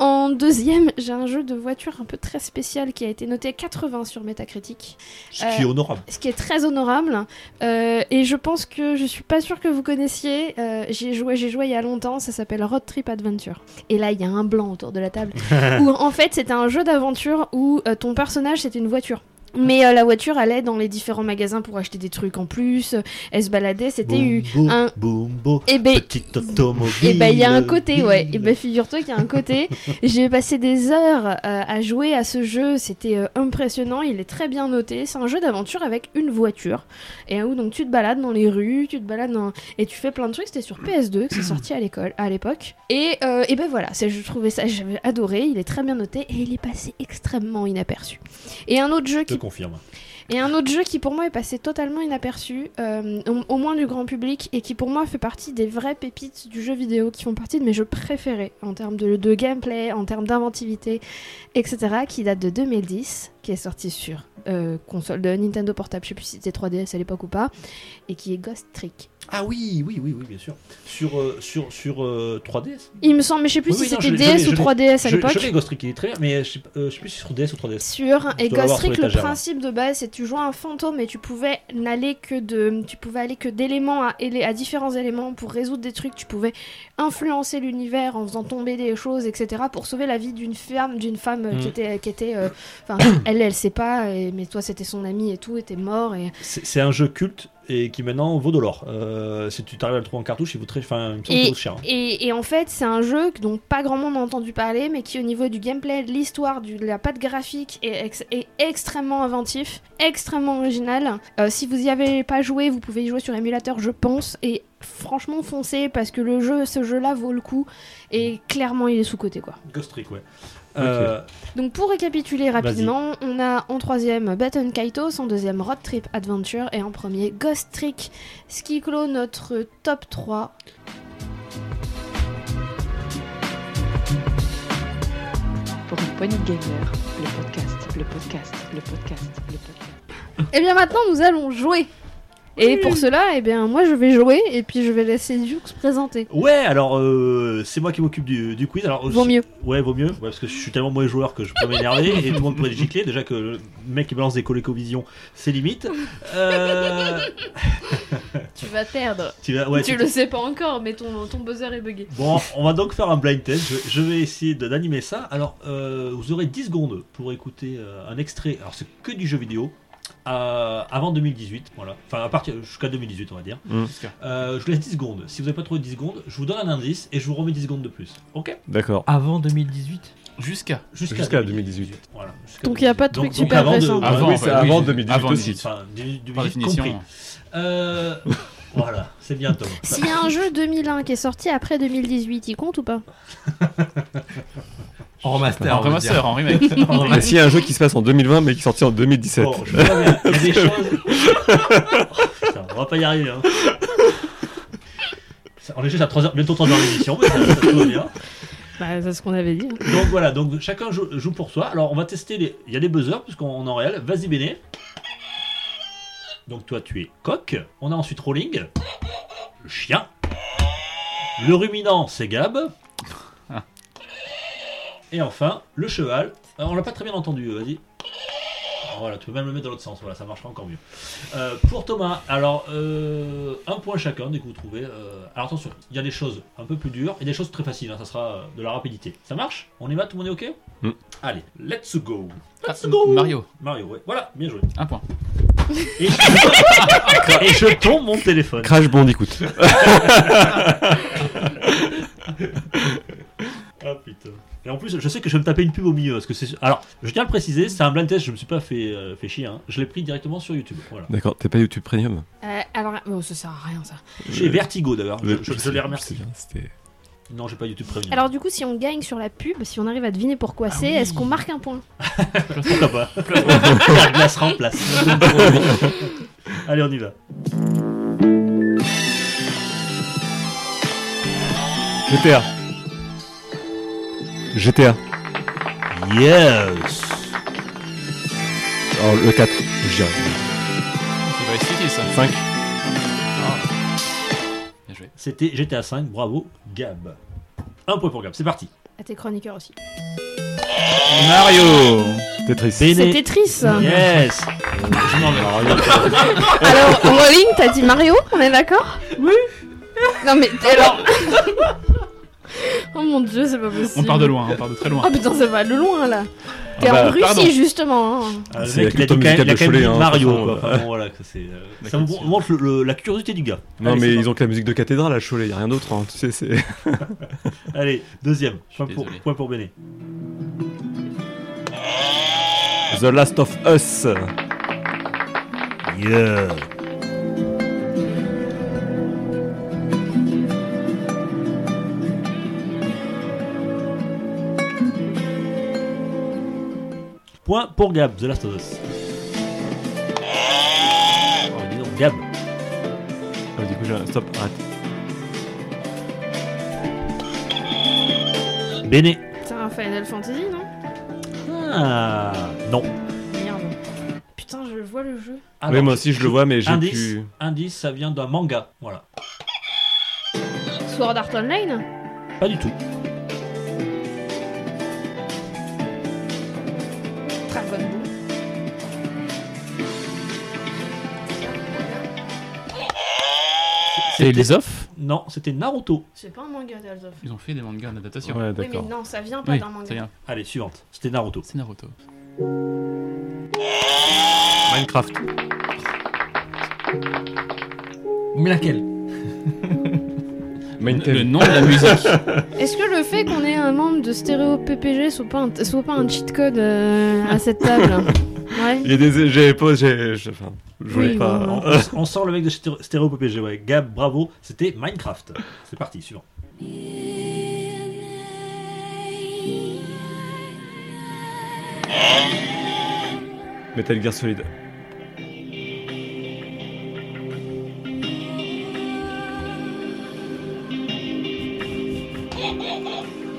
C: En deuxième, j'ai un jeu de voiture un peu très spécial qui a été noté 80 sur Metacritic,
D: Ce
C: euh,
D: qui est honorable.
C: ce qui est très honorable. Euh, et je pense que je suis pas sûre que vous connaissiez. Euh, j'ai joué, j'ai joué il y a longtemps. Ça s'appelle Road Trip Adventure. Et là, il y a un blanc autour de la table. où en fait, c'était un jeu d'aventure où euh, ton personnage, c'était une voiture. Mais euh, la voiture allait dans les différents magasins pour acheter des trucs en plus. euh, Elle se baladait. C'était eu
D: boum,
C: un-
D: boum, boum,
C: eh ben,
D: petit automobile.
C: et ben il y a un côté, ouais. Et ben figure-toi qu'il y a un côté. J'ai passé des heures euh, à jouer à ce jeu. C'était euh, impressionnant. Il est très bien noté. C'est un jeu d'aventure avec une voiture. Et où donc tu te balades dans les rues, tu te balades dans... et tu fais plein de trucs. C'était sur PS2 que c'est sorti à l'école, à l'époque. Et, euh, et ben voilà, c'est- je trouvais ça, j'avais adoré. Il est très bien noté et il est passé extrêmement inaperçu. Et un autre jeu
D: Je
C: qui
D: te confirme.
C: et un autre jeu qui pour moi est passé totalement inaperçu, euh, au, au moins du grand public, et qui pour moi fait partie des vraies pépites du jeu vidéo, qui font partie de mes jeux préférés en termes de, de gameplay, en termes d'inventivité, etc., qui date de 2010, qui est sorti sur euh, console de Nintendo portable, je sais plus si c'était 3DS à l'époque ou pas, et qui est Ghost Trick.
D: Ah oui, oui, oui, oui, bien sûr. Sur, euh, sur, sur euh, 3DS.
C: Il me semble, mais je sais plus
D: Oui,
C: si
D: oui, non,
C: c'était
D: je l'ai- je l'ai-
C: DS ou
D: je l'ai-
C: 3DS à
D: Je, je
C: l'époque.
D: l'ai Ghost Trick, il est très bien, mais je sais, pas- euh, je sais plus si c'est sur DS ou 3DS.
C: Sûr, et
D: dois l'avoir
C: Ghost
D: sur
C: Trick, le
D: l'étagère. hein.
C: principe de base, c'est que tu jouais un fantôme et tu pouvais n'aller que de, tu pouvais aller que d'éléments à, élé- à différents éléments pour résoudre des trucs, tu pouvais influencer l'univers en faisant tomber des choses, etc. pour sauver la vie d'une femme, d'une femme euh, qui
D: Mhm.
C: était, qui était, euh, enfin, elle, elle sait pas, et- mais toi c'était son ami et tout, et t'es mort et.
D: C'est c'est un jeu culte et qui maintenant vaut de l'or. Euh, si tu t'arrives à le trouver en cartouche, il vaut très, enfin, il me semble
C: Et-
D: qu'il vaut cher. hein.
C: Et, et en fait, c'est un jeu que- dont pas grand monde a entendu parler, mais qui au niveau du gameplay, de l'histoire, du- de la patte graphique est, ex- est extrêmement inventif, extrêmement original. Euh, si vous y avez pas joué, vous pouvez y jouer sur émulateur, je pense. Et franchement, foncez parce que le jeu, ce jeu-là vaut le coup. Et clairement, il est sous côté quoi.
D: Ghost Trick, ouais. Euh,
C: Donc pour récapituler rapidement, on a en troisième Baton Kaitos, en deuxième Road Trip Adventure et en premier Ghost Trick, ce qui clôt notre top 3
B: Pour une poignée de gamer, le podcast, le podcast, le podcast, le podcast.
C: Eh Et bien maintenant nous allons jouer Et pour cela, eh bien, moi, je vais jouer et puis je vais laisser Duke se présenter.
D: Ouais, alors euh, c'est moi qui m'occupe du, du quiz. Alors,
C: Vaut
D: je-
C: mieux.
D: Ouais, vaut mieux. Ouais, parce que je suis tellement mauvais joueur que je peux m'énerver et tout le monde pourrait le gicler. Déjà que le mec qui balance des colécovisions, c'est limite. Euh,
C: Tu vas perdre.
D: tu vas- ouais,
C: tu
D: tu-
C: le sais pas encore, mais ton, ton buzzer est bugué.
D: Bon, on va donc faire un blind test. Je, je vais essayer de- d'animer ça. Alors, euh, vous aurez 10 secondes pour écouter euh, un extrait. Alors, c'est que du jeu vidéo. euh, avant 2018, voilà. Enfin, à partir jusqu'à 2018, on va dire.
F: Mm.
D: Euh, je vous laisse 10 secondes. Si vous n'avez pas trouvé 10 secondes, je vous donne un indice et je vous remets 10 secondes de plus. Ok
F: D'accord.
D: Ah,
G: Avant 2018
E: Jusqu'à.
D: Jusqu'à
F: Jusqu'à
D: 2018. Voilà, jusqu'à
C: Donc, il y a pas de
D: 2018.
C: truc super
D: avant de-
C: récent.
D: Ah avant-
F: Ah oui, c'est avant 2018
E: euh, avant
F: aussi.
E: 2018.
D: enfin, 2018
E: Par
D: compris.
E: définition.
D: Euh, voilà, c'est bien Tom.
C: S'il y a un jeu 2001 qui est sorti après 2018, il compte ou pas
G: En master.
E: En
G: on va dire.
E: remaster, en remake.
F: Ah, s'il y a un jeu qui se passe en 2020 mais qui est sorti en 2017.
D: Bon, je vois bien, il y a des choses. Oh, putain, on va pas y arriver. Hein. Ça- On est juste à 3 heures, bientôt 3 heures d'émission, mais ça, ça, tout va bien.
C: Bah, c'est ce qu'on avait dit.
D: Donc voilà, donc chacun joue, joue pour soi. Alors on va tester les. Il y a des buzzers puisqu'on est en réel. Vas-y Béné. Donc toi tu es coq. On a ensuite Rolling. Le chien. Le ruminant c'est Gab.
E: Ah.
D: Et enfin le cheval. Euh, on l'a pas très bien entendu, euh, vas-y. Voilà, tu peux même le mettre dans l'autre sens, voilà, ça marchera encore mieux. Euh, pour Thomas, alors euh, un point chacun dès que vous trouvez. euh, alors attention, il y a des choses un peu plus dures et des choses très faciles, hein, ça sera euh, de la rapidité. Ça marche On est là, tout le monde est ok
F: Mm.
D: Allez, let's go
E: Hmm. Ah,
D: Let's go
E: Mario,
D: Mario, ouais. voilà, bien joué.
E: un point.
D: Et je, et je tombe mon téléphone.
F: Crash Bandicoot.
D: Ah putain. Et en plus, je sais que je vais me taper une pub au milieu. Parce que c'est... Alors, je tiens à le préciser, c'est un blind test, je me suis pas fait, euh, fait chier. hein. Je l'ai pris directement sur YouTube. Voilà.
F: D'accord, t'es pas YouTube Premium
C: Euh, alors,
B: Ah,
C: ça sert à rien ça.
D: J'ai Vertigo d'ailleurs, je, je- je
F: sais,
D: les remercie.
F: sais bien, c'était-
D: Non, j'ai pas YouTube Premium.
C: Alors, du coup, si on gagne sur la pub, si on arrive à deviner pourquoi c'est,
E: oui.
C: est-ce qu'on marque un point
D: Pourquoi pas La glace remplace. Allez, on y va.
F: GTA. GTA.
D: Yes
F: Alors, le 4, je dirais.
E: C'est Vice City, ça.
F: 5.
E: Bien joué.
D: C'était GTA 5, bravo, Gab. Un point pour Gab, c'est parti.
C: À tes chroniqueurs aussi.
E: Mario
F: Tetris.
C: C'est
D: Béné.
C: Tetris
D: Yes Ah, Je m'en vais.
C: Alors, Rolling, t'as dit Mario On est d'accord Oui Non mais, alors... oh mon dieu, c'est pas possible.
E: On part de loin, on part de très
C: Oh
E: loin.
C: putain, ça va de loin là T'es
F: bah,
C: en Russie
E: pardon.
C: justement hein.
D: Ah, le
F: C'est
D: mec, il a
F: la culture
D: dit quand même- il a
F: musicale
D: quand même
F: de Cholet,
D: dit
F: hein,
D: Mario,
F: franchement,
D: quoi.
F: euh,
D: Enfin, bon, voilà, que c'est, euh,
E: la
D: ça me
E: culture.
D: montre le- le- la curiosité du gars.
F: Non,
D: Allez,
F: mais
D: c'est
F: ils ont que la musique de cathédrale à Cholet, y a rien d'autre. hein, Tu sais, c'est.
D: Allez, deuxième. Point pour,
E: désolé.
D: point pour Béné.
F: The Last of Us.
D: Yeah. Point pour Gab, The Last of Us. Oh, dis donc, Gab,
F: Ah, du coup, j'ai un- Stop, arrête.
D: Béné.
C: C'est un Final Fantasy, non
D: Ah, non.
C: Merde. Putain, je vois le jeu.
F: oui,
D: Alors,
F: moi aussi, je le vois, mais j'ai
D: Indice,
F: pu.
D: indice, ça vient d'un manga. Voilà.
C: Sword Art Online
D: Pas du tout.
C: Dragon Ball.
E: C'est les off
D: Non, c'était Naruto.
C: C'est pas un manga d'Alzof.
E: Ils ont fait des mangas en adaptation.
F: Ouais,
C: Oui, mais
F: d'accord.
C: non, ça vient pas
E: Oui,
C: d'un manga.
E: ça vient.
D: Allez, suivante. C'était Naruto.
E: C'est Naruto.
F: Minecraft.
G: Mais laquelle
E: Le
F: Minecraft.
E: nom de la musique.
C: Est-ce que le fait qu'on ait un membre de Stéréo PPG soit pas un, soit pas un cheat code euh, à cette table Ouais.
F: Il y a des. J'ai pas. j'ai- j'ai- Enfin, je voulais
C: Oui,
F: pas.
C: oui,
D: On, on- on sort le mec de Sté- Stéréo PPG, ouais. Gab, bravo, c'était Minecraft. C'est parti, suivant.
F: Euh, Metal Gear Solid.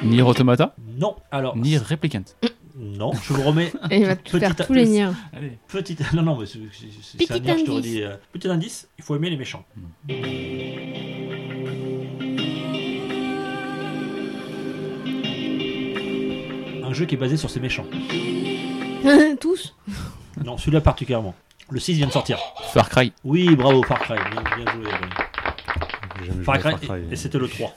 E: Nier Automata
D: Non, alors.
E: Nier Replicant.
D: Ah, Non, je vous remets
C: Et il va tout
D: Petit
C: faire
D: à
C: tous les
D: petit.
C: niens.
E: Allez.
D: petit. Non, non, mais c'est c'est- c'est-
C: Petit
D: c'est un lien, je te
C: indice.
D: redis. euh, Petit indice, il faut aimer les méchants. Un jeu qui est basé sur ces méchants.
C: Tous
D: Non, celui-là particulièrement. Le 6 vient de sortir.
E: Far Cry.
D: Oui, bravo, Far Cry. Bien, bien joué. Adrien.
F: J'ai jamais joué
D: Far
F: à
D: Cry,
F: Far Cry.
D: et- et c'était le 3.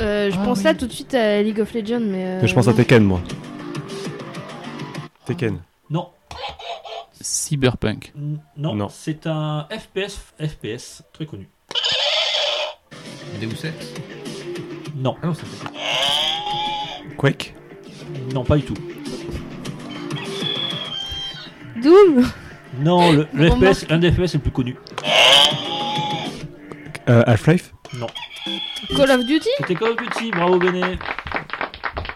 C: Euh, Je
E: Ah
C: pense
E: oui.
C: là tout de suite à League of Legends, mais. euh,
F: Je pense à
C: non.
F: Tekken, moi. Tekken.
D: Non,
E: Cyberpunk.
D: n- non,
F: Non.
D: c'est un FPS, FPS très connu.
G: Deus Ex
D: Non,
G: Ah non, ça fait.
F: Quake.
D: non, pas du tout.
C: Doom
D: Non, le, le
C: Remarque.
D: FPS, un des FPS le plus connu.
F: Euh, Half-Life.
D: Non,
C: Call of Duty
D: c'était Call of Duty, bravo Benet.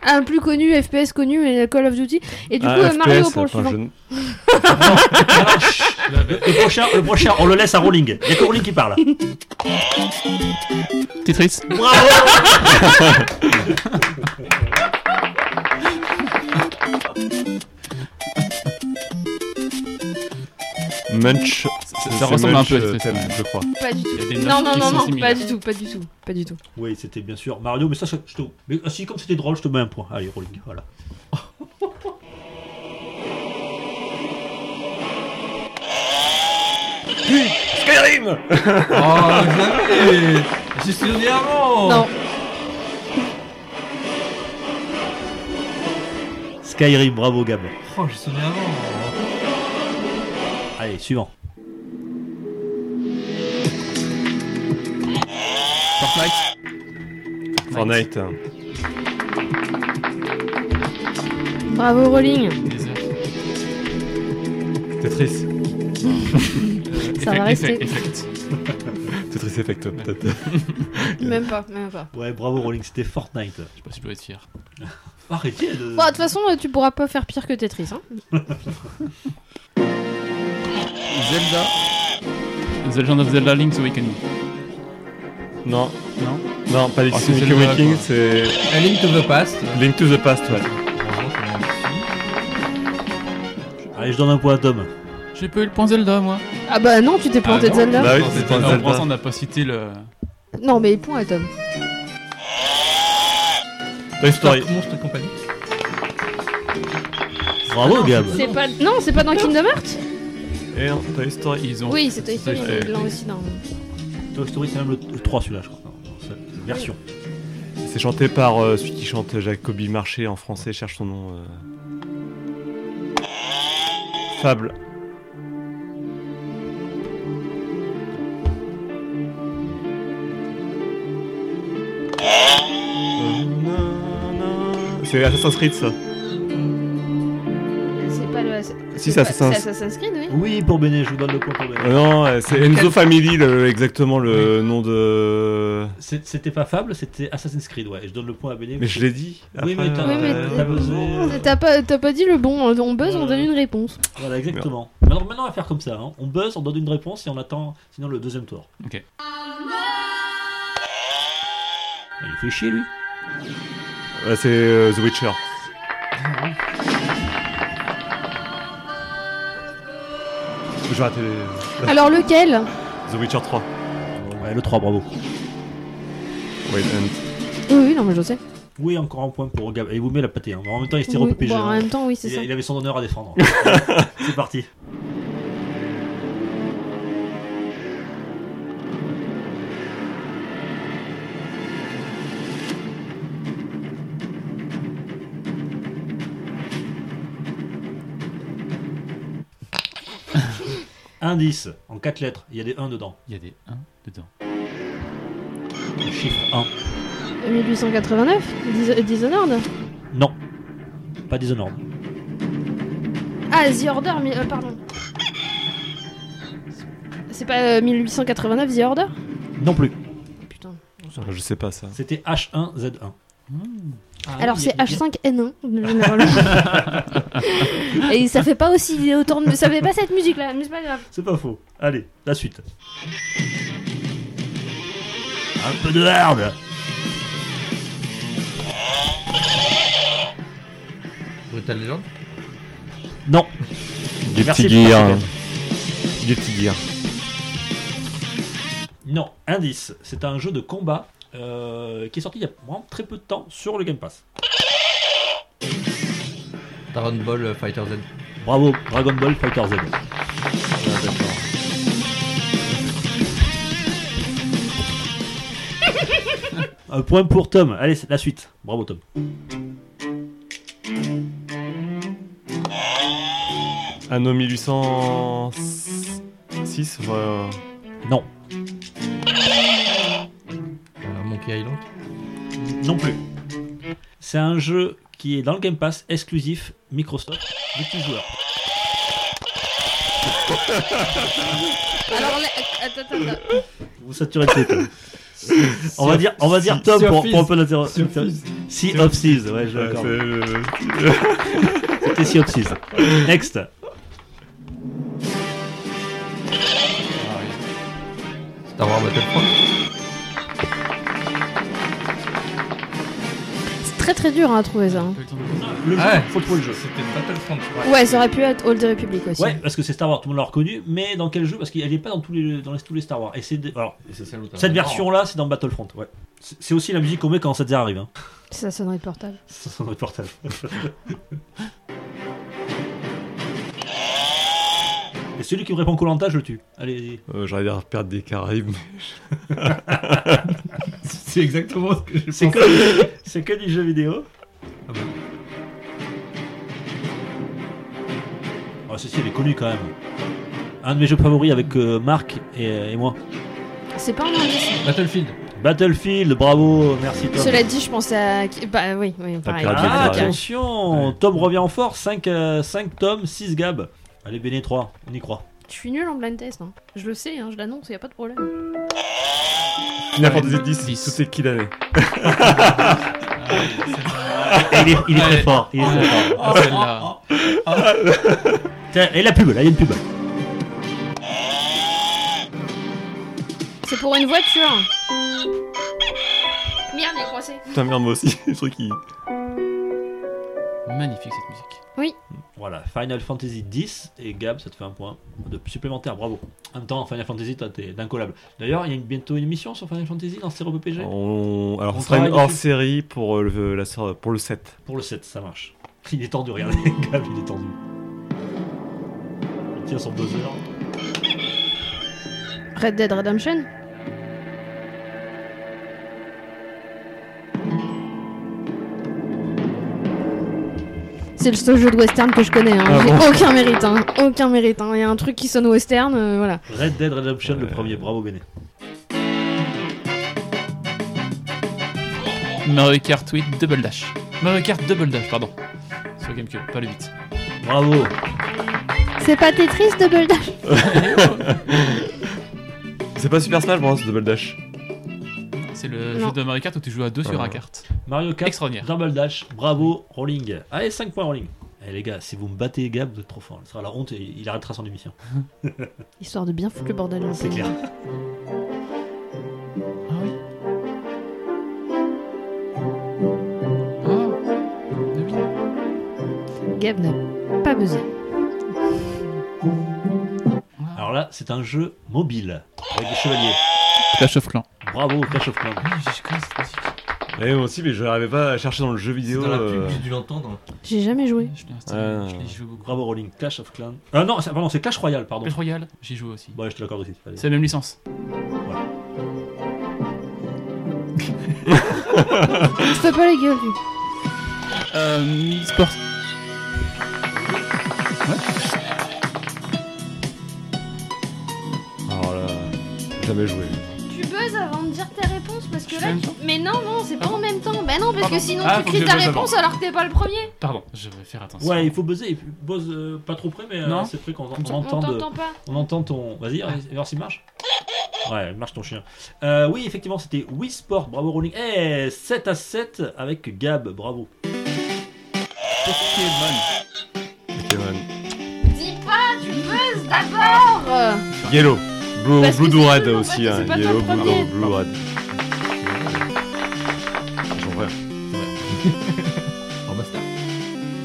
C: Un plus connu, FPS connu, mais Call of Duty. Et du
F: Ah,
C: coup, euh,
F: FPS,
C: Mario pour le
F: enfin,
C: suivant.
F: je-
D: Le prochain, le prochain, on le laisse à Rowling. Il y a que Rowling qui parle.
E: Tetris.
D: Bravo
F: Munch. euh,
E: ça ressemble un peu à Tetris, ouais.
F: Je crois.
C: Pas du tout.
E: Il y a des
C: Non,
E: notes
C: non,
E: qui
C: non,
E: sont
C: non, pas
E: similaires.
C: du tout, pas du tout, pas du tout.
D: Oui, c'était bien sûr Mario, mais ça, ça, je te. Mais ah, si, comme c'était drôle, je te mets un point. Allez, Rowling, voilà. Skyrim
G: Oh, jamais J'ai saisi avant
C: Non,
D: Skyrim, bravo Gab.
G: Oh, j'ai sonné avant
D: Allez, suivant.
E: Fortnite.
F: Fortnite. hein.
C: bravo Rolling,
E: Desert.
F: Tetris.
C: ça va
E: Effect-
C: rester.
E: Effect. Effect.
F: Tetris Effect, peut-être.
C: Même pas, même pas.
D: Ouais, bravo Rowling, c'était Fortnite.
E: Je sais pas si je dois être fier.
D: Arrêtez de.
C: Bon, de toute façon, euh, tu pourras pas faire pire que Tetris. Hein.
E: Zelda. The Legend of Zelda Link's Awakening.
F: Non,
E: Non
F: non, pas les
E: Ah, c'est
F: Sonic
E: Zelda,
F: Awakening,
E: quoi.
F: c'est
G: A Link to the Past.
F: Link to the Past, ouais.
D: Allez, je donne un point à Tom.
E: J'ai pas eu le point Zelda, moi.
C: Ah bah non, tu t'es planté
E: non,
C: de Zelda.
F: Bah oui,
E: Non,
F: c'est
E: c'était-
F: pas
E: non,
F: Zelda.
E: pour l'instant, on n'a pas cité le.
C: Non, mais point à Tom.
F: Toy Story.
G: Monstre Company.
F: Oh,
D: Bravo Gab.
C: C'est pas... Non, c'est pas dans Kingdom Hearts
F: Ah, Et non, Toy Story.
E: Ils ont.
C: Oui, c'est Toy Story,
E: Toy
C: mais
E: Story.
C: là aussi dans...
D: Toy Story, c'est même le 3 celui-là, je crois. Non, non, c'est une Version.
F: C'est chanté par euh, celui qui chante Jacobi Marché en français, cherche son nom. euh. Fable. C'est Assassin's Creed ça.
C: C'est pas le...
F: Si, c'est
C: pas-
F: Assassin's-
C: c'est Assassin's Creed, oui.
D: Oui, pour Benet, je vous donne le point pour Benet.
F: Euh, non, euh, c'est Enzo Family le- exactement le nom de.
D: C'est- C'était pas Fable, c'était Assassin's Creed, ouais. Et je donne le point à Benet.
F: Mais je l'ai dit. euh,
D: Oui, mais
F: Ah,
D: t'as
C: Oui, mais
D: t'as-
C: t'as-
D: t'as besoin.
C: T'as pas, t'as pas dit le bon, hein. on buzz, on donne une réponse.
D: Voilà, exactement. Maintenant, maintenant, on va faire comme ça. hein. On buzz, on donne une réponse et on attend, sinon, le deuxième tour. Ah,
E: Ok.
D: Il fait chier, lui.
F: Ouais, c'est euh, The Witcher.
D: Ah
F: Je vais rater les-
C: Alors lequel
F: The Witcher 3.
D: Ouais, le 3, bravo.
F: Wait and-
C: Oui, oui, non, mais je sais.
D: Oui, encore un point pour Gab. Et il vous met la pâtée. hein. En même temps, il se tire au
C: Oui,
D: PPG.
C: bon,
D: hein.
C: en même temps, oui, c'est
D: Il,
C: ça.
D: il avait son honneur à défendre. C'est parti. Indice en 4 lettres, il y a des 1 dedans.
E: Il y a des 1 dedans.
D: Le chiffre 1.
C: 1889 Dis- euh, Dishonored
D: Non. Pas Dishonored.
C: Ah, The Order, mais, euh, pardon. C'est pas euh, 1889 The Order
D: Non plus.
C: Putain.
F: Je sais pas ça.
D: C'était H1Z1. Ah,
C: Alors c'est H5N1, généralement. Et ça fait pas aussi autant de... Ça fait pas cette musique-là, mais c'est pas grave.
D: C'est pas faux. Allez, la suite. Un peu de hard.
G: Brutal Legend
D: Non.
K: Du
D: Merci
K: petit
D: de
K: gear.
D: participer.
K: Du petit gear.
D: Non, indice, c'est un jeu de combat euh, qui est sorti il y a vraiment très peu de temps sur le Game Pass.
G: Dragon Ball euh, Fighter Z.
D: Bravo, Dragon Ball Fighter Z. Un point pour Tom. Allez, c'est la suite. Bravo Tom.
F: Anno 1806. euh,
D: Non,
G: Euh, Monkey Island.
D: non plus. C'est un jeu qui est dans le Game Pass exclusif Microsoft multijoueur.
C: Alors, la- attends, attends, attends.
D: Vous saturez le tête. On va dire, on va dire Tom pour, pour un peu d'interrogation. Sea of Thieves, ouais, je
F: euh,
D: l'accorde.
F: c'est le-
D: C'était Sea of Thieves. Next.
G: Star Wars Battlefront.
C: C'est très très dur hein, à trouver ça. hein.
D: Le jeu,
G: Ah ouais.
D: faut trouver le jeu.
K: C'était Battlefront.
C: Ouais, ça aurait pu être Old Republic aussi.
D: Ouais, parce que c'est Star Wars, tout le monde l'a reconnu, mais dans quel jeu Parce qu'elle n'est pas dans tous les, dans les- tous les Star Wars. Et c'est de- alors, cette
G: Oh,
D: version-là, c'est dans Battlefront. Ouais. C'est c'est aussi la musique qu'on met quand ça arrive. Hein.
C: C'est la sonnerie de portable.
D: Ça sonne notre portable. Et celui qui me répond Colanta, je le tue. Allez,
F: Euh, J'aurais dû perdre des Caraïbes. mais-
G: C'est exactement ce que j'ai
D: c'est que, c'est que du jeu vidéo.
G: Ah bon.
D: Ah, ceci, elle est connue quand même. Un de mes jeux favoris avec euh, Marc et, et moi.
C: C'est pas un indice.
G: Battlefield.
D: Battlefield, bravo, merci Tom.
C: Cela dit, je pensais à. Bah oui, oui, pareil.
K: Ah,
D: Ah,
K: bien, bien.
D: attention, Tom revient en force, 5, tomes, 6 gab. Allez, Béné 3, on y croit.
C: Je suis nul en blind test. hein. Je le sais, hein, je l'annonce, y a pas de problème.
F: Final Fantasy X,
E: Dix.
F: tout est qu'il avait.
D: il est, il est très
E: Allez.
D: fort, il est très fort.
E: Ah, celle-là.
D: Tiens, et la pub, là, il y a une pub.
C: C'est pour une voiture. Merde, il est coincé.
F: Putain, merde, moi aussi. Le truc qui.
E: ah. Magnifique cette musique.
D: Voilà, Final Fantasy X, et Gab, ça te fait un point de supplémentaire, bravo. En même temps, Final Fantasy, toi, t'es d'incollable. D'ailleurs, il y a une- bientôt une émission sur Final Fantasy dans Stéréo PPG
F: On... Alors,
D: On
F: ce sera une
D: travaille
F: hors
D: dessus.
F: série pour euh, le, la sœur- pour le 7.
D: Pour le 7, ça marche. Il est tendu, regardez, Gab, il est tendu. Il tient son buzzer.
C: Red Dead Redemption C'est le seul jeu de western que je connais. hein.
F: Ah
C: J'ai
F: bon
C: aucun mérite. hein. Aucun mérite. hein. Il y a un truc qui sonne western, euh, voilà.
D: Red Dead Redemption, le premier, bravo Béné.
E: Mario Kart 8 Double Dash. Mario Kart Double Dash, pardon. Sur Gamecube, pas le 8.
D: Bravo.
C: C'est pas Tetris Double Dash
F: C'est pas Super Smash Bros. Double Dash.
E: C'est le
C: Non.
E: jeu de Mario Kart où tu joues à deux sur
F: Ah.
E: un kart.
D: Mario Kart,
E: Extraordinaire.
D: Double Dash, bravo, Rolling. Allez, 5 points Rolling. Eh les gars, si vous me battez Gab, vous êtes trop fort. Ce sera la honte et il arrêtera son émission.
C: Histoire de bien foutre le bordel. hein.
D: C'est clair.
E: Ah oui. Ah. Mais oui.
C: Gab n'a pas buzzé.
D: Alors là, c'est un jeu mobile avec des chevaliers.
E: Clash of Clans.
D: Bravo, Clash of Clans.
E: Ah, je connais cette musique.
F: Et Eh, moi aussi, mais je n'arrivais pas à chercher dans le jeu
G: C'est
F: vidéo.
G: dans la pub,
F: euh,
G: j'ai dû l'entendre.
C: J'ai jamais joué.
E: Je l'ai installé,
F: Ah.
E: je l'ai joué beaucoup.
D: Bravo Rolling, Clash of Clans. Ah non, c'est- pardon, c'est Clash Royale, pardon.
E: Clash Royale, j'y joue aussi.
D: Ouais, je te l'accorde aussi. Allez.
E: C'est la même licence.
C: Je fais pas les gueules, lui.
E: Euh, Mii Sport.
F: Alors oh là, jamais joué.
C: Tu buzzes avant de dire tes réponses parce que là.
E: Je fais en même
C: tu-
E: temps Ah
C: Mais non, non, c'est pas en même temps. Bah non, parce
E: Pardon.
C: que sinon
E: Ah,
C: tu
E: faut
C: cries
E: que je
C: ta
E: buzz
C: réponse alors que t'es pas le premier.
E: Pardon, je vais faire attention.
D: Ouais, il faut buzzer. et puis Buzz euh, pas trop près, mais euh,
E: Non.
D: c'est près qu'on
E: Comme
D: on
E: ça.
C: On
D: entend, de-
C: t'entend pas.
D: on entend ton. Vas-y, vas-y, voir s'il marche. Ah. Ouais, marche ton chien. Euh, oui, effectivement, c'était Wii Sport. Bravo Rolling. Eh, 7 à 7 avec Gab. Bravo.
E: Pokémon.
F: Pokémon.
C: Dis pas, tu buzzes d'abord
F: Yellow. Blue,
C: Parce que
F: Blue
C: c'est
F: Do Red
C: bleu, en
F: aussi.
C: fait,
F: hein.
C: c'est pas
F: Yellow,
C: ton
F: Blue,
C: premier.
F: Do- Blue Red. J'en vrai.
G: Grand Master.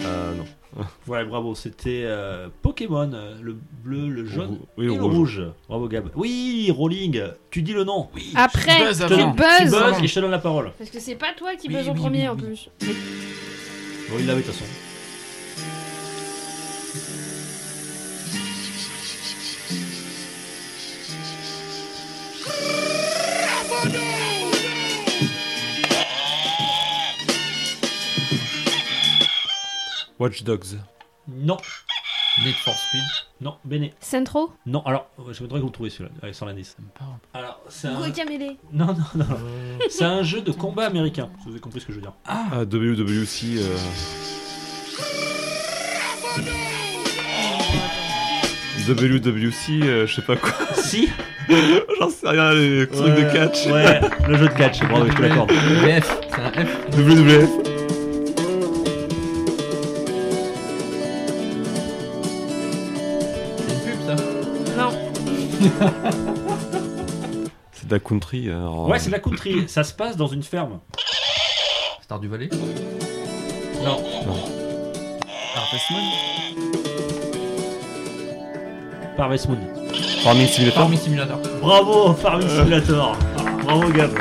F: Euh, non.
D: Voilà, bravo, c'était euh, Pokémon, euh, le bleu, le jaune
F: oui,
D: et
F: le
D: le
F: rouge.
D: rouge. Bravo Gab. Oui, Rolling, tu dis le nom. Oui.
C: Après,
E: Tu buzzes
D: Je te
E: avant.
D: donne-
C: tu buzzes.
D: tu buzzes et je te donne la parole.
C: Parce que c'est pas toi qui
E: Oui,
C: buzz en
E: oui,
C: premier
E: oui,
C: en
E: oui.
C: plus.
D: Bon, il l'avait de toute façon.
F: Watch Dogs.
D: Non,
G: Need for Speed.
D: non, Béné.
C: Centro
D: Non, alors, euh, je voudrais que vous le trouviez celui-là, avec- sans l'indice.
E: parle.
D: E Alors, c'est
E: Euh.
D: un...
C: Recamélé.
D: Non, non, non. c'est un jeu de combat américain. Vous avez compris ce que je veux dire.
F: Ah, WWC. euh, WWC, euh, je sais pas quoi.
D: si
F: J'en sais rien, les trucs de catch.
D: Ouais, le jeu de catch,
F: Oh,
D: bravo, je te l'accorde.
G: BF, c'est un F.
F: WWF.
G: C'est une pub ça.
C: Non.
F: C'est de la country. euh, alors,
D: Ouais, c'est de la country. Ça se passe dans une ferme.
G: Star du Valais.
E: Harvest Moon
D: Harvest Moon.
F: Farming Simulator.
G: Farming Simulator.
D: Bravo, Farming Simulator. Bravo, Gab.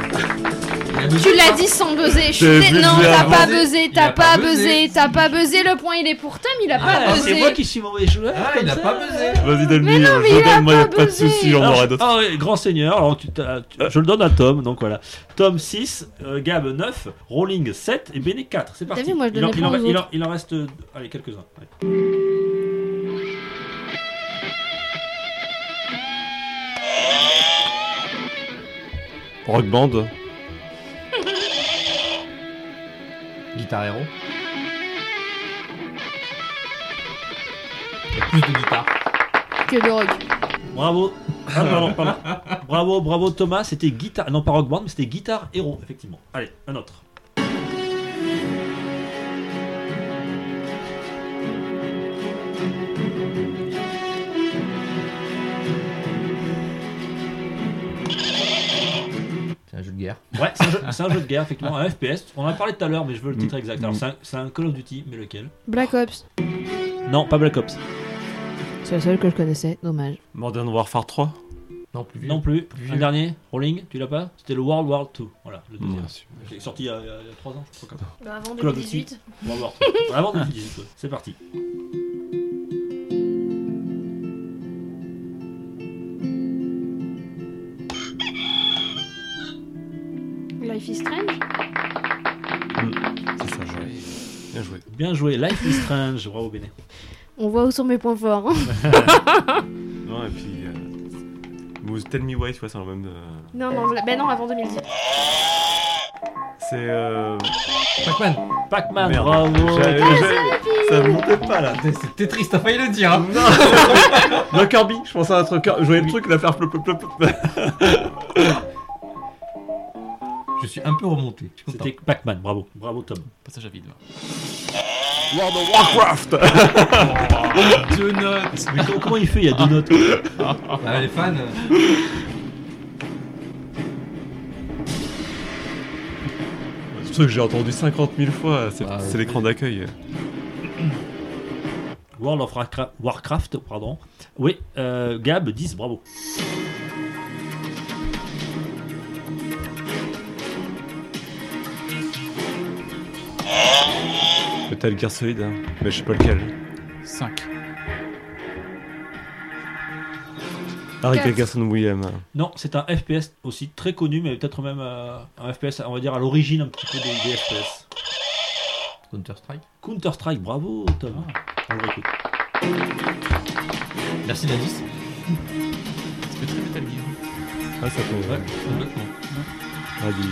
C: Tu l'as dit sans buzzer. Je
F: J'ai
C: suis dé-
F: buzzé
C: Non, t'as
F: avant.
C: pas buzzé,
G: Il
C: t'as
G: a
C: pas
G: pas buzzé.
C: buzzé, t'as pas buzzé. Le point il est pour Tom, il a pas
D: Ah, c'est moi
C: buzzé.
D: qui suis mauvais joueur.
G: Ah, il
D: comme
G: a
D: ça.
G: pas buzzé.
F: Vas-y, donne-lui.
C: Mais non,
F: euh,
C: mais
F: je
C: il a
F: donne, moi, y a
C: pas
F: pas de
C: buzzé.
F: soucis, j'en
D: Alors,
F: aurai d'autres.
D: ah ouais, grand seigneur, alors tu t'as- tu- je le donne à Tom, donc voilà. Tom 6, euh, Gab 9, Rolling 7 et Bene 4. C'est parti.
C: vu, moi, je
D: il, en,
C: donnais
D: il en-
C: pas aux
D: il en- il en reste euh, allez, quelques-uns. ouais.
F: Rock Band.
G: Guitar Hero. Il y a Plus de guitare.
C: Que de rock.
D: Bravo. Ah, pardon, pardon. Bravo, bravo Thomas, c'était guitare. Non, pas rock band, mais c'était guitare héros, effectivement. Allez, un autre.
G: C'est un jeu de guerre.
D: Ouais, c'est un, jeu- c'est un jeu de guerre, effectivement, un FPS. On en a parlé tout à l'heure, mais je veux le titre exact. Alors, c'est un, c'est un Call of Duty, mais lequel
C: Black Ops.
D: Non, pas Black Ops.
C: C'est la seule que je connaissais, dommage.
F: Modern Warfare 3.
G: Non, plus vieux.
D: Non plus.
G: Plus
D: Un
G: vieux.
D: dernier, Rolling, tu l'as pas C'était le World War 2. Voilà, le deuxième.
F: Bien sûr.
D: Il est sorti il y a 3 ans, je crois, comme ça.
C: Bah avant
D: Call of Duty.
C: 2018.
D: World War 2. Vraiment, on a dit, ouais. c'est parti.
C: Life is Strange
F: C'est ça, joué. Bien joué.
D: Bien joué, Life is Strange, bravo Béné.
C: On voit où sont mes points forts. hein.
F: Non, et puis. euh, Move- Tell Me Why, tu vois, c'est dans le même. euh,
C: non, non, ben non, avant 2018.
F: C'est. Euh...
G: Pac-Man.
D: Pac-Man,
F: merde.
D: bravo
F: J'avais- j'avais- Ça me montait pas
G: Ah,
F: là.
G: C'était triste, t'as failli le dire. Hein.
F: Non, Kirby, je pensais à un truc. Je voyais le truc, la faire plop plop plop plop.
G: Je suis un peu remonté. Je suis content.
D: C'était Pac-Man, bravo, bravo Tom.
E: Passage à vide. là.
F: World of Warcraft
E: Deux notes
D: Mais comment, comment il fait Il y a deux notes.
G: Euh, Ah, les fans. euh,
F: Ce truc, j'ai entendu 50 000 fois. C'est
G: Ah,
F: c'est
G: oui.
F: l'écran d'accueil.
D: World of Warcra- Warcraft, pardon. Oui, euh, Gab, 10, bravo.
F: Metal Gear Solid, hein. mais je sais pas lequel.
E: 5.
F: Harry
C: Quatre.
F: Carson William.
D: Non, c'est un FPS aussi très connu, mais peut-être même euh, un FPS, on va dire, à l'origine un petit peu des, des FPS.
G: Counter-Strike.
D: Counter-Strike, bravo Tom. On le réécoute.
G: Merci d'indice.
E: Ça fait très Metal Gear.
F: Ah, ça peut.
D: Ouais.
G: Complètement.
F: Ah, dis.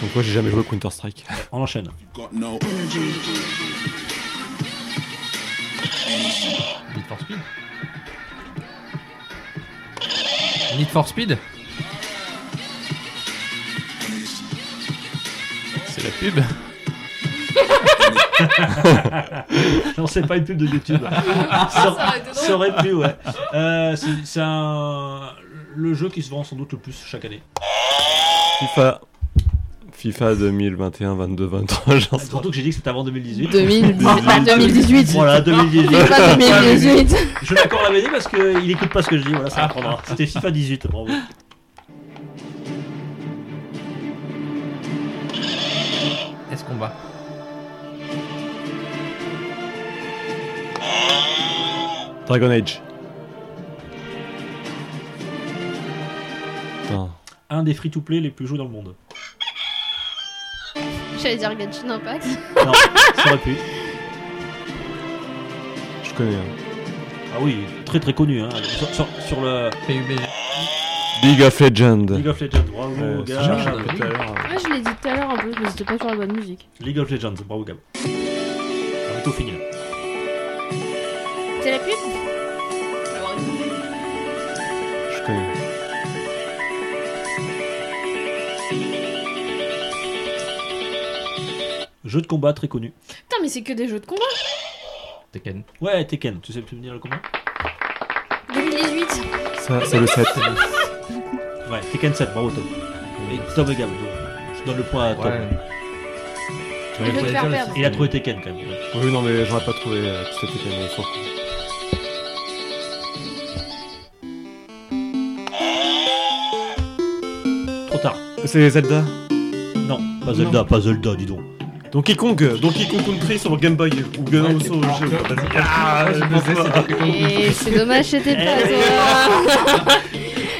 F: Donc, moi, j'ai jamais joué Counter Strike.
D: On enchaîne.
G: Need for Speed. Need for Speed.
E: C'est la pub
D: Non, c'est pas une pub de YouTube. Ah, ça, aurait, ça aurait pu, ouais. Euh, c'est c'est un... le jeu qui se vend sans doute le plus chaque année.
F: FIFA. FIFA 2021, 22, 23, j'en sais
D: Surtout que j'ai dit que c'était avant 2018.
L: 2018. Ah, 2018.
D: Voilà, 2018.
L: FIFA 2018.
D: Je l'accorde à BD parce qu'il écoute pas ce que je dis, voilà, ça le prendra. C'était FIFA 18, bravo.
G: Est-ce qu'on va
F: Dragon Age. Putain.
D: Un des free-to-play les plus joués dans le monde.
C: J'allais dire Genshin Impact.
D: Non, ça aurait pu.
F: Je connais. hein.
D: Ah oui, très très connu, hein. Sur, sur- sur le.
F: League of Legends.
D: League of Legends, bravo, Ah,
F: Ouais,
D: Gab.
F: ça, j'ai appris tout à l'heure.
C: Moi, Ah, je l'ai dit tout à l'heure en plus, mais c'était pas sur la bonne musique.
D: League of Legends, bravo, Gab. On est au fini là.
C: C'est la pub
F: Je connais.
D: Jeu de combat très connu.
C: Putain, mais c'est que des jeux de combat
G: Tekken.
D: Ouais, Tekken, tu sais me dire le combat
C: 2018
F: Ça, c'est le 7.
D: Ouais, Tekken 7, bravo Tom. Et Tom et Gab, donc, je donne le point à Tom.
G: Ouais.
C: Je vais te faire perdre.
D: Il a trouvé Tekken quand même.
F: Oui, non, mais j'aurais pas trouvé euh, tout à fait quel nom, fort.
D: Trop tard.
F: C'est Zelda.
D: Non, pas Zelda, pas Zelda, dis donc.
F: Donkey Kong. euh, Donkey Kong Country sur Game Boy. euh, Ou Gun Houseau, je sais pas. vas-y. Ah, je pense pas.
C: Et c'est dommage, c'était pas toi.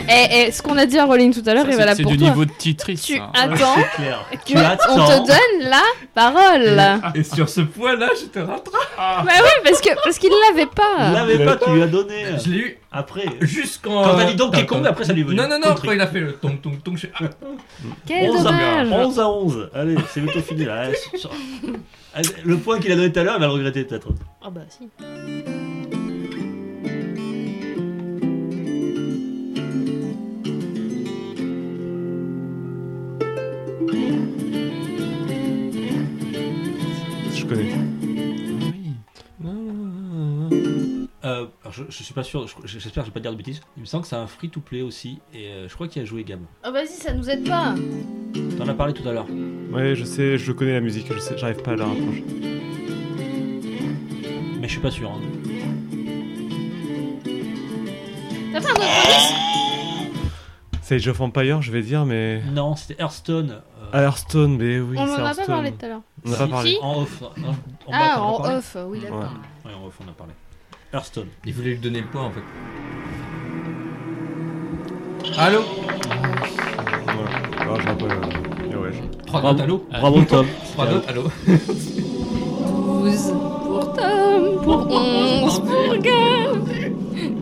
C: Et, ce qu'on a dit à Rolling tout à l'heure est
E: Eh. Ça, c'est-
C: valable
E: c'est
C: pour
E: du
C: toi.
E: niveau de hein. Tetris.
C: Tu
E: ça.
C: attends
D: C'est clair.
C: que on te donne la parole.
K: Et sur ce point-là, je te rattrape.
C: Bah oui, parce que parce qu'il l'avait
D: Il
C: pas.
D: l'avait pas, tu lui as donné.
G: Je l'ai eu
D: Après.
C: Oh,
G: jusqu'en.
D: Quand t'as dit Donkey Kong,
G: Attends.
D: après ça lui est venu.
G: Non, non, non,
D: Country.
G: quand il a fait le tong tong tong, je- Ah,
C: Quel
D: 11 à,
C: dommage.
D: 11 à 11. Allez, Ah, c'est bientôt fini là. Allez, sur- sur- Allez, Le point qu'il a donné tout à l'heure, il va le regretter peut-être.
C: Ah bah si.
F: Je connais.
D: Euh, alors, je, je suis pas sûr, je- j'espère que je vais pas dire de bêtises. Il me semble que c'est un free to play aussi, et euh, je crois qu'il a joué Gam.
C: Ah vas-y, ça nous aide pas.
D: T'en as parlé tout à l'heure.
F: Ouais, je sais, je connais la musique, je sais, j'arrive pas à la rapprocher.
D: Mais je suis pas sûr. hein.
C: T'as fait un
E: Ah
C: autre
F: C'est Age of Empire, je vais dire, mais.
D: Non, c'était Hearthstone. euh,
F: Ah, Hearthstone, mais oui,
C: On en
F: c'est
C: a pas
F: Hearthstone.
C: parlé tout à l'heure.
F: On en a pas
D: si,
F: parlé.
C: Si.
D: En off. hein, en bas,
C: Ah,
D: t'en as
C: en
D: parlé
C: off, oui, d'accord.
F: Ouais.
D: Ouais, en off, on a parlé. Hearthstone.
G: Il voulait lui donner le point en fait.
K: Allô
F: Voilà. Alors, j'aurais Ah, pas. euh, et ouais, je-
G: 3
E: Bravo.
G: notes, allô
D: Bravo Tom.
G: 3 notes, allô
C: 12 pour Tom, pour 11 pour Gab.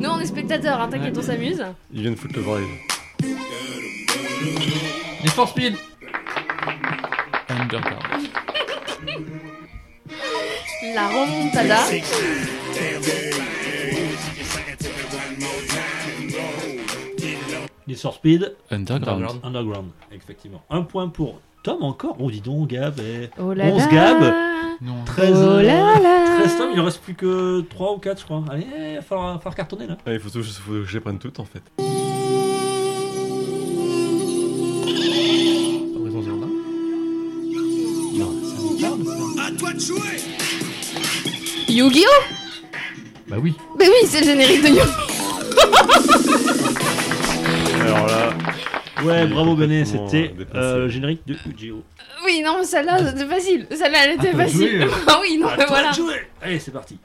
C: Nous on est spectateurs, hein, t'inquiète, on s'amuse.
F: Ils viennent foutre le bordel.
G: Les Force Speed
E: Underground.
C: La remontada.
D: Need for Speed.
E: Underground.
D: Underground. Effectivement. Un point pour Tom encore. Oh dis donc Gab. eh.
C: Oh
D: 11 Gab.
E: Non.
D: 13.
C: Oh là là.
D: 13 Tom, il en reste plus que 3 ou 4 je crois. Allez, il va falloir, va falloir cartonner là.
F: Ah, il faut, tout- faut que je les prenne toutes en fait.
G: Horizon Zero Dawn.
C: Yu-Gi-Oh
G: Bah oui.
C: Mais oui, c'est le générique de Yu-Gi-Oh
F: Alors là.
D: Ouais,
F: Il est
D: bravo Benet,
F: complètement, euh,
D: c'était
F: dépassé.
D: euh, le générique de UGO.
C: Oui, non, mais celle-là, c'était facile. Celle-là, elle était
G: t'as
C: facile.
G: joué,
C: Ah oui, non, mais
D: À toi de
C: voilà.
D: jouer. Allez, c'est parti.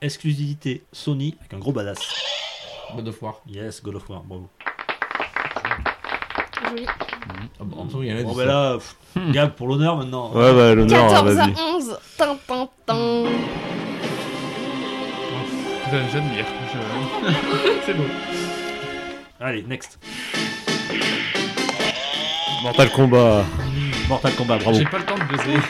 D: Exclusivité Sony avec un gros badass.
G: God of War.
D: Yes, God of War, bravo.
C: Joli.
G: Ah bah, en dessous, il y en a
D: Bon,
G: dix,
D: bah
G: hein.
D: là, pff, Gab pour l'honneur maintenant.
F: Ouais, bah l'honneur,
C: 14 à
F: vas-y.
C: 11. Tin, tin, tin.
E: Je- J'admire. Je- C'est beau.
D: Allez, next.
F: Mortal Kombat.
D: Mortal Kombat, bravo.
E: J'ai pas le temps de baiser.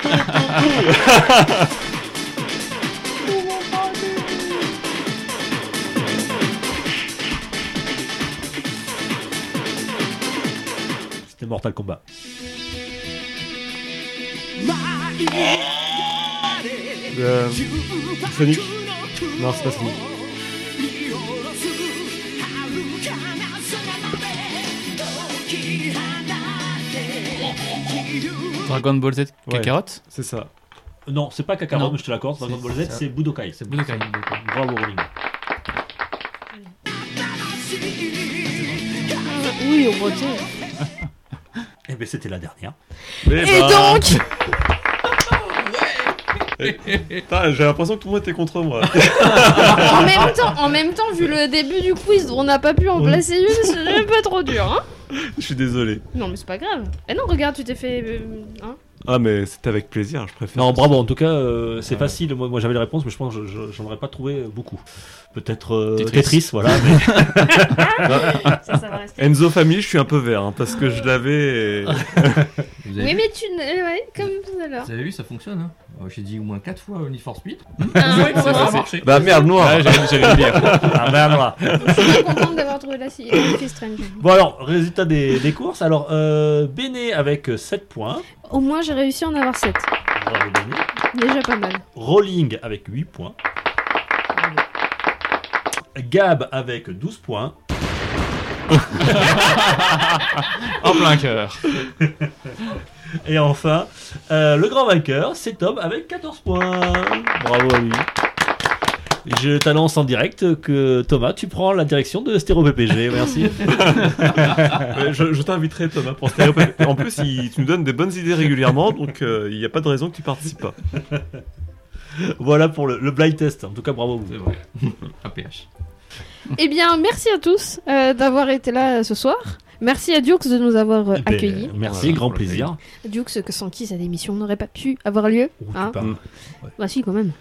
D: C'était Mortal Kombat.
F: Euh, Sonic Non, c'est pas Sonic.
E: Dragon Ball Z Kakarot
F: C'est ça.
D: Non, c'est pas Kakarot,
E: Non.
D: mais je te l'accorde. Dragon
E: C'est-
D: Ball
E: c'est
D: Z,
E: ça.
D: c'est Budokai.
E: C'est Budokai.
D: Bravo, Rolling.
L: Oui, au moitié.
D: Eh ben, c'était la dernière.
F: bah,
L: Et donc
F: Putain, J'ai l'impression que tout le monde était contre moi.
C: en, même temps, en même temps, vu le début du quiz, on n'a pas pu en placer une, c'est pas trop dur. Hein
F: Je suis désolé.
C: non, mais c'est pas grave. Et non, regarde, tu t'es fait. euh, hein
F: Ah, mais c'était avec plaisir, je préfère.
D: Non, bravo, en tout cas, euh, c'est facile. Moi, moi, j'avais les réponses, mais je pense que je- je- j'en aurais pas trouvé beaucoup. Peut-être euh,
F: Tetris.
D: Tetris. voilà. mais-
C: Ça, ça va rester.
F: Enzo Family, je suis un peu vert hein, parce que je l'avais. et-
C: Oui, mais tu. n- euh, Ouais, comme tout à l'heure.
G: Vous avez vu, ça fonctionne. Hein. Euh, J'ai dit au moins 4 fois Only for Speed.
C: Ah,
F: ouais, ça a marché. Bah, merde, noir. Ouais, j'allais- j'allais le dire.
D: Ah, merde, noir.
C: Je suis bien contente d'avoir trouvé la scie.
D: Bon, alors, résultat des, des courses. Alors, euh, Béné avec 7 points.
C: Au moins, j'ai réussi à en avoir 7.
D: Bravo, Béné.
C: Déjà pas mal.
D: Rolling avec 8 points. Gab avec 12 points.
E: En plein cœur.
D: Et enfin, euh, le grand vainqueur, c'est Tom avec 14 points. Bravo à lui. Je t'annonce en direct que Thomas, tu prends la direction de Stéro PPG. Merci.
F: Ouais, je je t'inviterai, Thomas, pour Stéréo Pépé. En plus, il, tu nous donnes des bonnes idées régulièrement, donc euh, il n'y a pas de raison que tu participes pas.
D: voilà pour le, le blind test. En tout cas, bravo. C'est vrai.
G: APH.
C: Eh bien, merci à tous euh, d'avoir été là euh, ce soir. Merci à Dux de nous avoir euh,
D: Eh ben, euh,
C: accueillis.
D: Merci, grand plaisir.
C: Dux, que sans qui cette émission n'aurait pas pu avoir lieu.
D: Oh,
C: hein. Bah, si, quand même.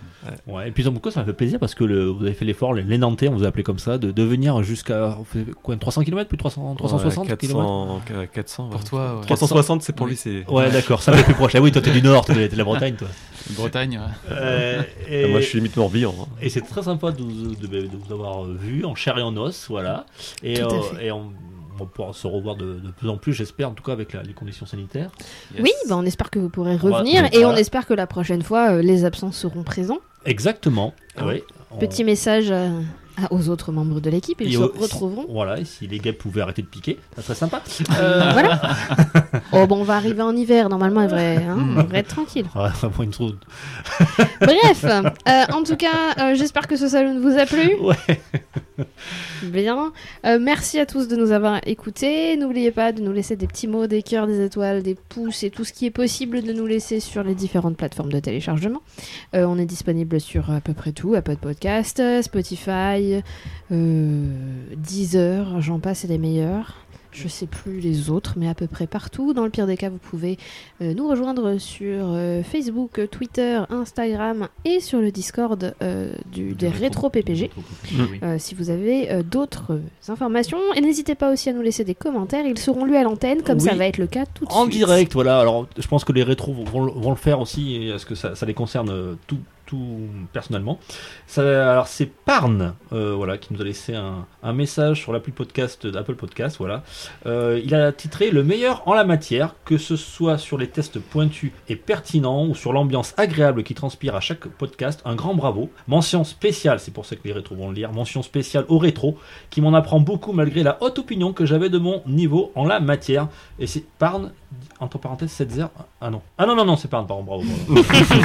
D: Ouais, et puis dans beaucoup, ça m'a fait plaisir parce que le- vous avez fait l'effort, les, les Nantais, on vous appelait comme ça, de, de venir jusqu'à on fait quoi, 300 km, plus de 300, 360
F: Ouais,
D: km
F: 400, euh, 400
E: Pour
F: ouais.
E: toi, ouais.
F: 360, c'est pour
E: Oui.
F: l'essayer.
D: Ouais, d'accord, ça fait plus proche. Ah oui, toi, t'es du Nord, t'es de la Bretagne, toi.
E: Bretagne, ouais.
D: Euh,
F: Ah, moi, je suis limite Morbihan. hein.
D: Et c'est très sympa de, vous- de- de vous avoir euh, vu en chair et en os, voilà. Et,
C: Tout à
D: euh,
C: fait.
D: et on, on pourra se revoir de, de plus en plus, j'espère, en tout cas avec la- les conditions sanitaires.
C: Oui, bah, on espère que vous pourrez
D: On va-
C: revenir
D: donc,
C: et on
D: voilà.
C: espère que la prochaine fois, euh, les absents seront présents.
D: Exactement. oui. On-
C: Petit message euh, à- aux autres membres de l'équipe, ils
D: et
C: se
D: au-
C: retrouveront.
D: Voilà, et si les gars pouvaient arrêter de piquer, ça serait sympa. Euh.
C: Voilà. Oh, bon, on va arriver en hiver, normalement, il devrait, hein,
D: Hmm.
C: on devrait être tranquille.
D: Ouais, on va prendre Ah, une trousse.
C: Bref, euh, en tout cas, euh, j'espère que ce salon vous a plu. Bien. Euh, merci à tous de nous avoir écoutés. N'oubliez pas de nous laisser des petits mots, des cœurs, des étoiles, des pouces et tout ce qui est possible de nous laisser sur les différentes plateformes de téléchargement. Euh, on est disponible sur à peu près tout Apple Podcast, euh, Spotify, euh, Deezer, j'en passe et les meilleurs. Je sais plus les autres, mais à peu près partout. Dans le pire des cas, vous pouvez euh, nous rejoindre sur euh, Facebook, euh, Twitter, Instagram et sur le Discord euh, du, des rétro PPG. Euh, si vous avez euh, d'autres euh, informations. Et n'hésitez pas aussi à nous laisser des commentaires, ils seront lus à l'antenne, comme ça
D: Oui.
C: va être le cas tout de
D: En
C: suite.
D: direct, voilà. Alors, je pense que les rétros vont- vont, le- vont le faire aussi, et parce que ça, ça les concerne euh, tout, tout personnellement. Ça, alors, c'est Parn, euh, voilà, qui nous a laissé un, un message sur l'appli podcast d'Apple Podcast, voilà. Euh, il a titré le meilleur en la matière, que ce soit sur les tests pointus et pertinents ou sur l'ambiance agréable qui transpire à chaque podcast. Un grand bravo. Mention spéciale, c'est pour ça que les rétros vont le lire. Mention spéciale au rétro, qui m'en apprend beaucoup malgré la haute opinion que j'avais de mon niveau en la matière. Et c'est Parn, entre parenthèses, 70. Ah non. Ah non, non, non, c'est Parn, pardon, bravo.
F: Merci.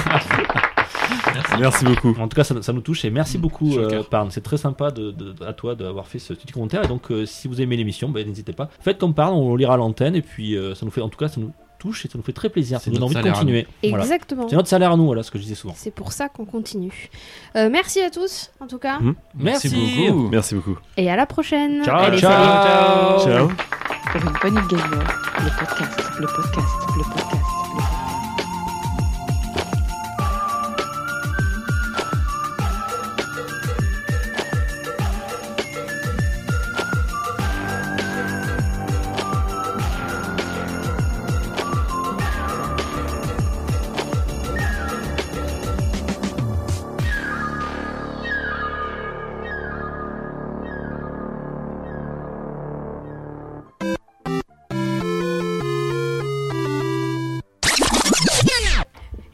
F: Merci beaucoup.
D: En tout cas, ça, ça nous touche et merci beaucoup,
F: sur le
D: euh,
F: cœur.
D: Parn. C'est très sympa de, de- à toi d'avoir fait ce petit commentaire. Et donc, euh, si vous aimez l'émission, ben, n'hésitez pas. Faites comme Parn, on le lira à l'antenne. Et puis, euh, ça nous fait, en tout cas, ça nous touche et ça nous fait très plaisir. Ça nous donne
E: notre
D: envie de
E: salaire à
D: continuer.
C: nous.
D: Voilà.
C: Exactement.
D: C'est notre salaire à nous, voilà ce que je disais souvent.
C: C'est pour ça qu'on continue. Euh, merci à tous, en tout cas.
D: Hmm.
E: Merci beaucoup.
F: Merci beaucoup.
C: Et à la prochaine.
D: Ciao,
C: Allez,
D: ciao.
C: salut.
F: Ciao.
B: Pour une poignée de gamer, le podcast, le podcast, le podcast.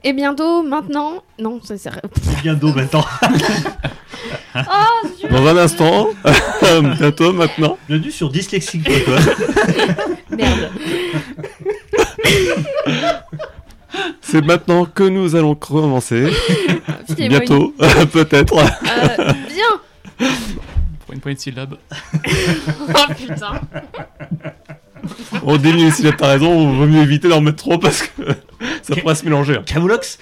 C: Et bientôt, maintenant. Non, ça sert.
D: Bientôt maintenant.
C: Oh, Dieu
F: Dans un instant, bientôt maintenant.
D: Bienvenue sur Dyslexique.
C: Merde.
F: C'est maintenant que nous allons commencer.
C: Putain,
F: Bientôt,
C: moi, il-
F: peut-être.
C: Euh, bien.
E: Pour une poignée de syllabes.
C: Oh putain.
F: On diminue si t'as raison, on vaut mieux hein. éviter d'en mettre trop parce que ça pourrait se mélanger.
D: Camoulox